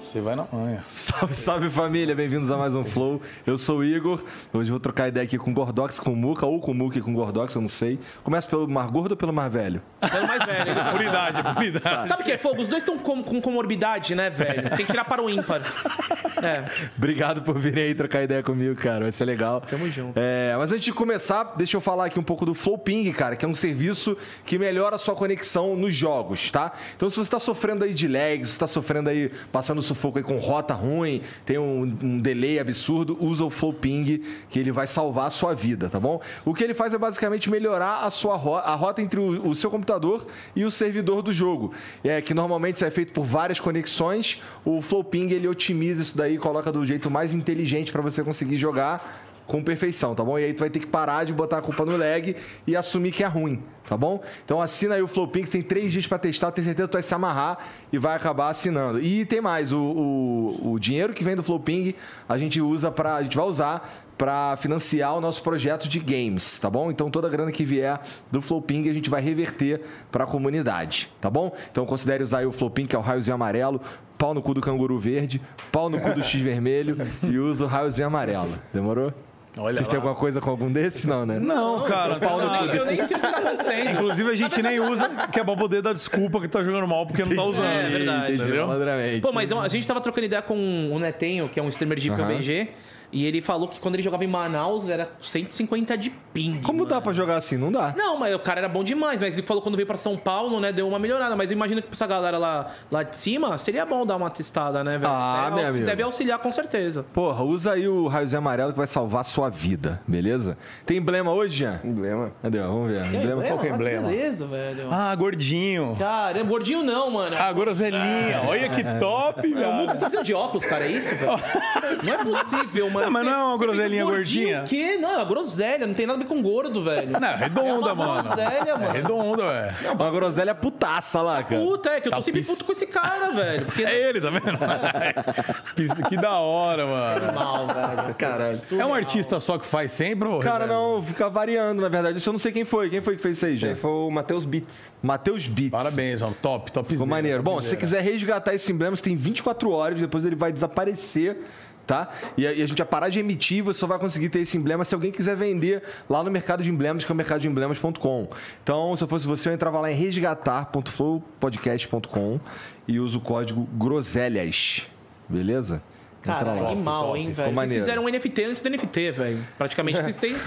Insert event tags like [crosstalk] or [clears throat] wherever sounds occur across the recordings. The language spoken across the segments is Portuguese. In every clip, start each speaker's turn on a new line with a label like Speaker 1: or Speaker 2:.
Speaker 1: Você vai na manha.
Speaker 2: Salve, salve família, bem-vindos a mais um Flow. Eu sou o Igor. Hoje vou trocar ideia aqui com o Gordox, com o Muca ou com o Muca e com o Gordox, eu não sei. Começa pelo Mar Gordo ou pelo Mar Velho?
Speaker 3: Pelo mais velho. né?
Speaker 1: Por idade, por idade.
Speaker 3: Sabe o que é fogo? Os dois estão com, com comorbidade, né, velho? Tem que tirar para o ímpar. É.
Speaker 2: Obrigado por virem aí trocar ideia comigo, cara. Vai ser legal.
Speaker 3: Tamo junto.
Speaker 2: É, mas antes de começar, deixa eu falar aqui um pouco do Flowping, cara, que é um serviço que melhora a sua conexão nos jogos, tá? Então, se você está sofrendo aí de lags, se está sofrendo aí, passando sufoco aí com rota ruim, tem um, um delay absurdo, usa o Flowping, que ele vai salvar a sua vida, tá bom? O que ele faz é basicamente melhorar a sua ro a rota entre o, o seu computador e o servidor do jogo, é que normalmente isso é feito por várias conexões. O Flowping ele otimiza isso daí, e coloca do jeito mais inteligente para você conseguir jogar com perfeição, tá bom? E aí tu vai ter que parar de botar a culpa no lag e assumir que é ruim, tá bom? Então assina aí o Flowpinks, tem três dias pra testar, tenho certeza que tu vai se amarrar e vai acabar assinando. E tem mais, o, o, o dinheiro que vem do Flowping a gente usa para a gente vai usar para financiar o nosso projeto de games, tá bom? Então toda a grana que vier do Flowping a gente vai reverter para a comunidade, tá bom? Então considere usar aí o Flowping, que é o raiozinho amarelo, pau no cu do canguru verde, pau no cu do X vermelho e usa o raiozinho amarelo. Demorou?
Speaker 1: Olha
Speaker 2: Vocês
Speaker 1: lá.
Speaker 2: têm alguma coisa com algum desses? Não, né?
Speaker 1: Não, cara, não tem
Speaker 2: pau no
Speaker 1: nada.
Speaker 3: Eu nem sei o que tá acontecendo.
Speaker 1: Inclusive, a gente nem usa, que é pra poder dar desculpa que tá jogando mal porque não tá usando.
Speaker 3: É verdade.
Speaker 2: Entendi,
Speaker 1: Entendeu?
Speaker 2: malandramente.
Speaker 3: Pô, mas a gente tava trocando ideia com o Netenho, que é um streamer de PUBG, e ele falou que quando ele jogava em Manaus era 150 de ping.
Speaker 2: Como dá pra jogar assim? Não dá.
Speaker 3: Não, mas o cara era bom demais, mas ele falou que quando veio pra São Paulo, né, deu uma melhorada, mas eu imagino que pra essa galera lá, lá de cima, seria bom dar uma testada, né, velho?
Speaker 2: Ah,
Speaker 3: É,
Speaker 2: meu
Speaker 3: aux-
Speaker 2: amigo.
Speaker 3: Deve auxiliar com certeza.
Speaker 2: Porra, usa aí o raiozinho amarelo que vai salvar a sua vida, beleza? Tem emblema hoje, Jean?
Speaker 4: Emblema.
Speaker 2: Cadê? ó? Vamos ver. Emblema.
Speaker 1: Qual que é
Speaker 3: Ah,
Speaker 1: emblema?
Speaker 3: Beleza, velho.
Speaker 1: Ah, gordinho.
Speaker 3: Caramba, é gordinho não, mano.
Speaker 1: Ah, groselinha. Olha que top,
Speaker 3: Você
Speaker 1: velho.
Speaker 3: tá precisando de óculos, cara, é isso, velho? Não é possível, mano.
Speaker 1: Não, mas não é uma
Speaker 3: Você pensa,
Speaker 1: groselinha
Speaker 3: gordinho
Speaker 1: gordinha?
Speaker 3: O quê? Não, é uma groselha, não tem nada a ver com gordo, velho.
Speaker 1: Não, é redonda,
Speaker 3: É uma
Speaker 1: mano.
Speaker 3: groselha, mano.
Speaker 1: É redonda, ué.
Speaker 2: Uma groselha putaça lá, cara.
Speaker 3: Puta, é que eu tô
Speaker 1: Tá
Speaker 3: sempre
Speaker 1: pis-
Speaker 3: puto com esse cara, velho. Porque
Speaker 1: É ele, tá
Speaker 3: [laughs]
Speaker 1: vendo? que da hora, mano.
Speaker 3: mal, velho.
Speaker 4: Caralho.
Speaker 1: É um artista só que faz sempre, ou
Speaker 2: Cara,
Speaker 1: reveza?
Speaker 2: não, fica variando, na verdade. Isso eu não sei quem foi. Quem foi que fez isso aí,
Speaker 4: Aí
Speaker 2: Jean?
Speaker 4: foi o Matheus Beats.
Speaker 2: Matheus Beats.
Speaker 1: Parabéns, mano. Top, top.
Speaker 2: Ficou maneiro. Bom, se você quiser resgatar esse emblema, você tem 24 horas, depois ele vai desaparecer, tá? E a, e a gente vai parar de emitir, você só vai conseguir ter esse emblema se alguém quiser vender lá no mercado de emblemas, que é o mercadodeemblemas.com. Então, se eu fosse você, eu entrava lá em resgatar.flowpodcast.com e usa o código groselhas, beleza? Entra
Speaker 3: Cara,
Speaker 2: lá.
Speaker 3: que mal, hein,
Speaker 2: Ficou
Speaker 3: velho. Vocês
Speaker 2: maneiro.
Speaker 3: fizeram um NFT antes do NFT, velho. Praticamente vocês
Speaker 1: [laughs]
Speaker 3: têm.
Speaker 2: de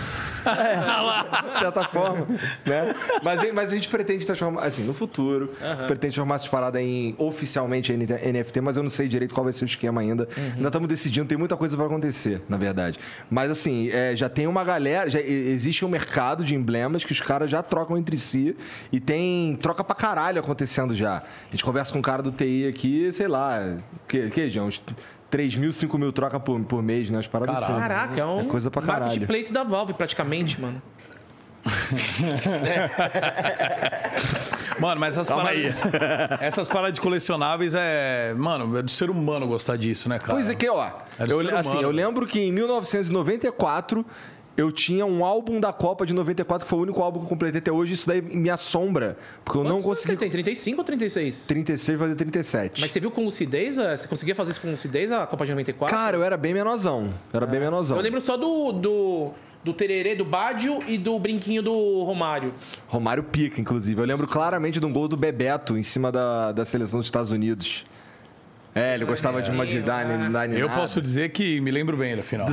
Speaker 2: certa forma, né? Mas, a- mas a gente pretende transformar, assim, no futuro, pretende transformar essas paradas em oficialmente em NFT, mas eu não sei direito qual vai ser o esquema ainda.
Speaker 3: Uhum.
Speaker 2: Ainda estamos decidindo, tem muita coisa para acontecer, na verdade. Mas assim, é, já tem uma galera, já e- existe um mercado de emblemas que os caras já trocam entre si e tem troca pra caralho acontecendo já. A gente conversa com um cara do TI aqui, sei lá, que, que João? Uns 3 mil, 5 mil troca por, por mês, né? As paradas assim.
Speaker 3: Caraca, é um
Speaker 2: É coisa pra caralho.
Speaker 3: marketplace da Valve, praticamente, mano.
Speaker 1: Mano, mas essas paradas. [laughs] Essas paradas de colecionáveis é. Mano, é do ser humano gostar disso, né, cara?
Speaker 2: Pois é que, ó.
Speaker 1: É do
Speaker 2: eu,
Speaker 1: ser humano,
Speaker 2: assim, eu
Speaker 1: velho.
Speaker 2: lembro que em 1994 eu tinha um álbum da Copa de 94, que foi o único álbum que eu completei até hoje. Isso daí me assombra, porque eu não
Speaker 3: Quantos anos Você
Speaker 2: consegui.
Speaker 3: tem 35 ou 36?
Speaker 2: 36 fazer 37.
Speaker 3: Mas você viu com lucidez? a- Você conseguia fazer isso com lucidez a Copa de 94?
Speaker 2: Cara, eu era bem menorzão. Eu era bem menorzão.
Speaker 3: É. eu lembro só do, do, do tererê do Bádio e do brinquinho do Romário.
Speaker 2: Romário pica, inclusive. Eu lembro claramente de um gol do Bebeto em cima da, da seleção dos Estados Unidos. É, ele gostava de uma de dar
Speaker 1: Eu posso dizer que me lembro bem da final.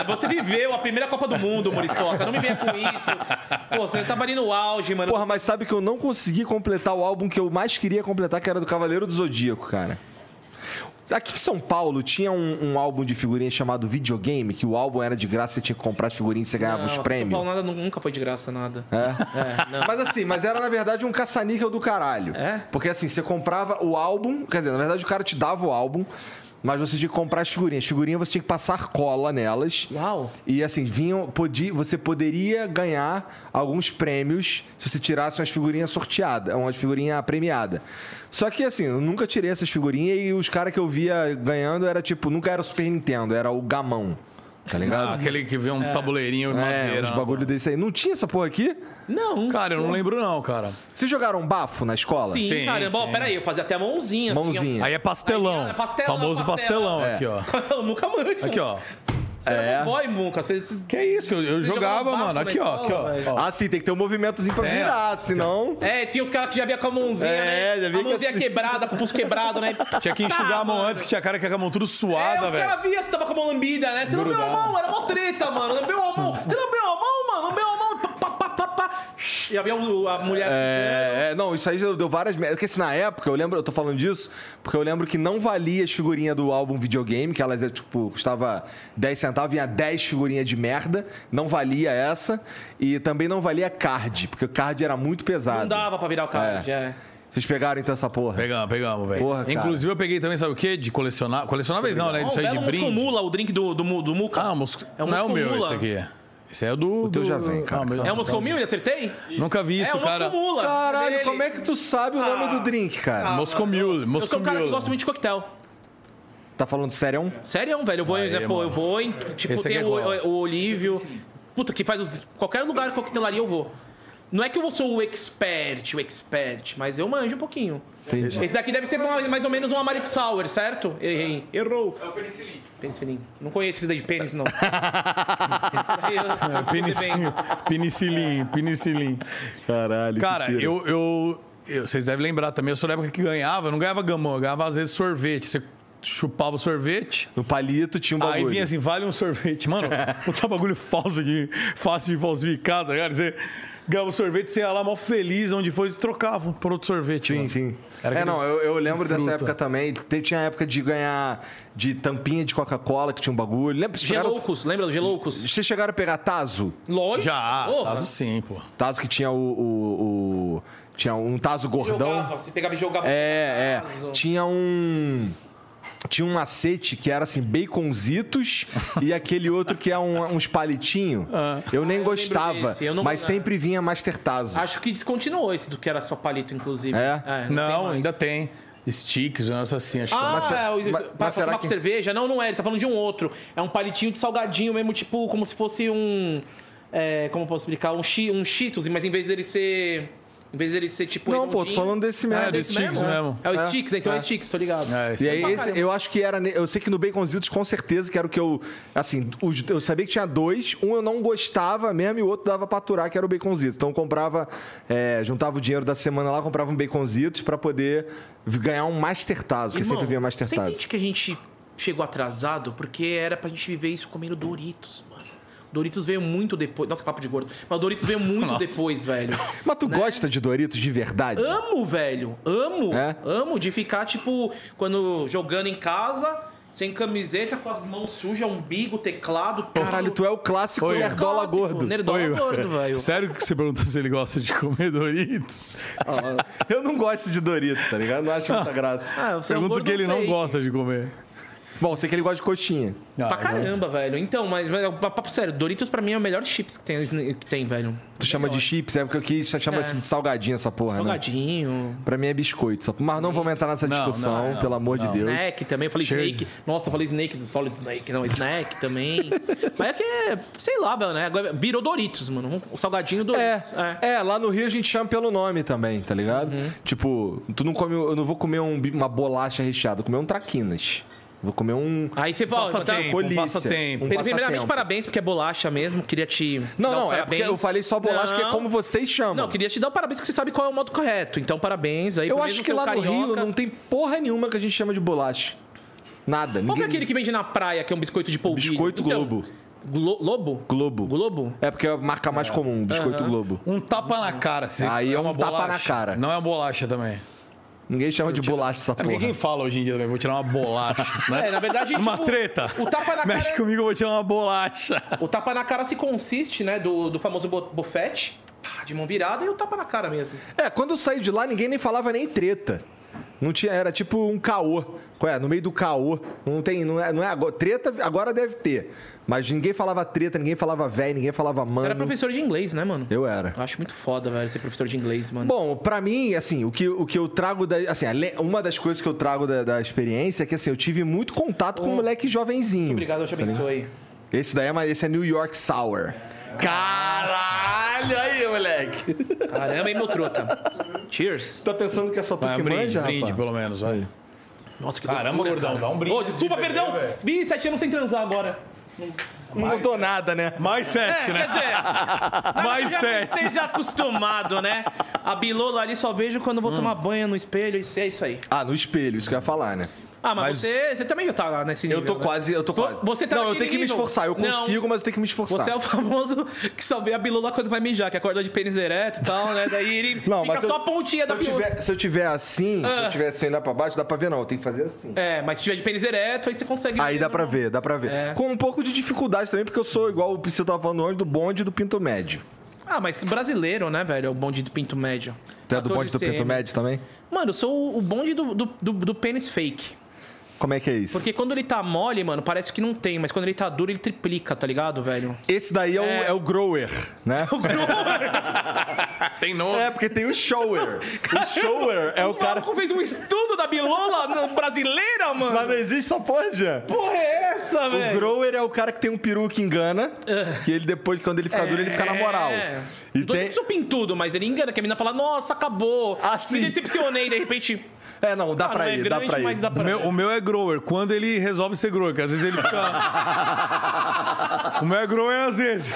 Speaker 3: É, você viveu a primeira Copa do Mundo, Muriçoca. Não me venha com isso. Pô, você tava ali no auge, mano.
Speaker 2: Porra, mas sabe que eu não consegui completar o álbum que eu mais queria completar, que era do Cavaleiro do Zodíaco, cara. Aqui em São Paulo tinha um, um álbum de figurinha chamado Videogame, que o álbum era de graça, você tinha que comprar as figurinhas e você ganhava
Speaker 3: Não,
Speaker 2: os
Speaker 3: São
Speaker 2: prêmios.
Speaker 3: Paulo nada, nunca foi de graça, nada.
Speaker 2: É. Mas assim, mas era na verdade um caça-níquel do caralho.
Speaker 3: É?
Speaker 2: Porque assim, você comprava o álbum, quer dizer, na verdade o cara te dava o álbum, mas você tinha que comprar as figurinhas. As figurinhas você tinha que passar cola nelas.
Speaker 3: Uau.
Speaker 2: E assim, vinham, podia, você poderia ganhar alguns prêmios se você tirasse umas figurinhas sorteadas, umas figurinhas premiadas. Só que assim, eu nunca tirei essas figurinhas e os caras que eu via ganhando era tipo, nunca era o Super Nintendo, era o Gamão. Tá ligado?
Speaker 1: Ah, aquele que vê um tabuleirinho de
Speaker 2: é,
Speaker 1: madeira.
Speaker 2: uns
Speaker 1: na
Speaker 2: bagulho
Speaker 1: mão.
Speaker 2: desse aí. Não tinha essa porra aqui?
Speaker 3: Não.
Speaker 1: Cara, eu não lembro, não, cara.
Speaker 2: Vocês jogaram um bafo na escola?
Speaker 3: Sim,
Speaker 1: Sim,
Speaker 3: caramba. Ó,
Speaker 1: sim.
Speaker 3: peraí, eu fazia até a mãozinha. assim,
Speaker 2: Mãozinha.
Speaker 1: Aí é pastelão.
Speaker 3: Aí é pastelão,
Speaker 1: Famoso
Speaker 3: pastelão.
Speaker 1: pastelão, aqui, ó.
Speaker 3: Assim, ó. [laughs] eu nunca manjo.
Speaker 1: Aqui, ó.
Speaker 3: Você
Speaker 2: É.
Speaker 3: era boy, nunca. Você,
Speaker 1: Que é isso? Eu, eu
Speaker 3: Você jogava
Speaker 1: jogava,
Speaker 3: bafo
Speaker 1: mano.
Speaker 3: na
Speaker 1: Aqui, ó. Aqui,
Speaker 3: escola, velho.
Speaker 1: ó. ó.
Speaker 2: Ah, sim, tem que ter um movimentozinho pra
Speaker 1: É.
Speaker 2: virar, senão.
Speaker 3: É, tinha os caras que já vinha com a mãozinha,
Speaker 2: É,
Speaker 3: né?
Speaker 2: já vinha
Speaker 3: a
Speaker 2: com
Speaker 3: mãozinha
Speaker 2: assim.
Speaker 3: quebrada, com o pulso quebrado, né?
Speaker 1: Tinha que enxugar a mão
Speaker 3: Tá
Speaker 1: antes, que tinha cara que era com a mão tudo suada,
Speaker 3: é, os
Speaker 1: velho.
Speaker 3: caras viam, você tava com a mão lambida, né? Você lambeu a mão, era mó treta, mano. Lambeu a mão. Você lambeu a mão, mano. Lambeu a mão. Pá, pá, pá, pá, pá. Já vinha o- a mulher...
Speaker 2: É, é, não, isso aí já deu várias merdas. Porque assim, na época, eu lembro, eu tô falando disso, porque eu lembro que não valia as figurinhas do álbum videogame, que elas, é, tipo, custava 10 centavos, vinha 10 figurinhas de merda, não valia essa, e também não valia card, porque o card era muito pesado.
Speaker 3: Não dava pra virar o card, é.
Speaker 2: Vocês pegaram então essa porra?
Speaker 1: Pegamos, pegamos, velho.
Speaker 2: Porra, cara.
Speaker 1: Inclusive, eu peguei também, sabe o quê? De colecionar. Colecionáveis não, né?
Speaker 3: Ó,
Speaker 1: Isso aí
Speaker 3: Ah, um belo
Speaker 1: de
Speaker 3: Musco
Speaker 1: brinde.
Speaker 3: é mula, o drink do, do, mu- do Muca.
Speaker 1: Ah, mosco...
Speaker 3: É um
Speaker 1: não é o
Speaker 3: mosco
Speaker 1: meu
Speaker 3: mula.
Speaker 1: esse aqui. Esse aí é do... O
Speaker 2: teu já vem, cara.
Speaker 3: É o Moscou Mule, acertei?
Speaker 1: Nunca vi isso,
Speaker 3: é o
Speaker 1: cara.
Speaker 3: Moscou Mula.
Speaker 2: Caralho,
Speaker 3: dele.
Speaker 2: como é que tu sabe o nome
Speaker 3: Ah.
Speaker 2: do drink, cara?
Speaker 3: Ah,
Speaker 1: Moscou
Speaker 3: mano,
Speaker 1: Mule,
Speaker 3: eu- Eu
Speaker 1: Moscou
Speaker 3: sou um cara que
Speaker 1: Mule.
Speaker 3: gosta muito de coquetel.
Speaker 2: Tá falando sério?
Speaker 3: Sério, velho. Eu vou,
Speaker 1: Aê,
Speaker 3: né, pô,
Speaker 1: mano.
Speaker 3: eu vou em. Tipo,
Speaker 1: Esse aqui
Speaker 3: tem
Speaker 1: é
Speaker 3: o,
Speaker 1: igual.
Speaker 3: o Olívio. Puta, que faz os. Qualquer lugar, coquetelaria eu vou. Não é que eu sou o expert, o expert, mas eu manjo um pouquinho.
Speaker 2: Entendi.
Speaker 3: Esse daqui deve ser mais mais ou menos um amarito sour, certo? Errei. Errou. É o penicilin. Penicilin. Não conheço esse daí de
Speaker 1: [laughs]
Speaker 3: pênis, não.
Speaker 2: [laughs]
Speaker 1: Penicinho, penicilim, penicilim.
Speaker 2: Caralho.
Speaker 1: Cara, eu, eu, eu- Vocês devem lembrar também, eu sou da época que ganhava, eu não ganhava gamão, eu ganhava às vezes sorvete. Você chupava o sorvete.
Speaker 2: No palito tinha um bagulho.
Speaker 1: Aí vinha assim, vale um sorvete. Mano, botar bagulho falso de fácil de falsificar, tá ligado? Você ganhava o sorvete, você ia lá mal feliz onde foi e trocava por outro sorvete.
Speaker 2: Sim,
Speaker 1: mano.
Speaker 2: sim.
Speaker 1: Era
Speaker 2: é, não, eu,
Speaker 1: aqueles
Speaker 2: eu lembro
Speaker 1: de
Speaker 2: dessa
Speaker 1: fruta.
Speaker 2: época também. Te- Tinha a época de ganhar de tampinha de Coca-Cola, que tinha um bagulho. Lembra? Vocês chegaram,
Speaker 3: Geloucos, lembra do Geloucos?
Speaker 2: vocês chegaram a pegar Tazo?
Speaker 3: Lógico.
Speaker 1: Já, tá
Speaker 3: Porra.
Speaker 1: caso sim, pô.
Speaker 2: Tazo que tinha o. o- o- tinha um Tazo
Speaker 3: Jogava,
Speaker 2: gordão.
Speaker 3: se pegava e jogava.
Speaker 2: É,
Speaker 3: Tazo.
Speaker 2: é. Tinha um. Tinha um macete que era assim, baconzitos e aquele outro que é um- uns palitinhos. Eu nem gostava,
Speaker 3: Ah, desse, eu não-
Speaker 2: mas sempre vinha Master Tazo.
Speaker 3: Acho que descontinuou esse do que era só palito, inclusive.
Speaker 2: É?
Speaker 1: Não,
Speaker 3: mais.
Speaker 1: ainda tem. Sticks, um negócio assim, acho que.
Speaker 3: Ah,
Speaker 2: Tipo, Mas se-
Speaker 3: é, o-
Speaker 2: mas-
Speaker 3: pra- pra
Speaker 2: mas será
Speaker 3: tomar
Speaker 2: que-
Speaker 3: com cerveja? Não, não é. Ele tá falando de um outro. É um palitinho de salgadinho mesmo, tipo, como se fosse um... é, como eu posso explicar? Um, chi, um Cheetos, mas em vez dele ser... Em vez dele ser, tipo,
Speaker 2: Não, pô, tô
Speaker 3: redondinho- Ah,
Speaker 2: falando desse merda.
Speaker 1: É, do Sticks mesmo.
Speaker 3: É o
Speaker 2: É,
Speaker 3: Sticks, então é,
Speaker 2: é.
Speaker 3: Sticks, tô ligado.
Speaker 1: É, esse
Speaker 2: E aí,
Speaker 3: pra
Speaker 2: esse-
Speaker 3: caramba.
Speaker 2: eu acho que era. ne- Eu sei que no Baconzitos, com certeza, que era o que eu. Assim, os- eu sabia que tinha dois. Um eu não gostava mesmo e o outro dava pra aturar, que era o Baconzitos. Então eu comprava. é, juntava o dinheiro da semana lá, comprava um Baconzitos pra poder vi- ganhar um Master Tazo, porque
Speaker 3: Irmão,
Speaker 2: sempre vinha Master
Speaker 3: Você
Speaker 2: Tazo.
Speaker 3: entende que a gente chegou atrasado porque era pra gente viver isso comendo Doritos, mano. Doritos veio muito depois. Nossa, que papo de gordo. Mas Doritos veio muito depois, velho.
Speaker 2: Mas tu gosta de Doritos de verdade?
Speaker 3: né? Amo, velho. Amo.
Speaker 2: É?
Speaker 3: Amo de ficar, tipo, quando jogando em casa, sem camiseta, com as mãos sujas, umbigo, teclado. tudo.
Speaker 2: Caralho, tu é o clássico
Speaker 1: Oi.
Speaker 2: nerdola
Speaker 3: Clássico,
Speaker 2: gordo. [laughs]
Speaker 3: Nerdola
Speaker 1: Oi,
Speaker 3: gordo, velho.
Speaker 2: é
Speaker 1: Sério que você perguntou se ele gosta de comer Doritos?
Speaker 2: Ah, Eu não gosto de Doritos, tá ligado? Não acho muita graça.
Speaker 3: Ah, você é um
Speaker 1: Pergunta o
Speaker 3: gordo
Speaker 1: que ele não
Speaker 3: fake.
Speaker 1: gosta de comer.
Speaker 2: Bom, sei que ele gosta de coxinha.
Speaker 1: Ah,
Speaker 3: pra
Speaker 1: é
Speaker 3: caramba, velho. Então, mas, mas mas, papo sério, Doritos pra mim é o melhor chips que tem, que tem velho.
Speaker 2: Tu chama de chips, é porque aqui você chama de salgadinho essa porra, né?
Speaker 3: Salgadinho.
Speaker 2: Pra mim é biscoito. Só... Mas não vamos entrar nessa
Speaker 1: Não,
Speaker 2: discussão,
Speaker 1: não, não,
Speaker 2: pelo amor
Speaker 1: não.
Speaker 2: de Deus.
Speaker 3: Snack também, eu falei
Speaker 1: Cheio
Speaker 3: Snake. Nossa, eu falei Snake do Solid Snake, não, Snack
Speaker 2: [laughs]
Speaker 3: também. Mas é que, é, sei lá, velho, né? Agora virou Doritos, mano. O salgadinho Doritos. É. Uhum.
Speaker 2: É, é, lá no Rio a gente chama pelo nome também, tá ligado? Tipo, tu não come, eu não vou comer um bi- uma bolacha recheada, eu vou comer um traquinas. Vou comer um
Speaker 3: Aí você fala,
Speaker 1: Passatempo,
Speaker 3: tá-
Speaker 1: Ah, um
Speaker 2: colícia,
Speaker 1: passatempo.
Speaker 2: um
Speaker 3: Primeiramente,
Speaker 2: passatempo.
Speaker 3: parabéns, porque é bolacha mesmo. Queria te.
Speaker 2: Não,
Speaker 3: dar os
Speaker 2: não, é porque
Speaker 3: parabéns.
Speaker 2: eu falei só bolacha, porque é
Speaker 3: Não.
Speaker 2: como vocês chamam.
Speaker 3: Não, queria te dar o parabéns, porque você sabe qual é o modo correto. Então, parabéns aí.
Speaker 2: eu
Speaker 3: por
Speaker 2: acho
Speaker 3: mesmo
Speaker 2: que
Speaker 3: ser um
Speaker 2: lá
Speaker 3: carioca.
Speaker 2: no Rio não tem porra nenhuma que a gente chama de bolacha. Nada.
Speaker 3: Qual que é
Speaker 2: ninguém-
Speaker 3: aquele que vende na praia, que é um biscoito de polvilho? Então,
Speaker 2: Biscoito Globo.
Speaker 3: Glo- Lobo?
Speaker 2: Globo.
Speaker 3: Globo?
Speaker 2: É porque é a marca mais comum, Biscoito Globo.
Speaker 1: Um tapa na cara. assim. Se
Speaker 2: Aí é um tapa
Speaker 1: bolacha.
Speaker 2: na cara.
Speaker 1: Não é uma bolacha também.
Speaker 2: Ninguém chama de bolacha essa
Speaker 1: É porque
Speaker 2: porra.
Speaker 1: quem fala hoje em dia também, vou tirar uma bolacha. né?
Speaker 3: É,
Speaker 2: [laughs]
Speaker 3: na verdade,
Speaker 1: Uma
Speaker 3: tipo,
Speaker 1: treta.
Speaker 3: o tapa na
Speaker 1: Mexe
Speaker 3: cara-
Speaker 1: comigo, eu vou tirar uma bolacha.
Speaker 3: O tapa na cara se consiste, né, do, do famoso bo- bofete, pá, de mão virada, e o tapa na cara mesmo.
Speaker 2: É, quando eu saí de lá, ninguém nem falava nem treta. Não tinha, era tipo um caô. Qual é? No meio do caô. Não tem, não é, não é agora. Treta agora deve ter. Mas ninguém falava treta, ninguém falava véi, ninguém falava
Speaker 3: Você
Speaker 2: mano.
Speaker 3: era professor de inglês, né, mano?
Speaker 2: Eu era.
Speaker 3: Eu acho muito foda, velho, ser professor de inglês, mano.
Speaker 2: Bom, pra mim, assim, o que, o que eu trago da. Assim, a le- uma das coisas que eu trago da, da experiência é que assim, eu tive muito contato com um moleque jovenzinho.
Speaker 3: Obrigado, eu te abençoe.
Speaker 2: Esse daí é, ma- esse é New York Sour. Caralho, aí, moleque.
Speaker 3: Caramba, hein, meu trota. Cheers.
Speaker 2: Tá pensando que é só tu
Speaker 1: Vai,
Speaker 2: que
Speaker 1: um brinde,
Speaker 2: manja,
Speaker 1: um brinde
Speaker 2: rapaz?
Speaker 1: pelo menos, vai.
Speaker 3: Nossa, que
Speaker 1: Caramba,
Speaker 3: loucura,
Speaker 1: gordão,
Speaker 3: cara.
Speaker 1: dá um brinde
Speaker 3: Ô, desculpa,
Speaker 1: de
Speaker 3: perdão.
Speaker 1: bebê, velho.
Speaker 3: Vi sete anos sem transar agora.
Speaker 2: Não mudou nada, né?
Speaker 1: Mais sete,
Speaker 3: É,
Speaker 1: né?
Speaker 3: quer
Speaker 2: [laughs]
Speaker 3: dizer,
Speaker 1: Mais
Speaker 3: já
Speaker 1: sete.
Speaker 3: Esteja acostumado, né? A bilola ali só vejo quando
Speaker 2: Hum.
Speaker 3: eu vou tomar banho no espelho, isso é isso aí.
Speaker 2: Ah, no espelho, isso que eu ia falar, né?
Speaker 3: Ah, mas,
Speaker 1: Mas-
Speaker 3: você, você também já tá lá nesse nível.
Speaker 2: Eu tô
Speaker 3: né?
Speaker 2: quase, eu tô
Speaker 3: Vo-
Speaker 2: quase.
Speaker 3: você tá
Speaker 2: não, eu
Speaker 3: naquele
Speaker 2: tenho que me
Speaker 3: nível.
Speaker 2: esforçar. Eu
Speaker 3: Não.
Speaker 2: consigo, mas eu tenho que me esforçar.
Speaker 3: Você é o famoso que só vê a bilola quando vai mijar, que acorda de pênis ereto e tal, né? Daí ele
Speaker 2: [laughs] Não,
Speaker 3: fica
Speaker 2: mas
Speaker 3: só
Speaker 2: eu-
Speaker 3: a pontinha
Speaker 2: se
Speaker 3: da
Speaker 2: eu
Speaker 3: bilola.
Speaker 2: tiver, Se eu tiver assim, se eu tiver assim olhar pra baixo, dá pra ver não. Eu tenho que fazer assim.
Speaker 3: É, mas se tiver de pênis ereto, aí você consegue.
Speaker 2: Aí dá pra
Speaker 3: no-
Speaker 2: ver, dá pra ver.
Speaker 3: É.
Speaker 2: Com um pouco de dificuldade também, porque eu sou igual o Psy tava falando antes do bonde e do pinto médio.
Speaker 3: Ah, mas brasileiro, né, velho? É o bonde do pinto médio.
Speaker 2: Tu é do bonde do
Speaker 3: 14
Speaker 2: pinto
Speaker 3: cm.
Speaker 2: médio também?
Speaker 3: Mano, eu sou o bonde do, do, do, do pênis fake.
Speaker 2: Como é que é isso?
Speaker 3: Porque quando ele tá mole, mano, parece que não tem, mas quando ele tá duro, ele triplica, tá ligado, velho?
Speaker 2: Esse daí é o,
Speaker 3: É.
Speaker 2: é o grower, né?
Speaker 1: Tem nome.
Speaker 2: É, porque tem o
Speaker 3: [laughs]
Speaker 2: shower. O shower é o cara...
Speaker 3: maluco fez um estudo da bilola [laughs] na- brasileira, mano.
Speaker 2: Mas não existe essa porra, Jean.
Speaker 3: Porra, é essa,
Speaker 2: O
Speaker 3: velho?
Speaker 2: grower é o cara que tem um peru que engana, que ele depois, quando ele fica duro, ele fica na moral.
Speaker 3: É.
Speaker 2: E
Speaker 3: não tô
Speaker 2: tem...
Speaker 3: dizendo que sou pintudo, mas ele engana, que a menina fala, nossa, acabou.
Speaker 2: Ah, sim.
Speaker 3: Me decepcionei,
Speaker 2: [laughs]
Speaker 3: de repente.
Speaker 2: É, não, dá
Speaker 3: ah,
Speaker 2: pra
Speaker 3: não
Speaker 2: ir,
Speaker 3: é
Speaker 2: dá
Speaker 3: grande,
Speaker 2: pra ir.
Speaker 3: mas dá pra
Speaker 1: O meu, o meu é grower, quando ele resolve ser grower, que às vezes ele fica. o meu é grower às vezes.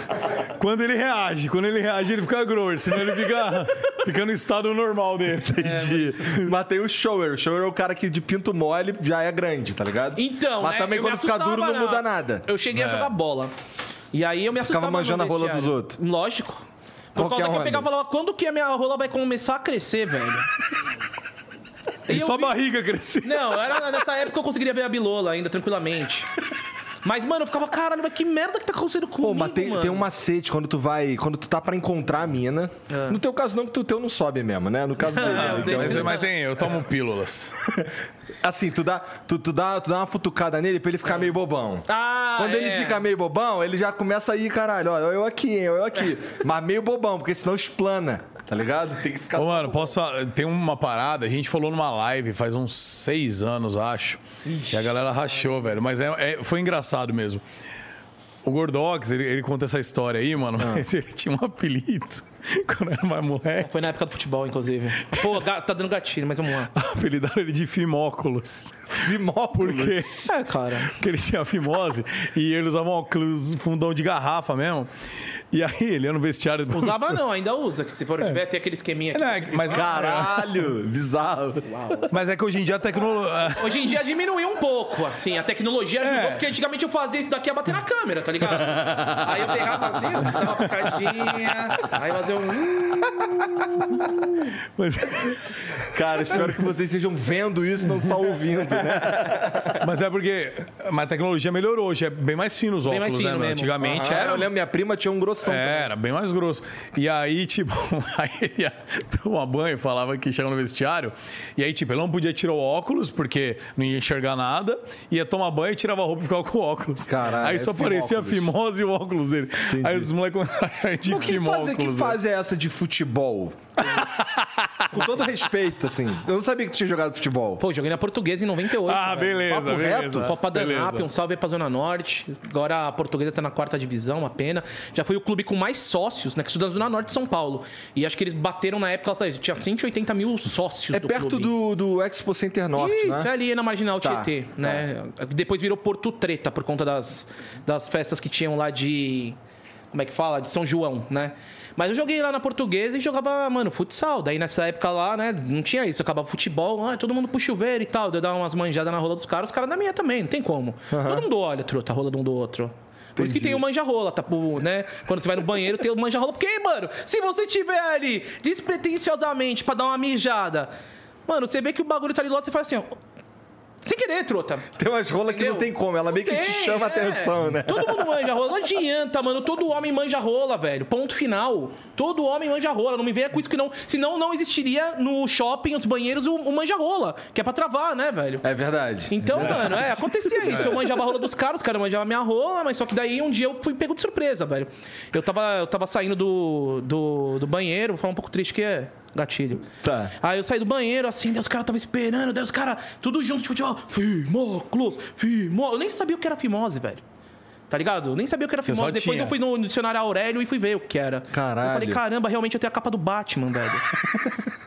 Speaker 1: Quando ele reage, quando ele reage, ele fica grower, senão ele fica, fica no estado normal
Speaker 3: É,
Speaker 1: dele.
Speaker 2: Entendi. [laughs] Mas tem o shower. O shower é o cara que de pinto mole já é grande, tá ligado?
Speaker 3: Então,
Speaker 2: Mas
Speaker 3: né,
Speaker 2: também
Speaker 3: eu me
Speaker 2: quando fica
Speaker 3: assustava,
Speaker 2: duro não
Speaker 3: né?
Speaker 2: muda nada.
Speaker 3: Eu cheguei a jogar bola. E aí eu me
Speaker 2: Ficava
Speaker 3: assustava. no
Speaker 2: manjando a rola
Speaker 3: vestiário.
Speaker 2: dos outros.
Speaker 3: Lógico.
Speaker 2: Qual
Speaker 3: Por
Speaker 2: que é a
Speaker 3: causa que eu
Speaker 2: rola?
Speaker 3: pegava e falava, quando que a minha rola vai começar a crescer, velho?
Speaker 1: E
Speaker 3: eu
Speaker 1: só a
Speaker 3: vi- Né?
Speaker 1: barriga crescendo.
Speaker 3: Não, era nessa época eu conseguiria ver a bilola ainda, tranquilamente. Mas, mano, eu ficava, caralho, mas que merda que tá acontecendo comigo,
Speaker 2: Pô, mas tem,
Speaker 3: mano?
Speaker 2: tem um macete quando tu vai. Quando tu tá pra encontrar a mina. No teu caso, não, que tu teu não sobe mesmo, né? No
Speaker 3: [laughs]
Speaker 2: caso dele.
Speaker 3: É, o
Speaker 2: então,
Speaker 3: dele-
Speaker 1: Mas, mas tem, eu
Speaker 3: É.
Speaker 1: tomo pílulas.
Speaker 2: assim, tu dá, tu, tu dá, tu dá uma futucada nele pra ele ficar meio bobão.
Speaker 3: É. Ah,
Speaker 2: Quando
Speaker 3: é.
Speaker 2: ele fica meio bobão, ele já começa a ir, caralho, ó, eu aqui, hein, eu aqui. Mas meio bobão, porque senão explana, tá ligado? Tem que ficar.
Speaker 1: Ô, mano, posso. fa- Tem uma parada, a gente falou numa live faz uns seis anos, acho. E a galera rachou, velho. Mas é- é- foi engraçado mesmo. O Gordox, ele, ele conta essa história aí, mano, mas ele tinha um apelido [laughs] quando era mais moleque. [laughs]
Speaker 3: Foi na época do futebol, inclusive. Pô, ga- tá dando gatilho, mas vamos lá.
Speaker 1: Apelidaram ele de Fimóculos.
Speaker 2: Fimópolis.
Speaker 1: Porque,
Speaker 3: É, cara.
Speaker 1: porque ele tinha fimose e ele usava um óculos fundão de garrafa mesmo. E aí ele ia no vestiário.
Speaker 3: Usava não, ainda usa, que se for
Speaker 2: É.
Speaker 3: tiver, tem aquele esqueminha aqui.
Speaker 1: Não, é- [laughs] mas,
Speaker 2: Caralho, bizarro.
Speaker 1: mas é que hoje em dia a tecnologia.
Speaker 3: Hoje em dia diminuiu um pouco, assim, a tecnologia ajudou,
Speaker 1: É.
Speaker 3: porque antigamente eu fazia isso daqui a bater na câmera, tá ligado? Aí eu pegava assim, ó, dava uma picadinha, aí fazia um.
Speaker 1: [laughs] Mas,
Speaker 2: Cara, espero que vocês estejam vendo isso, não só ouvindo,
Speaker 3: [laughs]
Speaker 2: né?
Speaker 1: mas é porque mas a tecnologia melhorou hoje, é bem mais fino os
Speaker 3: Bem mais
Speaker 1: óculos,
Speaker 3: fino
Speaker 1: né? mano?
Speaker 3: mesmo.
Speaker 1: Antigamente
Speaker 2: Ah, eu
Speaker 1: era.
Speaker 2: lembro, minha prima tinha um grossão.
Speaker 1: É, era bem mais grosso. E aí, tipo, [laughs] aí ele ia tomar banho, falava que chegava no vestiário. E aí, tipo, ele não podia tirar o óculos, porque não ia enxergar nada. Ia tomar banho, tirava a roupa e ficava com o óculos.
Speaker 2: Caralho,
Speaker 1: Aí
Speaker 2: é
Speaker 1: só aparecia a
Speaker 2: fimóculos.
Speaker 1: fimose e o óculos dele. Aí os moleques começaram a achar de né?
Speaker 2: Mas que fase, que
Speaker 1: fimóculos,
Speaker 2: fase é essa de futebol? Com todo respeito, assim. Eu não sabia que tu tinha jogado futebol.
Speaker 3: Pô, joguei na portuguesa em 98.
Speaker 1: Ah,
Speaker 3: velho.
Speaker 1: beleza,
Speaker 3: Papo
Speaker 1: beleza,
Speaker 2: Né?
Speaker 3: reto. Copa da
Speaker 1: beleza.
Speaker 3: NAP, um salve aí pra Zona Norte. Agora a portuguesa tá na quarta divisão, uma pena. Já foi o clube com mais sócios, né? Que estuda na Zona Norte de São Paulo. E acho que eles bateram na época, sabe, tinha 180 mil sócios
Speaker 2: É
Speaker 3: do
Speaker 2: perto
Speaker 3: clube.
Speaker 2: do, do Expo Center Norte,
Speaker 3: Isso, é
Speaker 2: né?
Speaker 3: ali na Marginal
Speaker 2: Tá,
Speaker 3: Tietê,
Speaker 2: tá.
Speaker 3: né? Depois virou Porto Treta por conta das, das festas que tinham lá de. Como é que fala? De São João, né? Mas eu joguei lá na portuguesa e jogava, mano, futsal. Daí nessa época lá, né, não tinha isso. Acabava futebol, ah, todo mundo pro chuveiro e tal. Deu dar umas manjadas na rola dos caras, os caras da minha também, não tem como. Todo mundo olha, truta, a rola de um do outro. Por isso que tem o manja-rola, tá, pô, né? Quando você vai no banheiro, tem o manja-rola. Porque, mano, se você tiver ali despretensiosamente pra dar uma mijada, mano, você vê que o bagulho tá ali logo, você faz assim, ó. Sem querer, trota.
Speaker 2: Tem umas rolas É que não
Speaker 3: Entendeu?
Speaker 2: tem como, ela meio que te
Speaker 3: tem,
Speaker 2: chama a
Speaker 3: é.
Speaker 2: atenção, né?
Speaker 3: Todo mundo manja rola. Não adianta, mano. Todo homem manja rola, velho. Ponto final. Todo homem manja rola. Não me venha com isso que não. Senão não existiria no shopping, nos banheiros, o, o manja rola. Que é pra travar, né, velho?
Speaker 2: É verdade.
Speaker 3: Então, mano, é, acontecia isso. Eu manjava a rola dos caras, os caras manjavam a minha rola, mas só que daí um dia eu fui pego de surpresa, velho. Eu tava, eu tava saindo do, do, do banheiro, vou falar um pouco triste que é gatilho.
Speaker 2: Tá.
Speaker 3: Aí eu saí do banheiro, assim, daí os caras tava esperando, daí os caras, tudo junto tipo, de futebol, Fimóculos, Fimó. Eu nem sabia o que era Fimose, velho. Tá ligado? Eu nem sabia o que era
Speaker 1: só
Speaker 3: Fimose. Depois
Speaker 1: tinha.
Speaker 3: eu fui no dicionário Aurélio e fui ver o que era.
Speaker 2: Caralho.
Speaker 3: Eu falei, caramba, realmente eu tenho a capa do Batman, velho.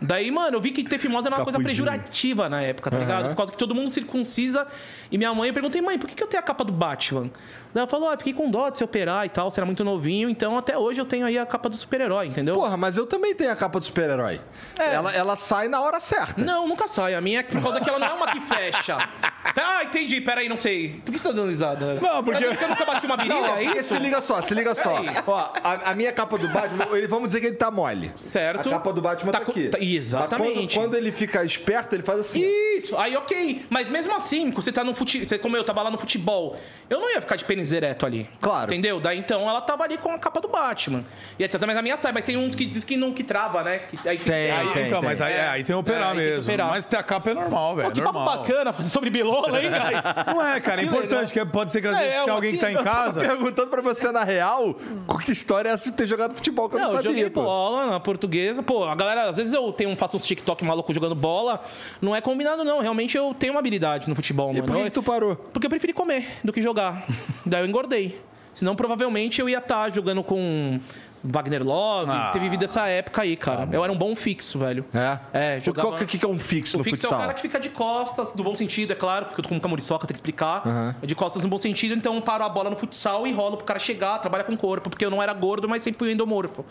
Speaker 3: Daí, mano, eu vi que ter Fimose era uma coisa
Speaker 2: Capuzinho.
Speaker 3: pejorativa ativa na época, tá ligado? Por causa que todo mundo circuncisa. E minha mãe, eu perguntei, mãe, por que, que eu tenho a capa do Batman? Daí ela falou, ah, fiquei com dó de se operar e tal, você era muito novinho, então até hoje eu tenho aí a capa do super-herói, entendeu?
Speaker 2: Porra, mas eu também tenho a capa do super-herói.
Speaker 3: É.
Speaker 2: Ela, ela sai na hora certa.
Speaker 3: Não, nunca sai. A minha é por causa que ela não é uma que fecha.
Speaker 1: [laughs]
Speaker 3: Ah, entendi. Pera aí, não sei. Por que você tá dando risada?
Speaker 1: Não, porque-
Speaker 3: Tá dizendo que eu nunca bati uma virilha,
Speaker 2: Não,
Speaker 3: é
Speaker 2: porque
Speaker 3: isso?
Speaker 2: se
Speaker 3: É
Speaker 2: liga só, se liga só.
Speaker 3: Peraí.
Speaker 2: Ó, a, a minha capa do
Speaker 3: [laughs]
Speaker 2: Batman, ele, vamos dizer que ele tá mole.
Speaker 3: Certo.
Speaker 2: A capa do Batman tá,
Speaker 3: Tá co-
Speaker 2: aqui.
Speaker 3: tá-
Speaker 2: Mas
Speaker 3: exatamente.
Speaker 2: Quando, quando ele fica esperto, ele faz assim.
Speaker 3: Isso, aí ok. Mas mesmo assim, você tá no fute... você- como eu tava lá no futebol, eu não ia ficar de pênis ereto ali.
Speaker 2: Claro.
Speaker 3: Entendeu? Daí então ela tava ali com a capa do Batman. E etc. Mas a minha sai, mas tem uns que diz que não que trava, né? Que, aí,
Speaker 2: Tem,
Speaker 3: aí,
Speaker 1: Aí,
Speaker 2: tem,
Speaker 1: então,
Speaker 2: tem.
Speaker 1: mas aí,
Speaker 3: É,
Speaker 1: aí tem que
Speaker 3: é,
Speaker 1: operar
Speaker 3: aí tem que
Speaker 1: mesmo.
Speaker 3: operar.
Speaker 1: Mas ter a capa é normal, velho.
Speaker 3: Pô, que
Speaker 1: normal.
Speaker 3: papo bacana fazer sobre bilola, hein, guys?
Speaker 1: [laughs] Não é, cara, é
Speaker 3: Que
Speaker 1: importante, que
Speaker 3: legal.
Speaker 1: pode ser que às
Speaker 3: É,
Speaker 1: vezes
Speaker 3: é
Speaker 1: tenha alguém que tá em
Speaker 3: assim,
Speaker 1: casa.
Speaker 2: [laughs] Perguntando pra você na real, com que história é essa de ter jogado futebol que eu não,
Speaker 3: Não, eu
Speaker 2: sabia,
Speaker 3: joguei
Speaker 2: pô.
Speaker 3: bola na portuguesa. Pô, a galera, às vezes eu tenho, faço uns TikTok maluco jogando bola. Não é combinado, não. Realmente eu tenho uma habilidade no futebol,
Speaker 2: E
Speaker 3: mano.
Speaker 2: por que
Speaker 3: Eu-
Speaker 2: que tu parou?
Speaker 3: Porque eu preferi comer do
Speaker 2: [laughs]
Speaker 3: que jogar. Daí eu engordei. Senão, provavelmente, eu ia estar jogando com Wagner Love.
Speaker 1: Ah.
Speaker 3: Teve vivido essa época aí, cara. eu era um bom fixo, velho.
Speaker 2: Ah. É?
Speaker 3: É,
Speaker 2: O
Speaker 3: jogava...
Speaker 2: qual que- que que é um fixo
Speaker 3: O
Speaker 2: no
Speaker 3: fixo é o
Speaker 2: futsal?
Speaker 3: cara que fica de costas, do bom sentido, é claro, porque eu tô como camuriçoca, tem que explicar. É De costas no bom sentido, então eu paro a bola no futsal e rolo pro cara chegar, trabalha com o corpo, porque eu não era gordo, mas sempre fui endomorfo.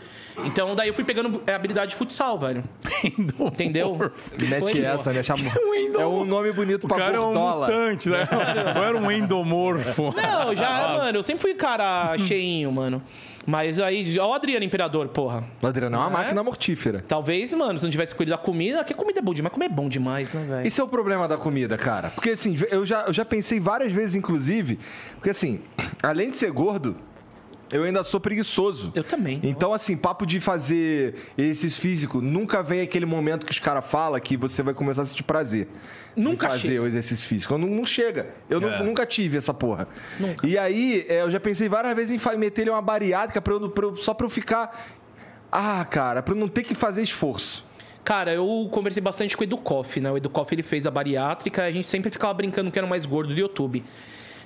Speaker 3: Então daí eu fui pegando é, habilidade de
Speaker 2: [laughs]
Speaker 3: futsal, velho. Entendeu?
Speaker 2: Mete
Speaker 3: Foi,
Speaker 2: essa, né? Chama...
Speaker 3: [laughs]
Speaker 2: É um nome bonito
Speaker 1: O
Speaker 2: pra
Speaker 1: cara é um
Speaker 2: gordola.
Speaker 1: mutante, né?
Speaker 3: é,
Speaker 1: Ou era um endomorfo.
Speaker 3: Não, já,
Speaker 2: Ah.
Speaker 3: mano, eu sempre fui cara cheinho, mano. Mas aí, ó, o Adriano Imperador, porra.
Speaker 2: O Adriano é uma máquina mortífera.
Speaker 3: Talvez, mano, se não tivesse escolhido a comida, que comida é bom demais, comer é bom demais, né, velho?
Speaker 2: Esse é o problema da comida, cara. Porque assim, eu já, eu já pensei várias vezes, inclusive, porque assim, [clears throat] além de ser gordo, eu ainda sou preguiçoso.
Speaker 3: Eu também.
Speaker 2: Então, assim, papo de fazer exercício físico, nunca vem aquele momento que os caras falam que você vai começar a sentir prazer. em
Speaker 3: Nunca
Speaker 2: fazer
Speaker 3: chega.
Speaker 2: o exercício físico. Eu não, não chega. Eu nu- nunca tive essa porra. E aí, é, eu já pensei várias vezes em fa- meter ele uma bariátrica pra eu não- pra eu- só pra eu ficar. Ah, cara, pra eu não ter que fazer esforço.
Speaker 3: Cara, eu conversei bastante com o Educoff, né? O Educoff ele fez a bariátrica, a gente sempre ficava brincando que era o mais gordo do YouTube.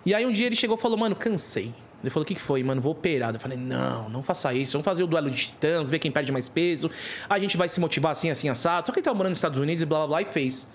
Speaker 3: E aí um dia ele chegou e falou, mano, cansei. Ele falou, o que, que foi, mano? Vou operar. Eu falei, não, não faça isso. Vamos fazer o duelo de titãs, ver quem perde mais peso. A gente vai se motivar assim, assim, assado. Só que ele tava morando nos Estados Unidos e blá, blá, blá, e fez.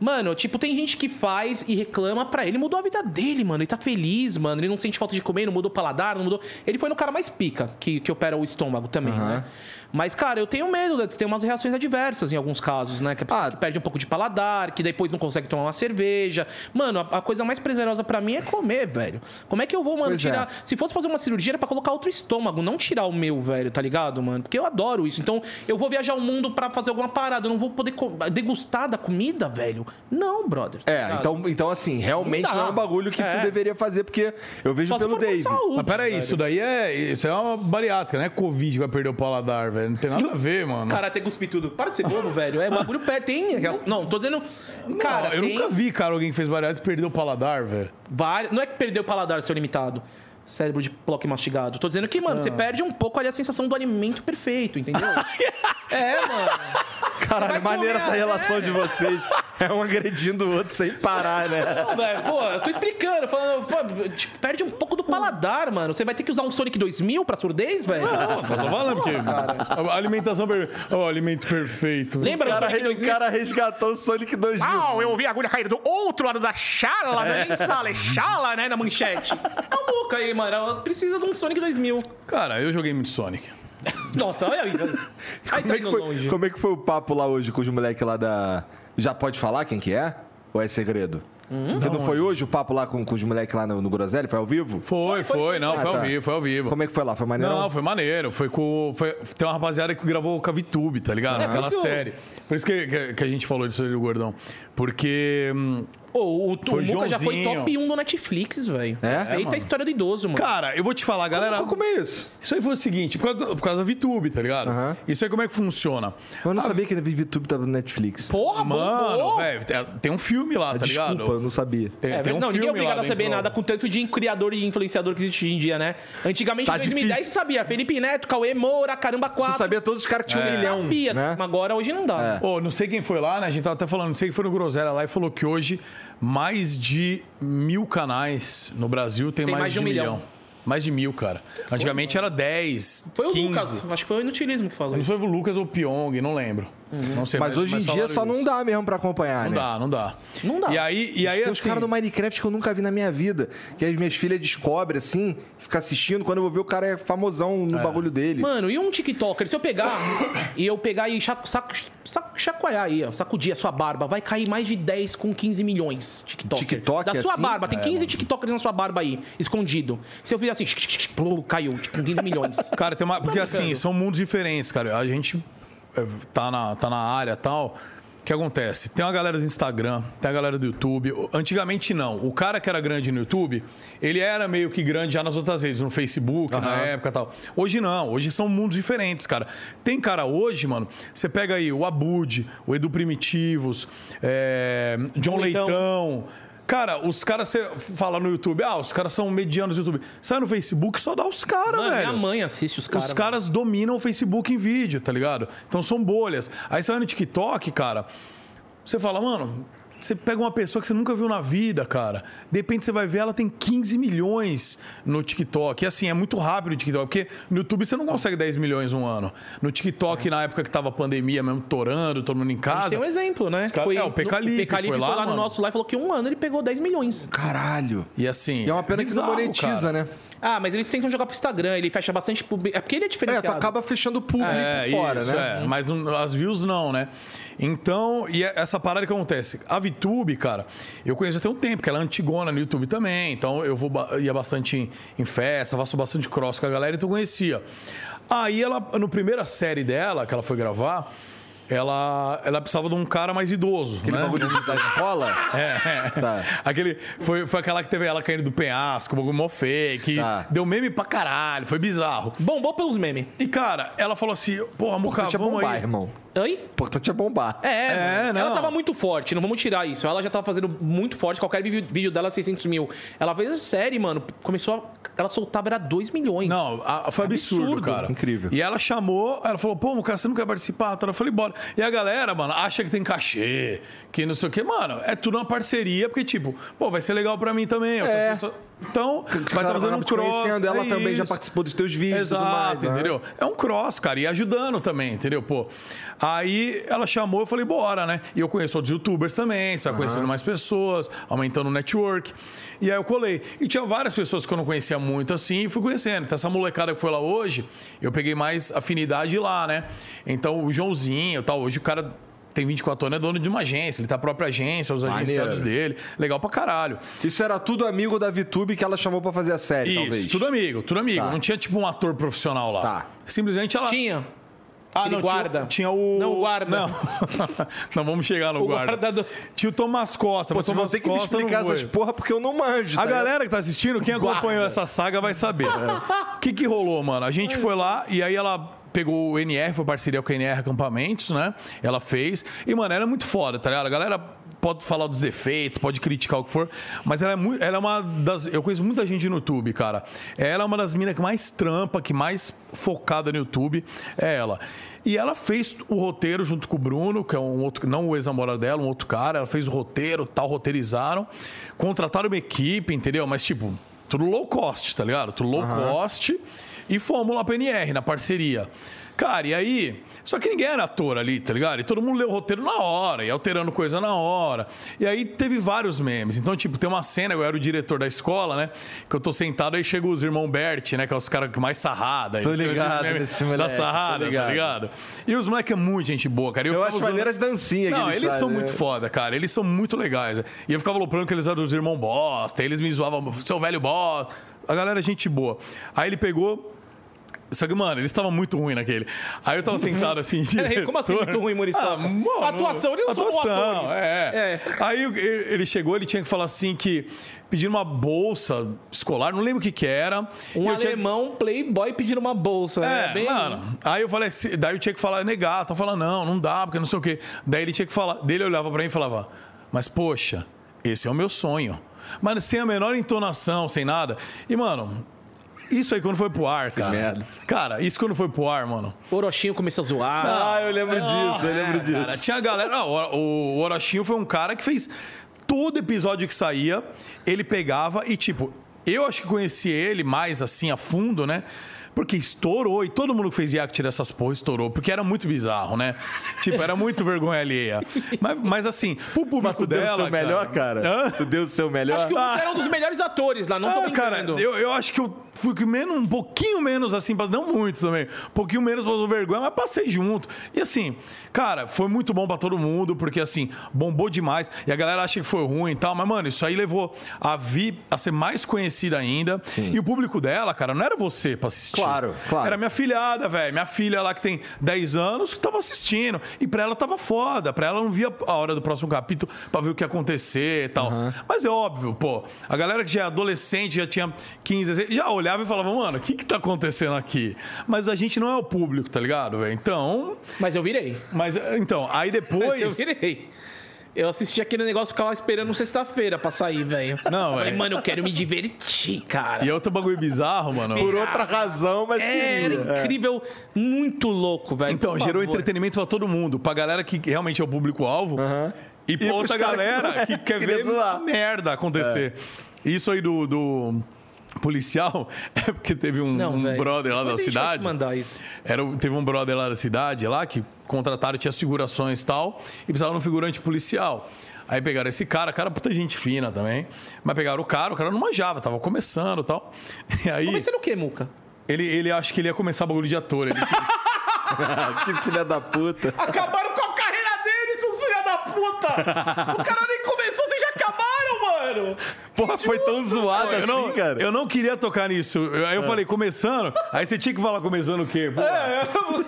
Speaker 3: Mano, tipo, tem gente que faz e reclama pra ele. Mudou a vida dele, mano. Ele tá feliz, mano. Ele não sente falta de comer, não mudou o paladar, não mudou. Ele foi no cara mais pica, que, que opera o estômago também, né? Mas, cara, eu tenho medo, né? tem umas reações adversas em alguns casos, né? Que a pessoa
Speaker 2: Ah.
Speaker 3: que perde um pouco de paladar, que depois não consegue tomar uma cerveja. Mano, a, a coisa mais prazerosa pra mim é comer, velho. Como é que eu vou, mano,
Speaker 2: Pois é.
Speaker 3: tirar. Se fosse fazer uma cirurgia, era pra colocar outro estômago, não tirar o meu, velho, tá ligado, mano? Porque eu adoro isso. Então, eu vou viajar o mundo pra fazer alguma parada. Eu não vou poder co- degustar da comida, velho. Não, brother. tá
Speaker 2: É,
Speaker 3: ligado?
Speaker 2: então, então assim, realmente
Speaker 3: Não
Speaker 2: não,
Speaker 3: dá.
Speaker 2: é um bagulho que
Speaker 3: É.
Speaker 2: tu deveria fazer, porque eu vejo
Speaker 3: Só se
Speaker 2: pelo
Speaker 3: for por
Speaker 2: Dave.
Speaker 3: saúde,
Speaker 1: Mas peraí,
Speaker 3: velho.
Speaker 1: isso daí é. Isso é uma bariátrica, não é Covid que vai perder o paladar, velho. Não tem nada a ver, mano.
Speaker 3: Cara, até cuspir tudo. Para de ser bobo, velho. É bagulho pé. Tem. aquelas- Não, tô dizendo. Cara,
Speaker 1: eu
Speaker 3: tem
Speaker 1: nunca vi, cara, alguém que fez bariátrica e perdeu o paladar, velho.
Speaker 3: várias- Não é que perdeu o paladar, seu limitado. Cérebro de bloco mastigado. Tô dizendo que, mano,
Speaker 1: Ah.
Speaker 3: você perde um pouco ali a sensação do alimento perfeito,
Speaker 1: [laughs]
Speaker 3: entendeu? é, mano.
Speaker 2: Caralho,
Speaker 3: Vai
Speaker 2: maneira
Speaker 3: comer,
Speaker 2: essa
Speaker 3: é.
Speaker 2: relação de vocês.
Speaker 3: [laughs]
Speaker 2: É um agredindo o outro sem parar, né?
Speaker 3: Não, velho, pô, eu tô explicando, falando, pô, tipo, perde um pouco do paladar, mano. Você vai ter que usar um Sonic 2000 pra surdez, velho?
Speaker 1: Não, só tô falando, porque. A alimentação perfeita. O alimento perfeito. velho.
Speaker 3: Lembra
Speaker 2: O
Speaker 3: do
Speaker 2: cara,
Speaker 3: Sonic
Speaker 2: re- o
Speaker 3: 2000?
Speaker 2: cara resgatou o Sonic 2000.
Speaker 3: Uau, eu ouvi a agulha cair do outro lado da chala, não é nem sala, é chala, né, na manchete. É um louco aí, mano, ela precisa de um Sonic 2000.
Speaker 1: Cara, eu joguei muito Sonic.
Speaker 3: Nossa, olha aí. velho.
Speaker 2: Como é,
Speaker 3: Aí tá
Speaker 2: que
Speaker 3: indo
Speaker 2: foi,
Speaker 3: longe.
Speaker 2: como é que foi o papo lá hoje com os moleques lá da. Já pode falar quem que é? Ou é segredo?
Speaker 3: Hum?
Speaker 2: Porque não foi hoje o papo lá com, com os moleques lá no, no Groselha? Foi ao vivo?
Speaker 1: Foi, foi, não, foi
Speaker 2: Ah,
Speaker 1: ao
Speaker 2: tá.
Speaker 1: vivo, foi ao vivo.
Speaker 2: Como é que foi lá? Foi maneiro?
Speaker 1: Não, foi maneiro. Foi com. Foi, tem uma rapaziada que gravou com a VTube, tá ligado?
Speaker 3: É, por
Speaker 1: Aquela
Speaker 3: isso que eu-
Speaker 1: série. Por isso que, que- que a gente falou disso aí do gordão. Porque. hum,
Speaker 3: Ô, o,
Speaker 1: Foi
Speaker 3: o Muca já foi
Speaker 1: Joãozinho.
Speaker 3: top 1 do Netflix, velho.
Speaker 2: É? É,
Speaker 3: Respeita
Speaker 1: mano.
Speaker 3: a história do idoso, mano.
Speaker 1: Cara, eu vou te falar, galera.
Speaker 2: Como- Como é isso?
Speaker 1: Isso aí foi o seguinte, por causa, por causa da VTube, tá ligado?
Speaker 2: Aham.
Speaker 1: Isso aí como é que funciona?
Speaker 2: Eu não sabia que o YouTube tava no Netflix.
Speaker 3: Porra,
Speaker 1: Mano,
Speaker 3: bombou. Ah,
Speaker 1: velho, tem- tem um filme lá, tá
Speaker 2: Desculpa,
Speaker 1: ligado?
Speaker 2: eu não sabia.
Speaker 1: Tem,
Speaker 3: É,
Speaker 1: tem um
Speaker 3: não, ninguém é
Speaker 1: filme lá
Speaker 3: obrigado a
Speaker 1: dentro
Speaker 3: saber
Speaker 1: do-
Speaker 3: nada com tanto de criador e influenciador que existe hoje em dia, né? Antigamente,
Speaker 2: Tá
Speaker 3: em 2010,
Speaker 2: difícil.
Speaker 3: você sabia. Felipe Neto, Cauê Moura, Caramba 4.
Speaker 2: Tu sabia todos os caras
Speaker 1: É.
Speaker 2: que tinham um milhão.
Speaker 3: sabia.
Speaker 2: né?
Speaker 3: Mas agora, hoje não dá.
Speaker 1: Ô, não sei quem foi lá, né? A gente tava até falando, não sei quem foi no Groselha lá e falou que hoje mais de mil canais no Brasil tem, mais, de um milhão. Mais de mil, cara. Antigamente era 10,
Speaker 3: Foi o
Speaker 1: 15.
Speaker 3: Lucas, acho que foi o Inutilismo que falou.
Speaker 1: Não sei se foi o Lucas ou o Pyong, não lembro. Não sei,
Speaker 2: Mas hoje em dia
Speaker 1: falaram
Speaker 2: só não
Speaker 1: isso.
Speaker 2: dá mesmo pra acompanhar,
Speaker 1: Não
Speaker 2: né?
Speaker 1: dá, não dá.
Speaker 3: Não dá.
Speaker 1: E aí, e aí
Speaker 2: Tem uns
Speaker 1: assim...
Speaker 2: caras do Minecraft que eu nunca vi na minha vida. Que as minhas filhas descobrem, assim, fica assistindo. Quando eu vou ver, o cara é famosão no bagulho dele.
Speaker 3: Mano, e um TikToker? Se eu pegar e eu pegar e chaco, saco, saco, chacoalhar aí, ó, sacudir a sua barba, vai cair mais de 10 com 15 milhões TikToker.
Speaker 2: TikTok
Speaker 3: Da
Speaker 2: é
Speaker 3: sua
Speaker 2: assim?
Speaker 3: barba. Tem 15 TikTokers na sua barba aí, escondido. Se eu fizer assim, plum, caiu tipo, com 15 milhões.
Speaker 1: Cara, tem uma. Porque
Speaker 3: Não,
Speaker 1: assim,
Speaker 3: Ricardo.
Speaker 1: são mundos diferentes, cara. A gente é, tá na, tá na área e tal. O que acontece? Tem uma galera do Instagram, tem a galera do YouTube. Antigamente não. O cara que era grande no YouTube, ele era meio que grande já nas outras redes, no Facebook, na época e tal. Hoje não, hoje são mundos diferentes, cara. Tem cara hoje, mano, você pega aí o Abud, o Edu Primitivos, é, John
Speaker 3: Leitão.
Speaker 1: Leitão. Então, Cara, os caras, você fala no YouTube, ah, os caras são medianos no YouTube. Sai no Facebook só dá os caras,
Speaker 3: Mano,
Speaker 1: velho.
Speaker 3: minha mãe assiste os caras.
Speaker 1: Os
Speaker 3: mano.
Speaker 1: caras dominam o Facebook em vídeo, tá ligado? Então são bolhas. Aí você vai no TikTok, cara, você fala, mano, você pega uma pessoa que você nunca viu na vida, cara. De repente você vai ver, ela tem 15 milhões no TikTok. E assim, é muito rápido o TikTok, porque no YouTube você não consegue 10 milhões um ano. No
Speaker 2: É.
Speaker 1: TikTok, na época que tava a pandemia mesmo, torando, todo mundo em casa.
Speaker 3: Tem um exemplo, né?
Speaker 1: Os caras- é, o Pecalipe
Speaker 3: O Pecalipe
Speaker 1: foi
Speaker 3: foi
Speaker 1: lá,
Speaker 3: lá, no
Speaker 1: mano.
Speaker 3: nosso live e falou que um ano ele pegou 10 milhões.
Speaker 2: Caralho.
Speaker 1: E assim.
Speaker 2: E é uma pena que não
Speaker 1: bizarro, cara.
Speaker 2: monetiza, né?
Speaker 3: Ah, mas eles tentam jogar pro Instagram, ele fecha bastante público. É porque ele é
Speaker 2: É,
Speaker 3: diferenciado.
Speaker 2: tu acaba fechando o público
Speaker 1: É,
Speaker 2: fora,
Speaker 1: isso,
Speaker 2: né?
Speaker 1: é. Mas não- as views não, né? Então, e é- essa parada que acontece. A VTube, cara, eu conheço até um tempo, que ela é antigona no YouTube também. Então, eu vou, ba- ia bastante em, em festa, faço bastante cross com a galera, então eu conhecia. Aí, ela, na primeira série dela, que ela foi gravar, ela, ela precisava de um cara mais idoso,
Speaker 2: Aquele
Speaker 1: né?
Speaker 2: bagulho da escola.
Speaker 1: [laughs] É.
Speaker 2: Tá.
Speaker 1: Aquele, foi, foi aquela que teve ela caindo do penhasco, um bagulho mó fake.
Speaker 2: Tá.
Speaker 1: Deu meme pra caralho, foi bizarro.
Speaker 3: Bombou pelos memes.
Speaker 1: E, cara, ela falou assim, porra, Muca,
Speaker 2: Importante é
Speaker 1: vamos
Speaker 2: bombar,
Speaker 1: aí.
Speaker 2: irmão.
Speaker 3: Oi?
Speaker 2: Importante é bombar.
Speaker 3: É,
Speaker 1: É,
Speaker 3: mano.
Speaker 1: não.
Speaker 3: ela tava muito forte, não vamos tirar isso. Ela já tava fazendo muito forte, qualquer vi- vídeo dela 600 mil. Ela fez a série, mano, começou a... Ela soltava, era 2 milhões.
Speaker 1: Não, a- foi absurdo,
Speaker 3: Absurdo.
Speaker 1: cara.
Speaker 2: É Incrível.
Speaker 1: E ela chamou, ela falou, pô, cara, você não quer participar? Tá? Eu falei, bora. E a galera, mano, acha que tem cachê, que não sei o quê. Mano, é tudo uma parceria, porque, tipo, pô, vai ser legal pra mim também. outras
Speaker 2: É.
Speaker 1: pessoas- Então, vai
Speaker 2: cara
Speaker 1: trazendo
Speaker 2: vai
Speaker 1: um
Speaker 2: te
Speaker 1: cross.
Speaker 2: conhecendo, ela
Speaker 1: é
Speaker 2: também já
Speaker 1: isso.
Speaker 2: participou dos teus vídeos e tudo
Speaker 1: Exato,
Speaker 2: mais, né?
Speaker 1: entendeu? É um cross, cara, e ajudando também, entendeu? Pô, aí ela chamou, eu falei, bora, né? E eu conheço outros youtubers também, você vai conhecendo mais pessoas, aumentando o network. E aí eu colei. E tinha várias pessoas que eu não conhecia muito assim, e fui conhecendo. Então, essa molecada que foi lá hoje, eu peguei mais afinidade lá, né? Então, o Joãozinho e tal, hoje o cara. Tem 24 anos, é dono de uma agência, ele tá a própria agência, os
Speaker 2: Maneiro.
Speaker 1: agenciados dele. Legal pra caralho.
Speaker 2: Isso era tudo amigo da VTube que ela chamou pra fazer a série,
Speaker 1: Isso,
Speaker 2: talvez.
Speaker 1: tudo amigo, tudo amigo.
Speaker 2: Tá.
Speaker 1: Não tinha tipo um ator profissional lá.
Speaker 2: Tá.
Speaker 1: [laughs] Simplesmente ela.
Speaker 3: Tinha.
Speaker 1: Ah,
Speaker 3: Aquele
Speaker 1: não,
Speaker 3: guarda.
Speaker 1: Tinha, tinha o.
Speaker 3: Não, o guarda.
Speaker 1: Não, não vamos chegar no
Speaker 3: O
Speaker 1: guarda.
Speaker 3: guarda do-
Speaker 1: Tinha o Thomas Costa, mas
Speaker 2: Vocês vão
Speaker 1: Thomas
Speaker 2: ter que me
Speaker 1: Costa não
Speaker 2: explicar
Speaker 1: foi.
Speaker 2: essas porra porque eu não manjo.
Speaker 1: A
Speaker 2: tá ligado?
Speaker 1: galera que tá assistindo, quem acompanhou essa saga vai saber. O que, que rolou, mano? A gente foi lá e aí ela pegou o NR, foi parceria com a NR Acampamentos, né? Ela fez. E, mano, ela é muito foda, tá ligado? A galera pode falar dos defeitos, pode criticar o que for, mas ela é muito. Ela é uma das. Eu conheço muita gente no YouTube, cara. Ela é uma das minas que mais trampa, que mais focada no YouTube. É ela. E ela fez o roteiro junto com o Bruno, que é um outro, não o ex-namorado dela, um outro cara. Ela fez o roteiro, tal, roteirizaram. Contrataram uma equipe, entendeu? Mas, tipo, tudo low cost, tá ligado? Tudo low cost. E fomos lá pra NR, na parceria. Cara, e aí? Só que ninguém era ator ali, tá ligado? E todo mundo leu o roteiro na hora, e alterando coisa na hora. E aí teve vários memes. Então, tipo, tem uma cena, eu era o diretor da escola, né? Que eu tô sentado, aí chegam os irmãos Bert, né? Que é os caras que mais sarrada.
Speaker 2: Tô
Speaker 1: Eles têm esses
Speaker 2: ligado
Speaker 1: memes
Speaker 2: nesse
Speaker 1: Da
Speaker 2: moleque, tô
Speaker 1: sarrada,
Speaker 2: ligado.
Speaker 1: tá ligado? E os moleques é muito gente boa, cara. E
Speaker 2: Eu
Speaker 1: ficava
Speaker 2: acho
Speaker 1: usando-
Speaker 2: maneira as dancinhas que
Speaker 1: Não,
Speaker 2: eles
Speaker 1: eles são
Speaker 2: fazem,
Speaker 3: é.
Speaker 1: muito
Speaker 2: né?
Speaker 1: foda, cara. Eles são muito legais. né? E eu ficava aloprando que eles eram os irmãos bosta, eles me zoavam, seu velho bosta. A galera é gente boa. Aí ele pegou. Só que, mano, eles estavam muito ruim naquele. Aí
Speaker 3: [laughs]
Speaker 1: eu tava sentado assim. de
Speaker 3: Peraí,
Speaker 1: [laughs]
Speaker 3: como assim
Speaker 1: diretor.
Speaker 3: muito ruim, Muriçoca?
Speaker 1: Ah, mano,
Speaker 3: Atuação, eles não são
Speaker 1: É.
Speaker 3: atores. É.
Speaker 1: Aí eu- ele chegou, ele tinha que falar assim que pedindo uma bolsa escolar, não lembro o que que era. E
Speaker 3: Um
Speaker 1: eu tinha-
Speaker 3: alemão playboy pedindo uma bolsa.
Speaker 1: é,
Speaker 3: né? Bem-
Speaker 1: mano. Aí eu falei, assim- daí eu tinha que falar, negar. Tá falando, não, não dá, porque não sei o quê. Daí ele tinha que falar, dele olhava pra mim e falava, mas poxa, esse é o meu sonho. Mas sem a menor entonação, sem nada. E, mano, isso aí quando foi pro ar, cara.
Speaker 2: merda.
Speaker 1: Cara, isso quando foi pro ar, mano.
Speaker 3: Orochinho começou a zoar.
Speaker 2: Ah, eu lembro disso, eu lembro disso.
Speaker 1: é, Cara, tinha a galera. ah, o- o Orochinho foi um cara que fez todo episódio que saía, ele pegava e, tipo, eu acho que conheci ele mais assim a fundo, né? Porque estourou e todo mundo que fez react dessas porra estourou, porque era muito bizarro, né? Tipo, era muito vergonha alheia. Mas, mas assim, pro público
Speaker 2: Tu deu
Speaker 1: dela.
Speaker 2: o seu melhor, cara?
Speaker 1: Hã?
Speaker 2: Tu deu o seu melhor?
Speaker 3: Acho que o Lucas era um dos melhores atores lá, não tô
Speaker 1: Ah, cara,
Speaker 3: brincando.
Speaker 1: eu, eu acho que eu fui com menos, um pouquinho menos assim, mas não muito também. Um pouquinho menos passou vergonha, mas passei junto. E assim, cara, foi muito bom pra todo mundo, porque assim, bombou demais. E a galera acha que foi ruim e tal, mas mano, isso aí levou a Vi a ser mais conhecida ainda. E o público dela, cara, não era você pra assistir.
Speaker 2: Claro, claro.
Speaker 1: Era minha filhada, velho. Minha filha lá que tem 10 anos que tava assistindo. E pra ela tava foda. Pra ela não via a hora do próximo capítulo pra ver o que ia acontecer e tal. Mas é óbvio, pô. A galera que já é adolescente, já tinha 15, 16, já olhava e falava, mano, o que que tá acontecendo aqui? Mas a gente não é o público, tá ligado, velho? Então.
Speaker 3: Mas eu virei.
Speaker 1: Mas então,
Speaker 2: [laughs]
Speaker 1: aí
Speaker 3: Eu
Speaker 1: depois.
Speaker 3: virei. Eu assisti aquele negócio, ficava esperando sexta-feira pra sair, velho.
Speaker 1: Não,
Speaker 3: Eu Falei,
Speaker 1: velho.
Speaker 3: mano, eu quero me divertir, cara.
Speaker 1: E é outro bagulho bizarro, mano.
Speaker 2: Por outra razão, mas
Speaker 3: É, era
Speaker 2: queria.
Speaker 3: incrível, muito louco, velho.
Speaker 1: Então,
Speaker 3: Por
Speaker 1: gerou
Speaker 3: favor.
Speaker 1: entretenimento pra todo mundo, pra galera que realmente é o público-alvo e pra
Speaker 2: pros
Speaker 1: outra
Speaker 2: caras que
Speaker 1: galera
Speaker 3: é.
Speaker 1: que,
Speaker 2: não-
Speaker 1: quer
Speaker 2: queria
Speaker 1: ver
Speaker 2: zoar.
Speaker 1: merda acontecer. Isso aí do, do policial [laughs] é porque teve um,
Speaker 3: Não,
Speaker 1: um
Speaker 3: velho.
Speaker 1: brother lá
Speaker 3: Depois
Speaker 1: da
Speaker 3: a gente vai te
Speaker 1: cidade.
Speaker 3: mandar isso.
Speaker 1: Era, o- teve um brother lá da cidade, lá, que contrataram, tinha as figurações e tal, e precisava de um figurante policial. Aí pegaram esse cara, cara puta gente fina também. Mas pegaram o cara, o cara não manjava, tava começando e tal. [laughs] E aí,
Speaker 3: Começando o quê, Muca?
Speaker 1: ele, ele acha que ele ia começar bagulho de ator. Ele
Speaker 2: [laughs] Que filha da puta.
Speaker 3: Acabaram com a carreira dele, seus filha da puta! O cara nem começou, vocês já acabaram, mano!
Speaker 2: Porra, foi tão zoada assim,
Speaker 1: eu não,
Speaker 2: cara. Ah.
Speaker 1: eu não queria tocar nisso. Eu- Aí eu falei, começando. Aí você tinha que falar começando o quê? Pô,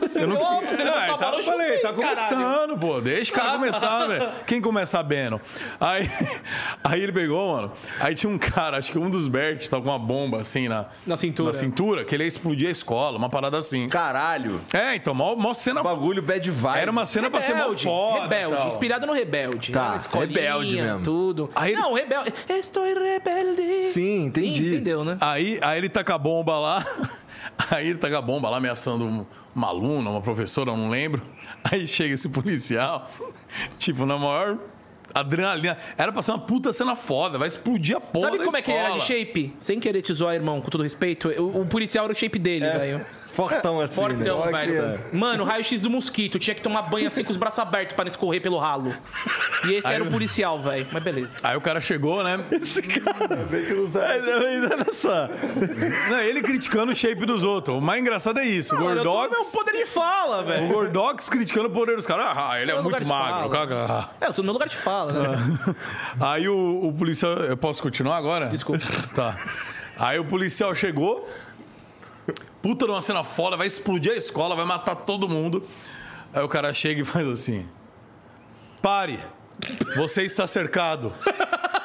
Speaker 3: Você
Speaker 1: eu
Speaker 3: É, não, você não
Speaker 1: Ah,
Speaker 3: acabaram,
Speaker 1: tá,
Speaker 3: eu
Speaker 1: eu falei,
Speaker 3: chutei,
Speaker 1: tá
Speaker 3: caralho.
Speaker 1: começando, pô. Deixa o cara começar, velho.
Speaker 3: [laughs]
Speaker 1: Quem começa sabendo? Aí, [laughs] aí ele pegou, mano. Aí tinha um cara, acho que um dos Bert, tava com uma bomba assim na,
Speaker 3: Na cintura.
Speaker 1: na cintura, que ele ia explodir a escola, uma parada assim.
Speaker 2: Caralho. um
Speaker 1: É, então, mó, mó cena.
Speaker 2: Bagulho bad vibe.
Speaker 1: Era uma cena é pra ser mó
Speaker 3: Rebelde,
Speaker 1: foda.
Speaker 3: rebelde,
Speaker 1: e tal.
Speaker 3: inspirado no rebelde.
Speaker 2: Tá,
Speaker 3: né? Escolinha,
Speaker 2: rebelde mesmo.
Speaker 3: Tudo.
Speaker 1: Aí ele-
Speaker 3: Não, rebelde. Estou rebelde.
Speaker 2: Sim, entendi.
Speaker 3: entendeu, né?
Speaker 1: Aí, aí ele taca a bomba lá. [laughs] Aí ele taca a bomba lá ameaçando um- uma aluna, uma professora, eu não lembro. Aí chega esse policial, [laughs] tipo, na maior adrenalina. Era pra ser uma puta cena foda, vai explodir a porra
Speaker 3: Sabe
Speaker 1: da
Speaker 3: como é que ele era de
Speaker 1: escola.
Speaker 3: shape? Sem querer te zoar, irmão, com todo respeito, o, o policial era o shape dele,
Speaker 1: É.
Speaker 3: velho.
Speaker 2: É. Fortão assim,
Speaker 3: Fortão,
Speaker 2: né?
Speaker 3: velho. Mano, raio-x do mosquito. Tinha que tomar banho assim com os braços abertos pra não escorrer pelo ralo. E esse era o policial, velho. Mas beleza.
Speaker 1: Aí o cara chegou, né?
Speaker 2: [laughs]
Speaker 1: é,
Speaker 2: Esse cara, velho, que não sabe. Olha só.
Speaker 1: Não, ele criticando o shape dos outros. O mais engraçado é isso. o
Speaker 3: Mano, eu tô no meu
Speaker 1: Gordox.
Speaker 3: poder de fala,
Speaker 1: O
Speaker 3: velho.
Speaker 1: Gordox criticando o poder dos caras. Ah, ele é
Speaker 3: Eu não
Speaker 1: muito
Speaker 3: gosto de
Speaker 1: magro.
Speaker 3: fala.
Speaker 1: caga.
Speaker 3: É, eu tô no meu lugar de fala,
Speaker 1: Ah.
Speaker 3: né?
Speaker 1: [laughs] Aí o, o policial. [laughs] Eu posso continuar agora?
Speaker 3: Desculpa.
Speaker 1: Tá. Aí o policial chegou. puta de uma cena foda, vai explodir a escola, vai matar todo mundo. Aí o cara chega e faz assim: Pare, você está cercado. [laughs]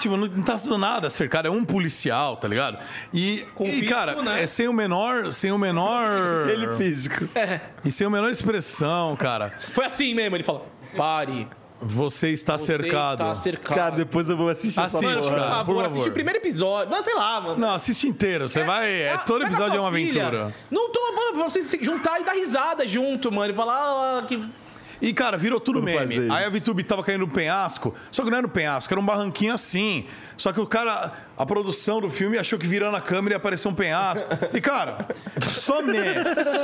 Speaker 1: tipo, não, não tá sendo nada cercado, é um policial, tá ligado? E,
Speaker 3: Com
Speaker 1: e,
Speaker 3: físico,
Speaker 1: cara,
Speaker 3: né?
Speaker 1: é sem o menor. Sem o
Speaker 3: [laughs]
Speaker 1: menor.
Speaker 2: Ele físico.
Speaker 1: E sem a menor expressão, cara.
Speaker 3: Foi assim mesmo, ele fala: pare.
Speaker 1: Você está
Speaker 3: Você
Speaker 1: cercado.
Speaker 3: Está cercado.
Speaker 2: Cara, depois eu vou assistir
Speaker 1: Assiste,
Speaker 2: essa
Speaker 3: Mano, por
Speaker 1: cara.
Speaker 2: porra.
Speaker 3: favor,
Speaker 1: por favor.
Speaker 3: assiste o primeiro episódio. Não, sei lá, mano.
Speaker 1: Não, assiste inteiro. Você vai. é,
Speaker 3: Ah,
Speaker 1: todo
Speaker 3: pega
Speaker 1: episódio é uma
Speaker 3: suas filhas.
Speaker 1: aventura.
Speaker 3: Não tô, mano, pra você se juntar e dar risada junto, mano. E falar ah, que.
Speaker 1: E, cara, virou tudo
Speaker 2: Vamos
Speaker 1: meme.
Speaker 2: fazer
Speaker 1: Aí a
Speaker 2: isso.
Speaker 1: VTube tava caindo no penhasco. Só que não era no penhasco, era um barranquinho assim. Só que o cara, a produção do filme achou que virando a câmera ia aparecer um penhasco. E, cara, só meme.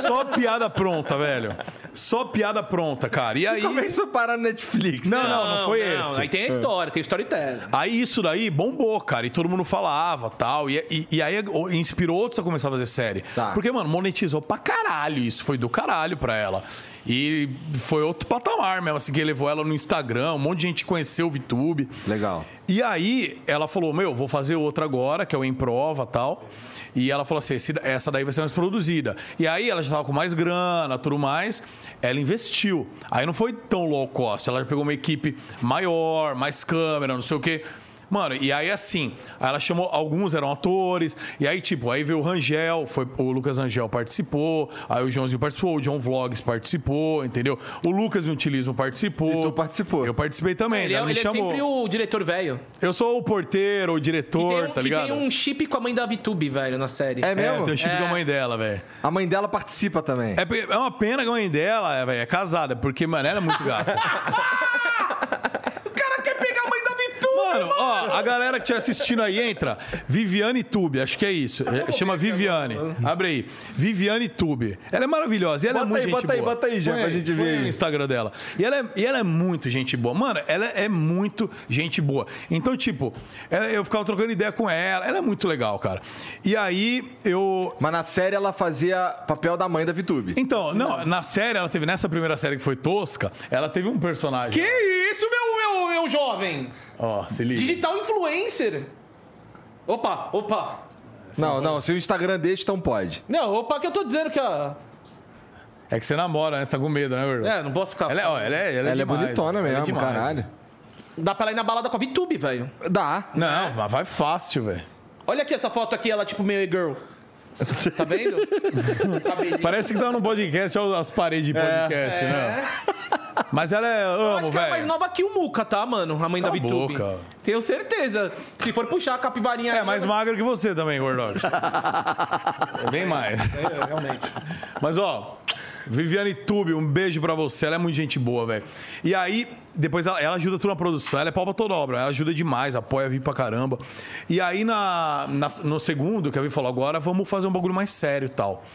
Speaker 1: Só piada pronta, velho. Só piada pronta, cara. E aí.
Speaker 2: Como é que isso parar na Netflix?
Speaker 1: Não, não, não foi esse. É.
Speaker 3: Aí tem a história, tem o storytelling.
Speaker 1: Aí isso daí bombou, cara, e todo mundo falava tal. E, e, e aí o- inspirou outros a começar a fazer série.
Speaker 2: Tá.
Speaker 1: Porque, mano, monetizou pra caralho isso. Foi do caralho pra ela. E foi outro patamar mesmo, assim, que levou ela no Instagram, um monte de gente conheceu o VTube.
Speaker 2: Legal.
Speaker 1: E aí ela falou: Meu, vou fazer outra agora, que é o Em Prova tal. E ela falou assim: "Esse- essa daí vai ser mais produzida. E aí ela já tava com mais grana, tudo mais. Ela investiu. Aí não foi tão low cost. Ela pegou uma equipe maior, mais câmera, não sei o quê. Mano, e aí assim, aí ela chamou, alguns eram atores, e aí tipo, aí veio o Rangel, foi, o Lucas Rangel participou, aí o Joãozinho participou, o John Vlogs participou, entendeu? O Lucas Inutilismo participou.
Speaker 2: E tu participou.
Speaker 1: Eu participei também,
Speaker 3: Ele, é,
Speaker 1: ela me
Speaker 3: ele é
Speaker 1: chamou.
Speaker 3: sempre o diretor velho.
Speaker 1: Eu sou o porteiro, o
Speaker 3: Que
Speaker 1: diretor,
Speaker 3: tem um-
Speaker 1: tá
Speaker 3: que
Speaker 1: ligado?
Speaker 3: tem um chip com a mãe da VTube, velho, na série.
Speaker 2: É mesmo?
Speaker 1: tem o chip
Speaker 3: É.
Speaker 1: com a mãe dela, velho.
Speaker 2: A mãe dela participa também.
Speaker 1: É, porque- é uma pena que a mãe dela, é, velho, é casada, porque, mano, ela é muito gata.
Speaker 3: O cara quer pegar a mãe da VTube!
Speaker 1: Mano, ó, a galera que estiver assistindo aí, entra. Viviane Tube, acho que é isso. É, Chama Viviane. Abre aí. Viviane Tube. Ela é maravilhosa. E ela
Speaker 2: Bota
Speaker 1: é muito
Speaker 2: aí,
Speaker 1: gente
Speaker 2: bota aí,
Speaker 1: boa.
Speaker 2: bota aí, já,
Speaker 1: Põe
Speaker 2: pra gente
Speaker 1: põe
Speaker 2: ver
Speaker 1: o
Speaker 2: aí.
Speaker 1: Instagram dela. E ela, é, e ela é muito gente boa. Mano, ela é muito gente boa. Então, tipo, ela- eu ficava trocando ideia com ela. Ela é muito legal, cara. E aí, eu,
Speaker 2: Mas na série ela fazia papel da mãe da Vitube.
Speaker 1: Então, não, na série, ela teve, nessa primeira série que foi tosca, ela teve um personagem.
Speaker 3: Que isso, é meu, meu, meu jovem?
Speaker 1: Ó, se liga.
Speaker 3: Digital influencer. Opa, opa.
Speaker 2: Não, não, se o Instagram deixa, então pode.
Speaker 3: Não, opa, que eu tô dizendo que ó.
Speaker 1: É que você namora, né? Você tá com medo, né, Gordo?
Speaker 3: É, não posso ficar.
Speaker 1: Ela, é- ó, ela é Ela,
Speaker 2: Ela é
Speaker 1: demais,
Speaker 2: bonitona
Speaker 1: ela
Speaker 2: mesmo,
Speaker 1: demais.
Speaker 2: caralho.
Speaker 3: Dá pra ela ir na balada com a VTube, velho.
Speaker 2: Dá.
Speaker 1: Não, mas vai fácil, velho.
Speaker 3: Olha aqui essa foto aqui, ela tipo meio girl. Tá vendo?
Speaker 1: [laughs]
Speaker 3: Cabelinho.
Speaker 1: Parece que tá no podcast, olha as paredes de podcast, né? Mas ela é.
Speaker 3: É. Eu
Speaker 1: Amo,
Speaker 3: acho que ela é mais
Speaker 1: velho.
Speaker 3: nova que o Muca, tá, mano? A mãe da
Speaker 1: Cala a
Speaker 3: VTube.
Speaker 1: boca.
Speaker 3: Tenho certeza. Se for puxar a capivarinha...
Speaker 1: É
Speaker 3: ali,
Speaker 1: mais
Speaker 3: eu-
Speaker 1: magra que você também,
Speaker 3: [laughs]
Speaker 1: Gordox. é bem mais.
Speaker 3: É, Realmente.
Speaker 1: Mas ó, Viviane Tube, um beijo pra você. Ela é muito gente boa, velho. E aí, depois ela, ela ajuda toda a produção. Ela é pau pra toda obra. Ela ajuda demais, apoia a Vi pra caramba. E aí, na, na- no segundo, que a Vi falou agora, vamos fazer um bagulho mais sério e tal.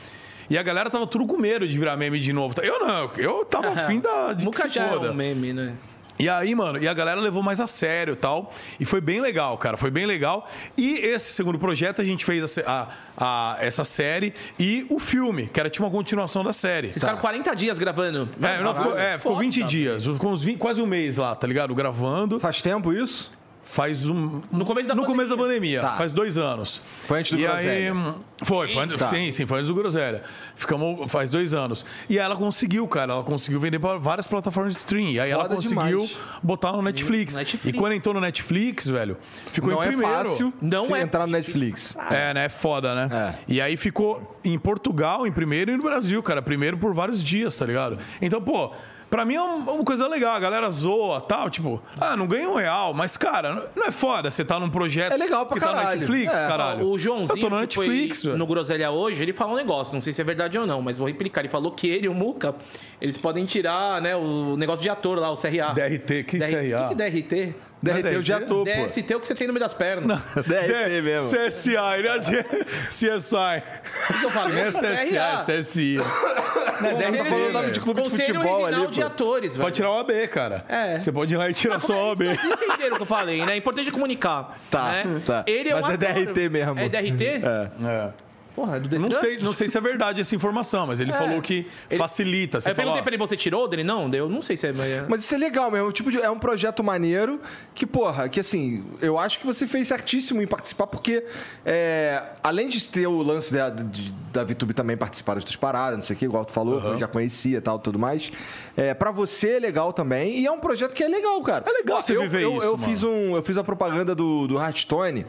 Speaker 1: E a galera tava tudo com medo de virar meme de novo. Eu não, eu
Speaker 3: [laughs]
Speaker 1: tava afim É da, de que
Speaker 3: Muca
Speaker 1: se
Speaker 3: já
Speaker 1: foda. Tá.
Speaker 3: é um meme, né?
Speaker 1: E aí, mano, e a galera levou mais a sério e tal. E foi bem legal, cara. Foi bem legal. E esse segundo projeto, a gente fez a se- a- a- essa série e o filme, que era tipo uma continuação da série.
Speaker 3: Vocês ficaram 40 dias gravando.
Speaker 1: É, não, ficou, é, ficou
Speaker 3: Foda,
Speaker 1: 20 dias, ficou uns 20 quase um mês lá, tá ligado? Gravando.
Speaker 2: Faz tempo isso?
Speaker 1: Faz um.
Speaker 3: No começo da
Speaker 1: no começo da pandemia,
Speaker 3: pandemia.
Speaker 2: Tá.
Speaker 1: faz dois anos.
Speaker 2: Foi antes do
Speaker 1: e
Speaker 2: Groselha.
Speaker 1: aí, hum, Foi, foi antes-
Speaker 2: Tá.
Speaker 1: sim, sim, foi antes do Groselha. Ficamos faz dois anos. E ela conseguiu, cara. Ela conseguiu vender para várias plataformas de stream. E aí ela
Speaker 2: Foda
Speaker 1: conseguiu
Speaker 2: demais.
Speaker 1: botar no Netflix.
Speaker 3: Hum, Netflix.
Speaker 1: E quando entrou no Netflix, velho, ficou
Speaker 2: não
Speaker 1: em
Speaker 2: é
Speaker 1: primeiro.
Speaker 2: fácil
Speaker 3: Não
Speaker 2: fi-
Speaker 3: é.
Speaker 2: entrar no Netflix.
Speaker 1: É, né? É foda, né? E aí ficou em Portugal em primeiro e no Brasil, cara, primeiro por vários dias, tá ligado? Então, pô, pra mim é um- uma coisa legal. A galera zoa tal, tipo, ah, não ganha um real, mas, cara, não é foda você tá num projeto
Speaker 2: É legal pra
Speaker 1: que tá no
Speaker 2: caralho.
Speaker 1: Netflix,
Speaker 2: É.
Speaker 1: caralho.
Speaker 3: O Joãozinho,
Speaker 1: Eu tô no
Speaker 3: que foi
Speaker 1: Netflix, velho.
Speaker 3: no Groselha hoje, ele falou um negócio, não sei se é verdade ou não, mas vou replicar. Ele falou que ele e o Muca, eles podem tirar né, o negócio de ator lá, o CRA.
Speaker 1: DRT, que
Speaker 3: DR-
Speaker 1: CRA?
Speaker 3: O que que é DRT?
Speaker 2: DRT eu já tô, pô.
Speaker 3: DST é o que você tem no meio das pernas. É
Speaker 2: [laughs]
Speaker 3: O
Speaker 2: DRT É mesmo.
Speaker 1: CSI, né? CSI.
Speaker 3: que eu falei?
Speaker 1: Não é CSI, é CSI. Não é DRT,
Speaker 3: Conselho
Speaker 2: Tá falando o nome
Speaker 1: velho.
Speaker 2: de clube de
Speaker 3: Conselho
Speaker 2: futebol
Speaker 3: Regional
Speaker 2: ali,
Speaker 3: de
Speaker 2: pô.
Speaker 3: Atores, velho.
Speaker 1: Pode tirar o AB, cara.
Speaker 3: É.
Speaker 1: Você pode ir lá e tirar só o
Speaker 3: Mas é
Speaker 1: AB.
Speaker 3: Vocês entenderam o que eu falei, né? É importante comunicar.
Speaker 2: Tá,
Speaker 3: né?
Speaker 2: tá.
Speaker 3: Ele é um
Speaker 2: Mas é
Speaker 3: ator.
Speaker 2: DRT mesmo.
Speaker 3: É DRT?
Speaker 2: É.
Speaker 1: É.
Speaker 3: Porra, é do
Speaker 1: Eu
Speaker 3: Detran?
Speaker 1: Não sei, não sei se é verdade essa informação, mas ele falou que facilita. Você
Speaker 3: Aí eu
Speaker 1: fala,
Speaker 3: É. perguntei pra ele, você tirou dele? Não, daí eu não sei se é... Mas...
Speaker 2: Mas isso é legal mesmo. Tipo, de- é um projeto maneiro que, porra, que assim, eu acho que você fez certíssimo em participar, porque é, além de ter o lance da, de- da VTube também participar das tuas paradas, não sei o que, igual tu falou, que eu já conhecia e tal, tudo mais. É, pra você é legal também. E é um projeto que é legal, cara. É
Speaker 1: legal você
Speaker 2: eu,
Speaker 1: viver
Speaker 2: eu,
Speaker 1: isso,
Speaker 2: Eu
Speaker 1: mano.
Speaker 2: fiz, um, eu fiz a propaganda do, do Hearthstone.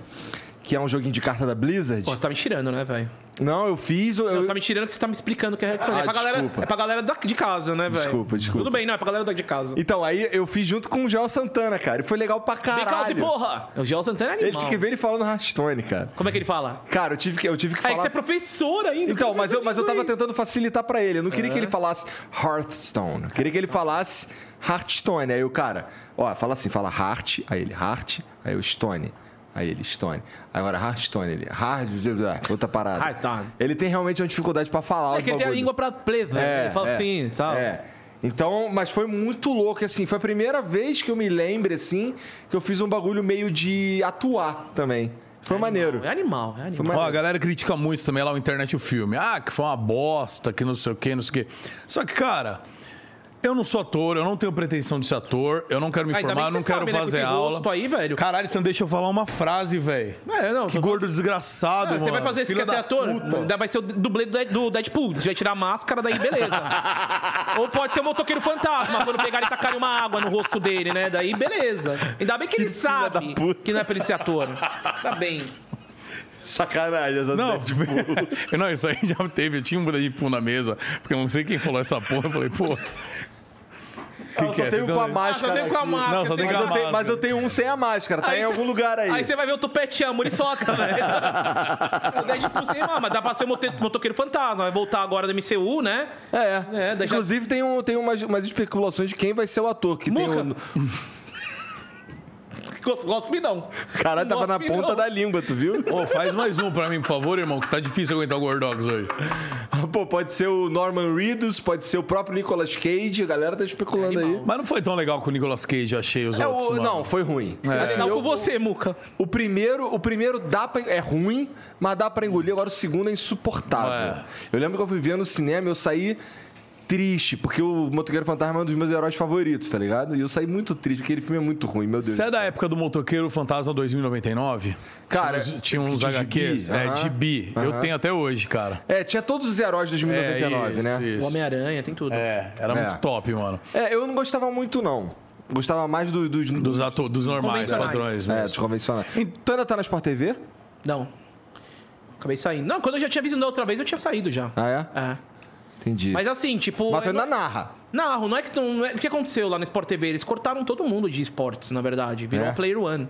Speaker 2: Que é um joguinho de carta da Blizzard.
Speaker 3: Pô, você tá me tirando, né, velho?
Speaker 2: Não, eu fiz. eu-
Speaker 3: Não, Você tá me tirando que você tá me explicando o que é Hearthstone.
Speaker 2: Ah,
Speaker 3: é pra galera,
Speaker 2: desculpa.
Speaker 3: é pra galera da- de casa, né, velho?
Speaker 2: Desculpa, desculpa.
Speaker 3: Tudo bem, não, é pra galera da- de casa.
Speaker 2: Então, aí eu fiz junto com o Joel Santana, cara. E foi legal pra
Speaker 3: Vem
Speaker 2: caralho.
Speaker 3: cá, Ozzy, porra! O Gel Santana é animal.
Speaker 2: Ele tinha que ver ele falando Hearthstone, cara.
Speaker 3: Como é que ele fala?
Speaker 2: Cara, eu tive que, eu tive que
Speaker 3: Ah, É que
Speaker 2: falar.
Speaker 3: você é [laughs] professor ainda.
Speaker 2: Então,
Speaker 3: como
Speaker 2: mas
Speaker 3: é
Speaker 2: eu,
Speaker 3: que
Speaker 2: mas eu
Speaker 3: faz?
Speaker 2: tava tentando facilitar pra ele. Eu não queria que
Speaker 3: É.
Speaker 2: ele falasse Hearthstone. Eu queria que ele falasse Hearthstone. Aí o cara, ó, fala assim, fala Heart, aí ele Heart, aí o Stone. Aí ele, Stone. Agora, Hearthstone, ele, Hard, outra parada.
Speaker 3: Hearthstone.
Speaker 2: Ele tem realmente uma dificuldade pra falar
Speaker 3: É
Speaker 2: os
Speaker 3: que ele tem a
Speaker 2: bagulho.
Speaker 3: língua pra play, velho. ele fala assim, sabe?
Speaker 2: É. Então, mas foi muito louco, assim. Foi a primeira vez que eu me lembro, assim, que eu fiz um bagulho meio de atuar também. Foi maneiro.
Speaker 3: É animal, é animal.
Speaker 1: Ó, a galera critica muito também lá o internet e o filme. Ah, que foi uma bosta, que não sei o que, não sei o que. Só que, cara, eu não sou ator, eu não tenho pretensão de ser ator, eu não quero me
Speaker 3: Ah, ainda bem
Speaker 1: formar,
Speaker 3: que
Speaker 1: eu não
Speaker 3: você
Speaker 1: quero
Speaker 3: sabe, né, com
Speaker 1: fazer
Speaker 3: esse
Speaker 1: aula.
Speaker 3: rosto aí, velho.
Speaker 1: Caralho, você não deixa eu falar uma frase, velho.
Speaker 3: É, não,
Speaker 1: Que
Speaker 3: tô-
Speaker 1: gordo desgraçado,
Speaker 3: Ah,
Speaker 1: mano.
Speaker 3: você vai fazer isso,
Speaker 1: Filha
Speaker 3: quer ser
Speaker 1: da
Speaker 3: ator?
Speaker 1: puta.
Speaker 3: Daí Vai ser o dublê do Dead- do Deadpool. Você vai tirar a máscara,
Speaker 1: [laughs]
Speaker 3: daí beleza. Ou pode ser o motoqueiro fantasma, quando pegar e tacarem uma água no rosto dele, né? Daí beleza. Ainda bem que, ele sabe que não é pra ele ser ator. Tá bem.
Speaker 2: Sacanagem, essa
Speaker 1: Não, [laughs] não, isso aí já teve. Eu tinha um Deadpool na mesa, porque eu não sei quem falou essa porra. Eu falei, pô. é
Speaker 2: Eu só tenho com a
Speaker 3: Ah, só
Speaker 2: máscara.
Speaker 3: tem com a máscara.
Speaker 1: Não, só tem
Speaker 2: Mas
Speaker 1: com a
Speaker 2: eu, tenho,
Speaker 1: máscara.
Speaker 2: mas eu tenho um sem a máscara, tá
Speaker 3: Aí
Speaker 2: em
Speaker 3: tá-
Speaker 2: algum lugar aí.
Speaker 3: Aí você vai ver o tupete a muriçoca, velho. o Deadpool, sei lá, mas dá pra ser o mote- motoqueiro fantasma. Vai voltar agora do MCU, né?
Speaker 2: É,
Speaker 3: É, daí já-
Speaker 2: Inclusive, tem, um, tem umas, umas especulações de quem vai ser o ator. Que tem
Speaker 3: Muca.
Speaker 2: um...
Speaker 3: Gospe não.
Speaker 2: O cara tava na
Speaker 3: Gospe não.
Speaker 2: ponta da língua, tu viu?
Speaker 1: Ô, faz mais um pra mim, por favor, irmão, que tá difícil aguentar o Gordox hoje.
Speaker 2: [laughs] Pô, pode ser o Norman Reedus, pode ser o próprio Nicolas Cage, a galera tá
Speaker 3: É
Speaker 2: especulando aí.
Speaker 1: Mas não foi tão legal com o Nicolas Cage, eu achei os
Speaker 2: É,
Speaker 1: outros.
Speaker 2: o-
Speaker 1: mano.
Speaker 2: não, foi ruim.
Speaker 1: É.
Speaker 2: Assim,
Speaker 3: Não
Speaker 2: eu-
Speaker 3: com você, Muca.
Speaker 2: O primeiro, o primeiro dá pra, é ruim, mas dá pra engolir. Agora o segundo é insuportável.
Speaker 1: É.
Speaker 2: Eu lembro que eu fui ver no cinema, eu saí triste, porque o Motoqueiro Fantasma é um dos meus heróis favoritos, tá ligado? E eu saí muito triste, porque aquele filme é muito ruim, meu Deus.
Speaker 1: Você é
Speaker 2: do
Speaker 1: da
Speaker 2: céu.
Speaker 1: época do motoqueiro Fantasma 2099?
Speaker 2: Cara,
Speaker 1: tinha uns, tinha uns
Speaker 2: de
Speaker 1: HQs,
Speaker 2: gibi,
Speaker 1: é,
Speaker 2: aham,
Speaker 1: gibi. Eu tenho até hoje, cara.
Speaker 2: É, tinha todos os heróis de 2099,
Speaker 1: é, isso,
Speaker 2: né?
Speaker 1: isso.
Speaker 3: O Homem-Aranha, tem tudo.
Speaker 1: É, era
Speaker 2: É.
Speaker 1: muito top, mano.
Speaker 2: É, eu não gostava muito, não. Gostava mais do- dos...
Speaker 1: Dos, ato- dos normais,
Speaker 3: Convencionais.
Speaker 1: padrões.
Speaker 2: É,
Speaker 1: mesmo.
Speaker 2: dos convencionais. Tu ainda tá na Sport TV?
Speaker 3: Não. Acabei saindo. Não, quando eu já tinha visto da outra vez, eu tinha saído já.
Speaker 2: Ah, é? Entendi.
Speaker 3: Mas
Speaker 2: Mas,
Speaker 3: assim, tipo.
Speaker 2: tu
Speaker 3: eu
Speaker 2: ainda
Speaker 3: não-
Speaker 2: narra.
Speaker 3: Narro, não é que. tu- não é- O que aconteceu lá no Sport TV? Eles cortaram todo mundo de esportes, na verdade. Virou
Speaker 2: É.
Speaker 3: um player one.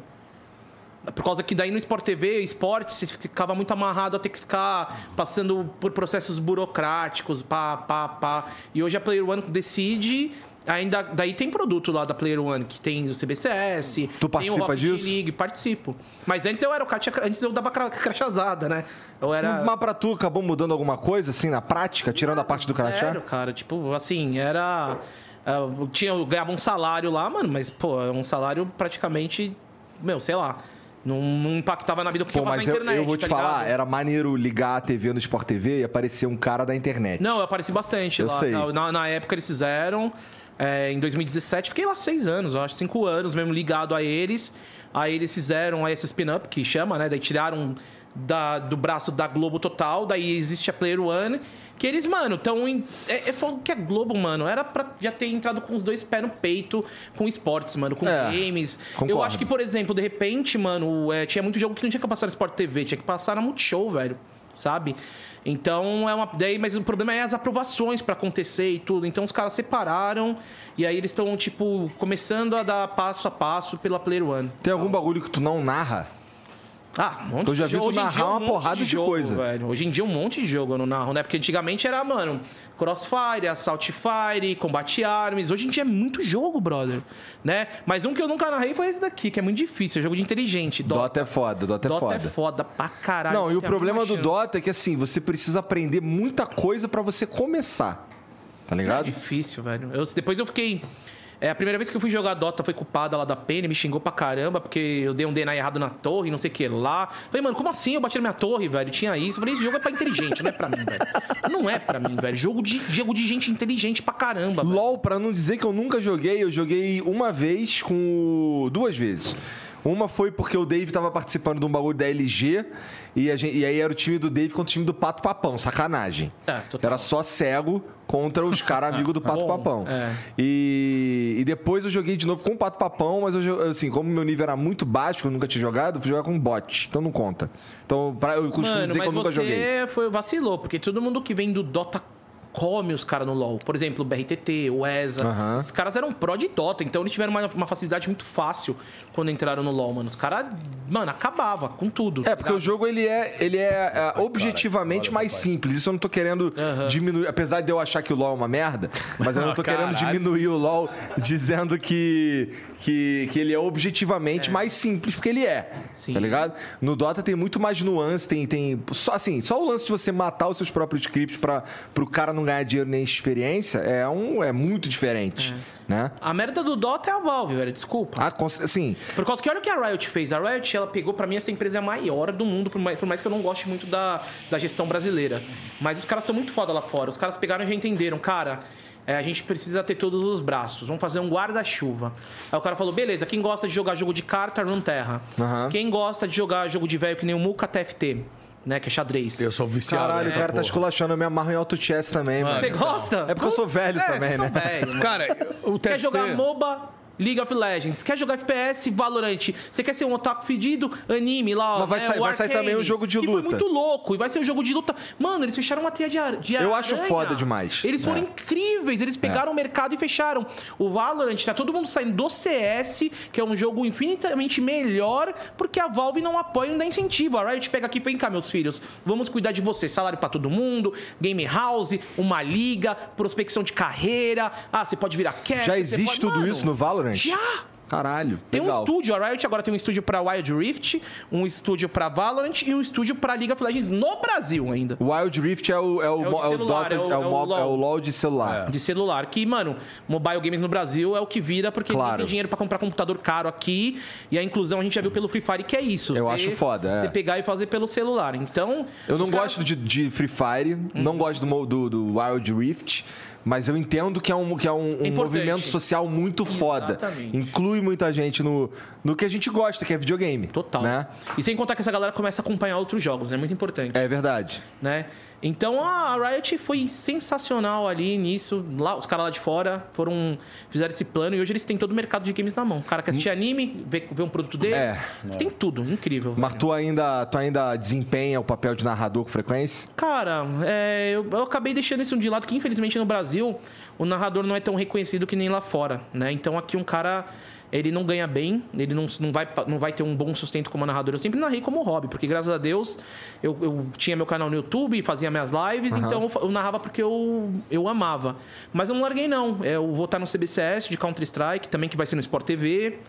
Speaker 3: Por causa que daí no Sport TV, esportes, você ficava muito amarrado a ter que ficar passando por processos burocráticos, pá, pá, pá. E hoje a Player One decide. Ainda, daí tem produto lá da Player One, que tem o CBCS,
Speaker 2: Tu
Speaker 3: tem o
Speaker 2: participa
Speaker 3: Rocket
Speaker 2: disso?
Speaker 3: League, participo. Mas antes eu era o Katia, antes eu dava cra- crachazada, né? Eu era.
Speaker 2: Mas pra tu, acabou mudando alguma coisa, assim, na prática? Tirando a parte do crachá?
Speaker 3: Sério, cara, tipo, assim, era. Eu, tinha, eu ganhava um salário lá, mano, mas, pô, é um salário praticamente. Meu, sei lá. Não, não impactava na vida porque
Speaker 2: Pô,
Speaker 3: eu
Speaker 2: mas
Speaker 3: passava
Speaker 2: eu,
Speaker 3: na internet.
Speaker 2: eu vou te
Speaker 3: tá
Speaker 2: falar,
Speaker 3: ligado?
Speaker 2: era maneiro ligar a TV no Sport TV e aparecer um cara da internet.
Speaker 3: Não, eu apareci bastante
Speaker 2: Eu
Speaker 3: lá.
Speaker 2: sei.
Speaker 3: tal. Na, na época eles fizeram. é, em 2017, fiquei lá seis anos, eu acho, cinco anos mesmo ligado a eles. Aí eles fizeram esse spin-up que chama, né? Daí tiraram da- do braço da Globo Total, daí existe a Player One. Que eles, mano, estão. É, é foda que a Globo, mano, era pra já ter entrado com os dois pés no peito com esportes, mano, com
Speaker 2: É,
Speaker 3: games. Eu
Speaker 2: concordo.
Speaker 3: acho que, por exemplo, de repente, mano, é, tinha muito jogo que não tinha que passar no Sport TV, tinha que passar na Multishow, velho. Sabe? Então é uma. Daí, mas o problema é as aprovações pra acontecer e tudo. Então os caras separaram e aí eles estão, tipo, começando a dar passo a passo pela Player One.
Speaker 2: Tem algum bagulho que tu não narra?
Speaker 3: Ah, um monte
Speaker 2: Eu já
Speaker 3: de
Speaker 2: vi tu
Speaker 3: hoje em
Speaker 2: narrar
Speaker 3: dia
Speaker 2: uma
Speaker 3: monte
Speaker 2: porrada de
Speaker 3: jogo,
Speaker 2: coisa.
Speaker 3: Velho. Hoje em dia um monte de jogo eu não narro, né? Porque antigamente era, mano, Crossfire, Assault Fire, Combate Arms. Hoje em dia é muito jogo, brother. Né? Mas um que eu nunca narrei foi esse daqui, que é muito difícil. É jogo de inteligente.
Speaker 2: Dota,
Speaker 3: Dota,
Speaker 2: é foda, Dota,
Speaker 3: Dota
Speaker 2: é
Speaker 3: é
Speaker 2: foda.
Speaker 3: foda pra caralho.
Speaker 2: Não, e o
Speaker 3: tem a
Speaker 2: problema
Speaker 3: mínima
Speaker 2: do
Speaker 3: chance.
Speaker 2: Dota é que assim, você precisa aprender muita coisa pra você começar. Tá
Speaker 3: É
Speaker 2: ligado?
Speaker 3: difícil, velho. Eu- depois eu fiquei. É, a primeira vez que eu fui jogar Dota foi culpada lá da Penny, me xingou pra caramba, porque eu dei um DNA errado na torre, não sei o que lá. Falei, mano, como assim? Eu bati na minha torre, velho. Tinha isso. Falei, esse jogo é pra inteligente, não é pra mim, velho. Não é pra mim, velho. Jogo de, jogo de gente inteligente pra caramba. velho.
Speaker 2: LOL, pra não dizer que eu nunca joguei, eu joguei uma vez com. o- duas vezes. Uma foi porque o Dave tava participando de um bagulho da LG e, a gen- e aí era o time do Dave contra o time do Pato Papão, sacanagem.
Speaker 3: É, total.
Speaker 2: Era só cego contra
Speaker 3: [laughs]
Speaker 2: os caras amigos do Pato
Speaker 3: Bom,
Speaker 2: Papão.
Speaker 3: é.
Speaker 2: E, e depois eu joguei de novo com o Pato Papão, mas eu jo- assim, como meu nível era muito baixo, eu nunca tinha jogado, eu fui jogar com bot, então não conta. Então pra, eu costumo
Speaker 3: Mano,
Speaker 2: dizer que eu nunca
Speaker 3: você
Speaker 2: joguei.
Speaker 3: foi vacilou, porque todo mundo que vem do Dota come os caras no LoL. Por exemplo, o BRTT, o ESA.
Speaker 2: Aham.
Speaker 3: Esses caras eram pró de Dota, então eles tiveram uma, uma facilidade muito fácil quando entraram no LoL, mano. Os caras, mano, acabava com tudo. Tá?
Speaker 2: É, porque o jogo ele é, ele é, é, objetivamente mais simples. Isso eu não tô querendo diminuir. Apesar de eu achar que o LoL é uma merda, mas eu não tô querendo
Speaker 1: Caralho.
Speaker 2: diminuir o LoL dizendo que, que, que ele é objetivamente mais simples, porque ele é.
Speaker 3: Sim.
Speaker 2: Tá ligado? No Dota tem muito mais nuance, tem. tem só, assim, só o lance de você matar os seus próprios scripts para pro cara não ganhar dinheiro nem experiência é, um, é muito diferente. Né?
Speaker 3: A merda do Dota é a Valve, velho. Desculpa.
Speaker 2: Ah, cons- assim,
Speaker 3: Por causa que olha o que a Riot fez. A Riot, ela pegou, pra mim, essa empresa é a maior do mundo, por mais, por mais que eu não goste muito da, da gestão brasileira. Mas os caras são muito foda lá fora. Os caras pegaram e já entenderam, cara. é, a gente precisa ter todos os braços. Vamos fazer um guarda-chuva. Aí o cara falou: beleza, quem gosta de jogar jogo de carta, run terra.
Speaker 2: Aham.
Speaker 3: Quem gosta de jogar jogo de velho que nem o Muca TFT, né? Que é xadrez.
Speaker 1: Eu sou viciado
Speaker 2: caralho, o
Speaker 1: nessa
Speaker 2: cara tá
Speaker 1: porra.
Speaker 2: esculachando, eu me amarro em auto chess também, mano.
Speaker 3: Você gosta?
Speaker 2: É porque eu sou velho também, né?
Speaker 3: Velho, mano.
Speaker 1: Cara, o
Speaker 3: [laughs] Quer
Speaker 1: TFT
Speaker 3: jogar MOBA? League of Legends. Quer jogar FPS? Valorant. Você quer ser um otaku fedido? Anime lá, ó. né?
Speaker 2: Mas vai sair-
Speaker 3: o
Speaker 2: vai sair
Speaker 3: Arcane,
Speaker 2: também um jogo de
Speaker 3: que
Speaker 2: luta.
Speaker 3: Foi muito louco. E vai ser um jogo de luta. Mano, eles fecharam uma trilha de, ar- de
Speaker 2: Eu acho
Speaker 3: aranha.
Speaker 2: foda demais.
Speaker 3: Eles foram
Speaker 2: É.
Speaker 3: incríveis. Eles pegaram o mercado e fecharam. O Valorant, tá todo mundo saindo do CS, que é um jogo infinitamente melhor, porque a Valve não apoia e não dá incentivo. A Riot pega aqui, vem cá, meus filhos. Vamos cuidar de você. Salário pra todo mundo, game house, uma liga, prospecção de carreira. Ah, você pode virar caster.
Speaker 2: Já
Speaker 3: você
Speaker 2: existe
Speaker 3: pode-
Speaker 2: tudo
Speaker 3: Mano,
Speaker 2: isso no Valorant?
Speaker 3: Já!
Speaker 2: Caralho.
Speaker 3: Tem
Speaker 2: legal.
Speaker 3: um estúdio, a Riot agora tem um estúdio pra Wild Rift, um estúdio pra Valorant e um estúdio pra League of Legends no Brasil ainda.
Speaker 2: O Wild Rift é o, é o,
Speaker 3: É o de
Speaker 2: mo- é o
Speaker 3: celular,
Speaker 2: Dota,
Speaker 3: é o-
Speaker 2: é o
Speaker 3: é o
Speaker 2: mo-
Speaker 3: LoL. É.
Speaker 2: é o LoL de celular.
Speaker 3: De celular. Que, mano, mobile games no Brasil é o que vira, porque
Speaker 2: Claro.
Speaker 3: não tem dinheiro pra comprar computador caro aqui. E a inclusão a gente já viu pelo Free Fire, que é isso.
Speaker 2: Eu
Speaker 3: Você-
Speaker 2: acho foda, é.
Speaker 3: Você pegar e fazer pelo celular. Então.
Speaker 2: Eu não
Speaker 3: os caras- Uhum.
Speaker 2: gosto de, de Free Fire, não gosto do, mo- do, do Wild Rift, mas eu entendo que é um, que é um, um
Speaker 3: É importante.
Speaker 2: movimento social muito foda.
Speaker 3: Exatamente.
Speaker 2: Inclui muita gente no, no que a gente gosta, que é videogame.
Speaker 3: Total.
Speaker 2: Né?
Speaker 3: E sem contar que essa galera começa a acompanhar outros jogos, né? Muito importante.
Speaker 2: É verdade.
Speaker 3: né? Então a Riot foi sensacional ali nisso. Lá, os caras lá de fora foram fizeram esse plano e hoje eles têm todo o mercado de games na mão. O cara quer assistir anime, ver, ver um produto deles,
Speaker 2: Hum. É.
Speaker 3: tem tudo, incrível.
Speaker 2: Mas
Speaker 3: velho.
Speaker 2: tu ainda, tu ainda desempenha o papel de narrador com frequência?
Speaker 3: Cara, é, eu, eu acabei deixando isso de lado, que infelizmente no Brasil o narrador não é tão reconhecido que nem lá fora, né? Então aqui um cara, ele não ganha bem, ele não, não, vai, pa- não vai ter um bom sustento como narrador. Eu sempre narrei como hobby, porque graças a Deus eu, eu tinha meu canal no YouTube, fazia minhas lives, então eu, fa- eu narrava porque eu, eu amava. Mas eu não larguei não, É, eu vou estar no CBCS de Counter-Strike também, que vai ser no Sport TV.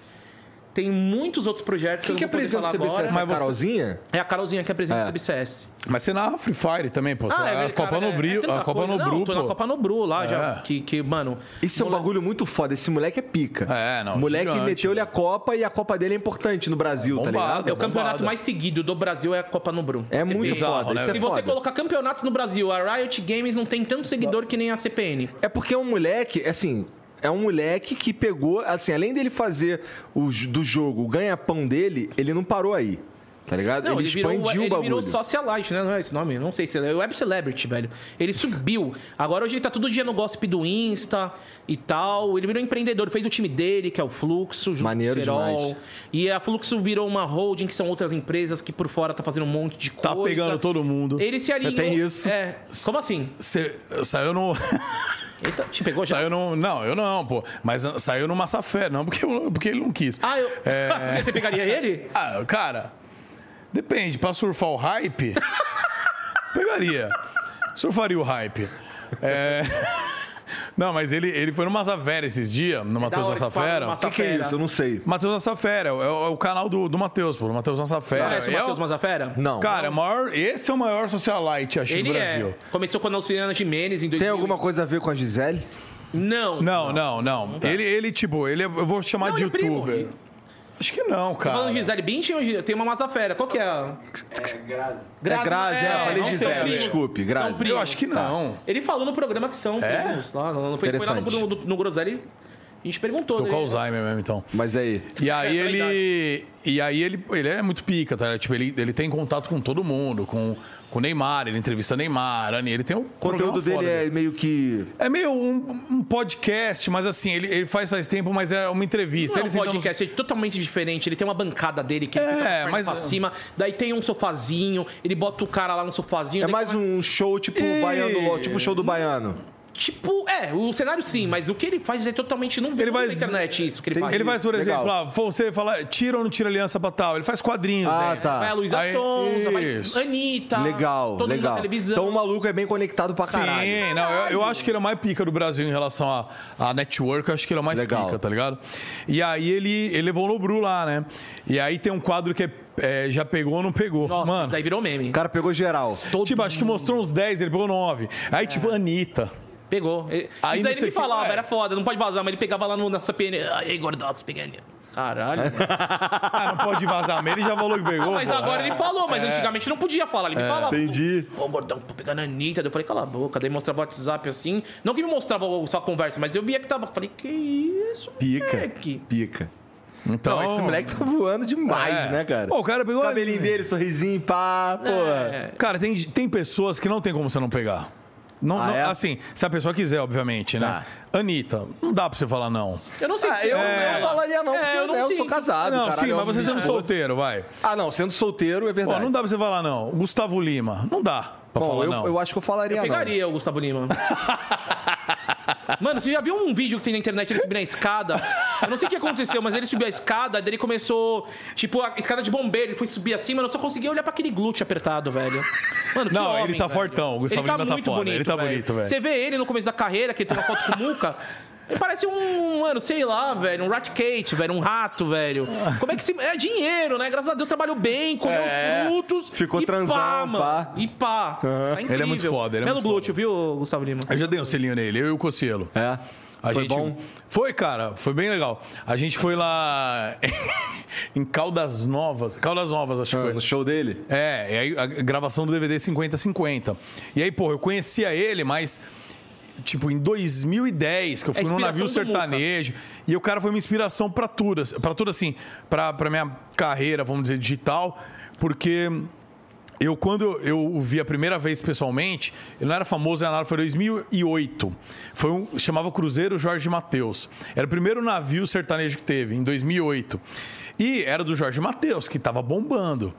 Speaker 3: Tem muitos outros projetos que,
Speaker 2: Quem
Speaker 3: eu
Speaker 2: que é
Speaker 3: não vou poder
Speaker 2: presidente do CBCS?
Speaker 3: falar agora.
Speaker 2: Essa
Speaker 1: Mas você-
Speaker 2: Carolzinha?
Speaker 3: É a Carolzinha que é presidente do CBCS.
Speaker 1: Mas você narra Free Fire também, pô. Você
Speaker 3: Ah, é
Speaker 1: narra a
Speaker 3: verdade,
Speaker 1: Copa
Speaker 3: cara, é- é
Speaker 1: Nobru,
Speaker 3: tanta
Speaker 1: a Copa
Speaker 3: coisa.
Speaker 1: Nobru,
Speaker 3: Não, tô na
Speaker 1: pô.
Speaker 3: Copa Nobru lá já.
Speaker 1: É.
Speaker 3: Que, que, mano.
Speaker 2: Isso é um bagulho muito foda. Esse moleque é pica.
Speaker 1: É, não,
Speaker 2: Moleque
Speaker 1: gigante,
Speaker 2: meteu-lhe a Copa e a Copa dele é importante no Brasil, tá
Speaker 1: bombado.
Speaker 2: ligado?
Speaker 3: É o campeonato
Speaker 1: bombada.
Speaker 3: mais seguido do Brasil é a Copa Nobru.
Speaker 2: É
Speaker 3: Você
Speaker 2: muito
Speaker 3: vê.
Speaker 1: bizarro,
Speaker 2: foda.
Speaker 1: né?
Speaker 2: Isso é
Speaker 3: Se você
Speaker 2: foda.
Speaker 3: colocar campeonatos no Brasil, a Riot Games não tem tanto seguidor que nem a CPN.
Speaker 2: É porque é um moleque, assim, é um moleque que pegou, assim, além dele fazer o, j- do jogo o ganha-pão dele, ele não parou aí. Tá ligado?
Speaker 3: Não,
Speaker 2: ele, expandiu
Speaker 3: virou, um
Speaker 2: o bagulho.
Speaker 3: Ele virou socialite, né? Não é esse nome? Não sei se ele é web celebrity, velho. Ele subiu. Agora hoje ele tá todo dia no gossip do Insta e tal. Ele virou empreendedor, fez o time dele, que é o Fluxo, junto
Speaker 2: Maneiro
Speaker 3: com o Serol.
Speaker 2: demais.
Speaker 3: E a Fluxo virou uma holding, que são outras empresas que por fora tá fazendo um monte de coisa.
Speaker 1: Tá pegando todo mundo.
Speaker 3: Ele se alinhou.
Speaker 2: Tem isso.
Speaker 3: É. Como assim?
Speaker 1: Você saiu no. [laughs]
Speaker 3: Eita, te pegou já?
Speaker 1: saiu no. Não, eu não, pô. Mas ah, saiu no Massafé, não, porque, eu- porque ele não quis.
Speaker 3: Ah, eu. [laughs]
Speaker 1: É. [laughs]
Speaker 3: Você pegaria ele?
Speaker 1: Ah, cara, depende. Pra surfar o
Speaker 3: [laughs]
Speaker 1: hype, pegaria. Surfaria o hype. É, [laughs] Não, mas ele, ele foi no Massafera esses dias, no Matheus
Speaker 3: hora que
Speaker 1: Massafera.
Speaker 3: fala do
Speaker 2: O que, que é
Speaker 3: Safera.
Speaker 2: isso? Eu não sei.
Speaker 1: Matheus Massafera, é o, é o canal do, do Matheus, pô. Matheus Massafera.
Speaker 3: Conhece o
Speaker 1: É
Speaker 3: Matheus Mazafera?
Speaker 2: Não.
Speaker 1: Cara, é o maior, esse é o maior socialite, acho,
Speaker 3: Ele
Speaker 1: do
Speaker 3: é.
Speaker 1: Brasil.
Speaker 3: Começou com a Alciana Jimenez em 2000.
Speaker 2: Tem alguma coisa a ver com a Gisele?
Speaker 3: Não.
Speaker 1: Não, não, não. Ele, ele, tipo, ele é- eu vou chamar
Speaker 3: Não,
Speaker 1: de
Speaker 3: ele é primo,
Speaker 1: youtuber.
Speaker 3: ele-
Speaker 1: Acho que não,
Speaker 3: Tá
Speaker 1: cara.
Speaker 3: falando de Gisele Bündchen ou Gi- tem uma Massafera? Qual que é? a-
Speaker 2: É Grazi, é, eu falei
Speaker 3: não,
Speaker 2: Gisele,
Speaker 3: são primos.
Speaker 2: desculpe, Grazi.
Speaker 3: São
Speaker 1: Eu
Speaker 3: primos.
Speaker 1: acho que não.
Speaker 3: Ele falou no programa que são
Speaker 1: É?
Speaker 3: primos. Lá, não, não foi, foi lá no,
Speaker 2: Interessante.
Speaker 3: no, no Groselha e a gente perguntou.
Speaker 1: Tô
Speaker 3: né?
Speaker 1: com Alzheimer mesmo, então.
Speaker 2: Mas aí.
Speaker 1: E aí
Speaker 3: É, tô
Speaker 1: ele. E aí ele, ele é muito pica, tá? Tipo, ele, ele tem contato com todo mundo, com com o Neymar, ele entrevista Neymar, Ani, ele tem um
Speaker 2: O conteúdo
Speaker 1: programa foda,
Speaker 2: dele
Speaker 1: né?
Speaker 2: é meio que.
Speaker 1: É meio um, um podcast, mas assim, ele, ele faz faz tempo, mas é uma entrevista.
Speaker 3: Não é
Speaker 1: ele
Speaker 3: um
Speaker 1: sentando-
Speaker 3: podcast, é totalmente diferente. Ele tem uma bancada dele que ele
Speaker 1: É,
Speaker 3: fica com as pernas
Speaker 1: mas-
Speaker 3: pra cima. Daí tem um sofazinho, ele bota o cara lá no sofazinho.
Speaker 2: É
Speaker 3: daí
Speaker 2: mais um show tipo
Speaker 1: Ih.
Speaker 2: baiano, lo- tipo show do baiano.
Speaker 3: Tipo, é, o cenário sim, mas o que ele faz é totalmente não
Speaker 1: Ele
Speaker 3: vê
Speaker 1: faz-
Speaker 3: na internet isso que ele
Speaker 2: Tem-
Speaker 3: faz.
Speaker 1: Ele faz, por
Speaker 2: Legal.
Speaker 1: exemplo, ah, você fala, tira ou não tira aliança pra tal? Ele faz quadrinhos,
Speaker 2: Ah,
Speaker 1: né?
Speaker 2: tá.
Speaker 3: Vai a Luísa
Speaker 1: Aí-
Speaker 3: Sonza,
Speaker 1: Isso.
Speaker 3: vai Anitta.
Speaker 2: legal,
Speaker 3: Tá todo mundo
Speaker 2: legal.
Speaker 3: na televisão.
Speaker 2: Então o maluco é bem conectado pra caralho.
Speaker 1: Sim, não, eu, eu acho que ele é o mais pica do Brasil em relação à à network, eu acho que ele é o mais
Speaker 2: Legal.
Speaker 1: pica, tá ligado? E aí ele, ele levou o Nobru lá, né? E aí tem um quadro que é, é, já pegou ou não pegou.
Speaker 3: Nossa,
Speaker 1: Mano,
Speaker 3: isso daí virou meme.
Speaker 2: O cara pegou geral.
Speaker 3: Todo
Speaker 1: tipo, acho que mostrou uns 10, ele pegou 9. Aí,
Speaker 3: É.
Speaker 1: tipo, Anitta.
Speaker 3: Pegou.
Speaker 1: Aí
Speaker 3: isso
Speaker 1: não
Speaker 3: daí ele
Speaker 1: sei
Speaker 3: me
Speaker 1: o que,
Speaker 3: falava,
Speaker 1: é.
Speaker 3: era foda, não pode vazar, mas ele pegava lá no, na CPN. Ai, aí, Gordox, peguei. Caralho.
Speaker 1: Ah, não pode vazar mesmo, ele já falou que pegou.
Speaker 3: [laughs] Mas
Speaker 1: pô.
Speaker 3: agora ele falou,
Speaker 1: É.
Speaker 3: mas antigamente não podia falar. Ele me falava.
Speaker 2: entendi.
Speaker 3: Ô, gordão, tô pegando a Anitta. Daí Eu falei, cala a boca. Daí mostrava o WhatsApp assim. Não que me mostrava o- só a conversa, mas eu via que tava. Falei, que isso,
Speaker 2: Pica.
Speaker 3: moleque?
Speaker 2: Pica.
Speaker 1: Então,
Speaker 2: Não, esse moleque tá voando demais,
Speaker 1: É.
Speaker 2: né, cara?
Speaker 1: Pô, o cara pegou
Speaker 2: Cabelinho dele, sorrisinho, pá, pô.
Speaker 3: É.
Speaker 1: Cara, tem, tem pessoas que não tem como você não pegar. Não,
Speaker 2: Ah,
Speaker 1: não-
Speaker 2: é?
Speaker 1: Assim, se a pessoa quiser, obviamente,
Speaker 2: Tá.
Speaker 1: né? Anitta, não dá pra você falar não.
Speaker 3: Eu não sei.
Speaker 2: Ah, eu não falaria não,
Speaker 3: É,
Speaker 2: porque
Speaker 3: eu
Speaker 2: eu,
Speaker 3: não
Speaker 2: né, eu sou
Speaker 3: sinto.
Speaker 2: casado,
Speaker 1: não,
Speaker 2: caralho, é um
Speaker 1: sim,
Speaker 2: eu
Speaker 1: mas você
Speaker 2: amo
Speaker 1: sendo
Speaker 2: minha esposa.
Speaker 1: solteiro, vai.
Speaker 2: Ah, não, sendo solteiro é
Speaker 1: Pô,
Speaker 2: verdade.
Speaker 1: não dá pra você falar não. Gustavo Lima, não dá pra
Speaker 2: Bom,
Speaker 1: falar
Speaker 2: eu,
Speaker 1: não. né?
Speaker 2: eu acho que eu falaria
Speaker 3: Eu
Speaker 2: não.
Speaker 3: pegaria o Gustavo Lima.
Speaker 1: [laughs]
Speaker 3: Mano, você já viu um vídeo que tem na internet ele subir na escada? Eu não sei o que aconteceu, mas ele subiu a escada, daí ele começou, tipo, a escada de bombeiro, ele foi subir assim, mano, eu só conseguia olhar pra aquele glúteo apertado, velho. Mano, que
Speaker 1: Não,
Speaker 3: homem,
Speaker 1: ele tá
Speaker 3: velho.
Speaker 1: fortão, o Gustavo
Speaker 3: ele tá
Speaker 1: Lima tá
Speaker 3: muito
Speaker 1: foda,
Speaker 3: bonito,
Speaker 1: ele tá bonito, velho.
Speaker 3: Você vê ele no começo da carreira, que ele tem uma foto com o Muca, ele parece um, mano, sei lá, velho, um ratcate, velho, um rato, velho. Como é que se... É dinheiro, né? Graças a Deus trabalhou bem, comeu
Speaker 1: É.
Speaker 3: os frutos.
Speaker 2: Ficou
Speaker 3: e
Speaker 2: transão,
Speaker 3: pá, mano.
Speaker 2: pá.
Speaker 3: E pá. Tá incrível.
Speaker 1: Ele é muito foda, ele é
Speaker 3: Belo
Speaker 1: muito
Speaker 3: glúteo, viu, Gustavo Lima?
Speaker 1: Eu já dei um selinho nele, eu e o Cocielo.
Speaker 2: É.
Speaker 1: A
Speaker 2: Foi
Speaker 1: gente...
Speaker 2: bom?
Speaker 1: Foi, cara. Foi bem legal. A gente foi lá [laughs] em Caldas Novas. Caldas Novas, acho que foi.
Speaker 2: Ah, No show dele?
Speaker 1: É, e aí a gravação do DVD 50-50. E aí, porra, eu conhecia ele, mas. Tipo, em 2010, que eu
Speaker 3: É
Speaker 1: fui num
Speaker 3: inspiração
Speaker 1: navio
Speaker 3: do Muca.
Speaker 1: sertanejo. E o cara foi uma inspiração pra tudo. assim, pra tudo, assim, pra pra minha carreira, vamos dizer, digital. Porque eu, quando eu o vi a primeira vez pessoalmente, ele não era famoso, era nada, foi em 2008. Foi um, chamava Cruzeiro Jorge Mateus. Era o primeiro navio sertanejo que teve, em 2008. E era do Jorge Mateus, que tava bombando.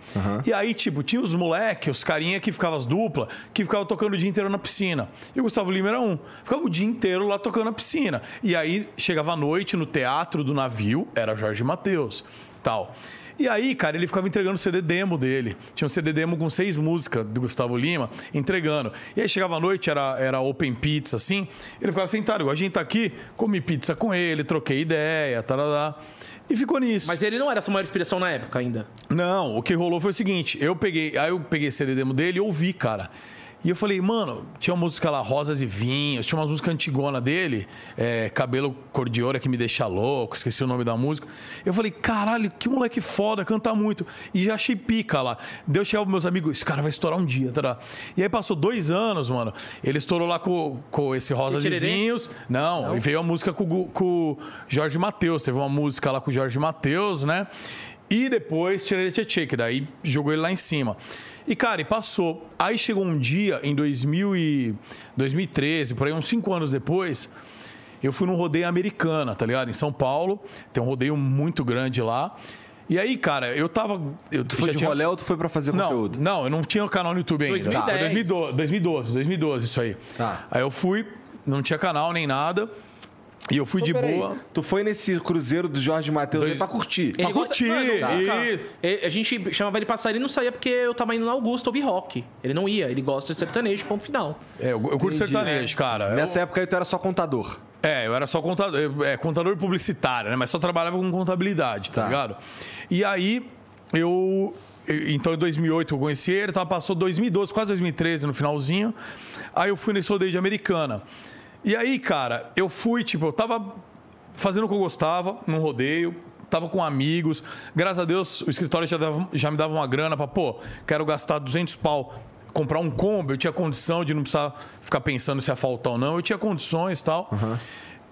Speaker 1: E aí, tipo, tinha os moleques, os carinha que ficavam as duplas, que ficavam tocando o dia inteiro na piscina. E o Gustavo Lima era um. Ficava o dia inteiro lá tocando na piscina. E aí, chegava à noite no teatro do navio, era Jorge Mateus, tal. E aí, cara, ele ficava entregando o CD demo dele. Tinha um CD demo com seis músicas do Gustavo Lima, entregando. E aí chegava à noite, era, era open pizza, assim. Ele ficava sentado, igual a gente tá aqui, comi pizza com ele, troquei ideia, tarará. E ficou nisso.
Speaker 3: Mas ele não era a sua maior inspiração na época ainda.
Speaker 1: Não, o que rolou foi o seguinte: eu peguei, aí eu peguei esse demo dele e ouvi, cara. E eu falei, mano, tinha uma música lá, Rosas e Vinhos, tinha umas músicas antigona dele, é, Cabelo Cor de Ouro é que me deixa louco, esqueci o nome da música. Eu falei, caralho, que moleque foda, canta muito. E já achei pica lá. Deu chegar pros meus amigos, esse cara vai estourar um dia, tá? E aí passou dois anos, mano. Ele estourou lá com, com esse Rosas e
Speaker 3: Titiriri?
Speaker 1: Vinhos. News. Não, e veio a música com, o Gu- com o Jorge Matheus. Teve uma música lá com o Jorge Matheus, né? E depois Tirei Tchê, que daí jogou ele lá em cima. E, cara, e passou. Aí chegou um dia, em 2000 e 2013, por aí uns cinco anos depois, eu fui num rodeio americana, tá ligado? Em São Paulo. Tem um rodeio muito grande lá. E aí, cara, eu tava. Eu
Speaker 2: Tu foi
Speaker 1: já
Speaker 2: de
Speaker 1: tinha-
Speaker 2: rolê ou tu foi pra fazer
Speaker 1: não,
Speaker 2: conteúdo?
Speaker 1: Não, eu não tinha canal no YouTube ainda.
Speaker 3: 2010.
Speaker 1: Tá, 2012, 2012, 2012, isso aí.
Speaker 2: Tá.
Speaker 1: Aí eu fui, não tinha canal nem nada. E eu fui de
Speaker 2: Peraí,
Speaker 1: boa.
Speaker 2: Tu foi nesse cruzeiro do Jorge Matheus aí pra curtir.
Speaker 3: Ele
Speaker 1: Pra curtir,
Speaker 3: Mano, cara,
Speaker 1: isso.
Speaker 3: ele- a gente chamava ele pra sair, ele não saía porque eu tava indo na Augusta ouvir rock. Ele não ia, ele gosta de sertanejo, ponto final.
Speaker 1: É, eu, eu curto sertanejo, cara. Eu-
Speaker 2: né? Nessa época aí tu era só contador.
Speaker 1: É, eu era só contador, é, contador publicitário, né? Mas só trabalhava com contabilidade, tá,
Speaker 2: Tá.
Speaker 1: ligado? E aí, eu... eu- Então, em 2008 eu conheci ele, tá? passou 2012, quase 2013, no finalzinho. Aí eu fui nesse rodeio de Americana. E aí, cara, eu fui, tipo, eu tava fazendo o que eu gostava, num rodeio, tava com amigos. Graças a Deus, o escritório já, dava- já me dava uma grana pra, pô, quero gastar 200 pau, comprar um combo. Eu tinha condição de não precisar ficar pensando se ia faltar ou não. Eu tinha condições e tal.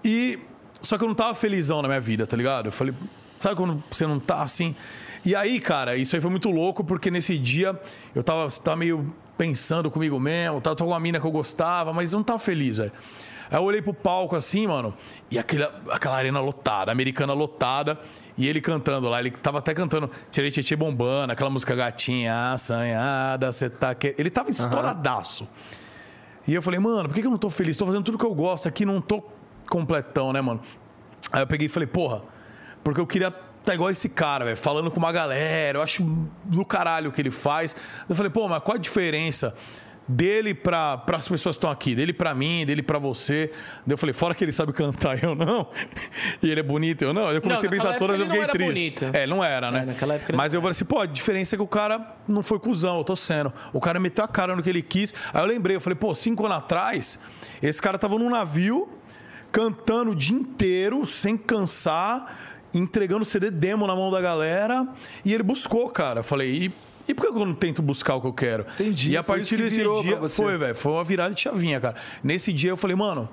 Speaker 1: E. Só que eu não tava felizão na minha vida, tá ligado? Eu falei, sabe quando você não tá assim? E aí, cara, isso aí foi muito louco, porque nesse dia eu tava, tava meio pensando comigo mesmo, tava com uma mina que eu gostava, mas eu não tava feliz, velho. Aí eu olhei pro palco assim, mano, e aquela, aquela arena lotada, americana lotada, e ele cantando lá. Ele tava até cantando Tirei Tietê Bombando, aquela música gatinha, assanhada, cê tá. Que... Ele tava estouradaço. E eu falei, mano, por que que eu não tô feliz? Tô fazendo tudo que eu gosto aqui, não tô completão, né, mano? Aí eu peguei e falei, porra, porque eu queria tá igual esse cara, velho, falando com uma galera, eu acho do caralho o que ele faz. Eu falei, pô, mas qual a diferença dele pra, pras pessoas que estão aqui? Dele pra mim, dele pra você? Daí eu falei, fora que ele sabe cantar, [laughs] eu não. E ele é bonito, eu não. Eu comecei a
Speaker 3: naquela
Speaker 1: pensar
Speaker 3: época
Speaker 1: todas, eu
Speaker 3: ele não
Speaker 1: fiquei
Speaker 3: era
Speaker 1: triste.
Speaker 3: bonito.
Speaker 1: É, não era, né?
Speaker 3: naquela época ele
Speaker 1: Mas eu falei assim, pô, a diferença é que o cara não foi cuzão, eu tô sendo. O cara meteu a cara no que ele quis. Aí eu lembrei, eu falei, pô, cinco anos atrás, esse cara tava num navio cantando o dia inteiro, sem cansar, entregando CD demo na mão da galera. E ele buscou, cara. Eu falei, e. E por que eu não tento buscar o que eu quero?
Speaker 2: Entendi,
Speaker 1: E a
Speaker 2: foi isso
Speaker 1: partir
Speaker 2: que
Speaker 1: desse
Speaker 2: virou
Speaker 1: dia.
Speaker 2: pra você.
Speaker 1: Foi, velho. Foi uma virada de chavinha, cara. Nesse dia eu falei, mano,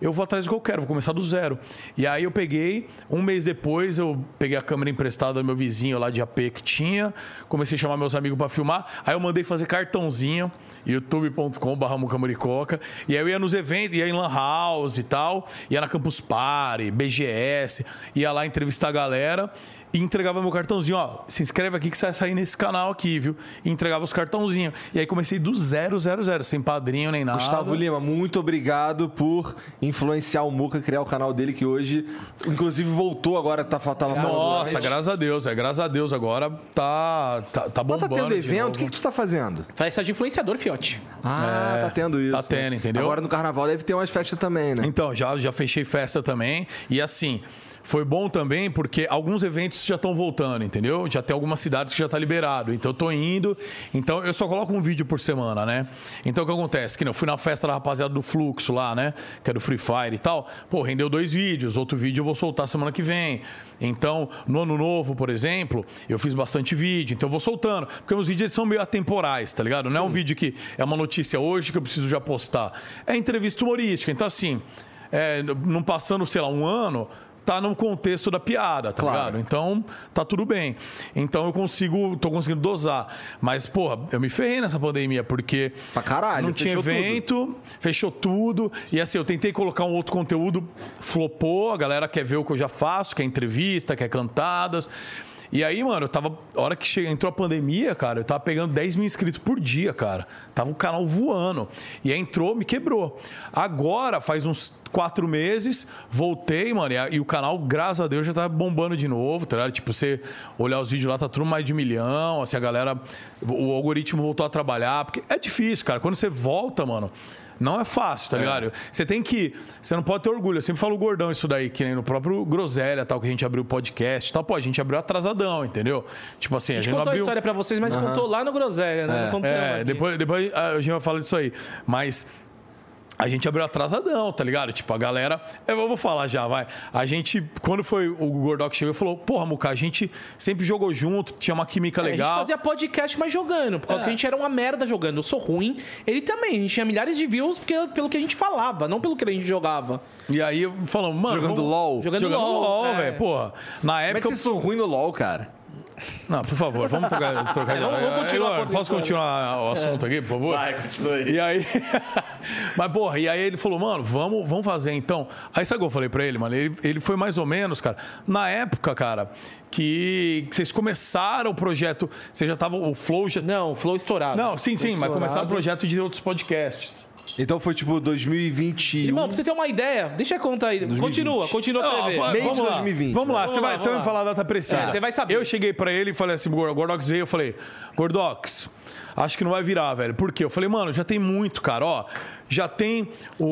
Speaker 1: eu vou atrás do que eu quero, vou começar do zero. E aí eu peguei, um mês depois, eu peguei a câmera emprestada do meu vizinho lá de AP que tinha, comecei a chamar meus amigos pra filmar, aí eu mandei fazer cartãozinho, youtube.com.br e aí eu ia nos eventos, ia em Lan House e tal, ia na Campus Party, BGS, ia lá entrevistar a galera. E entregava meu cartãozinho, ó. Se inscreve aqui que você vai sair nesse canal aqui, viu? E entregava os cartãozinhos. E aí comecei do zero, zero, zero, sem padrinho nem nada.
Speaker 2: Gustavo Lima, muito obrigado por influenciar o Muca, criar o canal dele que hoje, inclusive, voltou agora, tá, tava fazendo.
Speaker 1: Nossa, graças a Deus, é graças a Deus agora tá tá, tá
Speaker 2: Mas
Speaker 1: bombando.
Speaker 2: tá tendo
Speaker 1: de
Speaker 2: evento, o que,
Speaker 1: novo.
Speaker 2: que tu tá fazendo?
Speaker 3: Festa é de influenciador, fiote.
Speaker 2: Ah, tá tendo isso.
Speaker 1: tá tendo,
Speaker 2: né?
Speaker 1: entendeu?
Speaker 2: Agora no carnaval deve ter umas festas também, né?
Speaker 1: Então, já, já fechei festa também. E assim, foi bom também porque alguns eventos já estão voltando, entendeu? Já tem algumas cidades que já tá liberado. Então, eu tô indo. Então, eu só coloco um vídeo por semana, né? Então, o que acontece? Que não, eu fui na festa da rapaziada do Fluxo lá, né? Que é do Free Fire e tal. Pô, rendeu dois vídeos. Outro vídeo eu vou soltar semana que vem. Então, no ano novo, por exemplo, eu fiz bastante vídeo. Então, eu vou soltando. Porque os vídeos eles são meio atemporais, tá ligado? Não é um vídeo que é uma notícia hoje que eu preciso já postar. É entrevista humorística. Então, assim é, não passando, sei lá, um ano, tá no contexto da piada, tá
Speaker 2: Claro.
Speaker 1: ligado? Então, tá tudo bem. Então eu consigo, tô conseguindo dosar. Mas, porra, eu me ferrei nessa pandemia, porque.
Speaker 2: Pra caralho,
Speaker 1: Não tinha
Speaker 2: fechou tudo.
Speaker 1: evento, fechou tudo. E assim, eu tentei colocar um outro conteúdo, flopou, a galera quer ver o que eu já faço, quer entrevista, quer cantadas. E aí, mano, eu tava. A hora que che- entrou a pandemia, cara, eu tava pegando 10 mil inscritos por dia, cara. Tava o canal voando. E aí entrou, me quebrou. Agora, faz uns quatro meses, voltei, mano, e, a- É, e o canal, graças a Deus, já tá bombando de novo, tá ligado? Tipo, você olhar os vídeos lá, tá tudo mais de milhão, assim, a galera. O algoritmo voltou a trabalhar. Porque é difícil, cara. Quando você volta, mano. Não é fácil, tá ligado? Você tem que. Você não pode ter orgulho. Eu sempre falo gordão isso daí, que nem no próprio Groselha, tal, que a gente abriu o podcast e tal. Pô, a gente abriu atrasadão, entendeu? Tipo assim, a
Speaker 3: A
Speaker 1: gente,
Speaker 3: gente
Speaker 1: não
Speaker 3: contou a
Speaker 1: abriu.
Speaker 3: história pra vocês, mas contou lá no Groselha, né? Não contamos
Speaker 1: É,
Speaker 3: aqui.
Speaker 1: depois, depois a gente vai falar disso aí. Mas a gente abriu atrasadão, tá ligado? Tipo, a galera. Eu vou falar já, vai. A gente, quando foi o Gordox chegou, falou: Porra, Muca, a gente sempre jogou junto, tinha uma química
Speaker 3: É, A gente
Speaker 1: tá legal. É.
Speaker 3: fazia podcast, mas jogando. Por causa que a gente era uma merda jogando. Eu sou ruim. Ele também. A gente tinha milhares de views porque, pelo que a gente falava, não pelo que a gente jogava.
Speaker 1: E aí falamos, mano.
Speaker 2: Jogando
Speaker 1: vamos-
Speaker 2: LOL.
Speaker 3: Jogando
Speaker 1: Jogando LOL,
Speaker 3: LOL, é.
Speaker 1: velho, porra. Na
Speaker 2: Como é que
Speaker 1: época.
Speaker 2: vocês são ruins no LOL, cara?
Speaker 1: Não, por favor, vamos trocar, trocar de
Speaker 3: vamos- vamos continuar
Speaker 1: Eduardo,
Speaker 3: com outra
Speaker 1: Posso
Speaker 3: história.
Speaker 1: continuar o assunto aqui, por favor?
Speaker 4: Vai, continua aí.
Speaker 1: E aí. [laughs] Mas, porra, e aí ele falou, mano, vamos, vamos fazer então. Aí sabe o que eu falei pra ele, mano? Ele, ele foi mais ou menos, cara. Na época, cara, que que vocês começaram o projeto, você já tava. O Flow já.
Speaker 3: Não, Flow estourado.
Speaker 1: Não, sim, sim, mas
Speaker 3: Estourado.
Speaker 1: começaram o projeto de outros podcasts.
Speaker 2: Então foi tipo 2021.
Speaker 3: Irmão, pra você ter uma ideia, deixa eu contar aí. Continua, continua pra você ver.
Speaker 1: Não,
Speaker 2: Meio
Speaker 1: vamos
Speaker 2: de
Speaker 1: lá.
Speaker 2: 2020.
Speaker 1: Vamos lá,
Speaker 3: Vamos
Speaker 1: você,
Speaker 3: lá,
Speaker 1: vai,
Speaker 3: né? vamos
Speaker 1: você vai
Speaker 3: lá.
Speaker 1: me falar a data precisa.
Speaker 3: É, você vai saber.
Speaker 1: Eu cheguei pra ele e falei assim, o Gordox veio, eu falei, Gordox, acho que não vai virar, velho. Por quê? Eu falei, mano, já tem muito, cara, ó. Já tem o,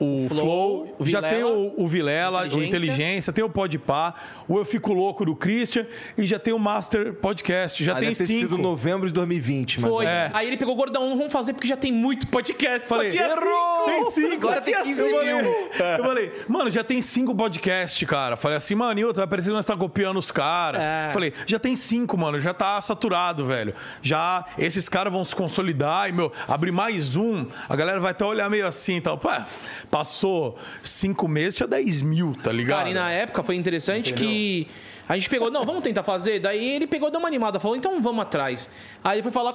Speaker 1: o, o
Speaker 3: Flow,
Speaker 1: Flow,
Speaker 3: o
Speaker 1: já
Speaker 3: Vilela,
Speaker 1: tem o, o Vilela, o
Speaker 3: Inteligência.
Speaker 1: Inteligência, tem o Podpah, o Eu Fico Louco do Christian e já tem o Master Podcast, já
Speaker 2: Ah,
Speaker 1: tem
Speaker 2: deve ter
Speaker 1: cinco.
Speaker 2: sido novembro de 2020, mas
Speaker 3: Foi.
Speaker 1: É.
Speaker 3: Aí ele pegou o gordão, não vamos fazer porque já tem muito podcast.
Speaker 1: Falei,
Speaker 3: só tinha
Speaker 1: errou!
Speaker 3: cinco.
Speaker 1: Tem cinco!
Speaker 3: Agora tem
Speaker 1: Eu
Speaker 3: 15
Speaker 1: falei-
Speaker 3: mil.
Speaker 1: Eu falei, mano, já tem cinco podcasts, cara. Falei assim, mano, e outro, vai parecer que nós tá copiando os caras.
Speaker 3: É.
Speaker 1: Falei, já tem cinco, mano, já tá saturado, velho. Já esses caras vão se consolidar e, meu, abrir mais um, a galera vai até olhar meio assim e tal. Pá, passou cinco meses, já 10 mil, tá ligado?
Speaker 3: Cara, e na época foi interessante que a gente pegou, não, vamos tentar fazer. Daí ele pegou, deu uma animada, falou, então vamos atrás. Aí ele foi falar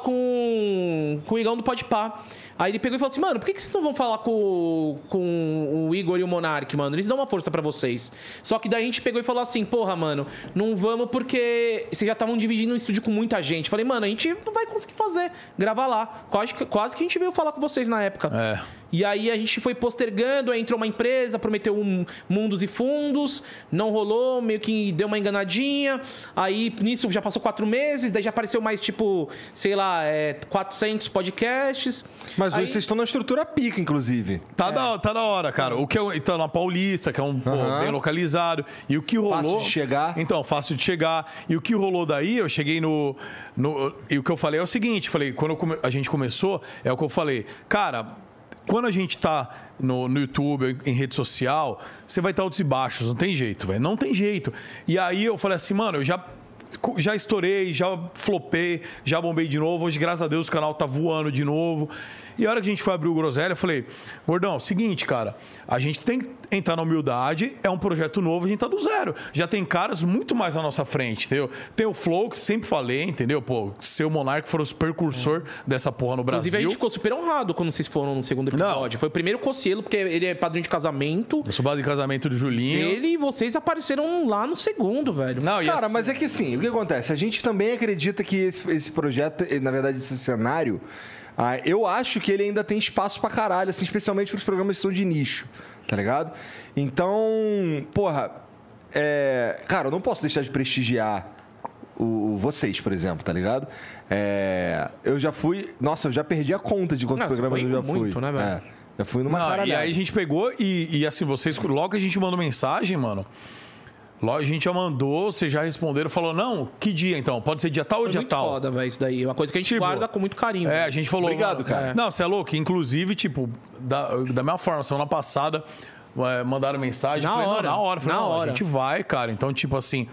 Speaker 3: com, com o Igão do Podpá. Aí ele pegou e falou assim, mano, por que, que vocês não vão falar com, com o Igor e o Monark, mano? Eles dão uma força pra vocês. Só que daí a gente pegou e falou assim, porra, mano, não vamos porque vocês já estavam dividindo um estúdio com muita gente. Falei, mano, a gente não vai conseguir fazer, gravar lá. Quase, que- quase que a gente veio falar com vocês na época.
Speaker 1: É.
Speaker 3: E aí a gente foi postergando, aí entrou uma empresa, prometeu um mundos e fundos, não rolou, meio que deu uma enganadinha. Aí nisso já passou quatro meses, daí já apareceu mais tipo, sei lá, é, 400 podcasts.
Speaker 1: É.
Speaker 2: Mas
Speaker 3: Aí-
Speaker 2: hoje vocês estão na estrutura pica, inclusive.
Speaker 1: Tá, da, tá da hora, cara. O que é, então, na Paulista, que é um pô,
Speaker 2: Aham.
Speaker 1: bem localizado. E o que rolou.
Speaker 2: Fácil de chegar.
Speaker 1: Então, fácil de chegar. E o que rolou daí, eu cheguei no. no- e o que eu falei é o seguinte: falei, quando eu come- a gente começou, é o que eu falei. Cara, quando a gente tá no, no YouTube, em rede social, você vai estar altos e baixos, não tem jeito, velho. Não tem jeito. E aí eu falei assim, mano, eu já. Já estourei, já flopei, já bombei de novo. Hoje, graças a Deus, o canal tá voando de novo. E a hora que a gente foi abrir o Groselha, eu falei, Gordão, seguinte, cara, a gente tem que entrar na humildade, é um projeto novo, a gente tá do zero. Já tem caras muito mais na nossa frente, entendeu? Tem o Flow, que sempre falei, entendeu? Pô, seu Monark foram os precursor dessa porra no Brasil.
Speaker 3: Inclusive, a gente ficou super honrado quando vocês foram no segundo episódio. Foi o primeiro Cocielo, porque ele é padrinho de casamento
Speaker 1: Eu sou base de casamento do Julinho.
Speaker 3: dele e vocês apareceram lá no segundo, velho.
Speaker 1: Não, e
Speaker 2: Cara,
Speaker 1: assim-
Speaker 2: mas é que assim, o que acontece? A gente também acredita que esse, esse projeto, eh, na verdade, esse cenário, ah, eu acho que ele ainda tem espaço pra caralho, assim, especialmente pros programas que são de nicho, tá ligado? Então, porra, é, cara, eu não posso deixar de prestigiar o, o vocês, por exemplo, tá ligado? É, eu já fui. Nossa, eu já perdi a conta de quantos
Speaker 3: Nossa,
Speaker 2: programas
Speaker 3: foi
Speaker 2: eu já
Speaker 3: muito,
Speaker 2: fui.
Speaker 3: né, velho?
Speaker 2: É, já fui numa
Speaker 1: Não, e
Speaker 2: caralhada.
Speaker 1: aí a gente pegou e, e, assim, vocês, logo que a gente mandou mensagem, mano. Logo a gente já mandou, vocês já responderam, falou, não, que dia então? Pode ser dia tal ou
Speaker 3: Foi
Speaker 1: dia
Speaker 3: muito
Speaker 1: tal?
Speaker 3: foda, velho, isso daí. É uma coisa que a gente
Speaker 1: Tipo,
Speaker 3: guarda com muito carinho. né?
Speaker 1: É,
Speaker 3: velho.
Speaker 1: a gente falou.
Speaker 2: Obrigado,
Speaker 1: mano,
Speaker 2: cara.
Speaker 1: é. Não, você é louco. Inclusive, tipo, da, da mesma forma, semana passada é, mandaram mensagem.
Speaker 3: Na
Speaker 1: eu falei,
Speaker 3: hora,
Speaker 1: não, na hora. Eu Falei,
Speaker 3: na
Speaker 1: não,
Speaker 3: hora.
Speaker 1: a gente vai, cara. Então, tipo assim.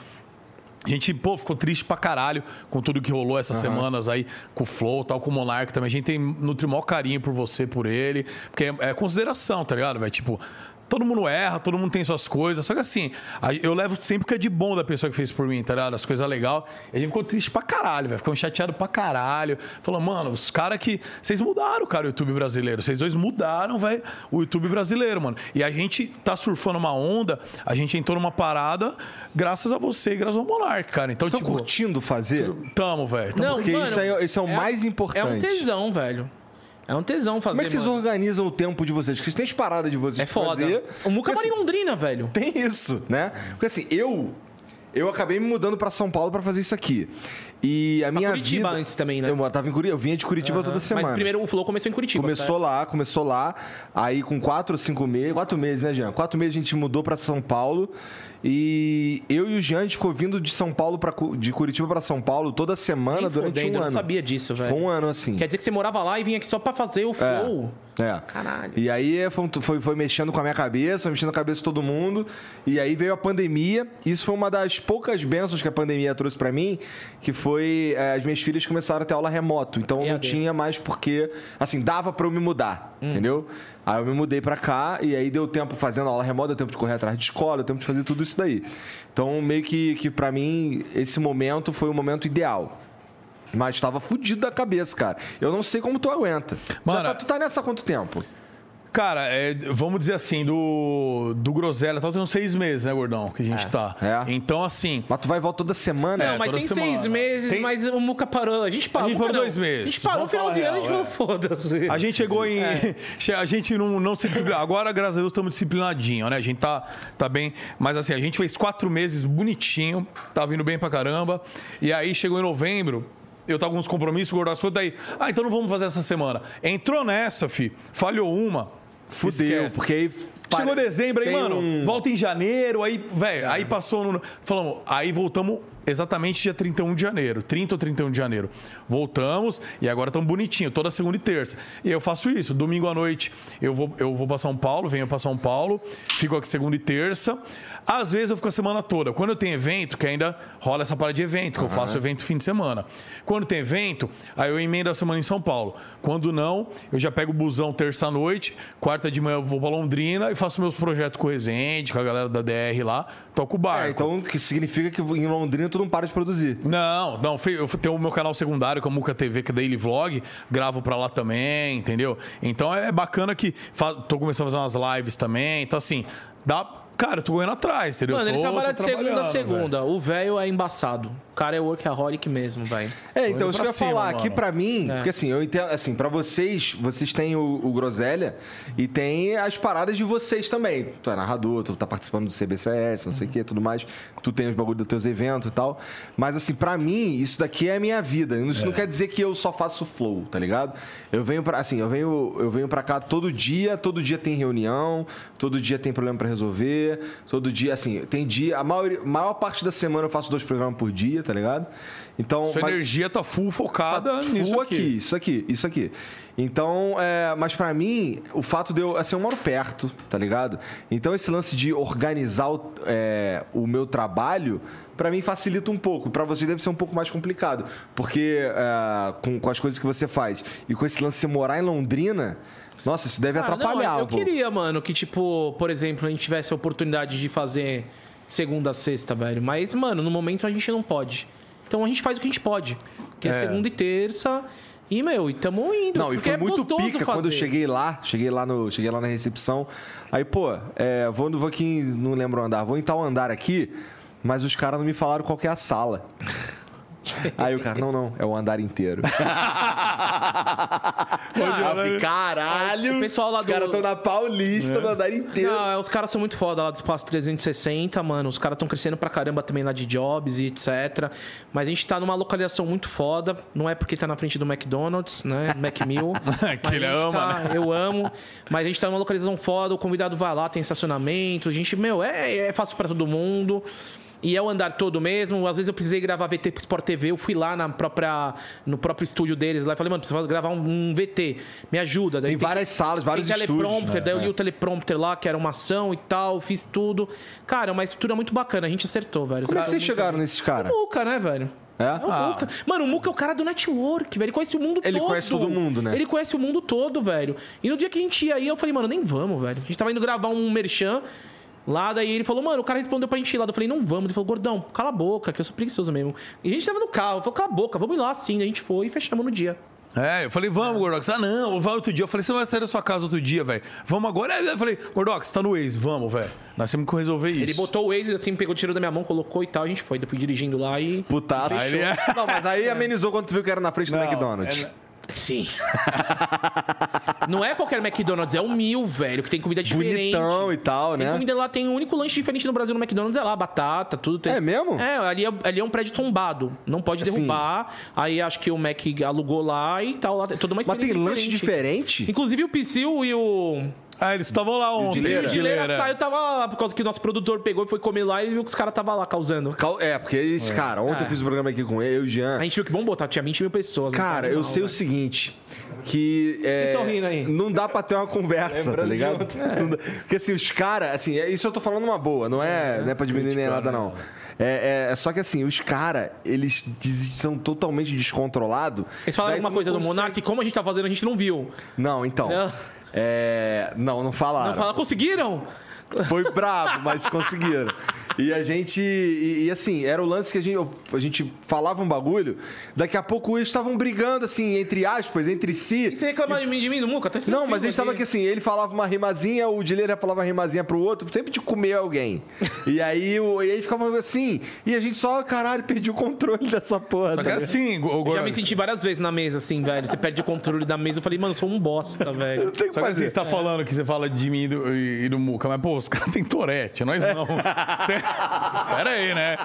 Speaker 1: A gente, pô, ficou triste pra caralho com tudo que rolou essas semanas aí, com o Flow, tal, com o Monark também. A gente tem nutre o maior carinho por você, por ele. Porque é, é consideração, tá ligado, velho? Tipo, todo mundo erra, todo mundo tem suas coisas. Só que assim, a- eu levo sempre o que é de bom da pessoa que fez por mim, tá ligado? As coisas legais. E a gente ficou triste pra caralho, velho. Ficamos chateados pra caralho. Falou, mano, os caras que. Vocês mudaram, cara, o YouTube brasileiro. Vocês dois mudaram, velho, o YouTube brasileiro, mano. E a gente tá surfando uma onda, a gente entrou numa parada graças a você e graças ao Monark, cara. Então,
Speaker 2: Vocês estão
Speaker 1: tipo,
Speaker 2: curtindo fazer?
Speaker 1: tamo, velho. Tamo-
Speaker 3: Não,
Speaker 2: porque isso aí é- isso é o mais importante.
Speaker 3: É um tesão, velho. É um tesão fazer.
Speaker 2: Como é que vocês
Speaker 3: mano.
Speaker 2: organizam o tempo de vocês? Porque vocês têm as paradas de vocês
Speaker 3: É
Speaker 2: pra
Speaker 3: foda.
Speaker 2: fazer.
Speaker 3: O Muca
Speaker 2: Porque,
Speaker 3: mora em
Speaker 2: assim,
Speaker 3: Londrina, velho.
Speaker 2: [laughs] Tem isso, né? Porque assim, eu eu acabei me mudando pra São Paulo pra fazer isso aqui. E a minha
Speaker 3: Curitiba
Speaker 2: vida
Speaker 3: antes também, né?
Speaker 2: Eu tava em Curitiba, eu vinha de Curitiba toda semana.
Speaker 3: Mas primeiro o Flow começou em Curitiba. tá?
Speaker 2: Começou lá, começou lá. Aí com quatro, cinco meses, quatro meses, né, Jean? Quatro meses a gente mudou pra São Paulo. E eu e o Jean a gente ficou vindo de São Paulo para de Curitiba pra São Paulo toda semana
Speaker 3: Nem
Speaker 2: durante
Speaker 3: fudendo,
Speaker 2: um
Speaker 3: eu
Speaker 2: ano.
Speaker 3: não sabia disso,
Speaker 2: Foi
Speaker 3: velho.
Speaker 2: um ano assim.
Speaker 3: Quer dizer que você morava lá e vinha aqui só pra fazer o Flow?
Speaker 2: É.
Speaker 3: Caralho.
Speaker 2: E aí é, foi, um foi, foi mexendo com a minha cabeça, foi mexendo com a cabeça de todo mundo. E aí veio a pandemia. Isso foi uma das poucas bênçãos que a pandemia trouxe pra mim, que foi eh, as minhas filhas começaram a ter aula remoto. Então eu não
Speaker 3: EAD.
Speaker 2: tinha mais porque, assim, dava pra eu me mudar,
Speaker 3: Hum.
Speaker 2: entendeu? Aí eu me mudei pra cá e aí deu tempo fazendo aula remota, deu tempo de correr atrás de escola, deu tempo de fazer tudo isso daí. Então meio que, que para mim esse momento foi o momento ideal. Mas tava fudido da cabeça, cara. Eu não sei como tu aguenta. Já
Speaker 1: Mano,
Speaker 2: tá- tu tá nessa há quanto tempo?
Speaker 1: Cara, é, vamos dizer assim, do, do Groselha e tal, tem uns seis meses, né, gordão? Que a gente tá.
Speaker 2: É.
Speaker 1: Então, assim.
Speaker 2: Mas tu vai e volta toda semana?
Speaker 1: É,
Speaker 3: Não, mas
Speaker 1: toda
Speaker 3: tem
Speaker 1: semana.
Speaker 3: seis meses,
Speaker 1: Tem-
Speaker 3: mas o Muca parou. A gente parou.
Speaker 1: A gente
Speaker 3: Muca
Speaker 1: parou
Speaker 3: não.
Speaker 1: dois meses.
Speaker 3: A gente parou no
Speaker 1: Vamos
Speaker 3: final
Speaker 1: falar
Speaker 3: de ano, a gente
Speaker 1: real, é.
Speaker 3: falou, foda-se.
Speaker 1: A gente chegou em. [laughs] A gente não, não se disciplinou. Agora, graças a Deus, estamos disciplinadinhos, né? A gente tá, tá bem. Mas assim, a gente fez quatro meses bonitinho, tava indo bem pra caramba. E aí chegou em novembro. Eu tava com uns compromissos, guardar as coisas, daí. Ah, então não vamos fazer essa semana. Entrou nessa, fi. Falhou uma.
Speaker 2: Fudeu,
Speaker 1: esquece.
Speaker 2: porque aí...
Speaker 1: Chegou dezembro aí,
Speaker 2: Tem
Speaker 1: mano.
Speaker 2: um- É.
Speaker 1: Volta em janeiro, aí, velho, aí passou no. Falamos, aí voltamos exatamente dia 31 de janeiro. 30 ou 31 de janeiro. Voltamos e agora estamos bonitinho, toda segunda e terça. E eu faço isso. Domingo à noite eu vou, eu vou pra São Paulo, venho pra São Paulo, fico aqui segunda e terça. Às vezes eu fico a semana toda. Quando eu tenho evento, que ainda rola essa parada de evento, que eu faço evento fim de semana. Quando tem evento, aí eu emendo a semana em São Paulo. Quando não, eu já pego o busão terça-noite, quarta de manhã eu vou pra Londrina e faço meus projetos com o Resende, com a galera da DR lá, toco o barco.
Speaker 2: É, então que significa que em Londrina tu não para de produzir.
Speaker 1: Não, não, fi- eu tenho o meu canal secundário, que é o Muca TV, que é Daily Vlog, gravo pra lá também, entendeu? Então é bacana que fa- tô começando a fazer umas lives também, então assim, dá. Cara, eu tô correndo atrás, entendeu?
Speaker 3: Mano, ele
Speaker 1: Tô-
Speaker 3: trabalha de
Speaker 1: tô
Speaker 3: segunda a
Speaker 1: trabalhando, velho.
Speaker 3: segunda. O velho é embaçado. O cara é workaholic mesmo, velho.
Speaker 2: É, então, isso que
Speaker 1: pra
Speaker 2: eu ia
Speaker 1: cima,
Speaker 2: falar
Speaker 1: mano.
Speaker 2: aqui pra mim,
Speaker 3: É.
Speaker 2: porque assim, eu entendo, assim, pra vocês, vocês têm o, o Groselha e tem as paradas de vocês também. Tu é narrador, tu tá participando do CBCS, não sei o que, tudo mais. Tu tem os bagulho dos teus eventos e tal. Mas assim, pra mim, isso daqui é a minha vida. Isso não quer dizer que eu só faço flow, tá ligado? Eu venho pra, assim, eu venho, eu venho pra cá todo dia, todo dia tem reunião, todo dia tem problema pra resolver, todo dia, assim, tem dia, a maior, maior parte da semana eu faço dois programas por dia, tá ligado? Então,
Speaker 1: Sua
Speaker 2: mas-
Speaker 1: energia tá full focada
Speaker 2: Tá
Speaker 1: nisso
Speaker 2: full aqui.
Speaker 1: aqui.
Speaker 2: isso aqui, isso aqui. Então, é, mas pra mim, o fato de eu. Assim, eu moro perto, tá ligado? Então, esse lance de organizar o, é, o meu trabalho, pra mim facilita um pouco. Pra você deve ser um pouco mais complicado. Porque é, com, com as coisas que você faz e com esse lance de você morar em Londrina, nossa, isso deve
Speaker 3: Cara,
Speaker 2: atrapalhar
Speaker 3: Ah, não, eu-
Speaker 2: um pouco.
Speaker 3: Eu queria, mano, que, tipo, por exemplo, a gente tivesse a oportunidade de fazer segunda a sexta, velho. Mas, mano, no momento a gente não pode. Então a gente faz o que a gente pode. Que é, segunda e terça. E, meu, e tamo indo.
Speaker 2: Não, e
Speaker 3: porque
Speaker 2: foi
Speaker 3: é
Speaker 2: muito
Speaker 3: gostoso
Speaker 2: pica quando eu
Speaker 3: fazer.
Speaker 2: cheguei lá, cheguei lá, no, cheguei lá na recepção. Aí, pô, é, vou, vou aqui, em- não lembro o andar, vou em tal andar aqui, mas os caras não me falaram qual que é a
Speaker 3: [laughs]
Speaker 2: sala. Aí o cara, não, não, é o andar inteiro.
Speaker 1: Ah,
Speaker 2: Aí eu fiquei, caralho!
Speaker 3: né? O pessoal lá
Speaker 2: os
Speaker 3: do-
Speaker 2: caras estão na Paulista, no andar inteiro.
Speaker 3: Não, é, os caras são muito foda lá do Espaço 360, mano. Os caras estão crescendo pra caramba também lá de jobs e etc. Mas a gente tá numa localização muito foda. Não é porque tá na frente do McDonald's, né? [laughs] Macmill.
Speaker 1: [laughs] Que ele
Speaker 3: Mas a gente
Speaker 1: ama,
Speaker 3: tá- Eu amo. Mas a gente tá numa localização foda. O convidado vai lá, tem estacionamento. A gente, meu, é, é fácil pra todo mundo. E é o andar todo mesmo. Às vezes eu precisei gravar VT pro Sport TV. Eu fui lá na própria, no próprio estúdio deles lá e falei, mano, precisa gravar um, um VT. Me ajuda. Daí
Speaker 2: Tem várias salas, vários
Speaker 3: tem
Speaker 2: estúdios,
Speaker 3: teleprompter,
Speaker 2: né?
Speaker 3: daí eu li o teleprompter lá, que era uma ação e tal, fiz tudo. Cara, é uma estrutura muito bacana, a gente acertou, velho.
Speaker 2: Como é que
Speaker 3: Acertou
Speaker 2: vocês chegaram nesses caras?
Speaker 3: muito. O Muca, né, velho?
Speaker 2: É?
Speaker 3: É o Muca. Mano, o Muca é o cara do network, velho. Ele conhece o mundo
Speaker 2: Ele
Speaker 3: todo.
Speaker 2: conhece todo mundo, né?
Speaker 3: Ele conhece o mundo todo, velho. E no dia que a gente ia aí, eu falei, mano, nem vamos, velho. A gente tava indo gravar um merchan lá, daí ele falou, mano, o cara respondeu pra gente ir lá. Eu falei, não vamos. Ele falou, gordão, cala a boca, que eu sou preguiçoso mesmo. E a gente tava no carro, falou, cala a boca, vamos ir lá sim. Daí A gente foi e fechamos no dia.
Speaker 1: É, eu falei, vamos, Gordox. Ah, não, vai outro dia. Eu falei, você vai sair da sua casa outro dia, velho. Vamos agora. É, Eu falei, Gordox, tá no Waze, vamos, velho. Nós temos que resolver isso.
Speaker 3: Ele botou o Waze, assim, pegou, tirou da minha mão, colocou e tal. A gente foi, eu fui dirigindo lá e.
Speaker 2: Putaço.
Speaker 1: Aí ele é-
Speaker 2: Não, mas
Speaker 3: [laughs]
Speaker 2: aí amenizou quando tu viu que era na frente do
Speaker 1: Não,
Speaker 2: McDonald's.
Speaker 1: é-
Speaker 3: Sim. [laughs] Não é qualquer McDonald's, é o mil, velho, que tem comida diferente.
Speaker 2: Bonitão e tal,
Speaker 3: Tem
Speaker 2: né?
Speaker 3: comida lá, tem o único lanche diferente no Brasil no McDonald's, é lá, batata, tudo tem.
Speaker 2: É mesmo?
Speaker 3: É, ali é, ali é um prédio tombado. Não pode
Speaker 2: Assim.
Speaker 3: derrubar. Aí acho que o Mac alugou lá e tal. Lá, é toda uma
Speaker 2: Mas tem
Speaker 3: experiência
Speaker 2: lanche diferente?
Speaker 3: Inclusive o Psyu e o.
Speaker 1: Ah, eles estavam lá ontem.
Speaker 2: Dileira?
Speaker 3: O Gileira saiu, tava lá, por causa que o nosso produtor pegou e foi comer lá e viu que os caras tava lá causando.
Speaker 2: Cal- É, porque esse cara, ontem eu fiz o programa aqui com ele, eu e o Jean.
Speaker 3: A gente viu que bombou, tá? Tinha 20 mil pessoas. né?
Speaker 2: Cara, eu
Speaker 3: Não,
Speaker 2: sei o seguinte, que é,
Speaker 3: Vocês tão rindo aí.
Speaker 2: não dá pra ter uma conversa, tá ligado? Não dá- Porque assim, os caras, assim, é- isso eu tô falando uma boa, não é, não é pra diminuir nem nada,
Speaker 3: né?
Speaker 2: não. É, é- é só que assim, os caras, eles des- são totalmente descontrolados.
Speaker 3: Eles falaram
Speaker 2: Daí
Speaker 3: alguma
Speaker 2: tu
Speaker 3: coisa
Speaker 2: não
Speaker 3: do
Speaker 2: consegue-
Speaker 3: Monark, como a gente tá fazendo, a gente não viu.
Speaker 2: Não, então.
Speaker 3: Não.
Speaker 2: É, não, não falaram.
Speaker 3: Fala, "Ah, conseguiram?
Speaker 2: Foi brabo, mas conseguiram. E a gente. E, e assim, era o lance que a gente, a gente falava um bagulho, daqui a pouco eles estavam brigando, assim, entre aspas, entre si.
Speaker 3: E você reclamar de mim, de mim, do Muca? Tá
Speaker 2: Não, mas a gente
Speaker 3: tranquilo
Speaker 2: tava aqui assim, ele falava uma rimazinha, o Dileira falava uma rimazinha pro outro, sempre de comer alguém. E aí, o, e aí ficava assim, e a gente só, caralho, perdi o controle dessa porra.
Speaker 1: Só
Speaker 2: tá
Speaker 1: que é
Speaker 2: ligado?
Speaker 1: assim, o
Speaker 3: Eu já
Speaker 1: Gordo.
Speaker 3: me senti várias vezes na mesa, assim, velho. Você perde o controle da mesa. Eu falei, mano, eu sou um bosta, [laughs] velho.
Speaker 2: Tem que
Speaker 1: Só que assim,
Speaker 2: fazer.
Speaker 1: você tá
Speaker 3: É.
Speaker 1: falando que você fala de mim e do, e e do Muca, mas, pô, os [laughs] caras têm Torete, nós não. Pera aí, né?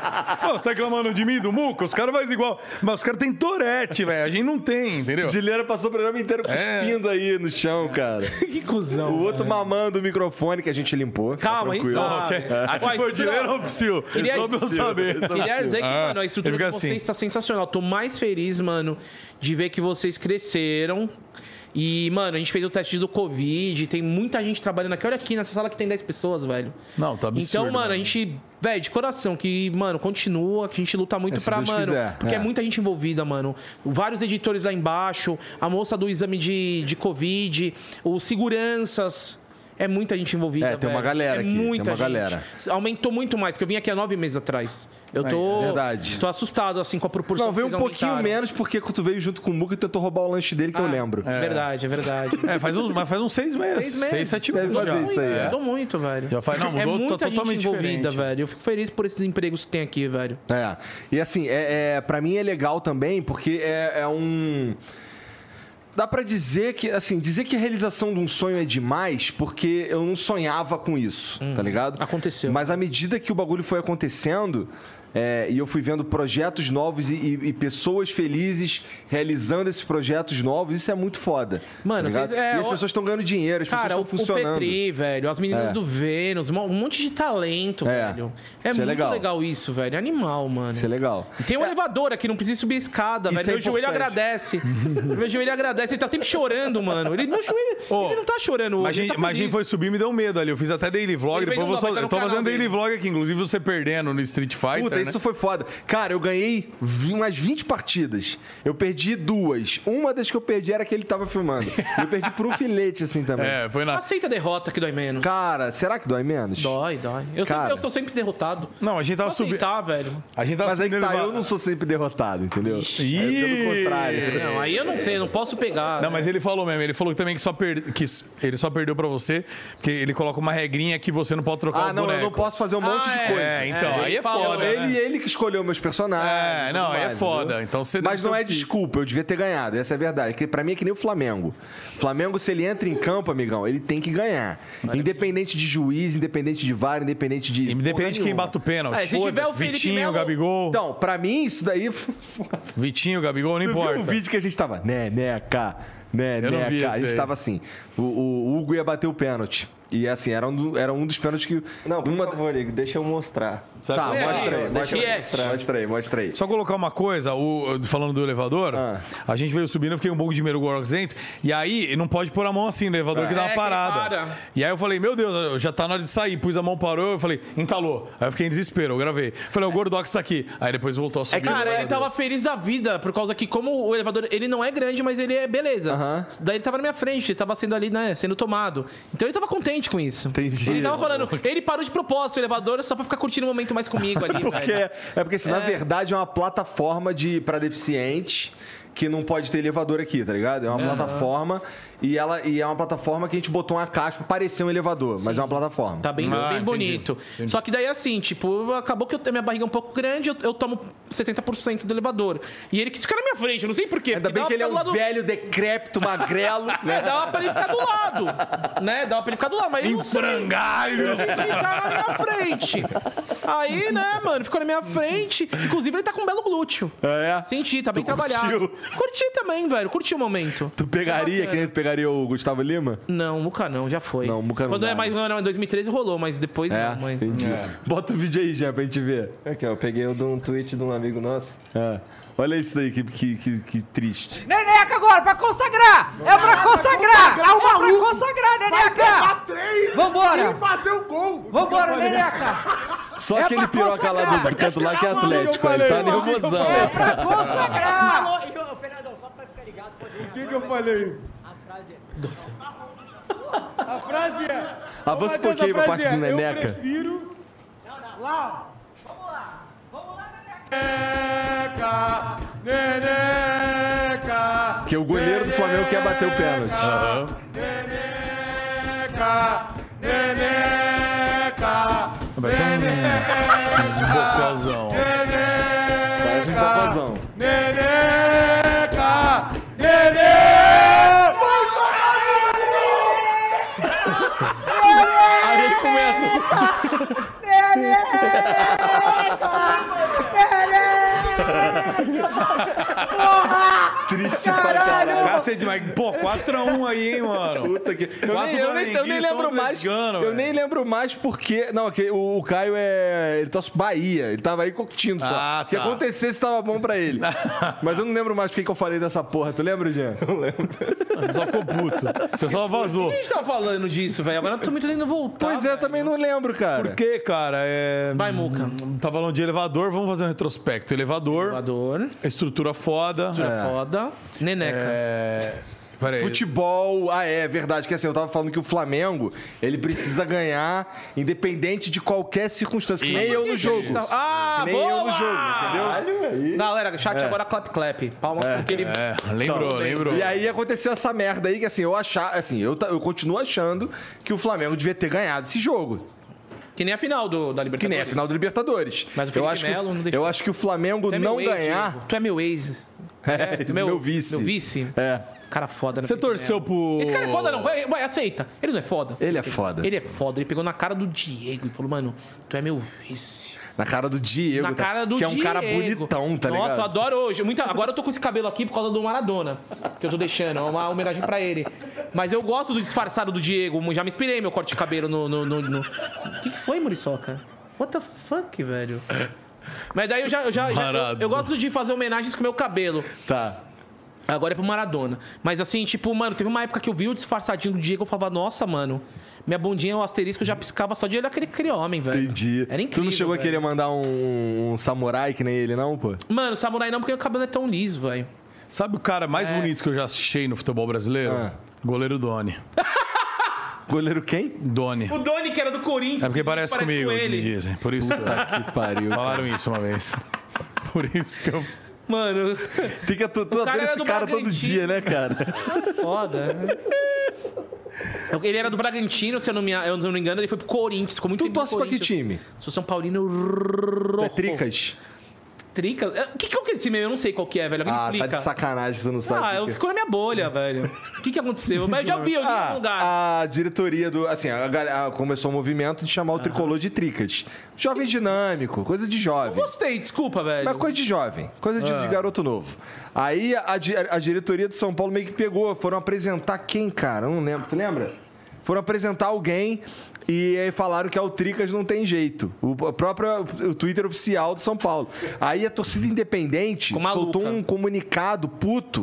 Speaker 1: Pô, você tá reclamando de mim e do Muca? Os caras fazem igual. Mas os caras têm Torete, velho. A gente não tem, entendeu?
Speaker 2: O Dileira passou o programa inteiro
Speaker 1: É.
Speaker 2: cuspindo aí no chão, cara.
Speaker 3: que cuzão.
Speaker 2: O outro
Speaker 3: velho.
Speaker 2: mamando o microfone que a gente limpou. fica
Speaker 3: Calma,
Speaker 2: tranquilo.
Speaker 3: hein, só-
Speaker 1: Ok. Aqui
Speaker 3: Ué,
Speaker 1: foi o
Speaker 3: isso não-
Speaker 1: dinheiro
Speaker 2: é
Speaker 1: ou o psil?
Speaker 3: Queria-
Speaker 1: Só pra eu saber. só pra eu
Speaker 3: Queria
Speaker 1: saber.
Speaker 3: dizer que,
Speaker 1: Ah,
Speaker 3: mano, a estrutura
Speaker 1: ele
Speaker 3: de
Speaker 1: fica
Speaker 3: vocês
Speaker 2: assim.
Speaker 3: tá sensacional. Tô mais feliz, mano, de ver que vocês cresceram. E, mano, a gente fez o teste do Covid, tem muita gente trabalhando aqui. Olha aqui nessa sala que tem 10 pessoas, velho.
Speaker 1: Não, tá absurdo,
Speaker 3: Então, mano,
Speaker 1: mano.
Speaker 3: a gente, velho, de coração, que, mano, continua, que a gente luta muito
Speaker 2: se
Speaker 3: pra,
Speaker 2: Deus
Speaker 3: mano.
Speaker 2: quiser,
Speaker 3: Porque é.
Speaker 2: é.
Speaker 3: muita gente envolvida, mano. Vários editores lá embaixo, a moça do exame de, de Covid, os seguranças. É muita gente envolvida.
Speaker 2: É, tem uma
Speaker 3: velho.
Speaker 2: galera
Speaker 3: é
Speaker 2: aqui, tem
Speaker 3: Muita
Speaker 2: uma
Speaker 3: gente.
Speaker 2: galera.
Speaker 3: Aumentou muito mais, que eu vim aqui há nove meses atrás. Eu tô.
Speaker 2: é verdade.
Speaker 3: Tô assustado, assim, com a proporção
Speaker 2: Não, veio um
Speaker 3: que vocês
Speaker 2: pouquinho
Speaker 3: aumentaram.
Speaker 2: menos porque tu veio junto com o Muca e tentou roubar o lanche dele, que eu
Speaker 3: Ah,
Speaker 2: lembro.
Speaker 3: É verdade,
Speaker 2: [laughs]
Speaker 3: é verdade.
Speaker 1: É, faz uns, mas faz uns seis meses. Seis, sete
Speaker 2: deve
Speaker 1: meses.
Speaker 2: fazer
Speaker 1: já.
Speaker 2: isso aí, é.
Speaker 3: Mudou muito, velho.
Speaker 1: Já faz- não, mudou,
Speaker 3: é
Speaker 1: tá
Speaker 3: muita
Speaker 1: totalmente
Speaker 3: gente envolvida,
Speaker 1: diferente.
Speaker 3: velho. Eu fico feliz por esses empregos que tem aqui, velho.
Speaker 2: É. E assim, é, é, para mim é legal também, porque é, é um. Dá pra dizer que, assim, dizer que a realização de um sonho é demais, porque eu não sonhava com isso, tá ligado?
Speaker 3: Uhum. aconteceu.
Speaker 2: Mas à medida que o bagulho foi acontecendo, é, e eu fui vendo projetos novos e, e- e pessoas felizes realizando esses projetos novos, isso é muito foda.
Speaker 3: Mano,
Speaker 2: tá ligado?
Speaker 3: vocês- é,
Speaker 2: e as
Speaker 3: ó-
Speaker 2: pessoas estão ganhando dinheiro, as
Speaker 3: Cara, o,
Speaker 2: pessoas estão
Speaker 3: o
Speaker 2: funcionando.
Speaker 3: Petri, velho, as meninas
Speaker 2: É.
Speaker 3: do Vênus, um monte de talento,
Speaker 2: É.
Speaker 3: velho. É
Speaker 2: Isso é
Speaker 3: muito
Speaker 2: legal.
Speaker 3: legal. isso, velho. É animal, mano.
Speaker 2: Isso é legal.
Speaker 3: E Tem um elevador aqui, não precisa subir a escada,
Speaker 2: Isso
Speaker 3: velho.
Speaker 2: é
Speaker 3: Meu joelho
Speaker 2: importante. [laughs]
Speaker 3: agradece. meu joelho agradece. Ele tá sempre chorando, mano. Ele, meu joelho,
Speaker 1: Ô,
Speaker 3: ele não tá chorando hoje.
Speaker 1: Mas,
Speaker 3: ele
Speaker 1: gente,
Speaker 3: tá
Speaker 1: mas gente
Speaker 3: feliz.
Speaker 1: foi subir e me deu medo ali. Eu fiz até daily vlog.
Speaker 3: Ele fez
Speaker 1: Depois
Speaker 3: um
Speaker 1: vou
Speaker 3: vlog,
Speaker 1: só,
Speaker 3: tá no
Speaker 1: eu tô
Speaker 3: canal
Speaker 1: fazendo daily
Speaker 3: dele.
Speaker 1: vlog aqui, inclusive você perdendo no Street Fighter.
Speaker 2: Puta,
Speaker 1: né?
Speaker 2: isso foi foda. Cara, eu ganhei vi- umas 20 partidas. Eu perdi duas. Uma das que eu perdi era que ele tava filmando. Eu perdi por um filete, assim,
Speaker 1: [laughs]
Speaker 2: também.
Speaker 1: É, foi na.
Speaker 3: Aceita a derrota que dói menos.
Speaker 2: Cara, será que dói menos?
Speaker 3: Dói, dói. Eu,
Speaker 2: Cara.
Speaker 3: sempre, eu sou sempre derrotado.
Speaker 1: Não, a gente
Speaker 3: Vou
Speaker 1: tava subindo.
Speaker 3: aceitar, velho.
Speaker 1: A gente tava
Speaker 2: assim, tá. Mas aí que
Speaker 1: subindo
Speaker 2: tá,
Speaker 1: eleva-
Speaker 2: eu não sou sempre derrotado, entendeu?
Speaker 1: Ih!
Speaker 2: É pelo
Speaker 1: é um
Speaker 2: contrário.
Speaker 3: Não, aí eu não sei, eu não posso pegar.
Speaker 1: Não, mas ele falou mesmo, ele falou também que, só per... que s- ele só perdeu pra você, porque ele coloca uma regrinha que você não pode trocar
Speaker 2: Ah,
Speaker 1: o
Speaker 2: não, eu
Speaker 1: boneco.
Speaker 2: não posso fazer um monte de
Speaker 3: Ah,
Speaker 2: coisa.
Speaker 1: É, então,
Speaker 3: É,
Speaker 1: aí
Speaker 3: ele
Speaker 1: é
Speaker 3: falou,
Speaker 1: foda. né?
Speaker 2: Ele, ele que escolheu meus personagens.
Speaker 1: É,
Speaker 2: tudo
Speaker 1: não, aí é
Speaker 2: mais,
Speaker 1: foda.
Speaker 2: entendeu?
Speaker 1: então você
Speaker 2: Mas
Speaker 1: deu
Speaker 2: não
Speaker 1: seu
Speaker 2: é
Speaker 1: pique.
Speaker 2: desculpa, eu devia ter ganhado. Essa é a verdade. Que pra mim é que nem o Flamengo. Flamengo, se ele entra em campo, amigão, ele tem que ganhar. Independente de juiz, independente de VAR, independente de. porra
Speaker 1: Independente de quem
Speaker 2: nenhuma.
Speaker 1: bate o pênalti.
Speaker 3: É, se tiver
Speaker 1: Foda-se.
Speaker 3: o Felipe
Speaker 1: Vitinho,
Speaker 3: Melo-
Speaker 1: Gabigol.
Speaker 2: Então, pra mim, isso daí. [laughs]
Speaker 1: Vitinho, Gabigol, não
Speaker 2: Tu viu
Speaker 1: importa.
Speaker 2: um vídeo que a gente tava. Né, né, cá. Né,
Speaker 1: Eu não
Speaker 2: né,
Speaker 1: vi
Speaker 2: cá. A
Speaker 1: esse
Speaker 2: gente
Speaker 1: aí.
Speaker 2: tava assim. O, o Hugo ia bater o pênalti. E assim, era um, do- era um dos pênaltis que.
Speaker 4: Não, por
Speaker 2: Uma-
Speaker 4: favor, Igor, deixa eu mostrar.
Speaker 2: Tá,
Speaker 1: Sabe?
Speaker 3: É,
Speaker 2: mostra aí.
Speaker 3: ó,
Speaker 2: Mostra
Speaker 3: deixa
Speaker 2: aí,
Speaker 3: eu
Speaker 2: mostra aí, mostra aí, mostra aí.
Speaker 1: Só colocar uma coisa, o- falando do elevador,
Speaker 2: Ah.
Speaker 1: a gente veio subindo, eu fiquei um pouco de medo com o Gorgox dentro, e aí não pode pôr a mão assim no elevador, que dá
Speaker 3: É,
Speaker 1: uma
Speaker 3: que
Speaker 1: parada.
Speaker 3: para.
Speaker 1: E aí eu falei, meu Deus, já tá na hora de sair. Pus a mão, parou, eu falei, entalou. Aí eu fiquei em desespero, eu gravei. Falei, o Gordox tá aqui. Aí depois voltou
Speaker 2: É
Speaker 1: a subir. no
Speaker 3: É Cara, ele
Speaker 1: elevador.
Speaker 3: tava feliz da vida, por causa que, como o elevador, ele não é grande, mas ele é beleza.
Speaker 2: Aham.
Speaker 3: Daí ele tava na minha frente, ele tava sendo ali, né, sendo tomado. Então ele tava contente com isso.
Speaker 2: Entendi.
Speaker 3: Ele tava falando, ele parou de propósito o elevador só pra ficar curtindo o momento mais
Speaker 2: [laughs]
Speaker 3: comigo ali,
Speaker 2: Porque,
Speaker 3: velho.
Speaker 2: é porque, assim, na verdade, é uma plataforma de para deficientes que não pode ter elevador aqui, tá ligado? É uma plataforma e ela e é uma plataforma que a gente botou uma caixa pra parecer um elevador, mas é uma plataforma.
Speaker 3: Tá bem,
Speaker 1: Ah,
Speaker 3: bem
Speaker 1: entendi,
Speaker 3: bonito.
Speaker 1: entendi.
Speaker 3: Só que daí, assim, tipo, acabou que eu, minha barriga é um pouco grande, eu, eu tomo 70% do elevador. E ele quis ficar na minha frente, eu não sei porquê.
Speaker 2: Ainda bem que ele é um velho decrépito magrelo,
Speaker 3: É,
Speaker 2: né?
Speaker 3: dava pra ele ficar do lado. Né? Dava pra ele ficar do lado, mas eu
Speaker 1: Em
Speaker 3: não
Speaker 2: [laughs]
Speaker 3: sei.
Speaker 1: frangalhos!
Speaker 3: Ele ficar é na minha frente. Aí, né, mano, ficou na minha frente. Inclusive, ele tá com um belo glúteo.
Speaker 2: É.
Speaker 3: Senti, tá bem
Speaker 2: Tu curtiu?
Speaker 3: trabalhado. Curti também, velho. Curti o momento.
Speaker 2: Tu pegaria, é que nem tu pegaria o Gustavo Lima?
Speaker 3: Não, Muca não, já foi.
Speaker 2: Não, Muca não
Speaker 3: Quando
Speaker 2: dá,
Speaker 3: é mais não, não, em 2013 rolou, mas depois
Speaker 2: É,
Speaker 3: não. Mas...
Speaker 2: entendi. Bota o vídeo aí, Jean, pra gente ver.
Speaker 4: Aqui, ó, eu peguei o de um tweet de um amigo nosso.
Speaker 2: É. Olha isso daí, que, que, que, que triste.
Speaker 5: Neneca agora, pra consagrar! É pra consagrar! É pra consagrar, Neneca! Vambora!
Speaker 6: fazer o gol.
Speaker 5: Vambora, Neneca!
Speaker 2: Só
Speaker 5: É
Speaker 2: aquele
Speaker 5: pra
Speaker 2: piroca lá do, do canto lá que é atlético, ele tá nervosão.
Speaker 5: É pra consagrar!
Speaker 6: Fernandão, só pra ficar ligado, pode O que,
Speaker 4: falei?
Speaker 6: A frase é...
Speaker 2: Avança um pouquinho pra parte do Neneca.
Speaker 6: prefiro...
Speaker 2: Porque o goleiro do Flamengo quer bater o pênalti.
Speaker 1: Vai ser um desbocozão.
Speaker 2: Parece um papazão.
Speaker 3: Aí
Speaker 6: [laughs]
Speaker 3: começa.
Speaker 2: Triste
Speaker 1: Cacete, mas, pô, 4x1 aí, hein, mano?
Speaker 2: Puta que... Eu
Speaker 1: Quatro
Speaker 2: nem, eu nem- eu nem
Speaker 1: flamenguistas
Speaker 2: lembro
Speaker 1: tão
Speaker 2: mais.
Speaker 1: brigando,
Speaker 2: Eu
Speaker 1: velho.
Speaker 2: nem lembro mais porque. Não, que o, o Caio é. Ele torce pro Bahia. Ele tava aí curtindo só.
Speaker 1: Ah,
Speaker 2: O que
Speaker 1: tá.
Speaker 2: acontecesse tava bom pra
Speaker 1: [laughs]
Speaker 2: ele. Mas eu não lembro mais porque que eu falei dessa porra. Tu lembra, Jean?
Speaker 1: Você só ficou puto. Você só vazou.
Speaker 3: A gente tava falando disso, velho. Agora eu tô muito tentando voltar.
Speaker 2: Pois é, eu também não lembro, cara.
Speaker 1: Por quê, cara? É...
Speaker 3: Vai, Muca.
Speaker 1: Tava falando de elevador, vamos fazer um retrospecto. Elevador,
Speaker 3: Voador. é
Speaker 1: estrutura foda.
Speaker 2: É.
Speaker 3: Foda. Neneca.
Speaker 1: É... Peraí.
Speaker 2: Futebol, ah, é verdade. Que assim, eu tava falando que o Flamengo, ele precisa ganhar, independente de qualquer circunstância. Que nem eu no jogo.
Speaker 3: Tá- Ah,
Speaker 2: Que nem
Speaker 3: boa!
Speaker 2: eu no jogo, entendeu? É.
Speaker 3: Galera, chat agora clap clap. Palmas porque ele.
Speaker 1: É, lembrou, lembrou.
Speaker 2: E aí aconteceu essa merda aí que assim, eu achar, assim, eu, ta- eu continuo achando que o Flamengo devia ter ganhado esse jogo.
Speaker 3: Que nem a final do, da
Speaker 2: Que
Speaker 3: Libertadores.
Speaker 2: nem a final do Libertadores.
Speaker 3: Mas o
Speaker 2: eu
Speaker 3: Felipe
Speaker 2: acho, que, o-
Speaker 3: Melo não deixou.
Speaker 2: eu acho que o Flamengo
Speaker 3: Tu é meu
Speaker 2: Tipo, não
Speaker 3: ex,
Speaker 2: ganhar.
Speaker 3: Diego. Tu é meu ex.
Speaker 2: É,
Speaker 3: tu é
Speaker 2: meu vice.
Speaker 3: Meu vice?
Speaker 2: É.
Speaker 3: Cara foda, né?
Speaker 1: Você
Speaker 3: Felipe
Speaker 1: torceu
Speaker 3: Melo.
Speaker 1: pro-
Speaker 3: Esse cara é foda, não. Vai, vai, aceita. Ele não é foda.
Speaker 2: Ele é foda.
Speaker 3: Ele é foda. Ele pegou na cara do Diego e falou, mano, tu é meu vice.
Speaker 2: Na cara do Diego.
Speaker 3: na
Speaker 2: tá?
Speaker 3: cara do
Speaker 2: Que é um cara
Speaker 3: Diego.
Speaker 2: bonitão, tá
Speaker 3: Nossa,
Speaker 2: ligado?
Speaker 3: eu adoro hoje. Muita... Agora eu tô com esse cabelo aqui por causa do Maradona, que eu tô deixando. É uma homenagem pra ele. Mas eu gosto do disfarçado do Diego. Já me inspirei meu corte de cabelo no... O no, no, no- que, que foi, Muriçoca? What the fuck, velho? Mas daí eu já... Eu, já, já- eu,
Speaker 1: Maradona.
Speaker 3: eu gosto de fazer homenagens com o meu cabelo.
Speaker 2: Tá.
Speaker 3: Agora é pro Maradona. Mas assim, tipo, mano, teve uma época que eu vi o disfarçadinho do Diego, eu falava, nossa, mano, minha bundinha, o asterisco, já piscava só de olhar aquele, aquele homem, velho.
Speaker 2: Entendi.
Speaker 3: Era
Speaker 2: tu
Speaker 3: incrível,
Speaker 2: não chegou a
Speaker 3: velho.
Speaker 2: querer mandar um, um samurai que nem ele, não, pô?
Speaker 3: Mano, samurai não, porque o cabelo é tão liso, velho.
Speaker 1: Sabe o cara mais
Speaker 3: É.
Speaker 1: bonito que eu já achei no futebol brasileiro?
Speaker 2: Ah.
Speaker 1: Goleiro Doni.
Speaker 2: Goleiro quem?
Speaker 1: Doni.
Speaker 3: O Doni, que era do Corinthians.
Speaker 1: É porque parece, comigo,
Speaker 3: com
Speaker 1: me
Speaker 3: ele.
Speaker 1: dizem. Por isso que
Speaker 3: [laughs]
Speaker 2: Que pariu.
Speaker 1: falaram isso uma vez. [laughs] Por isso que eu.
Speaker 3: Mano,
Speaker 2: Fica tu, tu adora
Speaker 3: era
Speaker 2: esse
Speaker 3: do
Speaker 2: cara todo
Speaker 3: Bragantino.
Speaker 2: dia, né, cara?
Speaker 3: [laughs] [laughs] foda. né? Ele era do Bragantino, se eu não me, eu não me engano, ele foi pro Corinthians, ficou muito
Speaker 2: Tu
Speaker 3: tempo no
Speaker 2: torce pra que
Speaker 3: Corinthians.
Speaker 2: time?
Speaker 3: Sou São Paulino
Speaker 2: Tu
Speaker 3: roxo.
Speaker 2: é tricas?
Speaker 3: Trica? É, O que, que é esse meme? Eu não sei qual que é, velho. Alguém
Speaker 2: Ah,
Speaker 3: explica.
Speaker 2: tá de sacanagem, que tu não sabe.
Speaker 3: Ah,
Speaker 2: o
Speaker 3: eu
Speaker 2: que que é.
Speaker 3: fico na minha bolha, velho. O que, que aconteceu? Mas eu já vi, eu vi em algum lugar.
Speaker 2: Ah, A diretoria do. Assim, a galera- começou o movimento de chamar o tricolor de tricas. Jovem dinâmico, coisa de jovem.
Speaker 3: Gostei, desculpa, velho.
Speaker 2: Mas coisa de jovem, coisa de,
Speaker 3: Ah.
Speaker 2: de garoto novo. Aí a, di- a diretoria de São Paulo meio que pegou, foram apresentar quem, cara? Eu não lembro, tu lembra? Foram apresentar alguém e aí falaram que a Tricas não tem jeito. O p- próprio o Twitter oficial de São Paulo. Aí a torcida independente
Speaker 3: Ficou maluca.
Speaker 2: soltou um comunicado
Speaker 3: [laughs]
Speaker 2: puto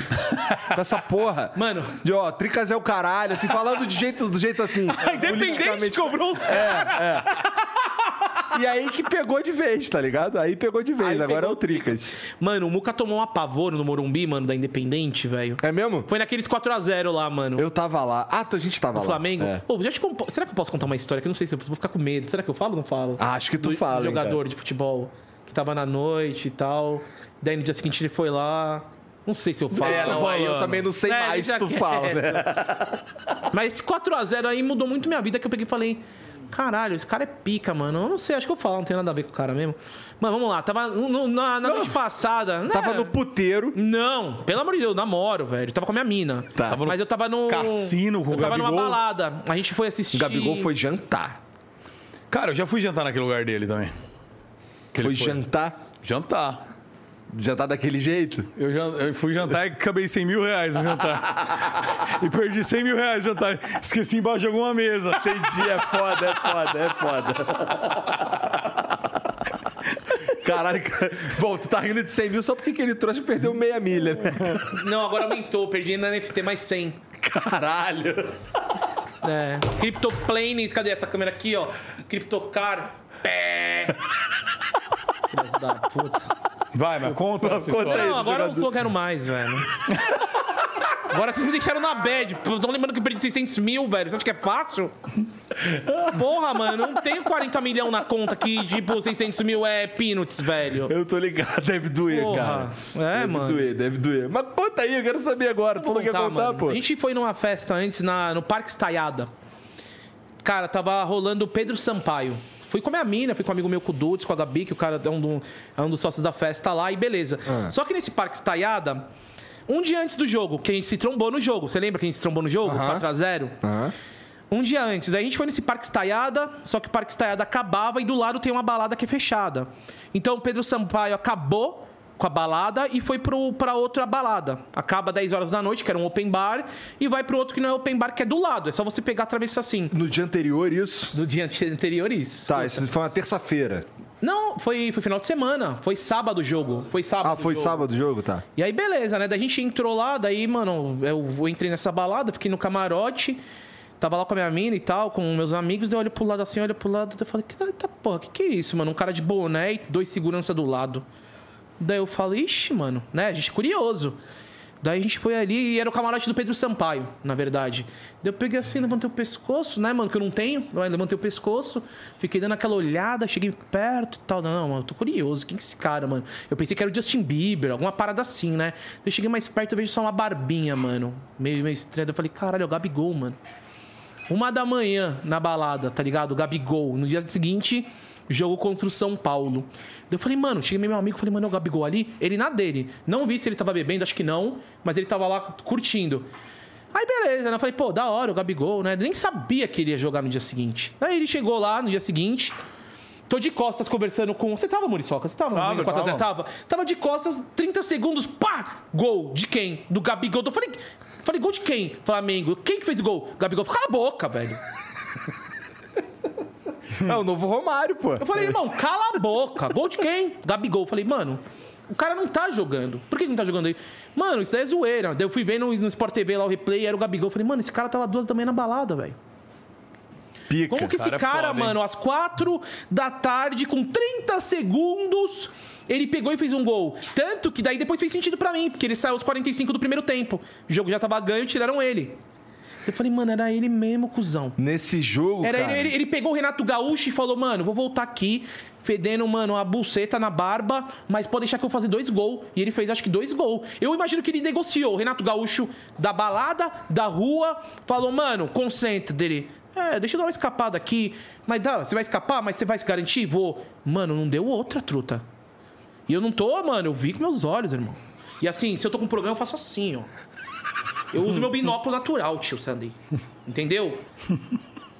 Speaker 2: com essa porra.
Speaker 3: Mano.
Speaker 2: De, ó, Tricas é o caralho, assim, falando de jeito, do jeito assim.
Speaker 3: [laughs] A Ah, Independente
Speaker 2: politicamente É.
Speaker 3: cobrou os caras.
Speaker 2: E aí que pegou de vez, tá ligado? Aí pegou de vez,
Speaker 3: Aí
Speaker 2: agora é
Speaker 3: pegou
Speaker 2: o Tricas.
Speaker 3: Mano, o Muca tomou um apavoro no Morumbi, mano, da Independente, velho.
Speaker 2: É mesmo?
Speaker 3: Foi naqueles 4x0 lá, mano.
Speaker 2: Eu tava lá. Ah, a gente tava
Speaker 3: do
Speaker 2: lá.
Speaker 3: Flamengo.
Speaker 2: É.
Speaker 3: Ô, já te compo- Será que eu posso contar uma história que eu não sei se eu vou ficar com medo? Será que eu falo ou não falo?
Speaker 2: Acho que Ah, tu
Speaker 3: do,
Speaker 2: fala,
Speaker 3: do
Speaker 2: hein,
Speaker 3: jogador de futebol que tava na noite e tal. Daí no dia seguinte ele foi lá. Não sei se eu falo.
Speaker 2: É, não, aí eu também não sei
Speaker 3: É,
Speaker 2: mais se
Speaker 3: deixa
Speaker 2: tu
Speaker 3: quieto.
Speaker 2: fala, né?
Speaker 3: Mas esse 4x0 aí mudou muito minha vida, que eu peguei e falei... Caralho, esse cara é pica, mano. Eu não sei, acho que eu falo, não tem nada a ver com o cara mesmo. Mas vamos lá, tava no- no- na, na noite passada...
Speaker 2: Tava
Speaker 3: né?
Speaker 2: no puteiro.
Speaker 3: Não, pelo amor de Deus, eu namoro, velho. Eu tava com a minha mina.
Speaker 1: Tava no
Speaker 3: Tá. Mas eu tava no.
Speaker 1: cassino com o
Speaker 3: Eu tava numa
Speaker 1: Gabigol.
Speaker 3: balada. A gente foi assistir.
Speaker 2: O Gabigol foi jantar.
Speaker 1: Cara, eu já fui jantar naquele lugar dele também. Que ele
Speaker 2: foi,
Speaker 1: foi.
Speaker 2: jantar.
Speaker 1: Jantar.
Speaker 2: Jantar daquele jeito.
Speaker 1: Eu, jan- eu fui jantar e acabei 100 mil reais no jantar. [laughs] e perdi 100 mil reais no jantar. Esqueci embaixo de alguma mesa.
Speaker 2: Entendi, é foda, é foda, é foda. Caralho, cara. Bom, tu tá rindo de 100 mil só porque que ele trouxe e perdeu meia milha, né?
Speaker 3: Não, agora aumentou. Perdi na NFT mais 100.
Speaker 2: Caralho.
Speaker 3: É. Cryptoplanes, cadê essa câmera aqui, ó? Cryptocar. Pé. Filhas da puta.
Speaker 1: Vai, mas conta a sua
Speaker 2: Conta
Speaker 1: história.
Speaker 2: aí.
Speaker 3: Não, agora eu não sou- quero mais, velho. Agora vocês me deixaram na bad. Estão lembrando que eu perdi 600 mil, velho. Você acha que é fácil? Porra, mano, não tenho 40 milhão na conta que, tipo, 600 mil é peanuts, velho.
Speaker 2: Eu tô ligado, deve doer,
Speaker 3: Porra.
Speaker 2: cara.
Speaker 3: É,
Speaker 2: deve
Speaker 3: mano.
Speaker 2: doer, deve doer. Mas conta aí, eu quero saber agora. Tu falou que ia
Speaker 3: Contar,
Speaker 2: contar,
Speaker 3: mano.
Speaker 2: pô.
Speaker 3: A gente foi numa festa antes na, no Parque Estaiada. Cara, tava rolando o Pedro Sampaio. Fui com a minha mina, fui com um amigo meu, com o Dudes, com a Gabi, que o cara é um, do- é um dos sócios da festa lá, e beleza.
Speaker 2: Ah.
Speaker 3: Só que nesse Parque Estaiada, um dia antes do jogo, que a gente se trombou no jogo. Você lembra que a gente se trombou no jogo? 4x0? Um dia antes. Daí a gente foi nesse Parque Estaiada, só que o Parque Estaiada acabava e do lado tem uma balada que é fechada. Então o Pedro Sampaio acabou com a balada e foi pro, pra outra balada. Acaba 10 horas da noite, que era um open bar, e vai pro outro que não é open bar, que é do lado. É só você pegar a travessa assim.
Speaker 2: No dia anterior, isso.
Speaker 3: No dia [laughs] anterior, isso.
Speaker 2: Tá, isso foi uma terça-feira.
Speaker 3: Não, foi, foi final de semana. Foi sábado o jogo. Foi sábado.
Speaker 2: Ah, foi
Speaker 3: o jogo.
Speaker 2: sábado o jogo, tá?
Speaker 3: E aí, beleza, né? Daí a gente entrou lá, daí, mano, eu entrei nessa balada, fiquei no camarote, tava lá com a minha mina e tal, com meus amigos, daí eu olho pro lado assim, olho pro lado, daí eu falei, que tá porra, que que é isso, mano? Um cara de boné e dois segurança do lado. Daí eu falo, ixi, mano, né? A gente é curioso. Daí a gente foi ali e era o camarote do Pedro Sampaio, na verdade. Daí eu peguei assim, levantei o pescoço, né, mano, que eu não tenho. né, Levantei o pescoço, fiquei dando aquela olhada, cheguei perto e tal. Não, não, mano, eu tô curioso, quem que é esse cara, mano? Eu pensei que era o Justin Bieber, alguma parada assim, né? Daí eu cheguei mais perto, eu vejo só uma barbinha, mano. Meio, meio estranho. Daí eu falei, caralho, é o Gabigol, mano. Uma da manhã na balada, tá ligado? O Gabigol. No dia seguinte, jogo contra o São Paulo. Daí Eu falei, mano, cheguei meu amigo, falei, mano, é o Gabigol ali, ele na dele. Não vi se ele tava bebendo, acho que não, mas ele tava lá curtindo. Aí beleza, né? Eu falei, pô, da hora o Gabigol, né? Nem sabia que ele ia jogar no dia seguinte. Daí ele chegou lá no dia seguinte, Tô de costas conversando com. Você tava, Muriçoca? Você tava?
Speaker 1: Tava,
Speaker 3: no 4 a 0?
Speaker 1: tava.
Speaker 3: tava. Tava de costas, 30 segundos, pá! Gol de quem? Do Gabigol. Eu falei, falei, gol de quem? Flamengo. Quem que fez o gol? Gabigol. Cala a boca, velho.
Speaker 2: [laughs] É o novo Romário, pô.
Speaker 3: Eu falei, irmão, cala a boca. Gol de quem? Gabigol. Eu falei, mano, o cara não tá jogando. Por que ele não tá jogando aí? Mano, isso daí é zoeira. Daí eu fui ver no, no Sport TV lá o replay, era o Gabigol. Eu falei, mano, esse cara tava duas da manhã na balada, velho.
Speaker 2: Pica.
Speaker 3: Como que esse
Speaker 1: cara é
Speaker 3: cara,
Speaker 1: foda, hein?
Speaker 3: mano, às quatro da tarde, com 30 segundos, ele pegou e fez um gol. Tanto que daí depois fez sentido pra mim, porque ele saiu aos 45 do primeiro tempo. O jogo já tava ganho, tiraram ele. Eu falei, mano, era ele mesmo, cuzão.
Speaker 2: Nesse jogo,
Speaker 3: Era
Speaker 2: cara.
Speaker 3: ele, ele, ele pegou o Renato Gaúcho e falou, mano, vou voltar aqui, fedendo, mano, a buceta na barba, mas pode deixar que eu vou fazer dois gols. E ele fez, acho que dois gols. Eu imagino que ele negociou o Renato Gaúcho da balada, da rua, falou, mano, concentra dele. É, deixa eu dar uma escapada aqui. Mas dá, você vai escapar, mas você vai se garantir? Vou. Mano, não deu outra, truta. E eu não tô, mano, eu vi com meus olhos, irmão. E assim, se eu tô com um programa, eu faço assim, ó. Eu uso meu binóculo natural, tio Sandy. Entendeu?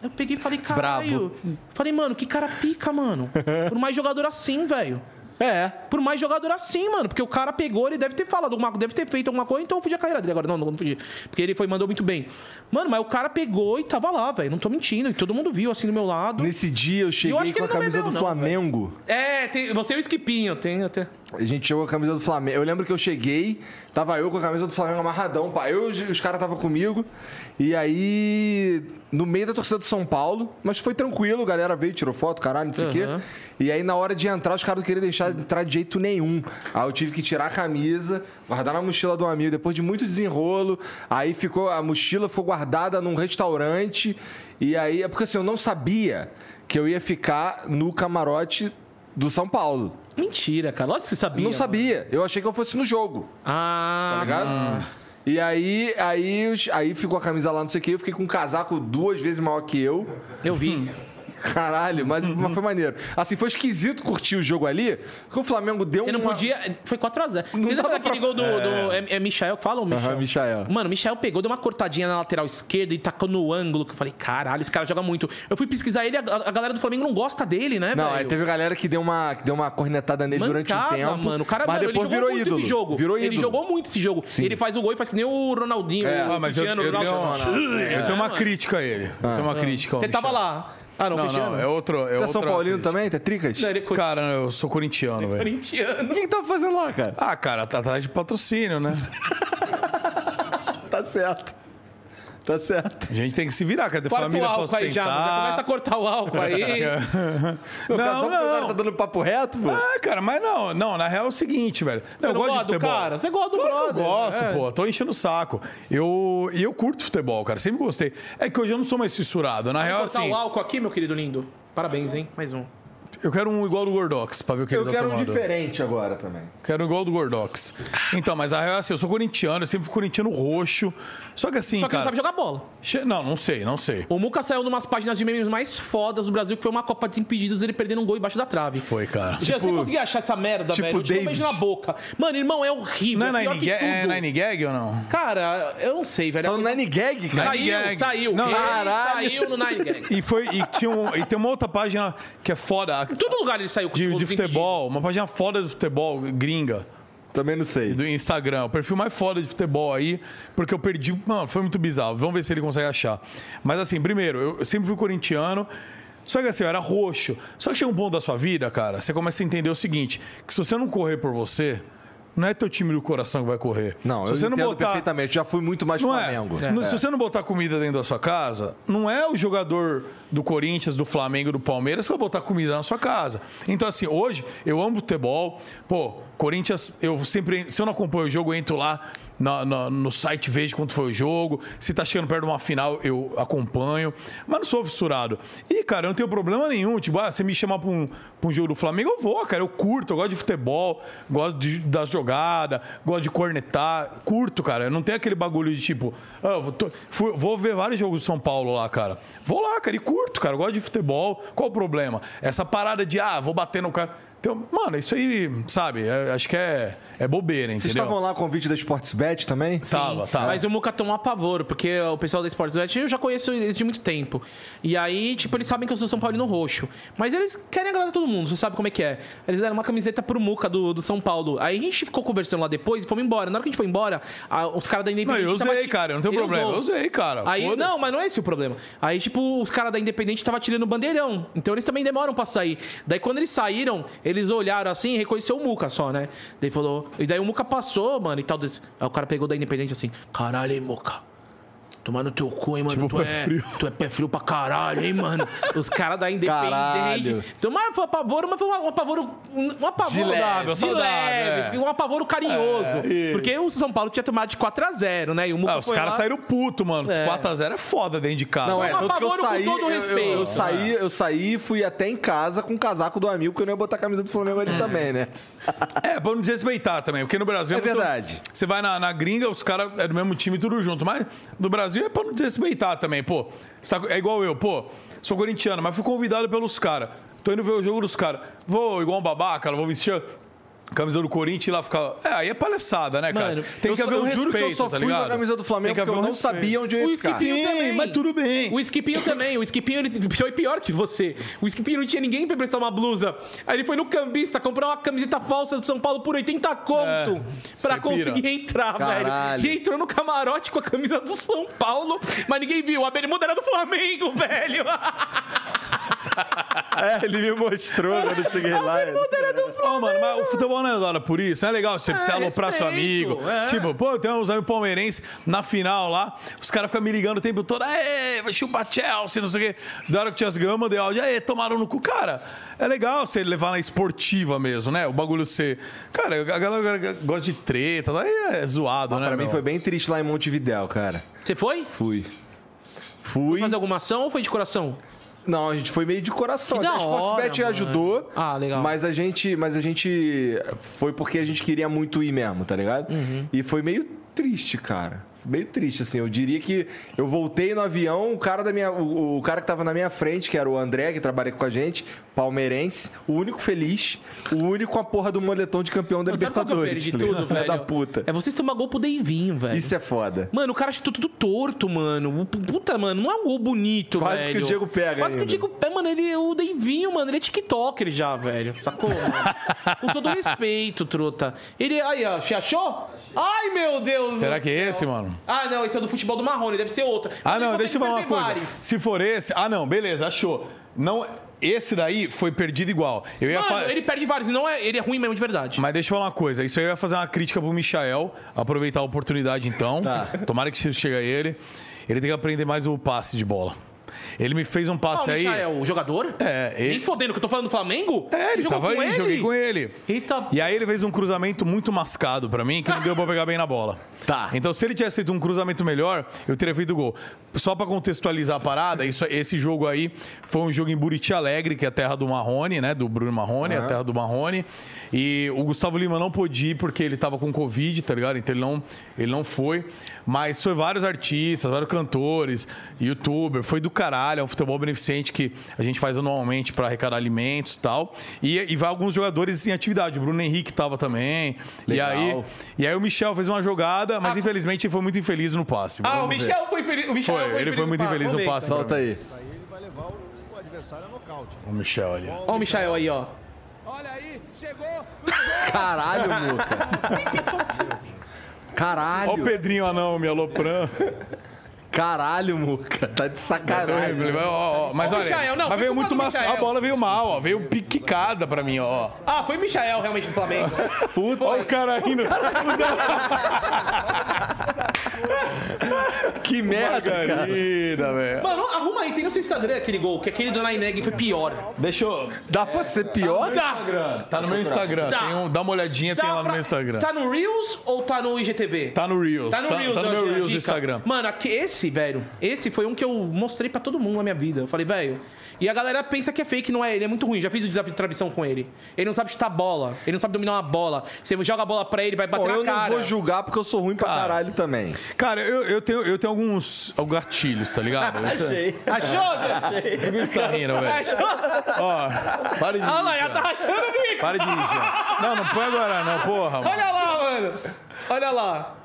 Speaker 3: Eu peguei e falei, caralho. Falei, mano, que cara pica, mano. Por mais jogador assim, velho.
Speaker 2: É.
Speaker 3: Por mais jogador assim, mano. Porque o cara pegou, ele deve ter falado alguma deve ter feito alguma coisa, então eu fudi a carreira dele agora. Não, não, não fudi. Porque ele foi mandou muito bem. Mano, mas o cara pegou e tava lá, velho. Não tô mentindo. E todo mundo viu, assim, do meu lado.
Speaker 2: Nesse dia eu cheguei
Speaker 3: Eu acho que
Speaker 2: com a
Speaker 3: ele não
Speaker 2: camisa
Speaker 3: bebeu,
Speaker 2: do
Speaker 3: não,
Speaker 2: Flamengo.
Speaker 3: É, tem, você e o Esquipinho. Tem até...
Speaker 2: A gente chegou com a camisa do Flamengo. Eu lembro que eu cheguei, tava eu com a camisa do Flamengo amarradão, pá. Eu e os caras estavam comigo. E aí, no meio da torcida do São Paulo, mas foi tranquilo, a galera veio, tirou foto, caralho, não sei o quê.
Speaker 3: Aham.
Speaker 2: E aí, na hora de entrar, os caras não queriam deixar de entrar de jeito nenhum. Aí eu tive que tirar a camisa, guardar na mochila do amigo, depois de muito desenrolo. Aí ficou, a mochila ficou guardada num restaurante. E aí, é porque assim, eu não sabia que eu ia ficar no camarote do São Paulo.
Speaker 3: Mentira, cara. Lógico que você sabia.
Speaker 2: Não
Speaker 3: mano.
Speaker 2: sabia. Eu achei que eu fosse no jogo,
Speaker 3: né? Ah,
Speaker 2: tá ligado? E aí, aí, os- aí ficou a camisa lá, não sei o que. Eu fiquei com um casaco duas vezes maior que eu. [laughs]
Speaker 3: eu vi.
Speaker 2: Caralho, mas, mas foi maneiro. Assim, foi esquisito curtir o jogo ali, porque o Flamengo deu
Speaker 3: Você não
Speaker 2: uma-
Speaker 3: podia. Foi 4x0. Você
Speaker 2: Não
Speaker 3: lembra
Speaker 2: dava
Speaker 3: daquele
Speaker 2: pra-
Speaker 3: gol do. do- é, é Michael que fala ou Michel?
Speaker 2: Aham, Michael.
Speaker 3: Mano, o Michael pegou, deu uma cortadinha na lateral esquerda e tacou no ângulo. Que eu falei, caralho, esse cara joga muito. Eu fui pesquisar ele, a, a galera do Flamengo não gosta dele, né,
Speaker 2: Não, aí
Speaker 3: velho?
Speaker 2: teve galera que deu uma, que deu uma cornetada nele durante um
Speaker 3: Mancada,
Speaker 2: tempo.
Speaker 3: mano. O cara,
Speaker 2: mas
Speaker 3: mano,
Speaker 2: depois
Speaker 3: ele jogou
Speaker 2: virou
Speaker 3: muito
Speaker 2: ídolo.
Speaker 3: esse jogo.
Speaker 2: Virou ídolo.
Speaker 3: ele jogou muito esse jogo. Ele faz o gol e faz que nem o Ronaldinho,
Speaker 2: É.
Speaker 3: o
Speaker 1: Ah, mas eu, eu,
Speaker 3: Cristiano
Speaker 1: tenho,
Speaker 3: Ronaldo. [laughs]
Speaker 1: eu tenho uma
Speaker 3: mano.
Speaker 1: crítica a ele. Eu tenho uma crítica ao
Speaker 3: Você tava
Speaker 1: Michel.
Speaker 3: lá. Ah, não,
Speaker 1: Não,
Speaker 3: Cristiano.
Speaker 1: não, é outro. É
Speaker 2: Tu Ah. é São
Speaker 1: outra
Speaker 2: Paulino
Speaker 1: crítica.
Speaker 2: também? Tá tricas?
Speaker 3: Não, ele é cor-
Speaker 1: Cara, eu sou corintiano, velho. tá
Speaker 3: corintiano.
Speaker 2: O que que tava fazendo lá, cara?
Speaker 1: Ah, cara, tá atrás de patrocínio, né?
Speaker 2: Tá certo. Tá certo.
Speaker 1: A gente tem que se virar, cadê
Speaker 3: Corta
Speaker 1: família
Speaker 3: o
Speaker 1: pra
Speaker 3: álcool aí já, mano. Já começa a
Speaker 1: sustentar?
Speaker 3: cortar o álcool aí.
Speaker 2: Não, cara, só porque o
Speaker 1: não,
Speaker 2: cara tá
Speaker 1: não.
Speaker 2: dando papo reto, pô.
Speaker 1: Ah, cara, mas não, não, na real é o seguinte, velho. Não,
Speaker 3: Você
Speaker 1: eu
Speaker 3: não
Speaker 1: gosto de
Speaker 3: gosta do
Speaker 1: futebol.
Speaker 3: cara? Você gosta do
Speaker 1: Eu
Speaker 3: brother.
Speaker 1: gosto,
Speaker 3: é.
Speaker 1: pô. Tô enchendo o saco. Eu, e eu curto futebol, cara. Sempre gostei. É que hoje eu não sou mais fissurado. Na real,
Speaker 3: Cortar
Speaker 1: assim,
Speaker 3: o álcool aqui, meu querido lindo. Parabéns, hein? Mais um.
Speaker 1: eu quero um igual do Gordox pra ver o que
Speaker 2: Eu
Speaker 1: ele tá
Speaker 2: quero um
Speaker 1: tomando.
Speaker 2: diferente agora também.
Speaker 1: Quero igual do Gordox. Então, mas a real é assim, eu sou corintiano, eu sempre fui corintiano roxo. Só que assim,
Speaker 3: Só que
Speaker 1: cara...
Speaker 3: não sabe jogar bola.
Speaker 1: che- Não, não sei, não sei.
Speaker 3: O Muca saiu numas páginas de memes mais fodas do Brasil, que foi uma Copa de Impedidos, ele perdendo um gol embaixo da trave.
Speaker 1: Foi, Tipo- cara.
Speaker 3: Já você conseguia achar essa merda,
Speaker 2: tipo
Speaker 3: velho? Eu te dou um beijo na
Speaker 2: David.
Speaker 3: boca. Mano, irmão, é horrível.
Speaker 1: Não é
Speaker 3: é pior
Speaker 1: Nine
Speaker 3: que
Speaker 1: Gag, é
Speaker 3: tudo.
Speaker 1: Nine Gag ou não?
Speaker 3: Cara, eu não sei, velho.
Speaker 2: Tá no Nine Gag, cara.
Speaker 1: Nine
Speaker 3: Saiu,
Speaker 1: Gag.
Speaker 3: saiu.
Speaker 1: Não,
Speaker 3: Ele
Speaker 2: caralho.
Speaker 3: Saiu no Nine Gag.
Speaker 1: E, foi, e, tinha um- e tem uma outra página que é foda,
Speaker 3: Em todo lugar ele saiu com os
Speaker 1: de,
Speaker 3: gols
Speaker 1: de
Speaker 3: impedidos.
Speaker 1: futebol, uma página foda de futebol gringa
Speaker 2: Também não sei.
Speaker 1: do Instagram, o perfil mais foda de futebol aí, porque eu perdi, mano, foi muito bizarro. Vamos ver se ele consegue achar. Mas assim, primeiro, eu- eu sempre fui corintiano. Só que assim, eu era roxo. Só que chega um ponto da sua vida, cara, você começa a entender o seguinte, que se você não correr por você, não é teu time do coração que vai correr.
Speaker 2: Não,
Speaker 1: se
Speaker 2: eu
Speaker 1: você
Speaker 2: entendo perfeitamente. Já fui muito mais
Speaker 1: Não é.
Speaker 2: Flamengo.
Speaker 1: Não, Se você não botar comida dentro da sua casa, não é o jogador do Corinthians, do Flamengo, do Palmeiras que vai botar comida na sua casa. Então, assim, hoje eu amo futebol. Pô, Corinthians, eu sempre. Se eu não acompanho o jogo, eu entro lá na- na- no site, vejo quanto foi o jogo. Se tá chegando perto de uma final, eu acompanho. Mas não sou fissurado. E, cara, eu não tenho problema nenhum. Tipo, ah, você me chamar pra um, pra um jogo do Flamengo, eu vou, cara. Eu curto, eu gosto de futebol, gosto de, das jogadas, gosto de cornetar. Curto, cara. Eu não tenho aquele bagulho de tipo, ah, eu vou, tô- fui- vou ver vários jogos do São Paulo lá, cara. Vou lá, cara, e curto, cara. eu Gosto de futebol. Qual o problema? Essa parada de, ah, vou bater no cara. Então, mano, isso aí, sabe? é- acho que é, é bobeira, entendeu?
Speaker 2: Vocês estavam lá com o convite da Sportsbet também?
Speaker 1: Tava, tava.
Speaker 3: Mas o Muca tomou apavoro, porque o pessoal da Sportsbet eu já conheço eles de muito tempo. E aí, tipo, eles sabem que eu sou São Paulino roxo. Mas eles querem agradar todo mundo, você sabe como é que é. Eles deram uma camiseta pro Muca do, do São Paulo. Aí a gente ficou conversando lá depois e fomos embora. Na hora que a gente foi embora, a- os caras da
Speaker 1: Não,
Speaker 3: Independente.
Speaker 1: eu
Speaker 3: tava
Speaker 1: usei,
Speaker 3: ti-
Speaker 1: cara, não tem
Speaker 3: Ele
Speaker 1: problema.
Speaker 3: usou.
Speaker 1: Eu usei, cara.
Speaker 3: Aí,
Speaker 1: foda-se.
Speaker 3: não, mas não é esse o problema. Aí, tipo, os caras da Independente tava tirando o bandeirão. Então eles também demoram pra sair. Daí quando eles saíram, eles olharam assim e reconheceu o Muca só, né? Daí falou. E daí o Muca passou, mano, e tal. desse- Aí o cara pegou da Independente assim, caralho, hein, Muca. Tomar no teu cu, hein, mano.
Speaker 1: Tipo,
Speaker 3: tu,
Speaker 1: pé
Speaker 3: é,
Speaker 1: frio.
Speaker 3: tu é pé frio pra caralho, hein, mano. Os caras da Independente.
Speaker 2: Caralho.
Speaker 3: Então, mas foi um apavoro, mas foi um apavoro. Um apavoro.
Speaker 1: De leve,
Speaker 3: de
Speaker 1: saudável,
Speaker 3: leve,
Speaker 1: é.
Speaker 3: Um apavoro carinhoso. porque o São Paulo tinha tomado de 4x0, né? E o Muca
Speaker 1: Ah, os
Speaker 3: foi
Speaker 1: caras
Speaker 3: lá-
Speaker 1: saíram puto, mano.
Speaker 3: É.
Speaker 1: 4x0 é foda dentro de casa.
Speaker 2: Não,
Speaker 3: Só
Speaker 2: é,
Speaker 3: um
Speaker 2: tanto que eu
Speaker 3: apavoro com
Speaker 2: saí,
Speaker 3: todo
Speaker 2: eu- eu- Eu, É.
Speaker 3: respeito.
Speaker 2: saí, eu saí e fui até em casa com o casaco do amigo, porque eu não ia botar a camisa do Flamengo ali também, né?
Speaker 1: É, pra não desrespeitar também, porque no Brasil...
Speaker 2: É
Speaker 1: muito-
Speaker 2: verdade.
Speaker 1: Você vai na, na gringa, os caras é do mesmo time, tudo junto. Mas no Brasil é pra não desrespeitar também, pô. Você tá- É igual eu, pô. Sou corintiano, mas fui convidado pelos caras. Tô indo ver o jogo dos caras. Vou igual um babaca, vou vestir... a Camisa do Corinthians e lá ficar. É, aí é palhaçada, né, cara?
Speaker 3: Mano,
Speaker 1: Tem
Speaker 2: eu
Speaker 1: que
Speaker 2: só-
Speaker 1: haver um
Speaker 2: eu juro
Speaker 1: respeito,
Speaker 2: que eu só
Speaker 1: tá
Speaker 2: fui com a
Speaker 1: ligado?
Speaker 2: camisa do
Speaker 1: Tem
Speaker 2: Flamengo
Speaker 1: que
Speaker 2: porque
Speaker 1: haver
Speaker 2: eu
Speaker 1: um
Speaker 2: não
Speaker 1: respeito.
Speaker 2: sabia onde eu ia
Speaker 3: O [laughs]
Speaker 2: ficar.
Speaker 3: esqueci também.
Speaker 1: Sim, mas tudo bem.
Speaker 3: O Esquipinho também. O Esquipinho ele [laughs] foi pior que você. O Esquipinho não tinha ninguém pra emprestar uma blusa. Aí ele foi no cambista comprar uma camiseta falsa do São Paulo por 80 conto
Speaker 1: cê
Speaker 3: pra
Speaker 1: pira.
Speaker 3: conseguir entrar,
Speaker 2: É, Caralho.
Speaker 3: velho. E entrou no camarote com a camisa do São Paulo, mas ninguém viu. A bermuda era do Flamengo, [laughs] velho.
Speaker 2: É, ele me mostrou quando [laughs] eu cheguei lá.
Speaker 1: Ô, mano, mas o futebol não é da hora por isso. É legal você precisar aloprar seu
Speaker 3: respeito,
Speaker 1: amigo.
Speaker 3: é.
Speaker 1: Tipo, pô, tem uns amigos palmeirenses na final lá, os caras ficam me ligando o tempo todo. Aê, vai chupar Chelsea, não sei o quê. Da hora que o Chelsea ganhou, eu mandei áudio. Aê, tomaram no cu. Cara, é legal você levar na esportiva mesmo, né? O bagulho ser. Cara, a galera gosta de treta, daí é zoado, né?
Speaker 2: Ah, Pra mim
Speaker 1: meu?
Speaker 2: foi bem triste lá em Montevidéu, cara.
Speaker 3: Você foi?
Speaker 2: Fui. Fui.
Speaker 3: Fazer alguma ação ou foi de coração?
Speaker 2: Não, a gente foi meio de coração.
Speaker 3: Que
Speaker 2: Assim, a
Speaker 3: da
Speaker 2: Sportsbet
Speaker 3: hora, mano.
Speaker 2: ajudou.
Speaker 3: Ah, legal.
Speaker 2: Mas a gente, mas a gente foi porque a gente queria muito ir mesmo, tá ligado?
Speaker 3: Uhum.
Speaker 2: E foi meio triste, cara. Meio triste assim. Eu diria que eu voltei no avião, o cara da minha, o, o cara que tava na minha frente, que era o André, que trabalha com a gente, palmeirense, o único feliz, o único com a porra do moletom de campeão da
Speaker 3: Mano, sabe qual que é eu
Speaker 2: Libertadores.
Speaker 3: perdi
Speaker 2: tá
Speaker 3: tudo,
Speaker 2: ligado? Filha
Speaker 3: velho?
Speaker 2: Da puta.
Speaker 3: É vocês tomar gol pro Deivinho, velho.
Speaker 2: Isso é foda.
Speaker 3: Mano, o cara chutou tudo torto, mano. O p- Puta, mano, não é um gol bonito,
Speaker 2: Quase
Speaker 3: velho.
Speaker 2: que o Diego pega
Speaker 3: Quase que o
Speaker 2: ainda.
Speaker 3: Diego pega. Mano, ele, o Deivinho, mano, ele é TikToker já, velho. Sacou? mano? Com todo respeito, truta. Ele. Aí, ó, você achou? Ai, meu Deus!
Speaker 1: Será
Speaker 3: do
Speaker 1: que é
Speaker 3: céu.
Speaker 1: esse, mano?
Speaker 3: Ah, não, esse é do futebol do Marrone, deve ser outra.
Speaker 1: Ah,
Speaker 3: Ele
Speaker 1: não,
Speaker 3: consegue
Speaker 1: deixa eu falar uma
Speaker 3: perder
Speaker 1: coisa.
Speaker 3: vários.
Speaker 1: Se for esse. Ah, não, beleza, achou. Não. Esse daí foi perdido igual. Eu ia
Speaker 3: Mano,
Speaker 1: fa-
Speaker 3: ele perde vários, não é, ele é ruim mesmo de verdade.
Speaker 1: Mas deixa eu falar uma coisa. Isso aí eu ia fazer uma crítica pro Michael. Aproveitar a oportunidade, então. Tomara que chegue a ele. Ele tem que aprender mais o passe de bola. Ele me fez um
Speaker 3: Ah, o
Speaker 1: passe aí...
Speaker 3: Michael, o jogador?
Speaker 1: É, ele-
Speaker 3: Nem fodendo que eu tô falando do Flamengo?
Speaker 1: É, ele tava aí, joguei com ele.
Speaker 3: Eita,
Speaker 1: E aí ele fez um cruzamento muito mascado pra mim, que não deu pra pegar bem na bola. Tá. Então, se ele tivesse feito um cruzamento melhor, eu teria feito gol. Só pra contextualizar a parada, isso- esse jogo aí foi um jogo em Buriti Alegre, que é a terra do Marrone, né? Do Bruno Marrone, a terra do Marrone. E o Gustavo Lima não pôde ir porque ele tava com Covid, tá ligado? Então ele não, ele não foi. Mas foi vários artistas, vários cantores, youtuber, foi do caralho. É um futebol beneficente que a gente faz anualmente pra arrecadar alimentos e tal. E, e vai alguns jogadores em atividade. O Bruno Henrique tava também. E aí, e aí o Michel fez uma jogada, mas infelizmente ele foi muito infeliz no passe.
Speaker 3: Ah, o
Speaker 1: Vamos ver.
Speaker 3: Michel foi infeliz. O Michel
Speaker 1: Foi, ele
Speaker 3: infeliz
Speaker 1: foi muito infeliz no
Speaker 3: vamos ver,
Speaker 1: passe.
Speaker 2: Solta aí.
Speaker 1: O Michel ali.
Speaker 3: então. Ó o Michel aí, ó.
Speaker 2: Caralho, Muca.
Speaker 1: Ó
Speaker 3: [laughs]
Speaker 1: o
Speaker 2: Caralho.
Speaker 1: Pedrinho anão me aloprando.
Speaker 2: Caralho, Muca. Tá de sacanagem.
Speaker 1: Ó, Então, ó, ó, mas
Speaker 3: Ó o
Speaker 1: olha,
Speaker 3: Michael, não,
Speaker 1: mas
Speaker 3: foi
Speaker 1: veio muito
Speaker 3: culpa do
Speaker 1: macio. A
Speaker 3: Michael.
Speaker 1: bola veio mal, ó. Veio picada pra mim, ó.
Speaker 3: Ah, foi o Michel realmente do
Speaker 1: [laughs]
Speaker 3: Flamengo.
Speaker 1: Puta, olha o cara rindo.
Speaker 2: Que merda, cara.
Speaker 1: Margarida, velho.
Speaker 3: Mano, arruma aí, tem no seu Instagram aquele gol, que aquele do Naineg foi pior.
Speaker 1: Deixa eu.
Speaker 2: Dá pra ser pior?
Speaker 1: Instagram. Tá no meu Instagram.
Speaker 3: Tá.
Speaker 1: Tem um- dá uma olhadinha, tem lá no
Speaker 3: pra-
Speaker 1: meu Instagram. Tá,
Speaker 3: Tá no Reels ou tá no IGTV?
Speaker 1: no Reels.
Speaker 3: Tá no Reels,
Speaker 1: tá no
Speaker 3: ó,
Speaker 1: meu
Speaker 3: a
Speaker 1: Reels do
Speaker 3: dica.
Speaker 1: Instagram.
Speaker 3: Mano, aqui- esse, velho, esse foi um que eu mostrei pra todo mundo na minha vida. Eu falei, velho. E a galera pensa que é fake, não é ele, é muito ruim. Já fiz o desafio de travessão com ele. Ele não sabe chutar bola, ele não sabe dominar uma bola. Você joga a bola pra ele, vai bater
Speaker 2: Bom, eu
Speaker 3: na cara.
Speaker 2: não vou
Speaker 3: [laughs]
Speaker 2: julgar porque eu sou ruim pra caralho também.
Speaker 1: Cara, eu, eu tenho, eu tenho alguns, alguns gatilhos, tá
Speaker 3: [laughs]
Speaker 1: ligado?
Speaker 3: Achou? [laughs]
Speaker 1: Por que você tá rindo, velho?
Speaker 3: Achou?
Speaker 1: Ó, para de
Speaker 3: Olha
Speaker 1: rir.
Speaker 3: lá, já tá achando o bico.
Speaker 1: Para de rir, já. Não, não põe agora, não, porra. Mano.
Speaker 3: Olha lá, mano. Olha lá.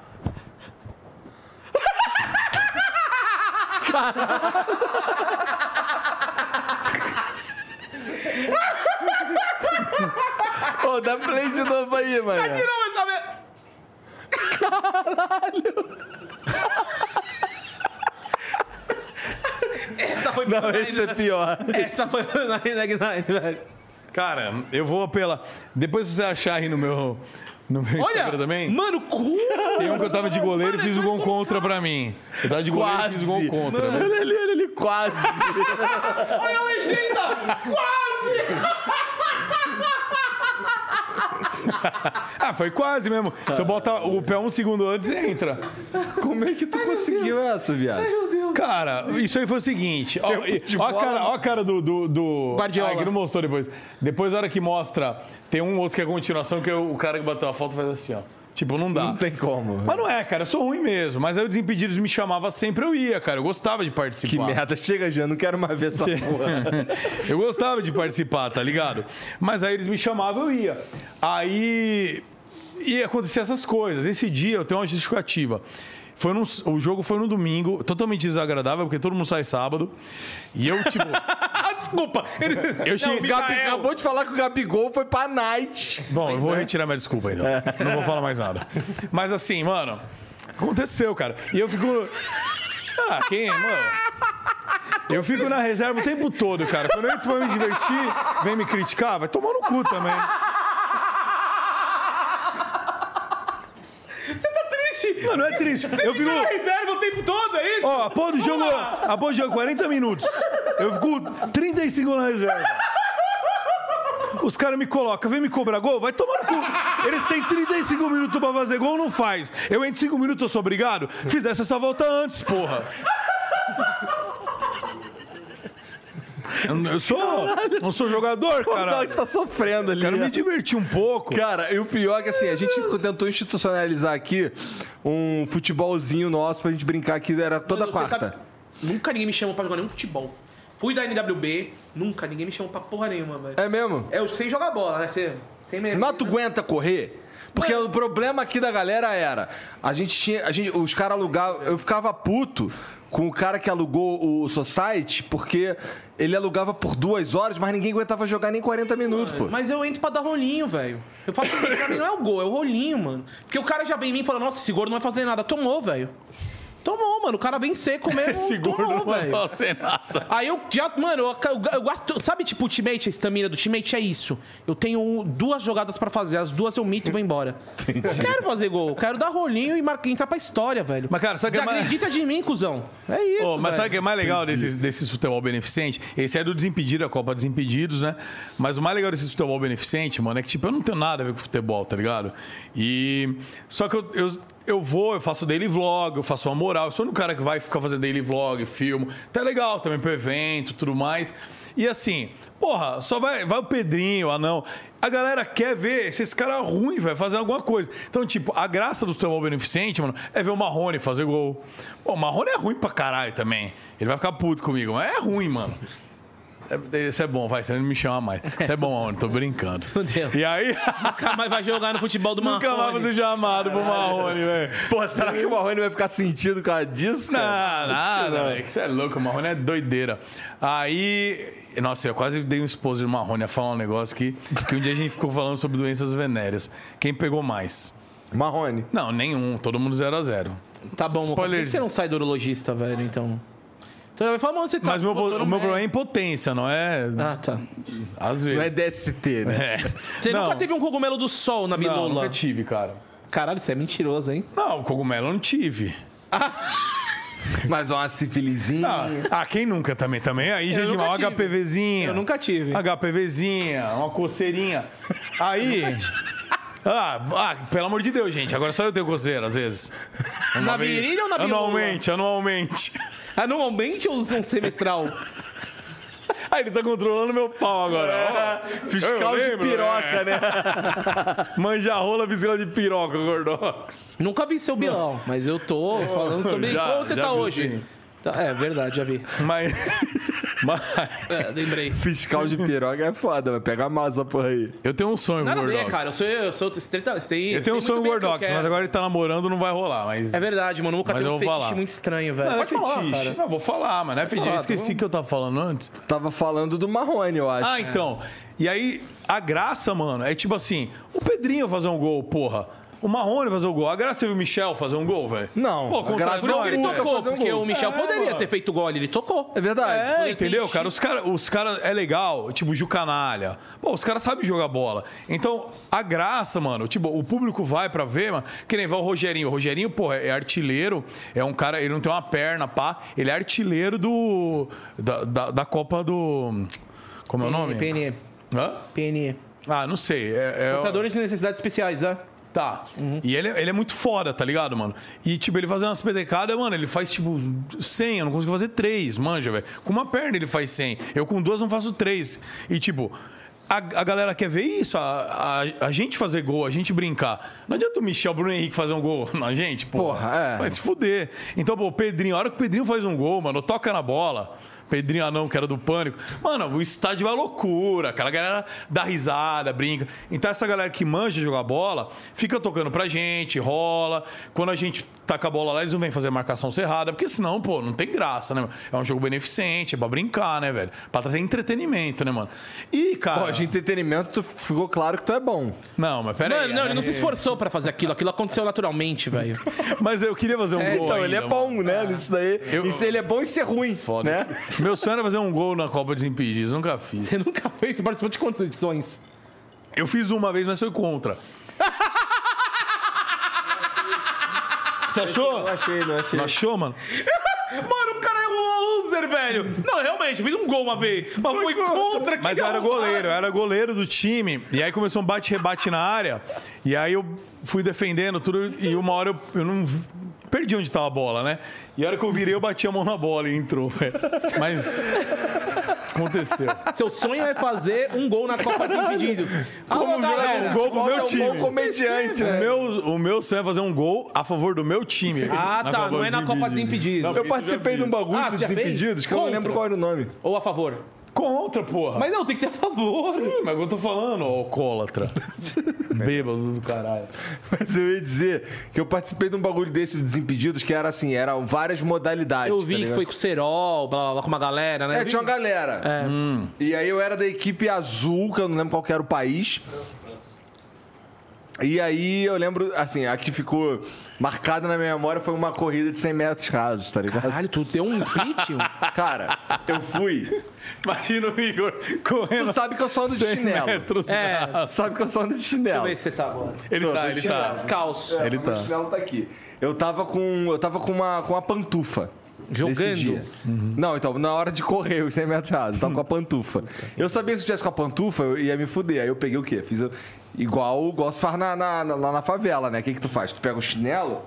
Speaker 2: Ô, dá play de novo aí, mano.
Speaker 3: Não, mas só me- Essa foi
Speaker 2: Não, esse é pior.
Speaker 3: Essa foi pro 999, velho.
Speaker 1: Cara, eu vou pela. Depois se você achar aí no meu, no meu Instagram
Speaker 3: Olha,
Speaker 1: também.
Speaker 3: mano, como?
Speaker 1: Tem um que eu tava de goleiro e
Speaker 3: Mano,
Speaker 1: fiz
Speaker 3: é
Speaker 1: o gol
Speaker 3: pra colocar.
Speaker 1: contra pra mim. Eu tava de goleiro e fiz o gol contra.
Speaker 2: Mano,
Speaker 1: né?
Speaker 2: ele, ele, ele quase.
Speaker 3: Olha a legenda! Quase!
Speaker 1: Ah, foi quase mesmo. Se eu botar o pé um segundo antes, entra.
Speaker 2: [laughs] Como é que tu conseguiu essa, viado?
Speaker 1: Cara, isso aí foi o seguinte. Ó, e- ó a, cara, ó a cara do. do, do
Speaker 3: Guardiola.
Speaker 1: Ai, que não mostrou depois. Depois, na hora que mostra, tem um outro que é a continuação, que é o cara que bateu a foto faz assim, ó. Tipo, não dá.
Speaker 2: Não tem como.
Speaker 1: Mas não é, cara, eu sou ruim mesmo. Mas aí o Desimpedidos me chamava sempre, eu ia, cara. Eu gostava de participar.
Speaker 2: Que merda. Chega, Jean. Não quero mais ver essa porra. [laughs]
Speaker 1: eu gostava de participar, tá ligado? Mas aí eles me chamavam, eu ia. Aí ia acontecer essas coisas. Esse dia eu tenho uma justificativa. Foi num- o jogo foi no domingo, totalmente desagradável, porque todo mundo sai sábado. E eu, tipo. Desculpa! Eu tinha.
Speaker 2: O Gabi acabou de falar que o Gabigol foi pra night.
Speaker 1: Bom, eu vou retirar minha desculpa então. Não vou falar mais nada. Mas assim, mano, aconteceu, cara. E eu fico. Ah, quem é, mano? Eu fico na reserva o tempo todo, cara. Quando eu entro pra me divertir, vem me criticar, vai tomar no cu também.
Speaker 3: Você tá triste?
Speaker 1: Mano, é triste. Eu fico.
Speaker 3: Fica na reserva o tempo todo, é isso?
Speaker 1: Ó, a porra do jogo. A porra do jogo, 40 minutos. Eu fico 35 na reserva. Os caras me colocam, vem me cobrar gol, vai tomar no cu. Eles têm 35 minutos pra fazer gol, não faz. Eu entro 5 minutos, eu sou obrigado? Fizesse essa volta antes, porra. Eu não- Eu sou. Não sou jogador,
Speaker 2: Não,
Speaker 1: cara.
Speaker 2: você tá sofrendo ali.
Speaker 1: Quero me divertir um pouco.
Speaker 2: Cara, e o pior é que assim, a gente tentou institucionalizar aqui um futebolzinho nosso pra gente brincar aqui, era toda
Speaker 3: Mano, você
Speaker 2: quarta.
Speaker 3: sabe- nunca ninguém me chamou pra jogar nenhum futebol. Fui da NWB, nunca ninguém me chamou pra porra nenhuma, velho.
Speaker 2: É mesmo?
Speaker 3: Eu sei jogar bola, né? Você, sem mesmo.
Speaker 2: Mas tu aguenta correr? Porque o problema aqui da galera era, a gente tinha, a gente, os caras alugavam, eu ficava puto com o cara que alugou o Society, porque ele alugava por duas horas, mas ninguém aguentava jogar nem 40 minutos, pô.
Speaker 3: Mas eu entro pra dar rolinho, velho. Eu faço pra mim não é o gol, é o rolinho, mano. Porque o cara já vem em mim e fala, nossa, esse gordo não vai fazer nada. Tomou, velho. Tomou, mano. O cara vem seco mesmo.
Speaker 1: Esse gordo
Speaker 3: tomou,
Speaker 1: não vai
Speaker 3: velho.
Speaker 1: fazer nada.
Speaker 3: Aí eu já, mano, eu, eu- eu gosto. Sabe, tipo, ultimate, a estamina do ultimate é isso. Eu tenho um, duas jogadas pra fazer, as duas eu mito e vou embora. Não quero fazer gol, eu quero dar rolinho e marcar, entrar pra história, velho.
Speaker 1: Mas, cara, sabe que é mais-
Speaker 3: Desacredita de mim, cuzão. É isso.
Speaker 1: Ô, mas
Speaker 3: velho.
Speaker 1: sabe o que é mais legal desses, desses futebol beneficente? Esse é do Desimpedido, a Copa Desimpedidos, né? Mas o mais legal desses futebol beneficente, mano, é que, tipo, eu não tenho nada a ver com futebol, tá ligado? E. Só que eu, eu, eu vou, eu faço daily vlog, eu faço uma moral. Eu sou um cara que vai ficar fazendo daily vlog, filmo. Tá legal também pro evento tudo mais. E assim, porra, só vai, vai o Pedrinho, o Anão. A galera quer ver esses caras ruins, vai fazer alguma coisa. Então, tipo, a graça do futebol beneficente, mano, é ver o Marrone fazer gol. Pô, o Marrone é ruim pra caralho também. Ele vai ficar puto comigo, mas é ruim, mano. É- Isso é bom, vai, você não me chama mais. Isso é bom, Marrone, tô brincando.
Speaker 3: [laughs] Fudeu.
Speaker 1: E aí, [laughs]
Speaker 3: Nunca mais vai jogar no futebol do Marrone.
Speaker 1: nunca mais você chamado pro Marrone, velho.
Speaker 2: Pô, será que o Marrone vai ficar sentido com a disso?
Speaker 1: Não,
Speaker 2: cara?
Speaker 1: nada, velho. que Você é louco, o Marrone é doideira. Aí. Nossa, eu quase dei um esposo do Marrone a falar um negócio que, que um dia a gente ficou falando sobre doenças venéreas. Quem pegou mais?
Speaker 2: Marrone.
Speaker 1: Não, nenhum. Todo mundo 0 a 0
Speaker 3: Tá bom, Spoiler. por que
Speaker 1: Spoiler.
Speaker 3: que você não sai do urologista, velho, então? Então ele vai falar, mano, você tá.
Speaker 1: Mas meu, o
Speaker 3: botando
Speaker 1: meu
Speaker 3: merda.
Speaker 1: problema é impotência, não é.
Speaker 3: Ah, tá.
Speaker 1: Às
Speaker 2: Não é
Speaker 1: vezes.
Speaker 2: DST, né?
Speaker 1: É.
Speaker 3: Você
Speaker 1: não,
Speaker 3: nunca teve um cogumelo do sol na
Speaker 1: Não,
Speaker 3: bilola?
Speaker 1: nunca tive, cara.
Speaker 3: Caralho, você é mentiroso, hein?
Speaker 1: Não, cogumelo eu não tive.
Speaker 2: Mas uma sifilizinha.
Speaker 1: Ah, ah, quem nunca também? Também aí já é
Speaker 3: Eu
Speaker 1: de
Speaker 3: nunca
Speaker 1: mal.
Speaker 3: tive.
Speaker 1: HPVzinha.
Speaker 3: Eu nunca tive.
Speaker 1: Ah. HPVzinha, uma coceirinha.
Speaker 3: [laughs]
Speaker 1: Aí. Ah, ah, pelo amor de Deus, gente. Agora só eu tenho coceira, às vezes.
Speaker 3: Na
Speaker 1: vez-
Speaker 3: virilha ou na bilola?
Speaker 1: Anualmente, anualmente.
Speaker 3: Ah, Anualmente ou um semestral?
Speaker 1: Ah, ele tá controlando meu pau agora.
Speaker 3: É,
Speaker 1: ó.
Speaker 2: Fiscal
Speaker 1: Eu
Speaker 2: de
Speaker 1: lembro, é.
Speaker 2: piroca, né?
Speaker 1: Manja rola, fiscal de piroca, gordox.
Speaker 3: Nunca vi seu Bilão, mas [laughs] eu tô falando sobre
Speaker 1: já-
Speaker 3: como você
Speaker 1: já
Speaker 3: tá
Speaker 1: vi,
Speaker 3: hoje.
Speaker 1: sim.
Speaker 3: Tá, é verdade, já vi.
Speaker 1: Mas. [laughs] mas-
Speaker 3: É, lembrei.
Speaker 2: Fiscal de piroca é foda, vai pegar mal essa porra aí.
Speaker 1: Eu tenho um sonho,
Speaker 3: Nada a
Speaker 1: gordox.
Speaker 3: ver, cara. Eu sou eu, sou estreita, eu sei-
Speaker 1: Eu tenho um
Speaker 3: eu sei
Speaker 1: sonho,
Speaker 3: muito bem o que eu
Speaker 1: gordox,
Speaker 3: quero.
Speaker 1: mas agora ele tá namorando, não vai rolar. Mas.
Speaker 3: É verdade, mano. Nunca
Speaker 1: Mas
Speaker 3: teve
Speaker 1: eu
Speaker 3: um
Speaker 1: vou
Speaker 3: fetiche
Speaker 1: falar.
Speaker 3: muito estranho, velho.
Speaker 1: Não,
Speaker 3: Pode
Speaker 1: é
Speaker 3: falar,
Speaker 1: fetiche.
Speaker 3: cara.
Speaker 1: Não, vou falar, mas não é fetiche. Eu
Speaker 2: falar,
Speaker 1: esqueci o que eu tava falando antes.
Speaker 2: Tava falando do Marrone, eu acho.
Speaker 1: Ah, então. E aí, a graça, mano, é tipo assim: o Pedrinho fazer um gol, porra. O Marrone fazer um gol. A graça é ver o Michel fazer um gol, velho.
Speaker 2: Não, a
Speaker 1: Pô,
Speaker 2: graça
Speaker 1: graça
Speaker 3: Por isso que ele
Speaker 2: Nunca
Speaker 3: tocou,
Speaker 2: fazer um
Speaker 3: porque
Speaker 2: gol.
Speaker 3: o Michel
Speaker 1: É,
Speaker 3: poderia
Speaker 1: mano.
Speaker 3: ter feito gol ali, ele tocou.
Speaker 2: É verdade.
Speaker 1: É, entendeu, cara? Os caras, os cara, é legal, tipo o Ju Canalha. Pô, os caras sabem jogar bola. Então, a graça, mano, tipo, o público vai pra ver, mano, que nem vai o Rogerinho. O Rogerinho, porra, é artilheiro, é um cara, ele não tem uma perna, pá. Ele é artilheiro do. da, da, da Copa do. Como é o nome?
Speaker 3: PNE,
Speaker 1: Hã?
Speaker 3: PNE.
Speaker 1: Ah, não sei. É, é-
Speaker 3: Lutadores de necessidades especiais, né?
Speaker 1: Tá. E ele, é- ele é muito foda, tá ligado, mano? E, tipo, ele fazendo umas pedecadas, mano, ele faz, tipo, 100. Eu não consigo fazer 3, manja, velho. Com uma perna ele faz 100. Eu com duas não faço 3. E, tipo, a, a galera quer ver isso. A, a, a gente fazer gol, a gente brincar. Não adianta o Michel Bruno Henrique fazer um gol [laughs] na gente, pô.
Speaker 2: Porra, é.
Speaker 1: Vai se fuder. Então, pô, o Pedrinho, a hora que o Pedrinho faz um gol, mano, toca na bola. Pedrinho Anão, que era do Pânico. Mano, o estádio é uma loucura. Aquela galera dá risada, brinca. Então, essa galera que manja jogar bola, fica tocando pra gente, rola. Quando a gente taca a bola lá, eles não vêm fazer marcação cerrada, porque senão, pô, não tem graça, né? mano? É um jogo beneficente, é pra brincar, né, velho? Pra trazer entretenimento, né, mano? E, cara.
Speaker 2: Ó, de entretenimento tu- ficou claro que tu é bom.
Speaker 1: Não, mas pera aí.
Speaker 3: Mano, não, ele não se
Speaker 1: né?
Speaker 3: esforçou pra fazer aquilo. Aquilo aconteceu naturalmente, velho.
Speaker 1: Mas eu queria fazer um gol.
Speaker 2: então, ele é
Speaker 1: ainda, mano.
Speaker 2: bom, né?
Speaker 3: Ah.
Speaker 2: Nisso daí.
Speaker 1: Eu-
Speaker 2: Isso, ele é bom e ser ruim.
Speaker 1: Foda.
Speaker 2: Né?
Speaker 1: Meu sonho era fazer um gol na Copa dos Impedidos, nunca fiz.
Speaker 3: Você nunca fez, você participou de quantas edições?
Speaker 1: Eu fiz uma vez, mas foi contra. Você achou?
Speaker 4: Não achei, não achei.
Speaker 1: Não achou, mano?
Speaker 3: Mano, o cara é um loser, velho. Não, realmente, eu fiz um gol uma vez. Mas foi contra é que
Speaker 1: Mas eu era goleiro, eu era goleiro do time. E aí começou um bate-rebate na área. E aí eu fui defendendo tudo. E uma hora eu, eu não vi- perdi onde tava a bola, né? E a hora que eu virei, eu bati a mão na bola e entrou. velho. Mas aconteceu.
Speaker 3: Seu sonho é fazer um gol na Copa dos Impedidos. Alô,
Speaker 1: Como jogar
Speaker 3: galera.
Speaker 1: um gol pro
Speaker 2: Qual é
Speaker 1: meu
Speaker 2: um bom
Speaker 1: time?
Speaker 2: comediante,
Speaker 1: O
Speaker 2: né?
Speaker 1: meu, o meu sonho é fazer um gol a favor do meu time.
Speaker 3: Ah,
Speaker 1: Na
Speaker 3: tá, não é na Copa
Speaker 1: Impedidos.
Speaker 3: Desimpedidos.
Speaker 1: Não,
Speaker 2: Eu
Speaker 1: isso
Speaker 2: participei
Speaker 1: já
Speaker 2: de um
Speaker 1: fiz.
Speaker 2: bagulho
Speaker 3: Ah,
Speaker 2: dos
Speaker 3: você já fez?
Speaker 2: impedidos que eu não
Speaker 3: Contra.
Speaker 2: lembro qual era o nome. [laughs]
Speaker 3: Ou a favor.
Speaker 1: Contra, porra.
Speaker 3: Mas não, tem que ser a favor.
Speaker 1: Sim, mas eu tô falando, ó, [laughs] alcoólatra. Bêbado do caralho.
Speaker 2: Mas eu ia dizer que eu participei de um bagulho desse dos impedidos que era assim, eram várias modalidades.
Speaker 3: Eu
Speaker 2: tá
Speaker 3: vi que
Speaker 2: ligado?
Speaker 3: foi com o Serol, blá, blá, blá, com É. uma galera, né?
Speaker 2: É,
Speaker 3: Eu vi-
Speaker 2: tinha uma galera.
Speaker 4: Hum.
Speaker 2: E aí eu era da equipe azul, que eu não lembro qual que era o país. E aí eu lembro, assim, a que ficou marcada na minha memória foi uma corrida de 100 metros rasos, tá ligado?
Speaker 3: Caralho, tu deu um sprint? mano?
Speaker 2: [laughs] Cara, eu fui.
Speaker 1: Imagina o Igor correndo.
Speaker 2: Tu sabe que eu só ando de
Speaker 1: 100
Speaker 2: chinelo.
Speaker 1: metros.
Speaker 3: É.
Speaker 2: né? Tu sabe que eu só ando de chinelo.
Speaker 3: Deixa eu ver se você É. tá agora.
Speaker 1: Ele tá, ele tá.
Speaker 3: Descalço.
Speaker 1: Ele
Speaker 2: Meu
Speaker 1: tá.
Speaker 2: chinelo tá aqui. Eu tava com, eu tava com uma, com uma pantufa.
Speaker 3: Jogando?
Speaker 2: nesse dia. Não, então, na hora de correr, os 100 metros rasos, eu tava com a pantufa. Eu sabia que se eu tivesse com a pantufa, eu ia me fuder. Aí eu peguei o quê? Fiz eu- igual o Gosto faz na, na, na- lá na favela, né? O que, que tu faz? Tu pega o chinelo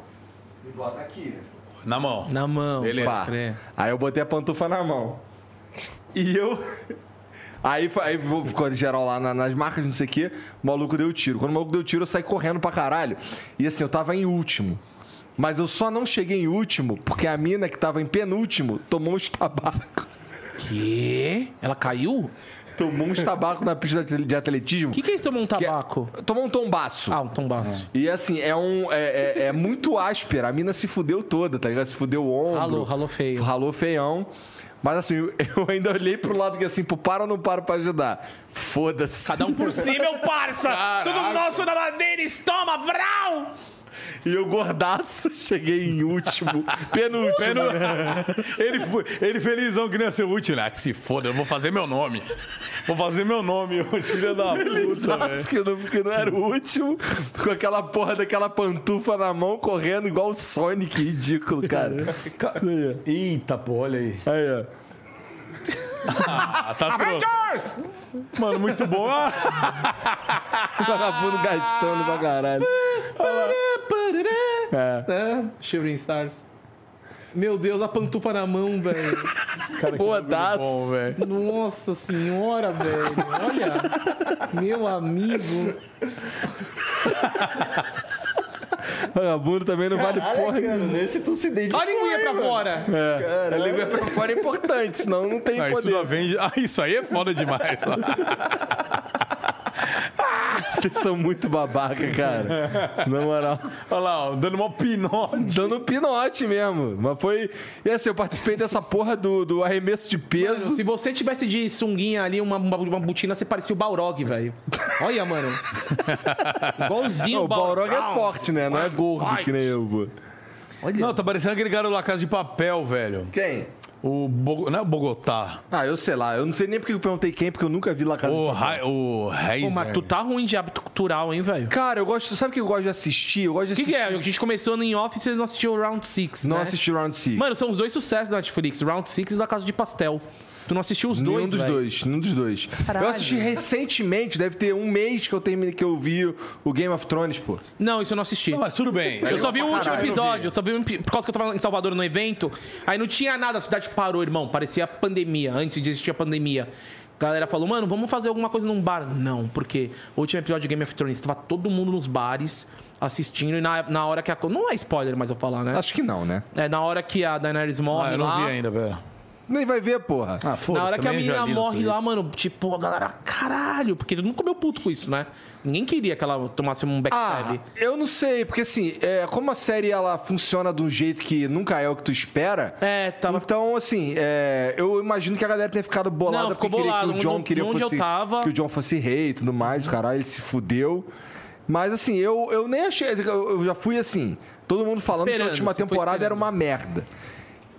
Speaker 2: e bota aqui, né?
Speaker 1: Na mão.
Speaker 3: Na mão.
Speaker 1: Ele-
Speaker 2: Pá.
Speaker 3: crer.
Speaker 2: Aí eu botei a pantufa na mão. E eu. [laughs] Aí, foi- aí vo- ficou geral lá na- nas marcas, não sei o quê. O maluco deu tiro. Quando o maluco deu tiro, eu saí correndo pra caralho. E assim, eu tava em último. Mas eu só não cheguei em último porque a mina que tava em penúltimo tomou uns tabacos.
Speaker 3: Quê? Ela caiu?
Speaker 2: [laughs] Tomou uns tabacos na pista de atle- de atletismo.
Speaker 3: O que, que é isso tomar um
Speaker 2: Que é-
Speaker 3: tabaco?
Speaker 2: Tomou um tombaço.
Speaker 3: Ah, um tombaço.
Speaker 2: E assim, é um. É, é- é muito áspera. A mina se fudeu toda, tá ligado? Se fudeu o ombro.
Speaker 3: Ralou, ralou feio.
Speaker 2: Ralou feião. Mas assim, eu eu ainda olhei pro lado que assim, pô, para ou não para pra ajudar? Foda-se.
Speaker 3: Cada um por si, meu parça!
Speaker 1: Caraca.
Speaker 3: Tudo nosso na ladeira, estoma, vral!
Speaker 2: E eu gordaço, [laughs] cheguei em último. penúltimo.
Speaker 1: [laughs]
Speaker 2: né?
Speaker 1: Ele, foi, ele felizão que não ia ser útil, né? Ah, que se foda, eu vou fazer meu nome. Vou fazer meu nome, ô filho da puta, velho.
Speaker 2: Penúltimo. Que não, que não era o último. Com aquela porra daquela pantufa na mão, correndo igual o Sonic. Ridículo, cara.
Speaker 1: Eita, pô, olha aí.
Speaker 2: Aí, ó.
Speaker 1: Ah, tá Avengers! Mano, muito bom. Ah,
Speaker 2: Vagabundo gastando pra caralho. É,
Speaker 3: Parará, parará. Ah, Shivering Stars. Meu Deus, a pantufa na mão, velho.
Speaker 2: é
Speaker 1: bom,
Speaker 2: Gordaço.
Speaker 1: velho.
Speaker 3: Nossa senhora, velho. Olha, meu amigo.
Speaker 2: Vagabundo também não vale
Speaker 4: Caralho,
Speaker 2: porra
Speaker 4: cara,
Speaker 2: nenhuma.
Speaker 4: nesse tu se
Speaker 3: Olha
Speaker 2: Tipo
Speaker 4: dedicou.
Speaker 3: a linguinha pra fora.
Speaker 2: É. A língua pra fora é importante, senão não tem
Speaker 1: Ah, isso,
Speaker 2: poder.
Speaker 1: do Avengers- ah, isso aí é foda demais.
Speaker 2: Vocês são muito babaca, cara. Na moral.
Speaker 1: Olha lá, ó, dando uma pinote.
Speaker 2: Dando um pinote mesmo. Mas foi. E assim, eu participei dessa porra do, do arremesso de peso.
Speaker 3: Se você tivesse de sunguinha ali, uma, uma, uma botina, você parecia o Balrog, velho. Olha, mano. Igualzinho
Speaker 2: Não, o Balrog é forte, né? Não é gordo
Speaker 1: Fight.
Speaker 2: que nem eu, pô.
Speaker 1: Não, tá parecendo aquele cara lá Casa de Papel, velho.
Speaker 2: Quem?
Speaker 1: O Bogo- Não é o Bogotá.
Speaker 2: Ah, eu sei lá. Eu não sei nem porque eu perguntei quem, porque eu nunca vi lá casa.
Speaker 1: O, Ra... o
Speaker 3: Pô,
Speaker 1: Heisenberg.
Speaker 3: mas tu tá ruim de hábito cultural, hein, velho?
Speaker 2: Cara, eu gosto. Sabe o que eu gosto de assistir? Eu gosto de
Speaker 3: O que,
Speaker 2: assistir.
Speaker 3: que é? A gente começou no In Office e não assistiu o Round 6,
Speaker 2: Não
Speaker 3: né?
Speaker 2: assisti Round Six.
Speaker 3: Mano, são os dois sucessos da Netflix, Round 6 e da Casa de Pastel. Tu não assistiu os
Speaker 2: Nenhum
Speaker 3: dois,
Speaker 2: dos
Speaker 3: velho?
Speaker 2: dois, nenhum dos dois. Eu assisti recentemente, deve ter um mês que eu terminei que eu vi o Game of Thrones, pô.
Speaker 3: Não, isso eu não assisti.
Speaker 1: Não, mas tudo bem.
Speaker 3: Eu só vi o
Speaker 1: pra
Speaker 3: último
Speaker 1: caralho,
Speaker 3: episódio,
Speaker 1: eu
Speaker 3: eu só vi um pi- por causa que eu tava em Salvador no evento. Aí não tinha nada, a cidade parou, irmão. Parecia pandemia, antes de existir a pandemia. A galera falou, mano, vamos fazer alguma coisa num bar. Não, porque o último episódio de Game of Thrones tava todo mundo nos bares assistindo e na, na hora que a. co- Não é spoiler mais eu falar, né?
Speaker 2: Acho que não, né?
Speaker 3: É na hora que a Daenerys
Speaker 1: vi.
Speaker 3: [laughs] morre
Speaker 1: Ah, eu
Speaker 3: lá.
Speaker 1: não vi ainda, pera.
Speaker 2: Nem vai ver, porra.
Speaker 1: Ah, foda
Speaker 3: Na hora que a menina morre lá, mano, tipo, a galera, caralho, porque todo mundo comeu puto com isso, né? Ninguém queria que ela tomasse um
Speaker 2: Ah,
Speaker 3: backstab.
Speaker 2: eu não sei, porque assim, é, como a série ela funciona de um jeito que nunca é o que tu espera.
Speaker 3: é, tava
Speaker 2: Então, assim, é, eu imagino que a galera tenha ficado bolada
Speaker 3: Não, ficou
Speaker 2: porque queria
Speaker 3: bolado.
Speaker 2: que o John
Speaker 3: Onde-
Speaker 2: queria
Speaker 3: onde eu
Speaker 2: fosse,
Speaker 3: tava-
Speaker 2: que o John fosse rei e tudo mais, o caralho, ele se fudeu. Mas assim, eu, eu nem achei. Eu eu já fui assim, todo mundo falando que
Speaker 3: Esperando,
Speaker 2: a última
Speaker 3: você foi
Speaker 2: temporada era
Speaker 3: esperando.
Speaker 2: uma merda.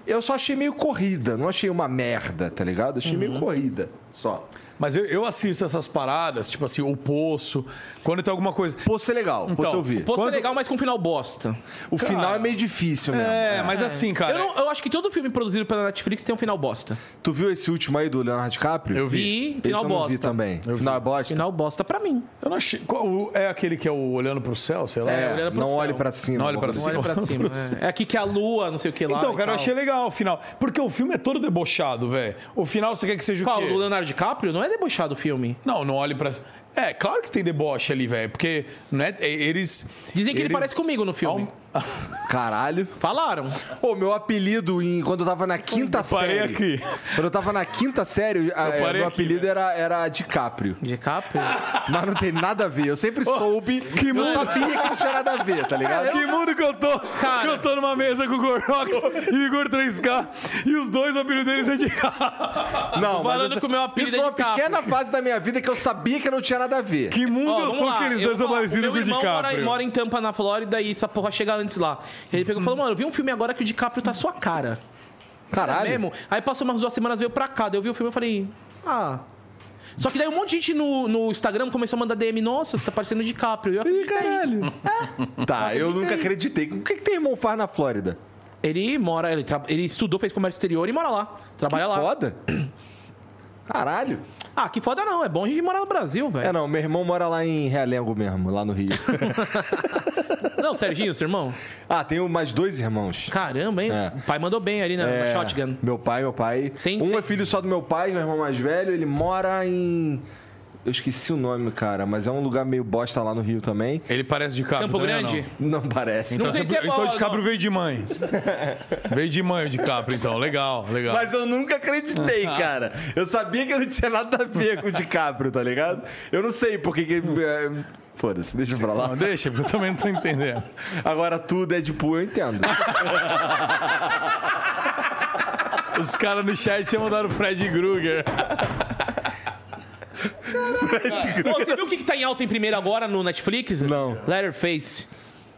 Speaker 2: Eu só achei meio corrida, não achei uma merda, tá ligado? Achei
Speaker 3: Uhum.
Speaker 2: meio corrida só.
Speaker 1: Mas eu, eu assisto essas paradas, tipo assim, o Poço, quando tem alguma coisa.
Speaker 2: Poço é legal, poço
Speaker 1: Então,
Speaker 2: eu vi.
Speaker 3: Pô,
Speaker 1: Quando-
Speaker 3: é legal, mas com final bosta.
Speaker 2: O final é meio difícil mesmo.
Speaker 1: É, mas assim, cara.
Speaker 3: Eu, não- eu acho que todo filme produzido pela Netflix tem um final bosta.
Speaker 2: Tu viu esse último aí do Leonardo DiCaprio?
Speaker 1: Eu vi.
Speaker 3: E
Speaker 2: Esse
Speaker 3: final
Speaker 2: eu não
Speaker 3: bosta.
Speaker 2: vi também. final é bosta?
Speaker 3: Final bosta pra mim.
Speaker 1: Eu não achei. Qual, o- é aquele que é o Olhando pro Céu, sei lá.
Speaker 2: É,
Speaker 3: olhando pro
Speaker 2: não
Speaker 3: céu.
Speaker 2: olhe pra cima.
Speaker 1: Não olhe Um pra
Speaker 3: Não
Speaker 1: Sim,
Speaker 3: olha pra
Speaker 1: olha
Speaker 3: cima.
Speaker 1: pra cima. né?
Speaker 3: É. É aqui que a lua, não sei o que lá.
Speaker 1: Então,
Speaker 3: e
Speaker 1: cara, eu
Speaker 3: tal.
Speaker 1: achei legal o final. Porque o filme é todo debochado, velho. O final você quer que seja
Speaker 3: Qual?
Speaker 1: o quê?
Speaker 3: O Leonardo DiCaprio? Não é debochado o filme.
Speaker 1: Não, não olhe pra. É, claro que tem deboche ali, velho. Porque não é, é- eles.
Speaker 3: Dizem que ele
Speaker 1: eles- um-
Speaker 3: parece comigo no filme.
Speaker 1: Ao-
Speaker 2: Caralho.
Speaker 3: Falaram.
Speaker 2: Ô, meu apelido em, quando eu tava na quinta
Speaker 1: parei
Speaker 2: série.
Speaker 1: aqui.
Speaker 2: Quando eu tava na quinta série, a-
Speaker 1: Eu parei
Speaker 2: meu
Speaker 1: aqui,
Speaker 2: apelido
Speaker 1: velho.
Speaker 2: era, era DiCaprio.
Speaker 3: DiCaprio?
Speaker 2: Mas não tem nada a ver. Eu sempre soube que eu sabia que não tinha nada a ver, tá ligado?
Speaker 1: Que mundo que eu tô!
Speaker 3: [laughs] Cara.
Speaker 1: Que eu tô numa mesa com o Gorox e o Igor 3K e os dois, o apelido deles é de
Speaker 2: Não, mas
Speaker 3: falando
Speaker 2: eu-
Speaker 3: que o meu apelido
Speaker 2: isso
Speaker 3: é
Speaker 2: foi uma
Speaker 3: DiCaprio.
Speaker 2: pequena fase da minha vida que eu sabia que não tinha nada a ver.
Speaker 1: Que mundo
Speaker 3: Ó,
Speaker 1: eu
Speaker 3: vamos
Speaker 1: tô
Speaker 3: lá,
Speaker 1: que eles
Speaker 3: eu
Speaker 1: dois são
Speaker 3: vou falar,
Speaker 1: parecidos
Speaker 3: o
Speaker 1: com o
Speaker 3: meu irmão
Speaker 1: DiCaprio.
Speaker 3: Mora, mora em Tampa, na Flórida, e essa porra chega antes lá. Ele pegou
Speaker 1: Hum.
Speaker 3: e falou, mano, eu vi um filme agora que o DiCaprio tá sua cara.
Speaker 2: Caralho.
Speaker 3: É mesmo? Aí passou umas duas semanas, veio pra cá. Daí eu vi o filme e falei, ah. Só que daí um monte de gente no, no Instagram começou a mandar DM, nossa, você tá parecendo o DiCaprio. Eu
Speaker 2: Ih,
Speaker 3: acreditei.
Speaker 2: caralho. Tá, eu nunca acreditei. O que, que teu irmão faz na Flórida?
Speaker 3: Ele mora, ele, tra- ele estudou, fez comércio exterior e mora lá. Trabalha
Speaker 2: que
Speaker 3: lá.
Speaker 2: foda. Caralho.
Speaker 3: Ah, que foda não, é bom a gente morar no Brasil,
Speaker 2: É,
Speaker 3: velho.
Speaker 2: não, meu irmão mora lá em Realengo mesmo, lá no
Speaker 3: [laughs]
Speaker 2: Rio. É.
Speaker 3: Não, Serginho, seu irmão?
Speaker 2: ah, tenho mais dois irmãos.
Speaker 3: Caramba, hein?
Speaker 2: É.
Speaker 3: O pai mandou bem ali na, na
Speaker 2: É,
Speaker 3: shotgun.
Speaker 2: Meu pai, meu pai.
Speaker 3: Sim,
Speaker 2: um
Speaker 3: sim.
Speaker 2: é filho só do meu pai, meu irmão mais velho. Ele mora em. Eu esqueci o nome, cara, mas é um lugar meio bosta lá no Rio também.
Speaker 1: Ele parece de cabra.
Speaker 3: Campo Grande?
Speaker 2: Não parece.
Speaker 3: Não sei se é bom,
Speaker 1: Então de cabra
Speaker 3: não.
Speaker 1: veio de mãe. veio de mãe o de capra, então. Legal, legal.
Speaker 2: Mas eu nunca acreditei,
Speaker 3: Ah.
Speaker 2: cara. Eu sabia que não tinha nada a ver com o DiCaprio, tá ligado? Eu não sei por que. que- é, Foda-se, deixa pra lá.
Speaker 1: Não, deixa, porque eu também não tô entendendo.
Speaker 2: Agora tudo é de eu entendo.
Speaker 1: Os caras no chat tinham mandado o Fred Krueger.
Speaker 3: Pô, você viu o que, que tá em alta em primeiro agora no Netflix?
Speaker 2: Não.
Speaker 3: Letterface.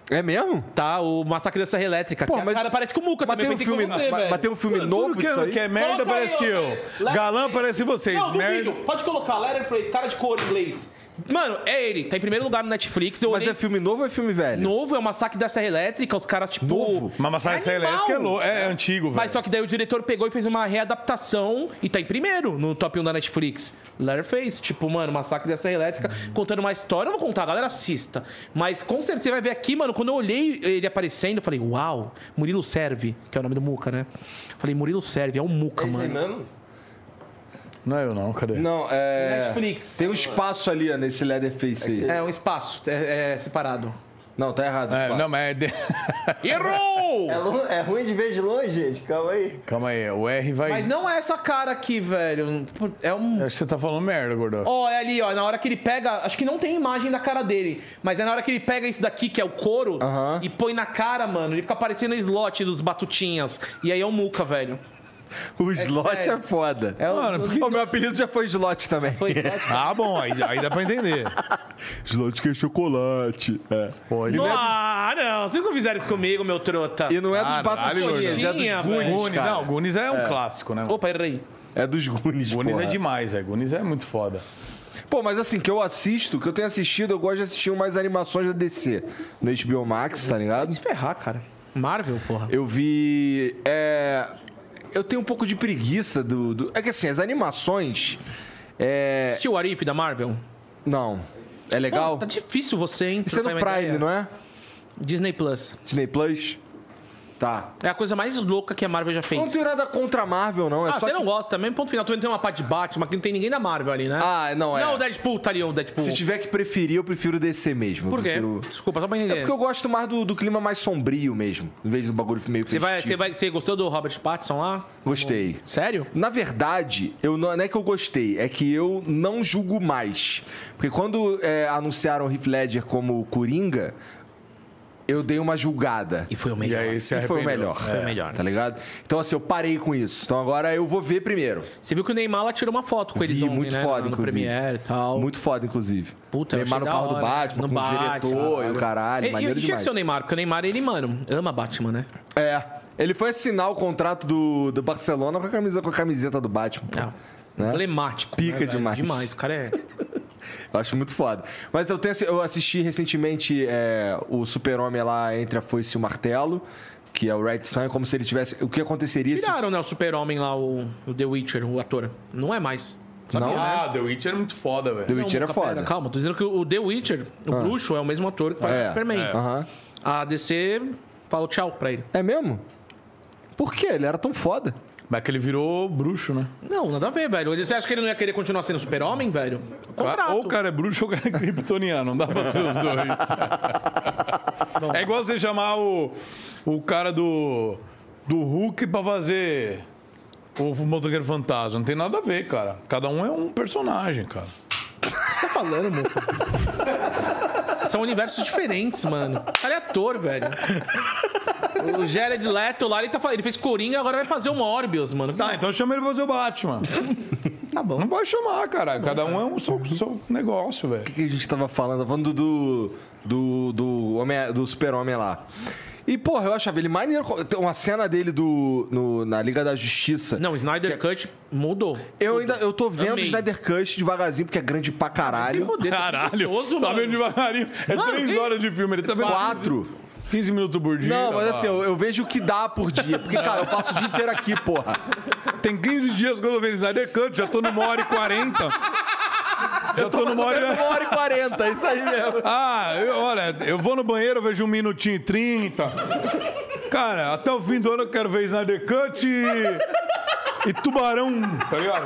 Speaker 2: É mesmo?
Speaker 3: Tá, o Massacre da Serra Elétrica.
Speaker 2: Pô,
Speaker 3: que a
Speaker 2: mas-
Speaker 3: cara parece com o Muca
Speaker 2: Mas tem
Speaker 3: também.
Speaker 2: um
Speaker 3: pensei
Speaker 2: filme,
Speaker 3: que foi você,
Speaker 2: mas,
Speaker 3: velho.
Speaker 2: mas tem um filme novo
Speaker 1: Tudo que,
Speaker 2: disso aí.
Speaker 1: que é merda
Speaker 3: Coloca aí,
Speaker 1: parece
Speaker 3: ó,
Speaker 1: eu.
Speaker 3: Letterface.
Speaker 1: Galã parece vocês.
Speaker 3: Não,
Speaker 1: merda.
Speaker 3: duvido. Pode colocar, Letterface, cara de cor inglês. Mano, é ele. Tá em primeiro lugar no Netflix. Eu
Speaker 2: Mas
Speaker 3: olhei
Speaker 2: é filme novo ou é filme velho?
Speaker 3: novo, é o Massacre da Serra Elétrica. Os caras, tipo...
Speaker 2: Novo?
Speaker 1: Mas Massacre
Speaker 3: Animal.
Speaker 1: Celeste é, lou- é, é antigo, velho.
Speaker 3: Mas só que daí o diretor pegou e fez uma readaptação e tá em primeiro no top 1 da Netflix. Letterface, tipo, mano, Massacre da Serra Elétrica, contando uma história. Eu não vou contar, galera, assista. Mas com certeza você vai ver aqui, mano, quando eu olhei ele aparecendo, eu falei, uau, Murilo Serve, que é o nome do Muca, né? Falei, Murilo Serve, é o Muca,
Speaker 4: É isso aí
Speaker 3: mano.
Speaker 4: mesmo?
Speaker 1: Não é eu não, cadê?
Speaker 2: Não, é.
Speaker 3: Netflix.
Speaker 2: Tem um espaço ali, ó, nesse Leatherface aí.
Speaker 3: É um espaço, é, é separado.
Speaker 2: Não, tá errado. o
Speaker 1: É,
Speaker 2: espaço.
Speaker 1: não, mas é. de- [laughs]
Speaker 3: Errou!
Speaker 4: É, lo- é ruim de ver de longe, gente. Calma aí.
Speaker 1: Calma aí, o R vai.
Speaker 3: Mas não é essa cara aqui, velho. É um
Speaker 1: Acho que você tá falando merda, gordão.
Speaker 3: Ó, é ali, ó. Na hora que ele pega. Acho que não tem imagem da cara dele. Mas é na hora que ele pega isso daqui, que é o couro,
Speaker 2: Aham.
Speaker 3: e põe na cara, mano. Ele fica parecendo o slot dos batutinhas. E aí é o Muca, velho.
Speaker 2: O slot é,
Speaker 3: sério.
Speaker 2: foda.
Speaker 3: É o-
Speaker 1: Mano,
Speaker 2: [laughs]
Speaker 1: por
Speaker 2: O meu apelido já foi slot também.
Speaker 3: Foi slot.
Speaker 1: Ah, bom, aí, aí dá pra entender.
Speaker 2: [laughs] Slot que é chocolate. É.
Speaker 1: Pode.
Speaker 3: ah, não. Vocês não fizeram isso comigo, meu trota.
Speaker 2: E não é dos
Speaker 1: Caralho,
Speaker 2: Batutinhas, é dos
Speaker 3: gordinha,
Speaker 2: Goonies,
Speaker 3: velho.
Speaker 1: Goonies,
Speaker 2: cara.
Speaker 1: não, Goonies é um clássico, né?
Speaker 3: Opa, errei.
Speaker 2: É dos Goonies,
Speaker 1: Goonies
Speaker 2: porra.
Speaker 1: é demais, é. Goonies é muito foda.
Speaker 2: Pô, mas assim, que eu assisto, que eu tenho assistido, eu gosto de assistir mais animações da DC. No HBO Max, tá ligado?
Speaker 3: Se ferrar, cara. Marvel, porra.
Speaker 2: Eu vi. É, eu tenho um pouco de preguiça do. do- é que assim, as animações. É.
Speaker 3: Assistiu o Arif da Marvel?
Speaker 2: Não. É legal?
Speaker 3: Pô, tá difícil você, hein?
Speaker 2: Isso é no Prime, não é?
Speaker 3: Disney Plus.
Speaker 2: Disney Plus? Tá.
Speaker 3: É a coisa mais louca que a Marvel já fez.
Speaker 2: Não tenho nada contra a Marvel, não. É um.
Speaker 3: Ah,
Speaker 2: só
Speaker 3: você
Speaker 2: que-
Speaker 3: não gosta também? Ponto final. Tu não tem uma parte de Batman, que não tem ninguém da Marvel ali, né?
Speaker 2: Ah, não, é.
Speaker 3: Não, o Deadpool tá ali, o Deadpool.
Speaker 2: Se tiver que preferir, eu prefiro DC mesmo. Eu
Speaker 3: Por quê?
Speaker 2: prefiro-
Speaker 3: Desculpa, só pra
Speaker 2: É
Speaker 3: entender.
Speaker 2: porque eu gosto mais do, do clima mais sombrio mesmo, em vez do bagulho meio
Speaker 3: Você vai, você
Speaker 2: festivo.
Speaker 3: vai, você gostou do Robert Pattinson lá?
Speaker 2: Gostei.
Speaker 3: Sério?
Speaker 2: Na verdade, eu não, não é que eu gostei, é que eu não julgo mais. Porque quando é, anunciaram o Heath Ledger como Coringa, eu dei uma julgada.
Speaker 3: E foi o
Speaker 1: E
Speaker 3: melhor.
Speaker 1: aí se
Speaker 2: E foi o
Speaker 1: arrependeu.
Speaker 2: melhor.
Speaker 3: Foi o melhor.
Speaker 2: Tá ligado? Então, assim, eu parei com isso. Então agora eu vou ver primeiro.
Speaker 3: Você viu que o Neymar lá tirou uma foto com eles
Speaker 2: Vi,
Speaker 3: ontem,
Speaker 2: muito
Speaker 3: né?
Speaker 2: foda,
Speaker 3: no, no
Speaker 2: inclusive.
Speaker 3: Premiere e tal.
Speaker 2: Muito foda, inclusive.
Speaker 3: Puta, eu
Speaker 2: Neymar no
Speaker 3: achei da
Speaker 2: carro do
Speaker 3: hora. né?
Speaker 2: Batman,
Speaker 3: No
Speaker 2: com
Speaker 3: Batman,
Speaker 2: o
Speaker 3: É,
Speaker 2: diretor e o caralho,
Speaker 3: E, e
Speaker 2: maneiro
Speaker 3: tinha que
Speaker 2: demais.
Speaker 3: ser o Neymar, porque o Neymar, ele, mano, ama Batman, né?
Speaker 2: É. Ele foi assinar o contrato do, do Barcelona com a, camisa, com a camiseta do Batman. pô.
Speaker 3: Não.
Speaker 2: Né?
Speaker 3: Emblemático.
Speaker 2: Pica
Speaker 3: velho?
Speaker 2: demais.
Speaker 3: É. Demais, o cara é...
Speaker 2: Eu acho muito foda. Mas eu, tenho, assi- eu assisti recentemente é, o Super-Homem lá entre a Foice e o Martelo, que é o Red Sun, como se ele tivesse. O que aconteceria
Speaker 3: Tiraram, né, o super-homem lá, o, o The Witcher, o ator. Não é mais. Sabia,
Speaker 2: Não?
Speaker 3: né?
Speaker 1: Ah, The Witcher é muito foda,
Speaker 2: se.
Speaker 1: velho.
Speaker 2: The Witcher é
Speaker 3: Não, pera,
Speaker 2: foda. Ah.
Speaker 3: Calma, tô dizendo que o The Witcher, o bruxo, é o mesmo ator que faz
Speaker 2: É,
Speaker 3: o Superman.
Speaker 2: Aham.
Speaker 3: A DC falou tchau pra ele.
Speaker 2: É mesmo? Por quê? Ele era tão foda.
Speaker 1: Mas que ele virou bruxo, né?
Speaker 3: Não, nada a ver, velho. Você acha que ele não ia querer continuar sendo super-homem, velho?
Speaker 1: Ou o
Speaker 3: Contrato. [laughs]
Speaker 1: cara é bruxo ou o cara é kryptoniano. Não dá pra ser os dois. É igual você chamar o, o cara do, do Hulk pra fazer o motoqueiro fantasma. Não tem nada a ver, cara. Cada um é um personagem, cara.
Speaker 3: que você tá falando, moço? [laughs] São universos diferentes, mano. O cara é ator, velho. O Jared Leto lá, ele, tá, fa- ele fez Coringa, agora vai fazer o Morbius, mano.
Speaker 1: Tá, então chama ele pra fazer o Batman.
Speaker 3: [laughs] Tá bom.
Speaker 1: Não pode chamar, cara. Cada um é um seu, seu negócio, velho.
Speaker 2: que a gente tava falando? Tava Falando do. Do. Do, homem, do super-homem lá. E, porra, eu achava ele maneiro. Tem uma cena dele do, no- na Liga da Justiça.
Speaker 3: Não, o Snyder Cut mudou.
Speaker 2: Eu ainda. Eu tô vendo o
Speaker 3: Amei.
Speaker 2: Snyder Cut devagarzinho, porque é grande pra caralho.
Speaker 3: Foder, tá preguiçoso,
Speaker 1: tá
Speaker 3: mano.
Speaker 1: vendo devagarinho. É
Speaker 3: Não,
Speaker 1: três
Speaker 3: que-
Speaker 1: horas de filme, ele tá vendo.
Speaker 2: Quatro.
Speaker 1: 15 minutos por dia.
Speaker 2: Não, mas
Speaker 3: é
Speaker 1: cara.
Speaker 2: assim, eu, eu vejo o que dá por dia. Porque, cara, eu passo o dia inteiro aqui, porra.
Speaker 1: Tem 15 dias que eu tô vendo Snyder Cut, já tô numa hora e 40. Já tô numa hora.
Speaker 2: [laughs] Uma hora e quarenta, é isso aí mesmo.
Speaker 1: Ah, eu- olha, eu vou no banheiro, eu vejo um minutinho e 30. Cara, até o fim do ano eu quero ver Snyder Cut e, e Tubarão, tá ligado?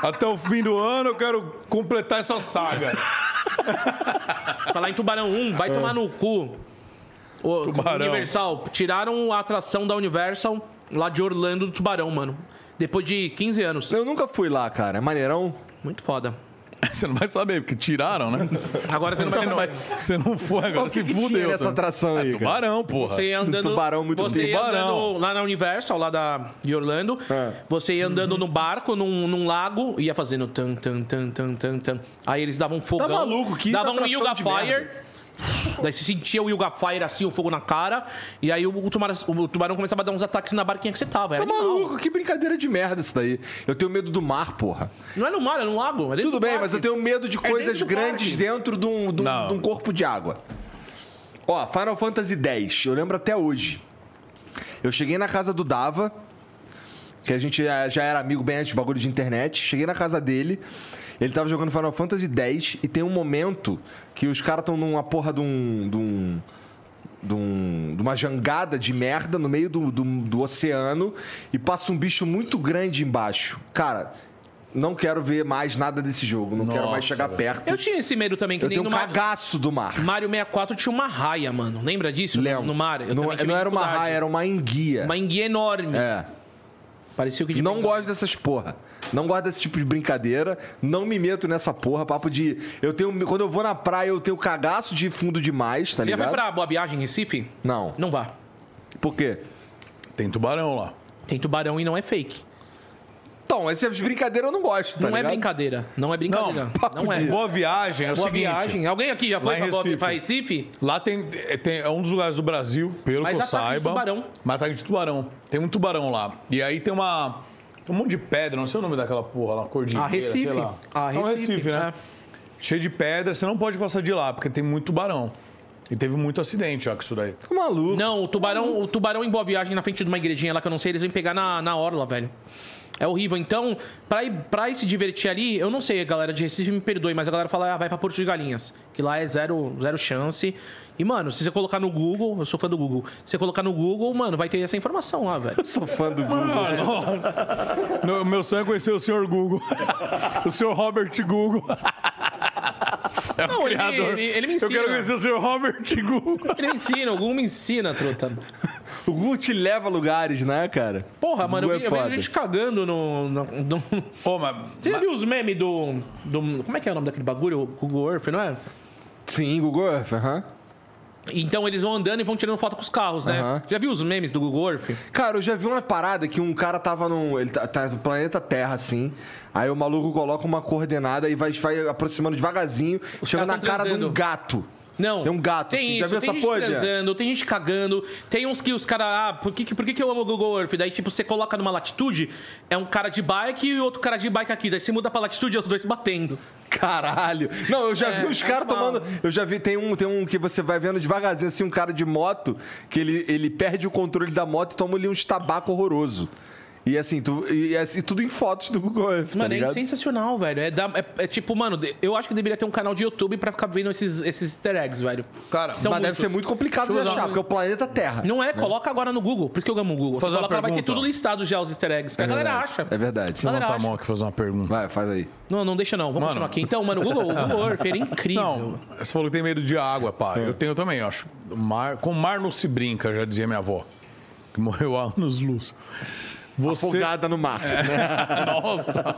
Speaker 1: Até o fim do ano eu quero completar essa saga.
Speaker 3: Falar Tá em Tubarão 1, vai tomar no cu. Ô,
Speaker 1: Tubarão.
Speaker 3: Universal, tiraram a atração da Universal lá de Orlando do Tubarão, mano. Depois de 15 anos.
Speaker 2: Eu nunca fui lá, cara. É maneirão?
Speaker 3: Muito foda.
Speaker 1: Você não vai saber, porque tiraram, né?
Speaker 3: Agora você não vai
Speaker 1: Mas você não foi agora,
Speaker 2: O
Speaker 1: se
Speaker 2: que que
Speaker 1: fudeu.
Speaker 2: tinha nessa
Speaker 1: também.
Speaker 2: atração aí,
Speaker 1: É
Speaker 2: cara?
Speaker 1: tubarão, porra.
Speaker 3: Você ia andando.
Speaker 2: Um Tubarão muito
Speaker 3: você ia
Speaker 1: Tubarão.
Speaker 3: andando lá na Universal, lá da, de Orlando.
Speaker 2: É.
Speaker 3: Você ia andando num barco, num, num lago, ia fazendo tan, tan, tan, tan, tan, tan. Aí eles davam um fogão.
Speaker 2: Tá maluco? Que
Speaker 3: Davam um
Speaker 2: atração
Speaker 3: Yuga
Speaker 2: de
Speaker 3: Fire.
Speaker 2: merda.
Speaker 3: Daí você sentia o Yuga Fire assim, o fogo na cara. E aí o, o tubarão, o tubarão começava a dar uns ataques na barquinha que você tava. Era
Speaker 2: Tá
Speaker 3: animal.
Speaker 2: maluco? Que brincadeira de merda isso daí. Eu tenho medo do mar, porra. é
Speaker 3: Não é no mar, é no lago. é dentro
Speaker 2: Tudo
Speaker 3: do
Speaker 2: bem,
Speaker 3: parque.
Speaker 2: mas eu tenho medo de coisas
Speaker 3: dentro do
Speaker 2: grandes
Speaker 3: parque.
Speaker 2: dentro de um, de um-
Speaker 1: Não.
Speaker 2: de um corpo de água. Ó, Final Fantasy X, eu lembro até hoje. Eu cheguei na casa do Dava, que a gente eh, já era amigo bem antes de bagulho de internet. Cheguei na casa dele, ele tava jogando Final Fantasy X e tem um momento que os caras estão numa porra de um. De um de, um- de uma jangada de merda no meio do, do, do oceano e passa um bicho muito grande embaixo. Cara, não quero ver mais nada desse jogo, não quero mais
Speaker 1: Nossa,
Speaker 2: chegar perto.
Speaker 3: Eu tinha esse medo também, que
Speaker 2: Eu
Speaker 3: nem
Speaker 2: tenho um
Speaker 3: no mar.
Speaker 2: cagaço do mar.
Speaker 3: Mario 64 tinha uma raia, mano. Lembra disso?
Speaker 2: Lembro.
Speaker 3: No mar. Eu
Speaker 2: não é-
Speaker 3: também tive
Speaker 2: não era uma
Speaker 3: dificuldade.
Speaker 2: raia, era uma enguia.
Speaker 3: Uma enguia enorme.
Speaker 2: É.
Speaker 3: Parecia o que de
Speaker 2: Não gosto dessas porra. Não gosto desse tipo de brincadeira. Não me meto nessa porra. Papo de. Eu tenho. Quando eu vou na praia, eu tenho cagaço de fundo demais, tá
Speaker 3: Você já foi
Speaker 2: ligado?
Speaker 3: pra Boa Viagem, Recife?
Speaker 2: Não.
Speaker 3: Não vá.
Speaker 2: Por quê?
Speaker 1: Tem tubarão lá.
Speaker 3: Tem tubarão e não é fake.
Speaker 2: Então, essas brincadeiras eu não gosto, tá
Speaker 3: não é
Speaker 2: ligado?
Speaker 3: brincadeira. Não é brincadeira. Não, é. Boa,
Speaker 1: Boa viagem, é o seguinte.
Speaker 3: viagem. Alguém aqui já
Speaker 1: Lá
Speaker 3: foi
Speaker 1: em
Speaker 3: pra, Boa,
Speaker 1: Recife.
Speaker 3: pra Recife?
Speaker 1: Lá tem, é, tem- é um dos lugares do Brasil, pelo
Speaker 3: Mas
Speaker 1: que eu
Speaker 3: ataque de
Speaker 1: saiba.
Speaker 3: tubarão.
Speaker 1: Mas ataque de tubarão. Tem um tubarão lá. E aí tem uma. tem um monte de pedra, não sei o nome daquela porra lá, cordilheira,
Speaker 3: Ah, Recife.
Speaker 1: sei lá.
Speaker 3: Ah,
Speaker 1: é um
Speaker 3: Recife,
Speaker 1: Recife, né? Cheio de pedra, você não pode passar de lá, porque tem muito tubarão. E teve muito acidente, ó, com isso daí.
Speaker 2: Tá maluco.
Speaker 3: Não, o tubarão, o tubarão em Boa Viagem, na frente de uma igrejinha lá que eu não sei, eles vêm pegar na, na orla, velho. É horrível. Então, pra ir, pra ir se divertir ali, eu não sei, a galera de Recife me perdoe, mas a galera fala, ah, vai pra Porto de Galinhas. Que lá é zero, zero chance. E, mano, se você colocar no Google, eu sou fã do Google, se você colocar no Google, mano, vai ter essa informação lá, velho.
Speaker 2: Sou fã do Google.
Speaker 1: [laughs] No- meu sonho é conhecer o senhor Google. [laughs] o senhor Robert Google. [laughs] É o
Speaker 3: Não, ele-
Speaker 1: criador.
Speaker 3: ele- ele me
Speaker 1: Eu
Speaker 3: ensina.
Speaker 1: quero conhecer o senhor Robert Google.
Speaker 3: Ele me ensina, o Google me ensina, truta.
Speaker 2: O Google te leva a lugares, né, cara?
Speaker 3: Porra, mano, eu,
Speaker 2: Google
Speaker 3: vi-
Speaker 2: é
Speaker 3: eu vejo
Speaker 2: foda.
Speaker 3: gente cagando no. no, no...
Speaker 1: Pô, mas,
Speaker 3: Você já viu os memes do, do. Como é que é o nome daquele bagulho? O Google Earth, não é?
Speaker 2: Sim, Google Earth, aham.
Speaker 3: Então eles vão andando e vão tirando foto com os carros, né?
Speaker 2: Aham.
Speaker 3: Já viu os memes do Google Earth?
Speaker 2: Cara, eu já vi uma parada que um cara tava num. Ele tá, tá no planeta Terra, assim. Aí o maluco coloca uma coordenada e vai, vai aproximando devagarzinho, chega na
Speaker 3: caras tão
Speaker 2: cara de um
Speaker 3: transando.
Speaker 2: gato.
Speaker 3: Não.
Speaker 2: Tem um gato,
Speaker 3: tem
Speaker 2: assim.
Speaker 3: isso,
Speaker 2: já viu
Speaker 3: tem
Speaker 2: essa
Speaker 3: gente
Speaker 2: porra? Jean?
Speaker 3: transando, tem gente cagando, tem uns que os caras. Ah, por que, que- por que, que eu amo o Google Earth? Daí, tipo, você coloca numa latitude, é um cara de bike e outro cara de bike aqui. Daí você muda pra latitude e os dois batendo.
Speaker 2: Caralho. Não, eu já
Speaker 3: É,
Speaker 2: vi uns
Speaker 3: é
Speaker 2: caras
Speaker 3: normal.
Speaker 2: tomando. Eu já vi, tem um, tem um que você vai vendo devagarzinho, assim, um cara de moto, que ele, ele perde o controle da moto e toma ali uns tabaco horroroso. E assim, tu, e, assim, tudo em fotos do Google Earth, tá
Speaker 3: Mano, é
Speaker 2: ligado?
Speaker 3: sensacional, velho. É, da- é- é tipo, mano, de- eu acho que deveria ter um canal de YouTube pra ficar vendo esses, esses easter eggs, velho.
Speaker 1: Cara,
Speaker 3: São
Speaker 2: Mas deve
Speaker 3: muitos.
Speaker 2: ser muito complicado de
Speaker 1: Deixa eu
Speaker 2: achar,
Speaker 1: usar um-
Speaker 2: porque é o planeta Terra.
Speaker 3: Não é? Coloca agora no Google. Por isso que eu amo o Google. Você
Speaker 1: Fazer uma
Speaker 3: coloca, lá, vai ter
Speaker 1: pergunta.
Speaker 3: tudo listado já, os easter eggs. Que a galera acha.
Speaker 2: É verdade.
Speaker 3: Mas- Galera,
Speaker 1: Levantar a
Speaker 3: acho-
Speaker 1: mão tá aqui e fazer uma pergunta.
Speaker 2: Vai, faz aí.
Speaker 3: Não, não deixa não. Vamos
Speaker 1: Mano.
Speaker 3: continuar aqui. Então, mano, o Google, o Google Earth,
Speaker 2: [laughs]
Speaker 3: ele é incrível.
Speaker 1: Não, Então, você falou que tem medo de água, pá.
Speaker 3: É.
Speaker 1: Eu tenho também, eu acho. Mar, com mar não se brinca, já dizia minha avó. Que morreu há anos-luz. Você.
Speaker 2: Afogada no mar. [laughs]
Speaker 1: Nossa!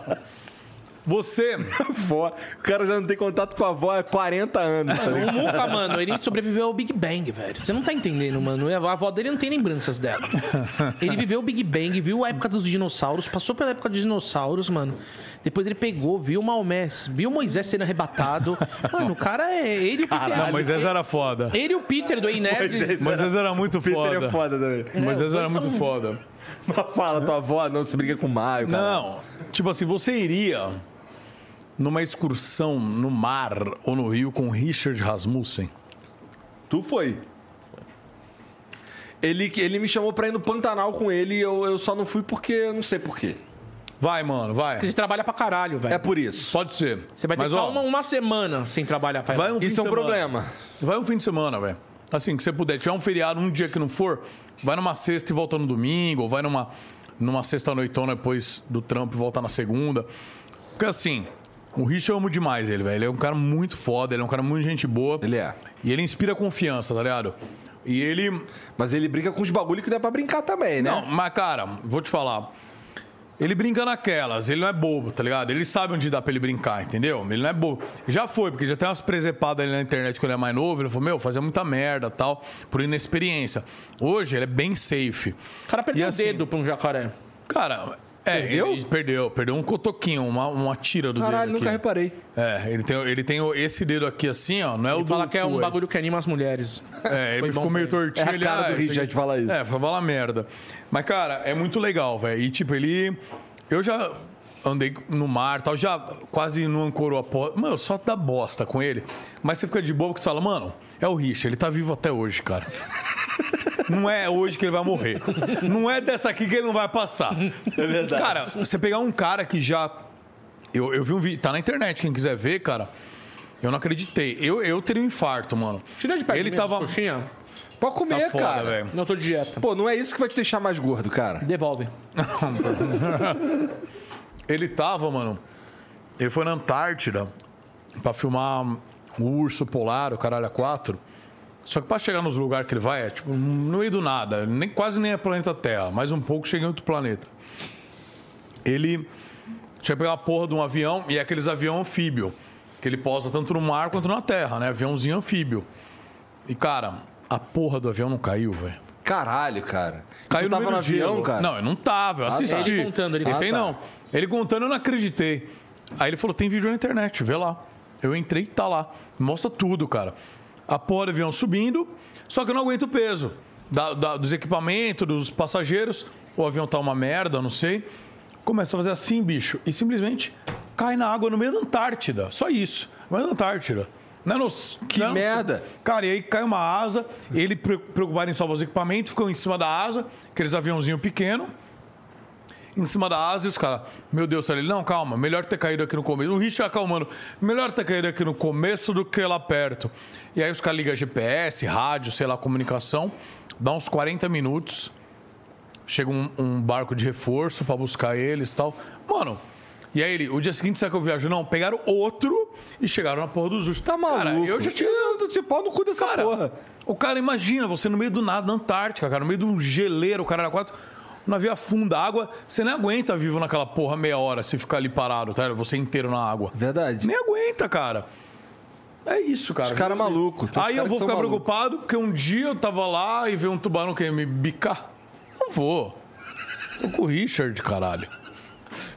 Speaker 1: Você.
Speaker 2: Vó. O cara já não tem contato com a avó há 40 anos, [laughs] tá ligado?
Speaker 3: O Muca, mano, ele sobreviveu ao Big Bang, velho. Você não tá entendendo, mano. A avó dele não tem lembranças dela. Ele viveu o Big Bang, viu a época dos dinossauros, passou pela época dos dinossauros, mano. Depois ele pegou, viu Maomé, viu Moisés sendo arrebatado. Mano, o cara é ele.
Speaker 1: Não, Moisés era foda.
Speaker 3: Ele e o Peter do Nerd.
Speaker 1: Moisés era muito
Speaker 2: Peter
Speaker 1: foda.
Speaker 2: é foda também. [laughs]
Speaker 1: Moisés
Speaker 3: os
Speaker 1: era
Speaker 3: dois
Speaker 1: muito
Speaker 3: são- um.
Speaker 1: foda.
Speaker 2: Fala, tua avó não se briga com o Maio, cara.
Speaker 1: Não, tipo assim, você iria numa excursão no mar ou no rio com Richard Rasmussen?
Speaker 2: Tu foi. Ele, ele me chamou pra ir no Pantanal com ele e eu, eu só não fui porque eu não sei porquê.
Speaker 1: Vai, mano, vai.
Speaker 3: Você trabalha pra caralho,
Speaker 2: É
Speaker 3: velho.
Speaker 2: por isso.
Speaker 1: Pode ser.
Speaker 3: Você vai ter
Speaker 1: Mas,
Speaker 3: que um
Speaker 1: ó,
Speaker 3: ficar uma, uma semana sem trabalhar pra
Speaker 1: Vai um fim
Speaker 2: Isso
Speaker 1: de
Speaker 2: é um
Speaker 1: semana.
Speaker 2: problema.
Speaker 1: Vai um fim de semana, velho. Assim, que você puder. Tiver um feriado, um dia que não for, vai numa sexta e volta no domingo, ou vai numa, numa sexta noitona depois do trampo e volta na segunda. Porque assim, o Rich eu amo demais ele, velho. Ele é um cara muito foda, ele é um cara muito gente boa.
Speaker 2: Ele é.
Speaker 1: E ele inspira confiança, tá ligado? E ele.
Speaker 2: Mas ele briga com os bagulho que dá pra brincar também, né?
Speaker 3: É.
Speaker 1: Não, mas cara, vou te falar. Ele brinca naquelas, ele não é bobo, tá ligado? Ele sabe onde dá pra ele brincar, entendeu? Ele não é bobo. Já foi, porque já tem umas presepadas ali na internet quando ele é mais novo. Ele falou, meu, fazia muita merda tal, por inexperiência. Hoje ele é bem safe.
Speaker 3: O cara perdeu
Speaker 1: E assim-
Speaker 3: o dedo pra um jacaré.
Speaker 1: Cara, é,
Speaker 2: Perdeu?
Speaker 1: ele perdeu, perdeu um cotoquinho, uma, uma tira do
Speaker 2: Caralho,
Speaker 1: dedo.
Speaker 2: nunca
Speaker 1: aqui.
Speaker 2: reparei.
Speaker 1: É, ele tem, ele tem esse dedo aqui assim, ó, não é o do
Speaker 3: Fala que é um
Speaker 1: coisa.
Speaker 3: bagulho que anima as mulheres.
Speaker 2: [laughs]
Speaker 1: É, ele
Speaker 3: Foi
Speaker 1: ficou
Speaker 3: bom
Speaker 1: meio
Speaker 3: pra
Speaker 1: tortinho.
Speaker 2: É a
Speaker 1: ele,
Speaker 2: cara do
Speaker 1: esse
Speaker 2: Richard
Speaker 1: aqui-
Speaker 2: falar isso.
Speaker 1: É, foi falar merda. Mas, cara, é muito legal, velho. E, tipo, ele... Eu já andei no mar e tal, já quase não ancorou a porta. Mano, só dá bosta com ele. Mas você fica de boa porque você fala, mano, é o Richard, ele tá vivo até hoje, cara. [laughs] Não é hoje que ele vai morrer. Não é dessa aqui que ele não vai passar. É verdade. Cara, você pegar um cara que já... Eu, eu vi um vídeo, tá na internet, quem quiser ver, cara... Eu não acreditei. Eu, eu teria um infarto, mano.
Speaker 3: Tira de perto
Speaker 1: Ele
Speaker 3: de mim essas
Speaker 1: tava.
Speaker 3: coxinha.
Speaker 2: Pode
Speaker 1: Tá
Speaker 2: comer,
Speaker 1: foda,
Speaker 2: cara.
Speaker 1: velho.
Speaker 3: Não tô de dieta.
Speaker 2: Pô, não é isso que vai te deixar mais gordo, cara.
Speaker 3: Devolve.
Speaker 1: Ele tava, mano. Ele foi na Antártida pra filmar o urso polar, o caralho a quatro. Só que pra chegar nos lugares que ele vai, é tipo, no meio do nada. Nem, quase nem é planeta Terra. Mais um pouco chega em outro planeta. Ele tinha que pegar uma porra de um avião e é aqueles avião anfíbio. Que ele posa tanto no mar quanto na terra, né? Aviãozinho anfíbio. E, cara, a porra do avião não caiu, velho.
Speaker 2: Caralho, cara.
Speaker 1: Caiu
Speaker 2: tu tava
Speaker 1: no,
Speaker 2: no,
Speaker 1: meio do
Speaker 2: avião,
Speaker 1: gelo.
Speaker 2: cara? Ah,
Speaker 1: Não, eu não tava, eu assisti.
Speaker 3: tá. Ele contando, ele
Speaker 1: Esse aí
Speaker 2: contando.
Speaker 1: não. Ele contando, eu não acreditei. Aí ele falou: tem vídeo na internet, vê lá. Eu entrei e tá lá. Mostra tudo, cara. A porra do avião subindo, só que eu não aguento o peso da- da- dos equipamentos, dos passageiros. O avião tá uma merda, não sei. Começa a fazer assim, bicho, e simplesmente cai na água no meio da Antártida. Só isso. No meio da Antártida. Não é nos, que
Speaker 2: merda.
Speaker 1: Cara, e aí cai uma asa, ele pre- preocupado em salvar os equipamentos, ficou em cima da asa, aqueles aviãozinho pequeno, em cima da asa, e os caras, meu Deus, ele, não, calma, melhor ter caído aqui no começo. O Richard acalmando, melhor ter caído aqui no começo do que lá perto. E aí os caras ligam GPS, rádio, sei lá, comunicação, dá uns 40 minutos, chega um, um barco de reforço pra buscar eles e tal. Mano. E aí ele, o dia seguinte, será que eu viajo? Não, pegaram outro e chegaram na porra dos ursos.
Speaker 2: Tá maluco.
Speaker 1: Cara, eu já tinha
Speaker 2: Eu tinha pau no cu dessa
Speaker 1: Cara,
Speaker 2: porra.
Speaker 1: o cara, imagina, você no meio do nada, na Antártica, cara, no meio de um geleiro, o cara era quatro. O navio afunda, a água, você nem aguenta vivo naquela porra meia hora se ficar ali parado, tá? Você inteiro na água.
Speaker 2: Verdade.
Speaker 1: Nem aguenta, cara. É isso, cara.
Speaker 2: Os cara maluco. Tem uns
Speaker 1: Aí
Speaker 2: cara
Speaker 1: eu
Speaker 2: que
Speaker 1: vou
Speaker 2: são
Speaker 1: ficar
Speaker 2: maluco.
Speaker 1: preocupado porque um dia eu tava lá e veio um tubarão querer me bicar. Não vou. Tô com o Richard, caralho.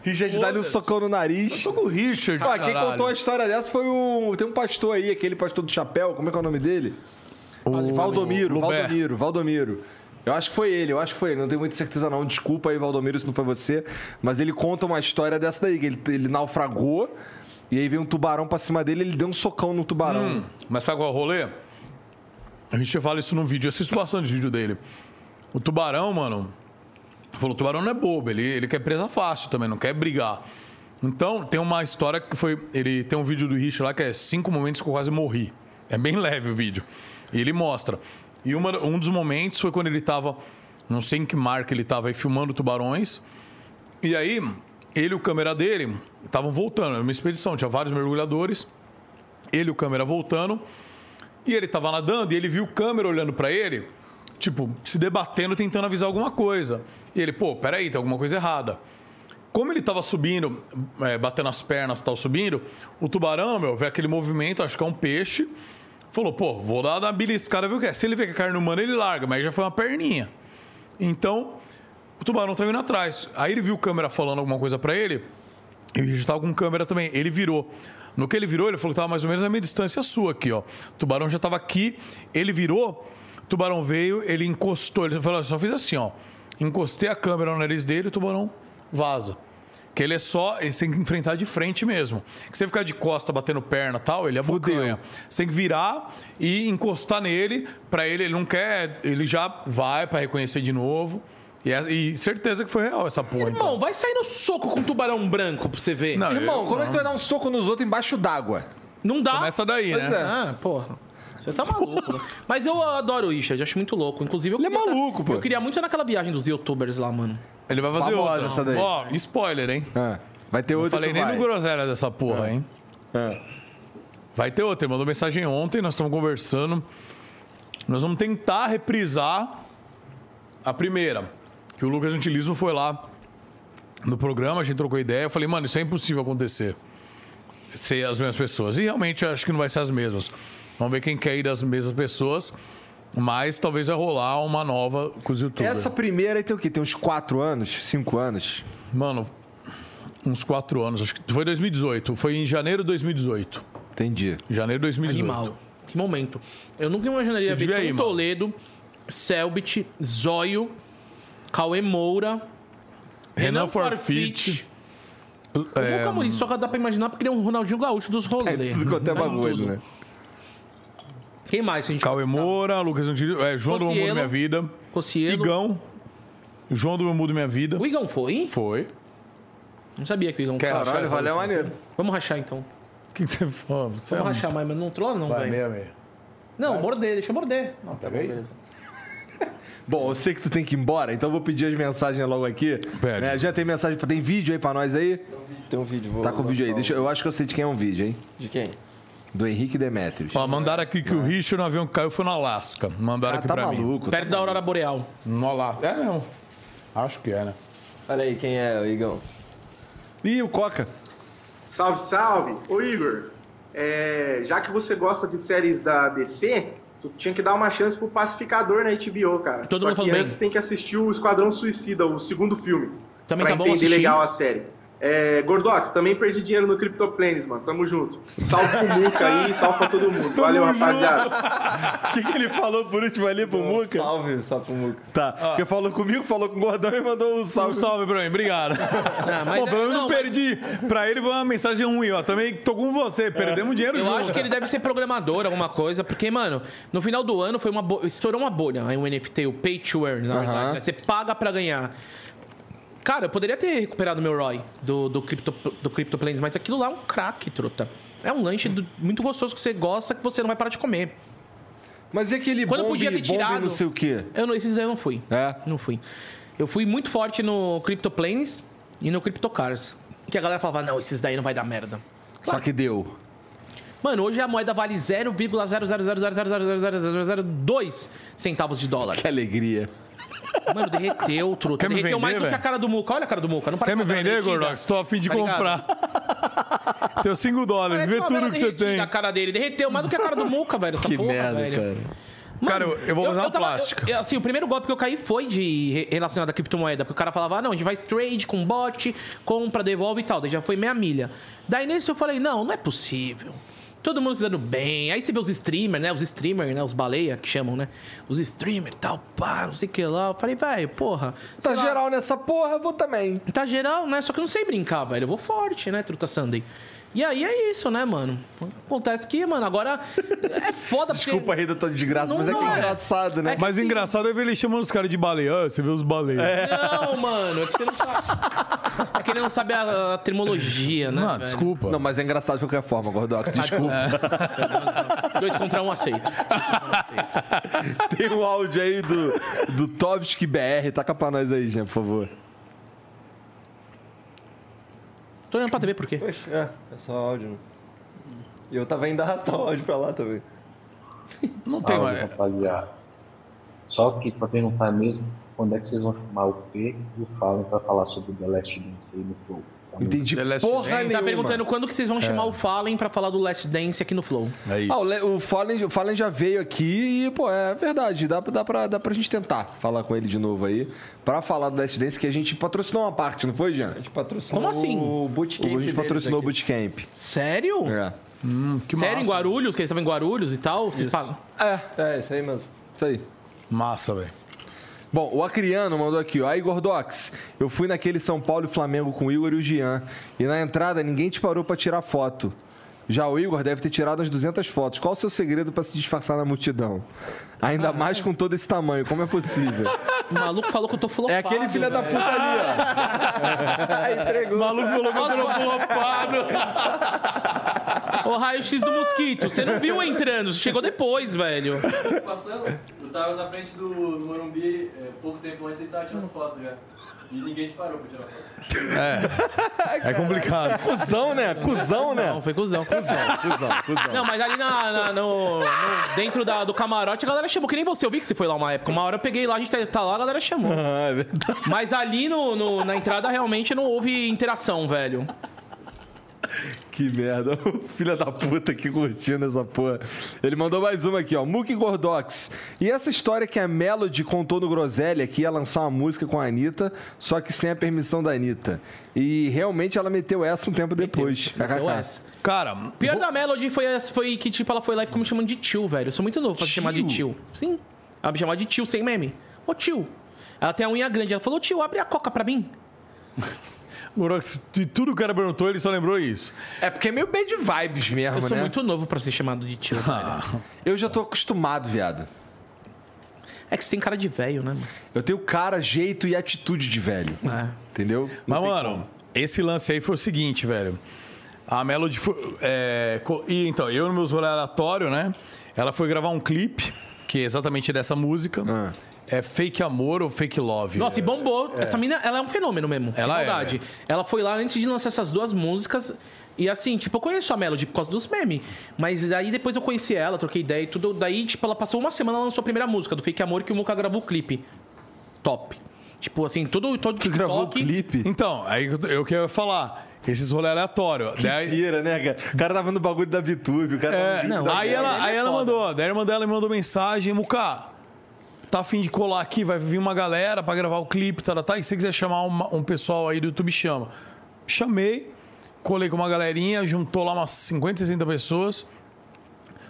Speaker 2: Richard dá-lhe um
Speaker 1: Foda-se.
Speaker 2: socão no nariz.
Speaker 1: Tô com o Richard,
Speaker 2: Ué,
Speaker 1: caralho.
Speaker 2: quem contou a história dessa foi o. Tem um pastor aí, aquele pastor do chapéu, como é que é o nome dele? Valdomiro,
Speaker 1: Lubé.
Speaker 2: Valdomiro, Valdomiro. Eu acho que foi ele, eu acho que foi ele. Não tenho muita certeza, não. Desculpa aí, Valdomiro, se não foi você. Mas ele conta uma história dessa daí, que ele, ele naufragou. E aí veio um tubarão pra cima dele ele deu um socão no tubarão.
Speaker 1: Mas sabe qual é o rolê? A gente fala isso num vídeo, eu assisto bastante vídeo dele. O tubarão, mano, Falou, o tubarão não é bobo, ele, ele quer presa fácil também, não quer brigar. Então, tem uma história que foi. Ele tem um vídeo do Rich lá que é cinco momentos que eu quase morri. É bem leve o vídeo. E ele mostra. E uma- um dos momentos foi quando ele tava. Não sei em que marca ele tava aí filmando tubarões. E aí, ele e o câmera dele estavam voltando. Era uma expedição, tinha vários mergulhadores. Ele e o câmera voltando. E ele tava nadando e ele viu o câmera olhando pra ele, tipo, se debatendo, tentando avisar alguma coisa. E ele, pô, peraí, tem alguma coisa errada. Como ele tava subindo, é, batendo as pernas, tal, subindo, o tubarão, meu, vê aquele movimento, acho que é um peixe, falou, pô, vou dar uma beliscada, viu o que é? Se ele vê que é carne humana, ele larga, mas já foi uma perninha. Então, o tubarão tá vindo atrás. Aí ele viu o câmera falando alguma coisa pra ele, e o Rígido tava com câmera também. Ele virou. No que ele virou, ele falou que tava mais ou menos a minha distância sua aqui, ó. O tubarão já tava aqui, ele virou, o tubarão veio, ele encostou. Ele falou, "Eu só fiz assim, ó. Encostei a câmera no nariz dele, o tubarão vaza. Que ele é só, ele tem que enfrentar de frente mesmo. Que você ficar de costa batendo perna e tal, ele
Speaker 2: é.
Speaker 1: abocanha. Você tem que virar e encostar nele, pra ele, ele não quer, ele já vai pra reconhecer de novo. E, é- e certeza que foi real essa porra. então.
Speaker 3: Irmão, vai sair no soco com um tubarão branco pra você ver. Não,
Speaker 1: Não,
Speaker 2: Irmão,
Speaker 1: eu-
Speaker 2: como é que tu vai dar um soco nos outros embaixo d'água?
Speaker 3: dá.
Speaker 1: Começa daí,
Speaker 2: Pois
Speaker 1: né?
Speaker 2: é.
Speaker 3: Ah, porra. Você tá
Speaker 2: [laughs]
Speaker 3: maluco, né? Mas eu adoro o Richard, acho muito louco. Inclusive, eu
Speaker 2: Ele é
Speaker 3: queria tá-
Speaker 2: maluco, pô.
Speaker 3: Eu queria muito ir naquela viagem dos youtubers lá, mano.
Speaker 1: Ele vai fazer
Speaker 2: Famosa
Speaker 1: outra.
Speaker 2: essa daí.
Speaker 1: Ó, spoiler, hein?
Speaker 2: Ah, vai ter outro.
Speaker 1: Falei
Speaker 2: tu
Speaker 1: nem
Speaker 2: vai.
Speaker 1: no groselha dessa porra, hein?
Speaker 2: É.
Speaker 1: Vai ter outra. Ele mandou mensagem ontem, nós estamos conversando. Nós vamos tentar reprisar a primeira. Que o Lucas Gentilismo foi lá no programa, a gente trocou ideia. Eu falei, mano, isso é impossível acontecer. Ser as mesmas pessoas. E realmente eu acho que não vai ser as mesmas. Vamos ver quem quer ir das mesmas pessoas. Mas talvez vai rolar uma nova com os youtubers.
Speaker 2: Essa primeira aí tem o quê? Tem uns 4 anos? 5 anos?
Speaker 1: Mano, uns quatro anos, acho que foi 2018. Foi em janeiro de 2018.
Speaker 2: Entendi.
Speaker 1: Janeiro de 2018.
Speaker 3: Animal. Que momento. Eu nunca imaginaria
Speaker 1: Você devia
Speaker 3: ver
Speaker 1: ir,
Speaker 3: Tom
Speaker 1: mano.
Speaker 3: Toledo, Selbit, Zóio, Cauê Moura,
Speaker 1: Renan Forfit.
Speaker 3: O Boca Amorim, só que dá pra imaginar porque ele é um Ronaldinho Gaúcho dos rolês.
Speaker 2: Tudo quanto hum. é
Speaker 3: Tá em
Speaker 2: bagulho,
Speaker 3: tudo.
Speaker 2: né?
Speaker 3: Quem mais a gente
Speaker 1: Cauê Moura, Lucas Antilho, é, João do Amor
Speaker 3: Cossielo.
Speaker 1: da Minha Vida.
Speaker 3: Cossielo.
Speaker 1: Igão. João do Amor da Minha Vida.
Speaker 3: O Igão foi?
Speaker 1: Foi.
Speaker 3: Não sabia É, que o Igão
Speaker 1: Quer
Speaker 3: foi.
Speaker 1: rachar
Speaker 2: Caralho,
Speaker 1: essa
Speaker 2: valeu,
Speaker 1: última?
Speaker 2: maneiro.
Speaker 3: Vamos rachar então.
Speaker 1: O que que você falou? Você
Speaker 3: Vamos
Speaker 1: é um-
Speaker 3: rachar mais, mas não trola não,
Speaker 1: Vai,
Speaker 3: velho.
Speaker 1: meia, meia.
Speaker 3: Não, morder, deixa eu morder. Não, tá bom,
Speaker 1: aí.
Speaker 3: beleza.
Speaker 2: Bom, eu sei que tu tem que ir embora, então eu vou pedir as mensagens logo aqui.
Speaker 1: Pede.
Speaker 2: É, já tem mensagem, pra- tem vídeo aí pra nós aí?
Speaker 4: Tem um vídeo, vou
Speaker 2: Tá com o vídeo aí. Deixa, eu acho que eu sei de quem é um vídeo, hein?
Speaker 4: De quem?
Speaker 2: Do Henrique Demetrios.
Speaker 1: Ó, mandaram aqui que o Richard no avião que caiu foi no Alasca. Mandaram
Speaker 2: Ah,
Speaker 1: aqui
Speaker 2: tá
Speaker 1: pra mim.
Speaker 2: maluco.
Speaker 3: Perto da Aurora Boreal.
Speaker 1: No Alasca. É mesmo. Acho que é, né?
Speaker 4: Olha aí, quem é, Igão?
Speaker 2: Ih,
Speaker 1: [laughs]
Speaker 2: o Coca.
Speaker 7: Salve, salve! Ô Igor, é, já que você gosta de séries da DC, tu tinha que dar uma chance pro Pacificador na HBO, cara.
Speaker 3: Todo
Speaker 7: Só
Speaker 3: mundo
Speaker 7: que
Speaker 3: falou bem.
Speaker 7: antes tem que assistir o Esquadrão Suicida, o segundo filme.
Speaker 3: Também
Speaker 7: pra
Speaker 3: tá bom
Speaker 7: entender
Speaker 3: assistir.
Speaker 7: legal a série. É, Gordox, também perdi dinheiro no CryptoPlanes, mano. Tamo junto. Salve pro Muca aí, salve pra todo mundo. Valeu, rapaziada.
Speaker 2: O que, que ele falou por último ali pro Muca?
Speaker 4: Um Salve, salve pro Muca.
Speaker 2: Tá. Porque falou comigo, falou com o Gordão e mandou um
Speaker 1: Um
Speaker 2: salve.
Speaker 1: salve pra mim, [laughs] obrigado.
Speaker 3: Ah, mas
Speaker 1: Tá Bom, pelo
Speaker 3: é-
Speaker 1: menos não
Speaker 3: não, mas- é.
Speaker 1: perdi. Pra ele foi uma mensagem ruim, ó. Também tô com você, perdemos dinheiro
Speaker 3: Eu
Speaker 1: junto.
Speaker 3: acho que ele deve ser programador, alguma coisa, porque, mano, no final do ano foi uma bo... estourou uma bolha aí o NFT, o pay to earn, na verdade. né? Você paga pra ganhar. Cara, eu poderia ter recuperado meu ROI do, do, crypto, do CryptoPlanes, mas aquilo lá é um craque, truta. É um lanche do- muito gostoso que você gosta, que você não vai parar de comer.
Speaker 2: Mas e aquele
Speaker 3: Quando eu
Speaker 2: bombe,
Speaker 3: podia ter
Speaker 2: bombe
Speaker 3: tirado-
Speaker 2: não sei o quê?
Speaker 3: Eu não, esses daí eu não fui.
Speaker 2: É?
Speaker 3: Não fui. Eu fui muito forte no CryptoPlanes e no CryptoCars. Que a galera falava, não, esses daí não vai dar merda.
Speaker 2: Só que deu.
Speaker 3: Mano, hoje a moeda vale 0,000000002 centavos de dólar.
Speaker 2: Que alegria.
Speaker 3: Mano, derreteu, truta.
Speaker 1: Quer me
Speaker 3: derreteu
Speaker 1: vender,
Speaker 3: mais do que a
Speaker 1: velho?
Speaker 3: cara do Muca. Olha a cara do Muca. Não
Speaker 1: Quer
Speaker 3: parece
Speaker 1: me
Speaker 3: uma cara
Speaker 1: vender,
Speaker 3: derretida.
Speaker 1: Gordox? Tô a fim de
Speaker 3: Tá ligado?
Speaker 1: comprar.
Speaker 3: [laughs]
Speaker 1: Teu 5 dólares,
Speaker 3: Parece
Speaker 1: vê
Speaker 3: uma
Speaker 1: tudo
Speaker 3: vela
Speaker 1: que você
Speaker 3: derretida
Speaker 1: tem.
Speaker 3: A cara dele derreteu mais do que a cara do Muca, velho. Essa
Speaker 2: Que
Speaker 3: porra,
Speaker 2: merda,
Speaker 3: velho.
Speaker 2: cara.
Speaker 1: Cara, eu, eu vou fazer uma
Speaker 3: tava-
Speaker 1: plástica.
Speaker 3: eu- assim, o primeiro golpe que eu caí foi de re- relacionado à criptomoeda, porque o cara falava, ah, não, a gente faz trade com bot, compra, devolve e tal. Daí já foi meia milha. Daí nesse eu falei, não, não é possível. Todo mundo se dando bem. Aí você vê os streamers, né? Os streamers, né? Os baleia que chamam, né? Os streamers e tal, pá, não sei o que lá. Eu falei, velho, porra.
Speaker 2: Tá
Speaker 3: sei lá,
Speaker 2: geral nessa porra, eu vou também.
Speaker 3: Tá geral, né? Só que eu não sei brincar, velho. Eu vou forte, né, Truta Sunday? E aí é isso, né, mano? Acontece que, mano, agora é foda porque-
Speaker 2: Desculpa aí, doutor de graça,
Speaker 3: Não,
Speaker 2: mas é que
Speaker 3: não
Speaker 2: é
Speaker 3: é.
Speaker 2: engraçado, né?
Speaker 3: É que
Speaker 1: Mas
Speaker 3: assim-
Speaker 1: engraçado é ver ele chamando os caras de baleia. Ah, você vê os baleias.
Speaker 3: É. Não, mano, é que você não sabe. É que ele não sabe a, a terminologia, né?
Speaker 1: Não,
Speaker 3: velho?
Speaker 1: desculpa.
Speaker 2: Não, mas é engraçado de qualquer forma, Gordox. Desculpa.
Speaker 3: Dois contra um aceito.
Speaker 2: [laughs] Tem um áudio aí do, do Tovski BR. Taca pra nós aí, Jean, por favor.
Speaker 3: Tô olhando pra TV por quê?
Speaker 4: Poxa, é, é só áudio, né? E eu tava indo arrastar o áudio pra lá também.
Speaker 1: Não tem
Speaker 8: Salve,
Speaker 1: mais.
Speaker 8: rapaziada. Só que pra perguntar mesmo, quando é que vocês vão chamar o Fê e o Fallen pra falar sobre o The Last Dance aí no Flow? Tá muito
Speaker 2: Entendi
Speaker 1: The Last
Speaker 2: porra
Speaker 1: Dance.
Speaker 3: Tá
Speaker 2: nenhuma.
Speaker 3: perguntando quando que vocês vão chamar o Fallen pra falar do Last Dance aqui no Flow.
Speaker 1: É isso.
Speaker 2: Ah, o, Le- o Fallen, o Fallen já veio aqui e, pô, é verdade. Dá, pra- dá, pra, dá pra gente tentar falar com ele de novo aí. Pra falar do Last Dance, que a gente patrocinou uma parte, não foi, Jean?
Speaker 4: A gente patrocinou
Speaker 3: Como assim?
Speaker 4: o bootcamp
Speaker 2: a gente
Speaker 4: deles
Speaker 2: patrocinou o
Speaker 4: aqui.
Speaker 2: bootcamp.
Speaker 3: Sério?
Speaker 2: É.
Speaker 3: Sério, em Guarulhos? Que eles estavam em Guarulhos e tal? Vocês pagam?
Speaker 2: É,
Speaker 4: É, isso aí mesmo.
Speaker 2: isso aí.
Speaker 1: Massa, velho.
Speaker 2: Bom, o Acriano mandou aqui, ó. Aí, Gordox, eu fui naquele São Paulo e Flamengo com o Igor e o Jean. E na entrada, ninguém te parou pra tirar foto. Já o Igor deve ter tirado umas 200 fotos. Qual o seu segredo pra se disfarçar na multidão? Ainda mais com todo esse tamanho. Como é possível?
Speaker 3: O maluco falou que eu tô flopado.
Speaker 2: É aquele filho da
Speaker 3: velho.
Speaker 2: puta ali,
Speaker 1: [laughs] É, O maluco falou que eu tô flopado.
Speaker 3: O raio-x do mosquito. Você não viu entrando, você chegou depois, velho.
Speaker 9: passando, eu tava na frente do Morumbi é, pouco tempo antes ele tava tirando foto já. E ninguém te parou pra tirar foto.
Speaker 1: É complicado.
Speaker 2: ó. [laughs] Cusão, né? Cusão, né?
Speaker 3: Não, foi cuzão, cuzão.
Speaker 2: Cusão, cusão.
Speaker 3: Não, mas ali na, na- no, no- dentro da- do camarote a galera chamou. Que nem você, eu vi que você foi lá uma época. Uma hora eu peguei lá, a gente tá, tá lá, a galera
Speaker 2: [laughs]
Speaker 3: chamou.
Speaker 2: Ah, é verdade.
Speaker 3: Mas ali no, no- na entrada realmente não houve interação, velho.
Speaker 2: Que merda, [laughs] o filho da puta que curtindo essa porra. Ele mandou mais uma aqui, ó. Muki Gordox. E essa história que a Melody contou no Groselha que ia lançar uma música com a Anitta, só que sem a permissão da Anitta. E realmente ela meteu essa um tempo depois.
Speaker 3: Eu
Speaker 2: KKK.
Speaker 3: essa.
Speaker 1: Cara,
Speaker 3: É. Pior da Melody foi, essa- foi que, tipo, ela foi lá e ficou me chamando de tio, velho. Eu sou muito novo pra me chamar de tio. Sim. Ela me chamava de tio, sem meme. Ô, tio. Ela tem a unha grande. Ela falou, tio, abre a coca pra mim.
Speaker 1: Gorox, de tudo que o cara perguntou, ele só lembrou isso.
Speaker 2: É porque é meio bad vibes mesmo,
Speaker 3: Eu sou
Speaker 2: né?
Speaker 3: muito novo pra ser chamado de tio, velho.
Speaker 2: Eu já tô acostumado, viado.
Speaker 3: É que você tem cara de velho, né? mano?
Speaker 2: Eu tenho cara, jeito e atitude de velho.
Speaker 3: É.
Speaker 2: Entendeu?
Speaker 1: Mas, mano, esse lance aí foi o seguinte, velho. A Melody foi. é, co- e então, eu no meus rolê aleatório, né? Ela foi gravar um clipe, que é exatamente dessa música. É Fake Amor ou Fake Love. é.
Speaker 3: Nossa, e bombou. Essa mina, ela é um fenômeno mesmo. sem
Speaker 1: Ela é,
Speaker 3: maldade. Ela foi lá antes de lançar essas duas músicas. E assim, tipo, eu conheço a Melody por causa dos memes. Mas aí depois eu conheci ela, troquei ideia e tudo. Daí, tipo, ela passou uma semana, ela lançou a primeira música do Fake Amor que o Muca gravou o clipe. Top. Tipo assim, todo, todo
Speaker 2: Tu gravou o clipe?
Speaker 1: Então, aí eu, eu queria falar. Esses rolê aleatório. Daí-
Speaker 2: Mentira, né, cara? O cara tava no bagulho da VTube, o cara tava no
Speaker 1: É,
Speaker 2: vídeo
Speaker 3: Não,
Speaker 1: aí
Speaker 3: ele-
Speaker 1: ela,
Speaker 3: ele é
Speaker 1: aí ela
Speaker 3: foda.
Speaker 1: mandou, daí a irmã dela me mandou mensagem, Muka, tá afim de colar aqui, vai vir uma galera pra gravar o clipe, tá, tá, e se você quiser chamar uma- um pessoal aí do YouTube, chama. Chamei, colei com uma galerinha, juntou lá umas 50, 60 pessoas,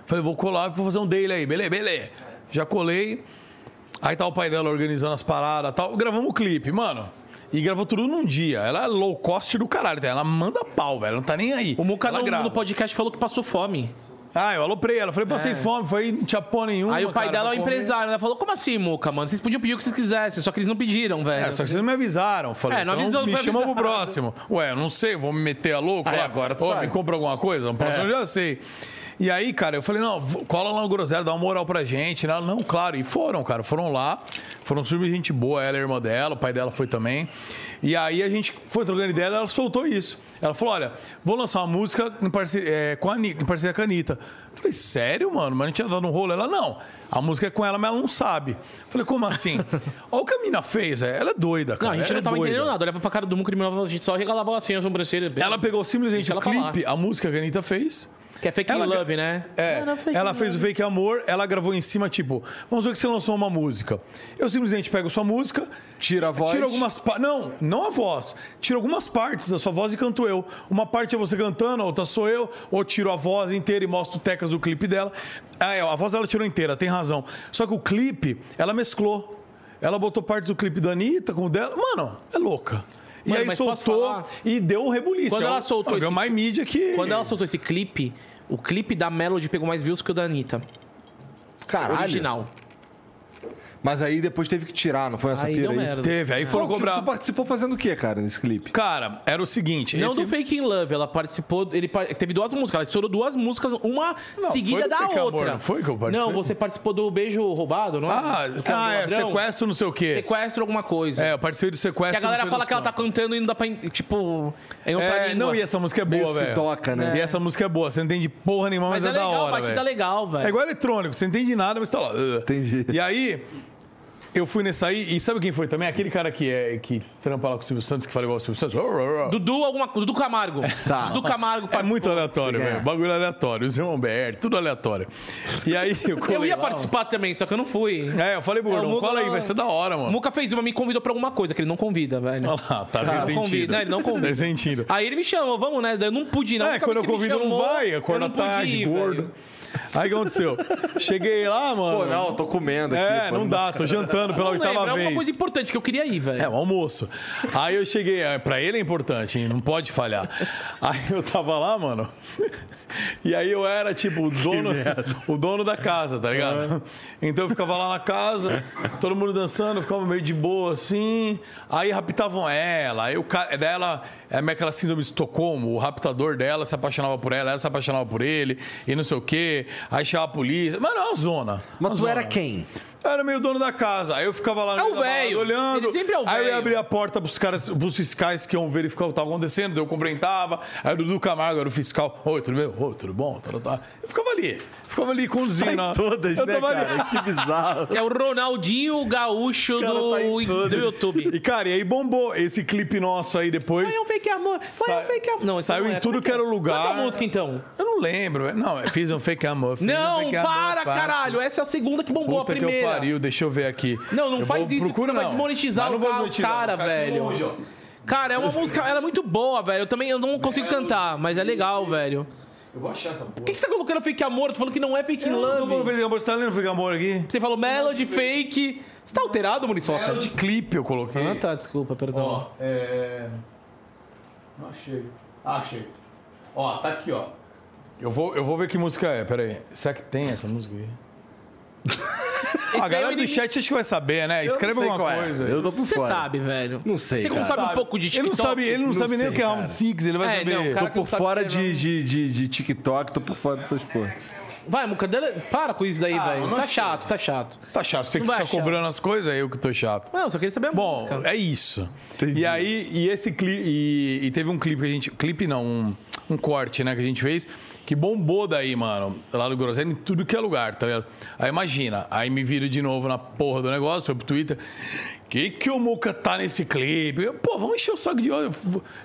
Speaker 1: falei, vou colar, vou fazer um daily aí, beleza, beleza. Já colei, aí tá o pai dela organizando as paradas e tal, gravamos o clipe, mano. E gravou tudo num dia. Ela é low cost do caralho, tá? ela manda pau, velho. Não tá nem aí.
Speaker 3: O Muca
Speaker 1: Ela
Speaker 3: no,
Speaker 1: grava.
Speaker 3: no podcast falou que passou fome.
Speaker 1: Ah, eu aloprei ela. Falei, passei fome, foi, não tinha porra nenhuma.
Speaker 3: É. aí o pai
Speaker 1: cara,
Speaker 3: dela é um
Speaker 1: vou comer.
Speaker 3: empresário. Ela falou, como assim, Muca, mano? Vocês podiam pedir o que vocês quisessem, só que eles não pediram, velho.
Speaker 1: É, só que vocês não me avisaram. Falei,
Speaker 3: É, não
Speaker 1: então
Speaker 3: avisou,
Speaker 1: me
Speaker 3: foi
Speaker 1: chama pro
Speaker 3: avisado.
Speaker 1: próximo. Ué, eu não sei, vou me meter a louco.
Speaker 2: Aí
Speaker 1: lá.
Speaker 2: agora tu
Speaker 1: Ô,
Speaker 2: sabe.
Speaker 1: me compra alguma coisa? No
Speaker 3: É.
Speaker 1: próximo eu já sei. E aí, cara, eu falei, não, v- cola lá no Groselha, dá uma moral pra gente. Ela, não, claro. E foram, cara, foram lá. Foram super gente boa, ela e a irmã dela, o pai dela foi também. E aí a gente foi trocando ideia, ela soltou isso. Ela falou, olha, vou lançar uma música em parceria, é, com a Ani- em parceria com a Anitta. Eu falei, sério, mano? Mas não tinha dado um rolo? Ela, não. A música é com ela, mas ela não sabe. Eu falei, como
Speaker 3: [laughs]
Speaker 1: assim? Olha o que a mina fez, é. ela é doida,
Speaker 3: Não,
Speaker 1: cara.
Speaker 3: a gente
Speaker 1: ela
Speaker 3: não
Speaker 1: é
Speaker 3: tava
Speaker 1: doida.
Speaker 3: entendendo nada. Olhava pra cara do Muca e me a gente só regalava assim a sobrancelha.
Speaker 1: Ela pegou simplesmente o
Speaker 3: Deixa ela falar.
Speaker 1: clipe, a música que a Anitta fez.
Speaker 3: Que é fake
Speaker 1: Ela-
Speaker 3: love, né?
Speaker 1: É,
Speaker 3: Não, não, fake
Speaker 1: ela
Speaker 3: love.
Speaker 1: fez o fake amor, ela gravou em cima, tipo, vamos ver que você lançou uma música. Eu simplesmente pego sua música,
Speaker 2: Tira a voz.
Speaker 1: tiro algumas partes. Não, não a voz. Tiro algumas partes da sua voz e canto eu. Uma parte é você cantando, a outra sou eu, ou tiro a voz inteira e mostro o Tecas do clipe dela. Ah, é, a voz ela tirou inteira, tem razão. Só que o clipe, ela mesclou. Ela botou partes do clipe da Anitta com o dela. Mano, é louca. E aí
Speaker 3: mas posso
Speaker 1: soltou
Speaker 3: falar?
Speaker 1: e deu o rebuliço.
Speaker 3: Quando
Speaker 1: É o-
Speaker 3: ela soltou
Speaker 1: Deu
Speaker 3: esse-
Speaker 1: mais mídia que...
Speaker 3: Quando ela soltou esse clipe, o clipe da Melody pegou mais views que o da Anitta.
Speaker 2: Caralho.
Speaker 3: Original.
Speaker 2: Mas aí depois teve que tirar, não foi essa
Speaker 3: Aí
Speaker 2: pira
Speaker 3: deu
Speaker 2: aí?
Speaker 3: merda.
Speaker 1: Teve, aí foram
Speaker 2: Pô, que-
Speaker 1: cobrar.
Speaker 2: Tu participou fazendo o quê, cara, nesse clipe?
Speaker 1: Cara, era o seguinte...
Speaker 3: Não
Speaker 1: esse-
Speaker 3: do Fake in Love, ela participou. Ele par- teve duas músicas, ela estourou duas músicas, uma
Speaker 1: Não, foi
Speaker 3: seguida
Speaker 1: do
Speaker 3: da
Speaker 1: Fake Amor,
Speaker 3: outra.
Speaker 1: não foi que eu participei?
Speaker 3: Não, você participou do Beijo Roubado, não é?
Speaker 1: Ah,
Speaker 3: Do que é um
Speaker 1: ah é,
Speaker 3: ladrão?
Speaker 1: sequestro não sei o quê.
Speaker 3: Sequestro alguma coisa.
Speaker 1: É, eu participei do sequestro.
Speaker 3: que a galera
Speaker 1: não sei
Speaker 3: fala
Speaker 1: das
Speaker 3: que ela tá cantando e não dá pra. en- Tipo. Aí não
Speaker 1: É,
Speaker 3: é,
Speaker 1: não, e essa música é
Speaker 2: Meio
Speaker 1: boa,
Speaker 2: se
Speaker 1: velho.
Speaker 2: toca, né?
Speaker 1: E essa música é boa, você não entende porra nenhuma, mas,
Speaker 3: Mas é
Speaker 1: é, da
Speaker 3: legal,
Speaker 1: hora,
Speaker 3: batida
Speaker 1: velho.
Speaker 3: legal, velho.
Speaker 1: É igual eletrônico, você não entende nada, mas tá lá. "Ugh".
Speaker 2: Entendi.
Speaker 1: E aí, eu fui nessa aí, e sabe quem foi também? Aquele cara que, é, que trampa lá com o Silvio Santos, que fala igual o Silvio Santos.
Speaker 3: Dudu alguma coisa.
Speaker 1: [laughs]
Speaker 3: Dudu Camargo.
Speaker 2: Tá.
Speaker 3: Dudu Camargo
Speaker 1: É
Speaker 3: participou.
Speaker 1: muito aleatório,
Speaker 2: Sim, é.
Speaker 1: velho. Bagulho aleatório. Os irmãos BR, tudo aleatório. E aí, eu colei
Speaker 3: [laughs] Eu ia
Speaker 1: lá,
Speaker 3: participar também, só que eu não fui.
Speaker 1: ó. É, eu falei, pro
Speaker 3: É, o
Speaker 1: Gordão,
Speaker 3: Muca
Speaker 1: cola aí,
Speaker 3: não-
Speaker 1: vai ser da hora,
Speaker 3: O
Speaker 1: mano.
Speaker 3: Muca fez uma, me convidou pra alguma coisa, que ele não convida, velho.
Speaker 1: Olha lá, tá
Speaker 3: Não
Speaker 1: ressentido.
Speaker 3: convida, né? Ele não convida.
Speaker 1: Ressentido.
Speaker 3: Aí ele me chamou, vamos, né? Daí Eu não pude, ir, não.
Speaker 1: Ah,
Speaker 3: A
Speaker 1: É,
Speaker 3: única
Speaker 1: quando eu
Speaker 3: vez que ele me
Speaker 1: convido não
Speaker 3: chamou,
Speaker 1: vai,
Speaker 3: eu
Speaker 1: acorda
Speaker 3: não pude
Speaker 1: tarde,
Speaker 3: ir,
Speaker 1: gordo.
Speaker 3: velho.
Speaker 1: Aí o que aconteceu? Cheguei lá, mano.
Speaker 2: Pô, não, tô comendo aqui.
Speaker 1: É,
Speaker 2: pô,
Speaker 1: não dá, tô jantando pela
Speaker 3: Não lembro,
Speaker 1: oitava
Speaker 3: é uma coisa
Speaker 1: vez.
Speaker 3: importante que eu queria ir, velho.
Speaker 1: É, um almoço. Aí eu cheguei, é, pra ele é importante, hein? Não pode falhar. Aí eu tava lá, mano. E aí eu era, tipo, o dono, o dono da casa, tá ligado? Então eu ficava lá na casa, todo mundo dançando, eu ficava meio de boa, assim. Aí raptavam ela, aí o cara. Daí ela. É meio aquela síndrome de Estocolmo, o raptador dela se apaixonava por ela, ela se apaixonava por ele, e não sei o quê. Aí chamava a polícia. Mano, é uma zona. uma
Speaker 2: Mas tu era
Speaker 1: zona.
Speaker 2: quem?
Speaker 1: Eu era meio dono da casa. Aí eu ficava lá no
Speaker 3: É
Speaker 1: meio
Speaker 3: o
Speaker 1: da
Speaker 3: velho.
Speaker 1: balada olhando.
Speaker 3: Ele sempre é o
Speaker 1: Aí eu ia
Speaker 3: velho.
Speaker 1: abrir a porta pros caras, pros fiscais que iam verificar o que tava acontecendo. Daí eu cumprimentava. Aí o Dudu Camargo era o fiscal. Oi, tudo bem? Oi, tudo bom? Tá, tá, tá. Eu ficava ali. Ficava ali conduzindo.
Speaker 2: Tá
Speaker 1: né?
Speaker 2: em todas,
Speaker 1: eu
Speaker 2: né,
Speaker 1: tava
Speaker 2: cara?
Speaker 1: ali.
Speaker 2: Que bizarro.
Speaker 3: É o Ronaldinho Gaúcho
Speaker 2: cara tá
Speaker 3: [laughs]
Speaker 2: em
Speaker 3: do,
Speaker 2: todas.
Speaker 3: do YouTube.
Speaker 1: E, cara, e aí bombou esse clipe nosso aí depois.
Speaker 3: Foi um fake amor. Foi
Speaker 1: Sa-
Speaker 3: um fake amor. Não, esse
Speaker 1: saiu
Speaker 3: não
Speaker 1: em
Speaker 3: é.
Speaker 1: tudo
Speaker 3: Como é
Speaker 1: que era
Speaker 3: é?
Speaker 1: lugar.
Speaker 3: Canta a música, então.
Speaker 1: Eu não lembro, velho. Não, eu fiz um fake amor. fiz um
Speaker 3: Não,
Speaker 1: fake amor,
Speaker 3: para,
Speaker 1: faço.
Speaker 3: caralho. Essa é a segunda que bombou,
Speaker 1: Puta
Speaker 3: a
Speaker 1: que eu
Speaker 3: primeira.
Speaker 1: pariu, deixa eu ver aqui.
Speaker 3: Não, não
Speaker 1: Eu
Speaker 3: faz
Speaker 1: vou-
Speaker 3: isso, que
Speaker 1: procura,
Speaker 3: senão vai
Speaker 1: não.
Speaker 3: desmonetizar
Speaker 1: Mas não
Speaker 3: o
Speaker 1: vou
Speaker 3: cara, os
Speaker 1: desmonetizar,
Speaker 3: cara,
Speaker 1: vou ficar aqui
Speaker 3: velho.
Speaker 1: longe, ó.
Speaker 3: Cara, é uma música, ela é muito boa, velho. Eu também eu não consigo cantar, mas é legal, velho.
Speaker 1: Eu vou achar essa porra.
Speaker 3: Por que você tá colocando fake amor? Tu falou que não é fake
Speaker 1: Não, não, não,
Speaker 3: love.
Speaker 1: Fake Amor, você tá lendo Fake Amor aqui?
Speaker 3: Você falou melody, fake. Você tá alterado, Muriçoca?
Speaker 1: Era de clipe eu coloquei.
Speaker 3: Ah, tá, desculpa, perdão.
Speaker 1: Ó, é... Não achei. Ah, achei. Ó, tá aqui, ó. Eu vou, eu vou ver que música é, peraí. Será que tem essa música aí?
Speaker 3: Esse
Speaker 1: A
Speaker 3: daí é o
Speaker 1: galera do
Speaker 3: inimigo-
Speaker 1: chat tá acho que vai saber, né? Escreve
Speaker 2: Eu não sei
Speaker 1: alguma
Speaker 2: qual é.
Speaker 1: coisa.
Speaker 2: Eu tô por
Speaker 3: Você
Speaker 2: fora.
Speaker 3: sabe, velho.
Speaker 2: Não sei,
Speaker 3: Você como
Speaker 2: cara.
Speaker 3: sabe um pouco de
Speaker 1: Ele
Speaker 3: TikTok?
Speaker 1: não sabe, ele não
Speaker 2: Não
Speaker 1: sabe nem
Speaker 2: sei,
Speaker 1: o que é
Speaker 2: cara.
Speaker 1: Round Six, ele vai
Speaker 3: É,
Speaker 1: saber.
Speaker 3: não, cara-
Speaker 2: Tô por
Speaker 3: Tá
Speaker 2: fora de,
Speaker 3: escrevendo.
Speaker 2: de, de, de TikTok, tô por fora dessas porra.
Speaker 3: Vai, Muca, dele- para com isso daí, velho.
Speaker 1: não
Speaker 3: Tá
Speaker 1: achei.
Speaker 3: chato, tá chato.
Speaker 1: Tá chato, você que
Speaker 3: Não vai
Speaker 1: fica
Speaker 3: achar.
Speaker 1: cobrando as coisas, é eu que tô chato.
Speaker 3: Não, eu só queria saber a
Speaker 1: Bom,
Speaker 3: música.
Speaker 1: é isso.
Speaker 2: Entendi.
Speaker 1: E aí, e esse clipe. E, e teve um clipe que a gente. Clipe não, um, um corte, né, que a gente fez, que bombou daí, mano. Lá no Groselha, em tudo que é lugar, tá ligado? Aí imagina, aí me vira de novo na porra do negócio, foi pro Twitter. Que que o Muca tá nesse clipe? Eu, Pô, vamos encher o saco de ódio.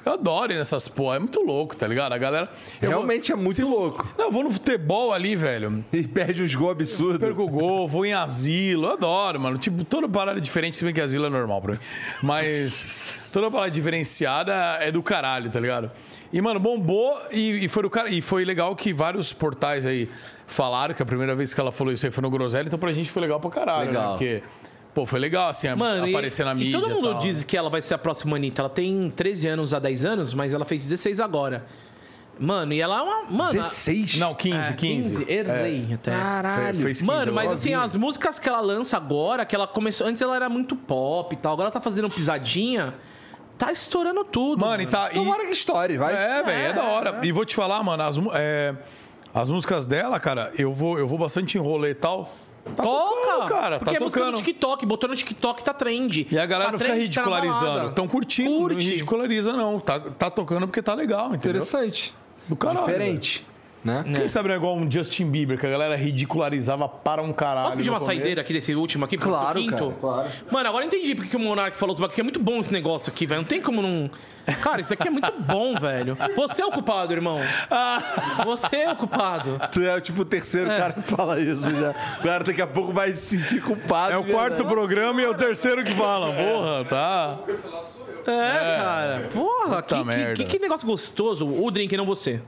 Speaker 1: Eu adoro ir nessas porra, é muito louco, tá ligado? A galera. eu vou-
Speaker 2: Realmente é muito louco.
Speaker 1: Não, eu vou no futebol ali, velho.
Speaker 2: E perde uns gols absurdos.
Speaker 1: Perco o gol, vou em asilo, eu adoro, mano. Tipo, toda parada diferente, se bem que asilo é normal pra mim. Mas toda parada diferenciada é do caralho, tá ligado? E, mano, bombou e, e foi do cara. E foi legal que vários portais aí falaram que a primeira vez que ela falou isso aí foi no Groselha, então pra gente foi legal pra caralho, né?
Speaker 2: Legal.
Speaker 1: Porque, pô, foi legal, assim, a-
Speaker 3: Mano, e-
Speaker 1: aparecer na
Speaker 3: e
Speaker 1: mídia.
Speaker 3: todo mundo
Speaker 1: tal. né?
Speaker 3: diz que ela vai ser a próxima Anitta. Ela tem 13 anos há 10 anos, mas ela fez 16 agora. Mano, e ela é uma. Mano, a-
Speaker 2: 16?
Speaker 1: Não, 15,
Speaker 3: é,
Speaker 1: 15.
Speaker 3: Errei
Speaker 1: É.
Speaker 3: até.
Speaker 1: Caralho. Fez 15,
Speaker 3: Mano,
Speaker 1: eu
Speaker 3: mas assim,
Speaker 1: ouvi.
Speaker 3: as músicas que ela lança agora, que ela começou. Antes ela era muito pop e tal, agora ela tá fazendo pisadinha, tá estourando tudo.
Speaker 1: Mano, e tá. e-
Speaker 2: Tomara que história, vai.
Speaker 1: É, velho, é da hora. E vou te falar, mano, as, mu- é, as músicas dela, cara, eu vou, eu vou bastante em rolê e tal. Tá
Speaker 3: Toca!
Speaker 1: tocando, cara,
Speaker 3: Porque
Speaker 1: tá
Speaker 3: é música
Speaker 1: tocando.
Speaker 3: no TikTok, botou no TikTok, tá trend.
Speaker 1: E a galera
Speaker 3: tá
Speaker 1: não fica
Speaker 3: trend, tá na
Speaker 1: ridicularizando. Então,
Speaker 3: balada.
Speaker 1: Estão curtindo, não
Speaker 3: Curte.
Speaker 1: ridiculariza, não. Tá, tá tocando porque tá legal, entendeu?
Speaker 2: Interessante.
Speaker 1: Do caralho.
Speaker 2: Diferente. Né?
Speaker 1: velho. Quem sabe não é igual um Justin Bieber, que a galera ridicularizava para um caralho.
Speaker 3: Posso pedir
Speaker 1: no
Speaker 3: uma
Speaker 1: começo?
Speaker 3: saideira aqui desse último aqui? pro
Speaker 2: Claro,
Speaker 3: seu
Speaker 2: cara, claro.
Speaker 3: Mano, agora eu entendi porque que o Monark falou isso, porque é muito bom esse negócio aqui, velho. Não tem como não... Cara, isso daqui é muito bom, velho. Você é o
Speaker 1: [laughs]
Speaker 3: culpado, irmão.
Speaker 1: Ah.
Speaker 3: Você é o culpado.
Speaker 2: Tu é tipo o terceiro cara que fala isso já. O cara daqui a pouco vai se sentir culpado.
Speaker 1: É o
Speaker 2: de
Speaker 1: quarto
Speaker 2: verdade.
Speaker 1: programa e é o terceiro que fala. Porra, tá.
Speaker 3: É, cara. Porra, que,
Speaker 1: Puta
Speaker 3: que-
Speaker 1: merda.
Speaker 2: né?
Speaker 3: que- que negócio gostoso. O drink, não você.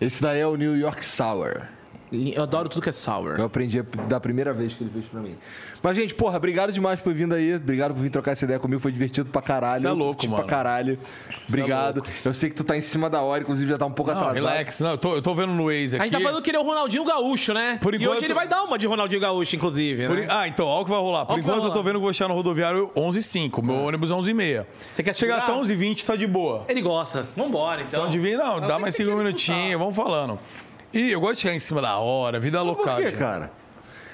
Speaker 2: Esse daí é o New York Sour.
Speaker 3: Eu adoro tudo que é sour.
Speaker 2: Eu aprendi da primeira vez que ele fez pra mim. Mas, gente, porra, obrigado demais por vindo aí. Obrigado por vir trocar essa ideia comigo. Foi divertido pra caralho.
Speaker 1: Cê é
Speaker 2: Eu
Speaker 1: louco,
Speaker 2: curti
Speaker 1: mano.
Speaker 2: pra caralho.
Speaker 1: Cê é
Speaker 2: Obrigado. eu sei que tu tá em cima da hora, inclusive já tá um pouco
Speaker 1: Não, é
Speaker 2: atrasado.
Speaker 1: relax. Não, eu tô, eu tô vendo no Waze
Speaker 3: A
Speaker 1: aqui.
Speaker 3: gente tá falando que ele é o Ronaldinho Gaúcho, né?
Speaker 1: Por
Speaker 3: E
Speaker 1: enquanto-
Speaker 3: hoje ele vai dar uma de Ronaldinho Gaúcho, inclusive,
Speaker 1: Por
Speaker 3: né?
Speaker 1: en- Ah, então, olha o que vai rolar. Por
Speaker 3: Ó o que vai
Speaker 1: enquanto eu tô
Speaker 3: rolar.
Speaker 1: vendo que eu vou chegar no rodoviário 11h05. Meu ônibus é 11h30.
Speaker 3: Você quer
Speaker 1: Chegar até
Speaker 3: segurar?
Speaker 1: 11h20 tá de boa.
Speaker 3: Ele gosta. Vambora, então.
Speaker 1: Então, devia, não,
Speaker 3: Eu
Speaker 1: dá
Speaker 3: tenho
Speaker 1: mais
Speaker 3: que
Speaker 1: 5
Speaker 3: te
Speaker 1: minutinhos, vamos falando. E eu gosto de chegar em cima da hora, vida
Speaker 2: Por
Speaker 1: local.
Speaker 2: quê, cara?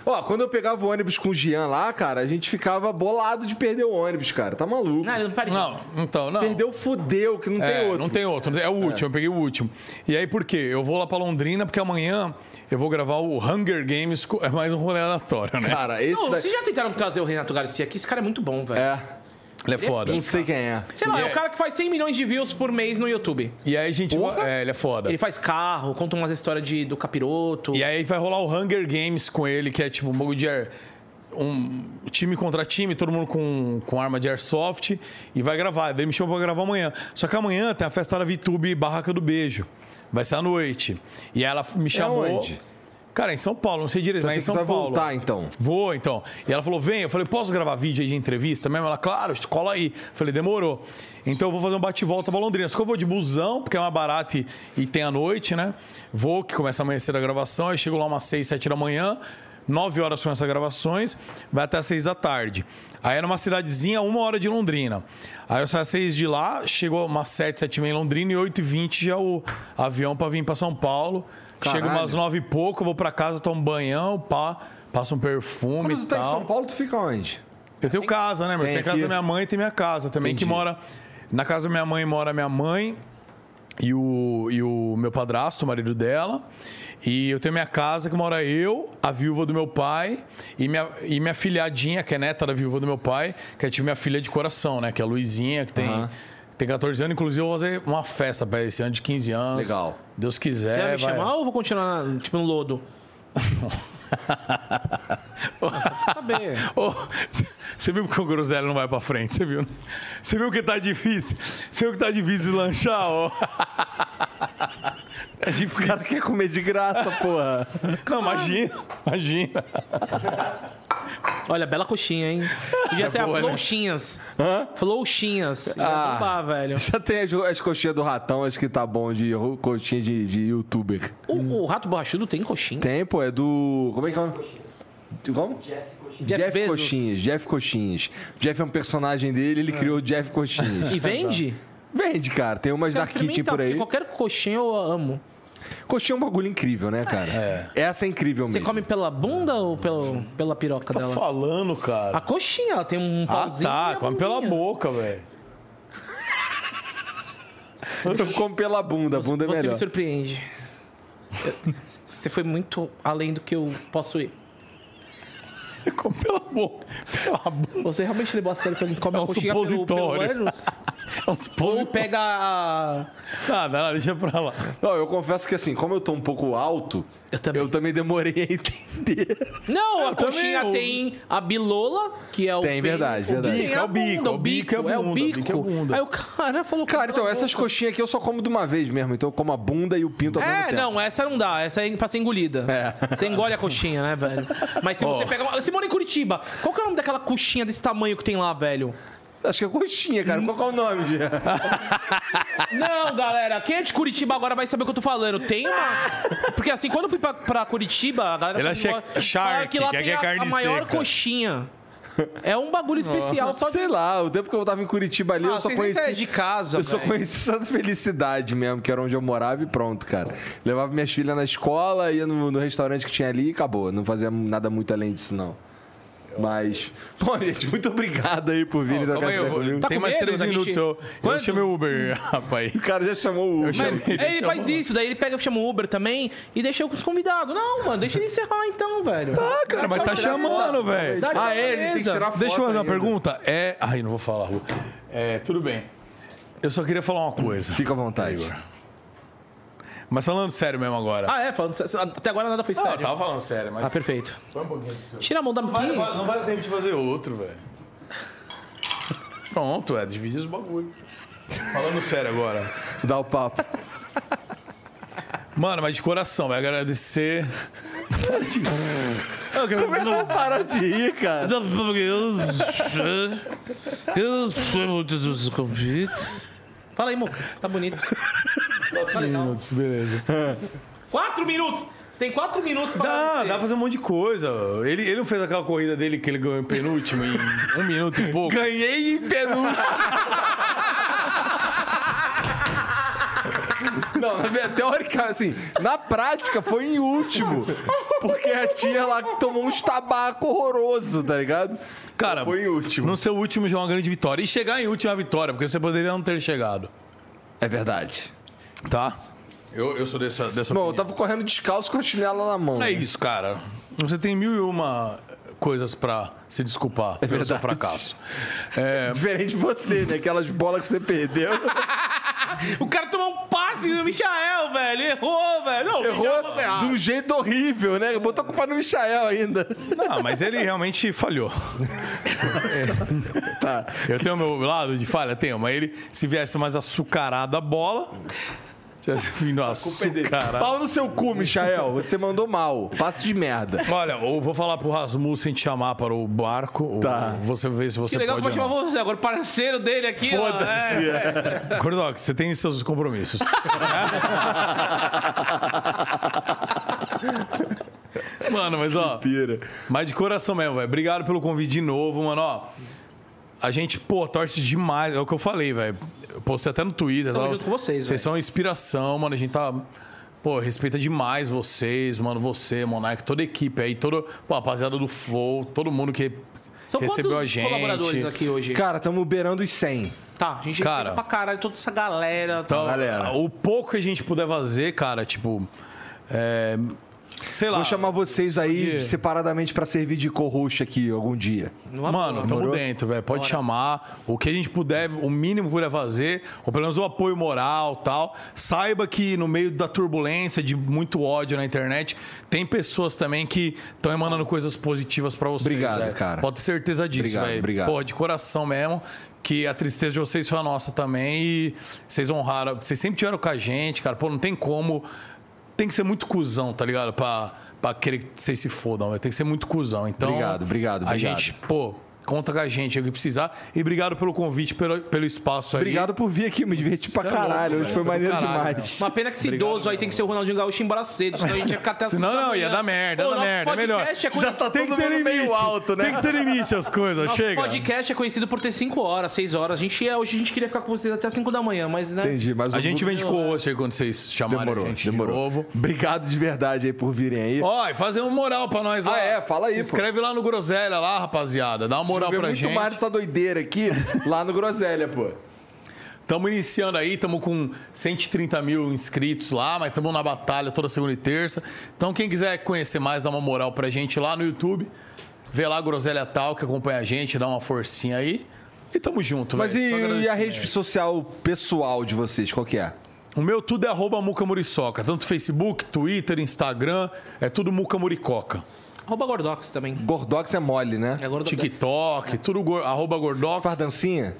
Speaker 2: Ó, quando eu pegava o ônibus com o Jean lá, cara, a gente ficava bolado de perder o ônibus, cara. Tá maluco.
Speaker 3: Não, ele não para de...
Speaker 1: Não, então, não.
Speaker 2: Perdeu, fudeu, que não
Speaker 1: É,
Speaker 2: tem outro.
Speaker 1: Não tem outro, é o último, eu peguei o último. E aí, por quê? Eu vou lá pra Londrina, porque amanhã eu vou gravar o Hunger Games, co- é mais um rolê aleatório, né?
Speaker 2: Cara, esse
Speaker 3: Não,
Speaker 2: daí...
Speaker 3: vocês já tentaram trazer o Renato Garcia aqui? Esse cara é muito bom, velho.
Speaker 2: É,
Speaker 1: ele é foda.
Speaker 2: não sei quem é.
Speaker 3: Sei lá, é
Speaker 1: é-
Speaker 3: o cara que faz 100 milhões de views por mês no YouTube.
Speaker 1: E aí, a gente.
Speaker 2: Porra.
Speaker 1: É, ele é foda.
Speaker 3: Ele faz carro, conta umas histórias de, do capiroto.
Speaker 1: E é, aí vai rolar o Hunger Games com ele, que é tipo um bagulho de air- um time contra time, todo mundo com, com arma de airsoft, e vai gravar. Daí me chamou pra gravar amanhã. Só que amanhã tem a festa da VTube Barraca do Beijo. Vai ser à noite. E ela me chamou.
Speaker 2: aonde?
Speaker 1: Cara, em São Paulo, não sei direito,
Speaker 2: É Então
Speaker 1: mas é
Speaker 2: tem
Speaker 1: em São
Speaker 2: que vai
Speaker 1: Paulo.
Speaker 2: voltar, então.
Speaker 1: Vou, então. E ela falou, vem. Eu falei, posso gravar vídeo aí de entrevista mesmo? Ela, claro, cola aí. Eu falei, demorou. Então eu vou fazer um bate-volta pra Londrina. Só que eu vou de busão, porque é mais barato e, e tem a noite, né? Vou, que começa amanhã cedo a gravação. Aí chego lá umas 6, 7 da manhã. 9 horas são essas gravações, vai até às 6 da tarde. Aí é numa cidadezinha, a uma hora de Londrina. Aí eu saio às 6 de lá, chegou umas 7, 7 e meia em Londrina e 8 e 20 já é o avião pra vir pra São Paulo. Chego
Speaker 2: Caralho.
Speaker 1: umas 9 e pouco, eu vou pra casa, tomo um banhão, pá, passa um perfume
Speaker 2: Quando tu
Speaker 1: e
Speaker 2: tá
Speaker 1: tal.
Speaker 2: em São Paulo, tu fica onde?
Speaker 1: Eu tenho casa, né, meu?
Speaker 2: Tem
Speaker 1: Tem a casa
Speaker 2: aqui.
Speaker 1: da minha mãe e tem minha casa também, que
Speaker 2: Entendi.
Speaker 1: mora. Na casa da minha mãe mora minha mãe e o, e o meu padrasto, o marido dela. E eu tenho minha casa que mora eu, a viúva do meu pai e minha, e minha filhadinha, que é neta da viúva do meu pai, que é tipo minha filha de coração, né? Que é a Luizinha, que tem. Tem 14 anos, inclusive eu vou fazer uma festa pra esse ano de 15 anos.
Speaker 2: Legal.
Speaker 1: Deus quiser.
Speaker 3: Você vai me
Speaker 1: vai.
Speaker 3: chamar ou vou continuar, tipo, no lodo? saber.
Speaker 1: Ô, c- você viu que o Groselha não vai pra frente, você viu? né? Você viu que tá difícil? Você viu que tá difícil lanchar, ó? [laughs] É
Speaker 2: O
Speaker 1: difícil.
Speaker 2: cara quer comer de graça, porra.
Speaker 1: Não, imagina, imagina. tá
Speaker 3: Olha, bela coxinha, hein? Podia ter
Speaker 1: boa,
Speaker 3: a
Speaker 1: né?
Speaker 3: flouxinhas.
Speaker 2: Hã?
Speaker 3: Flouxinhas. Ia
Speaker 2: Ah.
Speaker 3: bombar, velho.
Speaker 2: [laughs] Já tem as, as coxinhas do ratão, acho que tá bom de ro- coxinha de, de youtuber.
Speaker 3: O, o Rato Borrachudo tem coxinha.
Speaker 2: Tem, pô, é do. Como é que é o nome? De Como? Jeff,
Speaker 3: Bezos.
Speaker 2: Coxinhas, Jeff Coxinhas. Jeff é um personagem dele, ele criou o Jeff Coxinhas.
Speaker 3: [laughs] E vende?
Speaker 2: Vende, cara. Tem umas da
Speaker 3: Quero
Speaker 2: Kitty
Speaker 3: experimentar,
Speaker 2: por
Speaker 3: porque
Speaker 2: aí.
Speaker 3: Qualquer coxinha eu amo.
Speaker 2: Coxinha é um bagulho incrível, né, cara? Essa é incrível
Speaker 3: Você
Speaker 2: mesmo.
Speaker 3: come pela bunda ou pelo, pela piroca
Speaker 1: Tá
Speaker 3: dela?
Speaker 1: falando, cara.
Speaker 3: A coxinha, ela tem um
Speaker 1: Ah,
Speaker 3: pauzinho. e
Speaker 1: tá,
Speaker 3: a
Speaker 1: come pela
Speaker 3: bundinha.
Speaker 1: boca, velho. [laughs]
Speaker 2: Eu como pela bunda, a bunda é
Speaker 3: Você
Speaker 2: melhor.
Speaker 1: [laughs]
Speaker 3: me surpreende. Você foi muito além do que eu posso ir.
Speaker 1: Come pela boca. Pela boca.
Speaker 3: Você realmente levou a sério que ele come
Speaker 1: É um
Speaker 3: a coxinha pelo-
Speaker 1: supositório.
Speaker 3: pelo ânus?
Speaker 1: É um
Speaker 3: Ou
Speaker 1: supositório.
Speaker 3: pega a...
Speaker 1: Nada, nada, deixa pra tá, lá.
Speaker 2: Não, eu confesso que assim, como eu tô um pouco alto,
Speaker 3: Eu também.
Speaker 2: demorei a entender.
Speaker 3: Não, a
Speaker 1: É, também,
Speaker 3: coxinha
Speaker 1: o-
Speaker 3: tem a bilola, que é o
Speaker 2: Tem,
Speaker 3: pe-
Speaker 2: verdade, verdade.
Speaker 3: O bico, é a bunda, o bico, é,
Speaker 1: a
Speaker 3: o
Speaker 1: bunda, o
Speaker 3: bico.
Speaker 1: bico é a bunda.
Speaker 3: Aí o cara falou...
Speaker 2: Cara, então,
Speaker 3: "Cala a
Speaker 2: essas
Speaker 3: boca."
Speaker 2: coxinhas aqui eu só como de uma vez mesmo. Então eu como a bunda e o pinto ao mesmo
Speaker 3: É,
Speaker 2: tempo.
Speaker 3: não, essa não dá. Essa é pra ser engolida.
Speaker 2: É.
Speaker 3: Você engole a coxinha, né, velho? Mas se você pega... uma- Você mora em Curitiba. Qual que é o nome daquela coxinha desse tamanho que tem lá, velho?
Speaker 2: Acho que é coxinha, cara. Qual que é o nome? Jean?
Speaker 3: Não, galera, quem é de Curitiba agora vai saber o que eu tô falando. Tem uma. Porque assim, quando eu fui pra, pra Curitiba, a galera
Speaker 1: Ele
Speaker 3: sabe
Speaker 1: acha
Speaker 3: que
Speaker 1: que é shark,
Speaker 3: falaram que lá
Speaker 1: que é
Speaker 3: tem
Speaker 1: que é
Speaker 3: a- a,
Speaker 1: carne
Speaker 3: maior
Speaker 1: seca.
Speaker 3: coxinha. É um bagulho especial, só de.
Speaker 2: Sei lá, o tempo que eu tava em Curitiba ali,
Speaker 3: Ah,
Speaker 2: eu só
Speaker 3: vocês nem saem
Speaker 2: conheci.
Speaker 3: de casa,
Speaker 2: Eu só
Speaker 3: velho.
Speaker 2: conheci Santa Felicidade mesmo, que era onde eu morava e pronto, cara. Levava minhas filhas na escola, ia no, no restaurante que tinha ali e acabou. Não fazia nada muito além disso, não. Mas. Bom, gente, muito obrigado aí por virem da
Speaker 1: Calma aí, eu vou-
Speaker 2: comigo.
Speaker 1: tem
Speaker 3: com
Speaker 1: mais
Speaker 3: medo
Speaker 1: três
Speaker 3: da gente-
Speaker 1: minutos. Eu, eu
Speaker 3: Quanto?
Speaker 1: chamei o [laughs] Uber, rapaz.
Speaker 2: O cara já chamou o Uber.
Speaker 3: Mas, ele faz isso, daí ele pega, chama o Uber também e deixa eu com os convidados. Não, mano, deixa ele encerrar então, velho.
Speaker 1: Ah, cara, mas tá chamando, velho.
Speaker 3: Dá
Speaker 2: Ah, é, a gente tem que
Speaker 3: beleza.
Speaker 2: tirar foto.
Speaker 1: Deixa eu fazer uma
Speaker 2: ainda.
Speaker 1: pergunta. É. Ai, não vou falar, Ru. É, tudo bem. Eu só queria falar uma coisa.
Speaker 2: Fica à vontade.
Speaker 1: Mas falando sério mesmo agora.
Speaker 3: Ah, é, falando, sé- até agora nada foi
Speaker 1: não,
Speaker 3: sério.
Speaker 1: eu tava falando sério, mas.
Speaker 3: Ah, perfeito.
Speaker 1: Põe um pouquinho do seu.
Speaker 3: Tira a mão da
Speaker 1: Não vai,
Speaker 3: biquinha.
Speaker 1: vai- não vai dar tempo de fazer outro, velho. Pronto, é, divide os bagulho. Falando sério agora.
Speaker 2: Dá o papo.
Speaker 1: Mano, mas de coração, vai [laughs] agradecer. Para de rir. Como é que
Speaker 4: para de rir, cara?
Speaker 3: Eu, eu sou muito dos convites. Fala aí, Moca. Tá bonito. Tá legal.
Speaker 1: Minutos, beleza.
Speaker 3: Quatro minutos! Você tem quatro minutos pra
Speaker 1: Dá,
Speaker 3: agradecer.
Speaker 1: dá pra fazer um monte de coisa. Ele, ele não fez aquela corrida dele que ele ganhou em penúltimo em um minuto e pouco?
Speaker 2: Ganhei em penúltimo. Não, na minha teórica, assim, na prática foi em último. Porque a tia lá tomou uns tabaco horroroso, tá ligado?
Speaker 1: Cara,
Speaker 2: Foi em último.
Speaker 1: não ser o último já é uma grande vitória. E chegar em último é uma vitória, porque você poderia não ter chegado.
Speaker 2: É verdade.
Speaker 1: Tá? Eu, eu sou dessa, dessa
Speaker 2: Bom, eu
Speaker 1: opinião.
Speaker 2: tava correndo descalço com a chinela na mão. né?
Speaker 1: É isso, cara. Você tem mil e uma coisas pra se desculpar pelo seu
Speaker 2: verdade.
Speaker 1: fracasso. É,
Speaker 2: Diferente de você, né? Aquelas bolas que
Speaker 1: [laughs]
Speaker 2: você perdeu.
Speaker 3: O cara tomou um passe no Michael, velho. Errou, velho. Não,
Speaker 2: Errou de um jeito horrível, né? Botou a culpa no Michael ainda.
Speaker 1: não, Ah, mas ele realmente
Speaker 2: [laughs]
Speaker 1: falhou. É.
Speaker 2: Tá.
Speaker 1: Eu tenho meu lado de falha? Tenho, mas ele, se viesse mais açucarada a bola, tivesse vindo açucarada.
Speaker 2: Pau no seu cu, Michael. Você mandou mal. Passo de merda.
Speaker 1: Olha, eu vou falar pro Rasmussen te chamar para o barco.
Speaker 2: Tá.
Speaker 1: ou Você vê se você
Speaker 3: Que legal que
Speaker 1: pode.
Speaker 3: vai chamar você agora, parceiro dele aqui. é. Foda-se.
Speaker 1: Cordox, você tem seus compromissos. Mano, mas ó.
Speaker 2: Pira.
Speaker 1: Mas de coração mesmo, velho. Obrigado pelo convite de novo, mano. Ó, a gente, pô, torce demais. É o que eu falei, velho. Eu postei até no Twitter.
Speaker 3: Tamo
Speaker 1: tal.
Speaker 3: junto com vocês,
Speaker 1: Vocês são uma inspiração, mano. A gente tá. Pô, respeita demais vocês, mano. Você, Monark, toda a equipe aí, todo, pô, a rapaziada do Flow, todo mundo que
Speaker 3: São
Speaker 1: recebeu a
Speaker 3: quantos
Speaker 1: gente.
Speaker 3: colaboradores aqui hoje?
Speaker 2: Cara, estamos beirando os 100.
Speaker 3: Tá, a gente
Speaker 1: Cara.
Speaker 3: cara. pra caralho toda essa galera. tá.
Speaker 1: Então,
Speaker 2: Galera.
Speaker 1: o pouco que a gente puder fazer, cara, tipo. É, sei lá.
Speaker 2: Vou chamar vocês aí
Speaker 1: Yeah.
Speaker 2: separadamente pra servir de co-host aqui algum dia.
Speaker 3: Não é
Speaker 1: Mano,
Speaker 3: boa.
Speaker 1: tamo dentro, velho. Pode chamar. O que a gente puder, o mínimo que puder fazer, ou pelo menos o apoio moral tal. Saiba que no meio da turbulência, de muito ódio na internet, tem pessoas também que estão emanando coisas positivas pra vocês.
Speaker 2: Obrigado,
Speaker 1: velho.
Speaker 2: cara.
Speaker 1: Pode ter certeza disso,
Speaker 2: Obrigado,
Speaker 1: velho.
Speaker 2: obrigado.
Speaker 1: Pô, de coração mesmo. Que a tristeza de vocês foi a nossa também. E vocês honraram. Vocês sempre tiveram com a gente, cara. Pô, não tem como. Tem que ser muito cuzão, tá ligado? Pra, pra querer que vocês se fodam. velho. Tem que ser muito cuzão. Então.
Speaker 2: Obrigado, obrigado,
Speaker 1: A
Speaker 2: obrigado.
Speaker 1: gente pô, conta com a gente, é o que precisar. E obrigado pelo convite, pelo, pelo espaço aí.
Speaker 2: Obrigado por vir aqui, me diverti pra
Speaker 1: Cê é louco,
Speaker 2: caralho. Hoje
Speaker 1: velho. Foi
Speaker 2: foi
Speaker 1: do
Speaker 2: maneiro
Speaker 1: caralho,
Speaker 2: demais.
Speaker 3: Uma pena que esse idoso aí tem que ser o Ronaldinho Gaúcho embora cedo, senão a gente ia ficar até as
Speaker 1: Senão
Speaker 3: cinco da
Speaker 1: não, ia
Speaker 3: manhã.
Speaker 1: dar merda,
Speaker 3: Ô,
Speaker 1: ia dar
Speaker 3: nosso
Speaker 1: merda, é melhor.
Speaker 3: podcast É
Speaker 1: Já tá tem que ter limite.
Speaker 2: né?
Speaker 1: Tem que ter limite as coisas,
Speaker 3: Nosso
Speaker 1: chega.
Speaker 3: podcast é conhecido por ter 5 horas, 6 horas. A gente ia, hoje a gente queria ficar com vocês até 5 da manhã, mas né.
Speaker 2: [laughs] Entendi, mas
Speaker 1: A
Speaker 2: o-
Speaker 1: gente vende co-host aí quando vocês chamarem
Speaker 2: demorou,
Speaker 1: a gente
Speaker 2: demorou.
Speaker 1: de novo.
Speaker 2: Obrigado de verdade aí por virem aí.
Speaker 1: Ó, e fazer uma moral pra nós lá.
Speaker 2: Ah, é? Fala aí,
Speaker 1: Se
Speaker 2: pô.
Speaker 1: inscreve lá no Groselha, lá, rapaziada. Dá uma moral
Speaker 2: Vê
Speaker 1: pra
Speaker 2: muito
Speaker 1: gente.
Speaker 2: mais né? essa doideira aqui lá no Groselha,
Speaker 1: [laughs]
Speaker 2: pô.
Speaker 1: Tamo iniciando aí, tamo com 130 mil inscritos lá, mas tamo na batalha toda segunda e terça. Então, quem quiser conhecer mais, dá uma moral pra gente lá no YouTube. Vê lá a Groselha Tal, que acompanha a gente, dá uma forcinha aí. E tamo junto,
Speaker 2: Mas
Speaker 1: velho. Só
Speaker 2: e, e a
Speaker 1: agradecimento.
Speaker 2: rede social pessoal de vocês, qual que é?
Speaker 1: O meu tudo é arroba Muca Muriçoca. Tanto Facebook, Twitter, Instagram, é tudo Muca Muricoca.
Speaker 3: Arroba Gordox também.
Speaker 2: Gordox é mole, né?
Speaker 3: É Gordox.
Speaker 1: TikTok, tudo go- arroba Gordox. [laughs]
Speaker 2: Faz dancinha?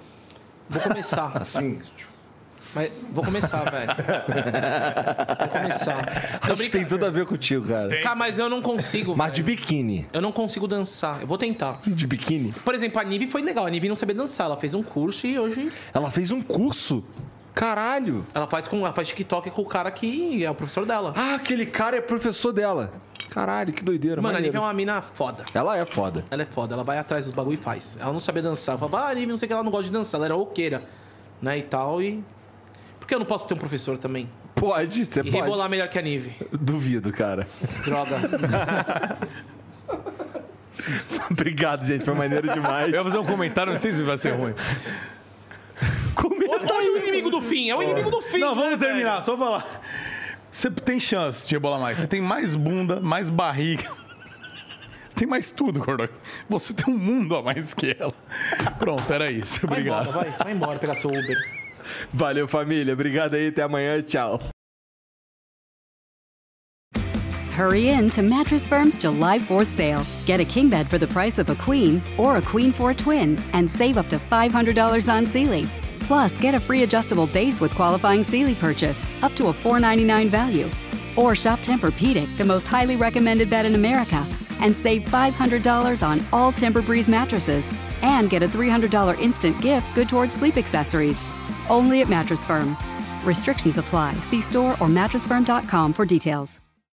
Speaker 3: Vou começar.
Speaker 2: [laughs] Assim.
Speaker 3: Mas vou começar, velho. Vou começar. Tô
Speaker 2: Acho que tem
Speaker 3: brincando.
Speaker 2: tudo a ver contigo, cara.
Speaker 3: Cara, mas eu não consigo.
Speaker 2: Mas de
Speaker 3: velho.
Speaker 2: biquíni.
Speaker 3: Eu não consigo dançar. Eu vou tentar.
Speaker 2: De biquíni?
Speaker 3: Por exemplo, a Nive foi legal. A Nive não sabia dançar. Ela fez um curso e hoje
Speaker 2: Ela fez um curso? Caralho!
Speaker 3: ela faz, com, ela faz TikTok com o cara que é o professor dela.
Speaker 2: Ah, aquele cara é professor dela. Caralho, que doideira,
Speaker 3: Mano, a Nive
Speaker 2: maneiro.
Speaker 3: é uma mina foda.
Speaker 2: Ela é foda.
Speaker 3: Ela é foda, ela vai atrás dos bagulho e faz. Ela não sabia dançar. Eu falava, ah, Nive, não sei o que, ela não gosta de dançar. Ela era roqueira, né, e tal. E. Por que eu não posso ter um professor também?
Speaker 2: Pode, você
Speaker 3: E
Speaker 2: pode.
Speaker 3: rebolar melhor que a Nive.
Speaker 2: Duvido, cara.
Speaker 3: Droga.
Speaker 2: Obrigado, gente. Foi maneiro demais.
Speaker 1: Eu ia fazer um comentário, não sei se vai ser
Speaker 2: [laughs]
Speaker 1: ruim.
Speaker 3: Olha o inimigo do fim, é o inimigo do fim.
Speaker 1: Não, vamos
Speaker 3: né, velho?
Speaker 1: terminar, só falar. Você tem chance de rebolar mais. Você tem mais bunda, mais barriga. [laughs] Você tem mais tudo, Cordão. Você tem um mundo a mais que ela. Pronto, era isso.
Speaker 3: Vai
Speaker 1: Obrigado.
Speaker 3: embora, vai. Vai embora pegar seu Uber.
Speaker 2: Valeu, família. Obrigado aí. Até amanhã. Tchau.
Speaker 10: Hurry in to Mattress Firm's July 4th sale. Get a king bed for the price of a queen or a queen for a twin and save up to $500 on Sealy. Plus, get a free adjustable base with qualifying Sealy purchase up to a $499 value. Or shop Tempur-Pedic, the most highly recommended bed in America, and save $500 on all Tempur-Breeze mattresses and get a $300 instant gift good towards sleep accessories. Only at Mattress Firm. Restrictions apply. See store or mattressfirm.com for details.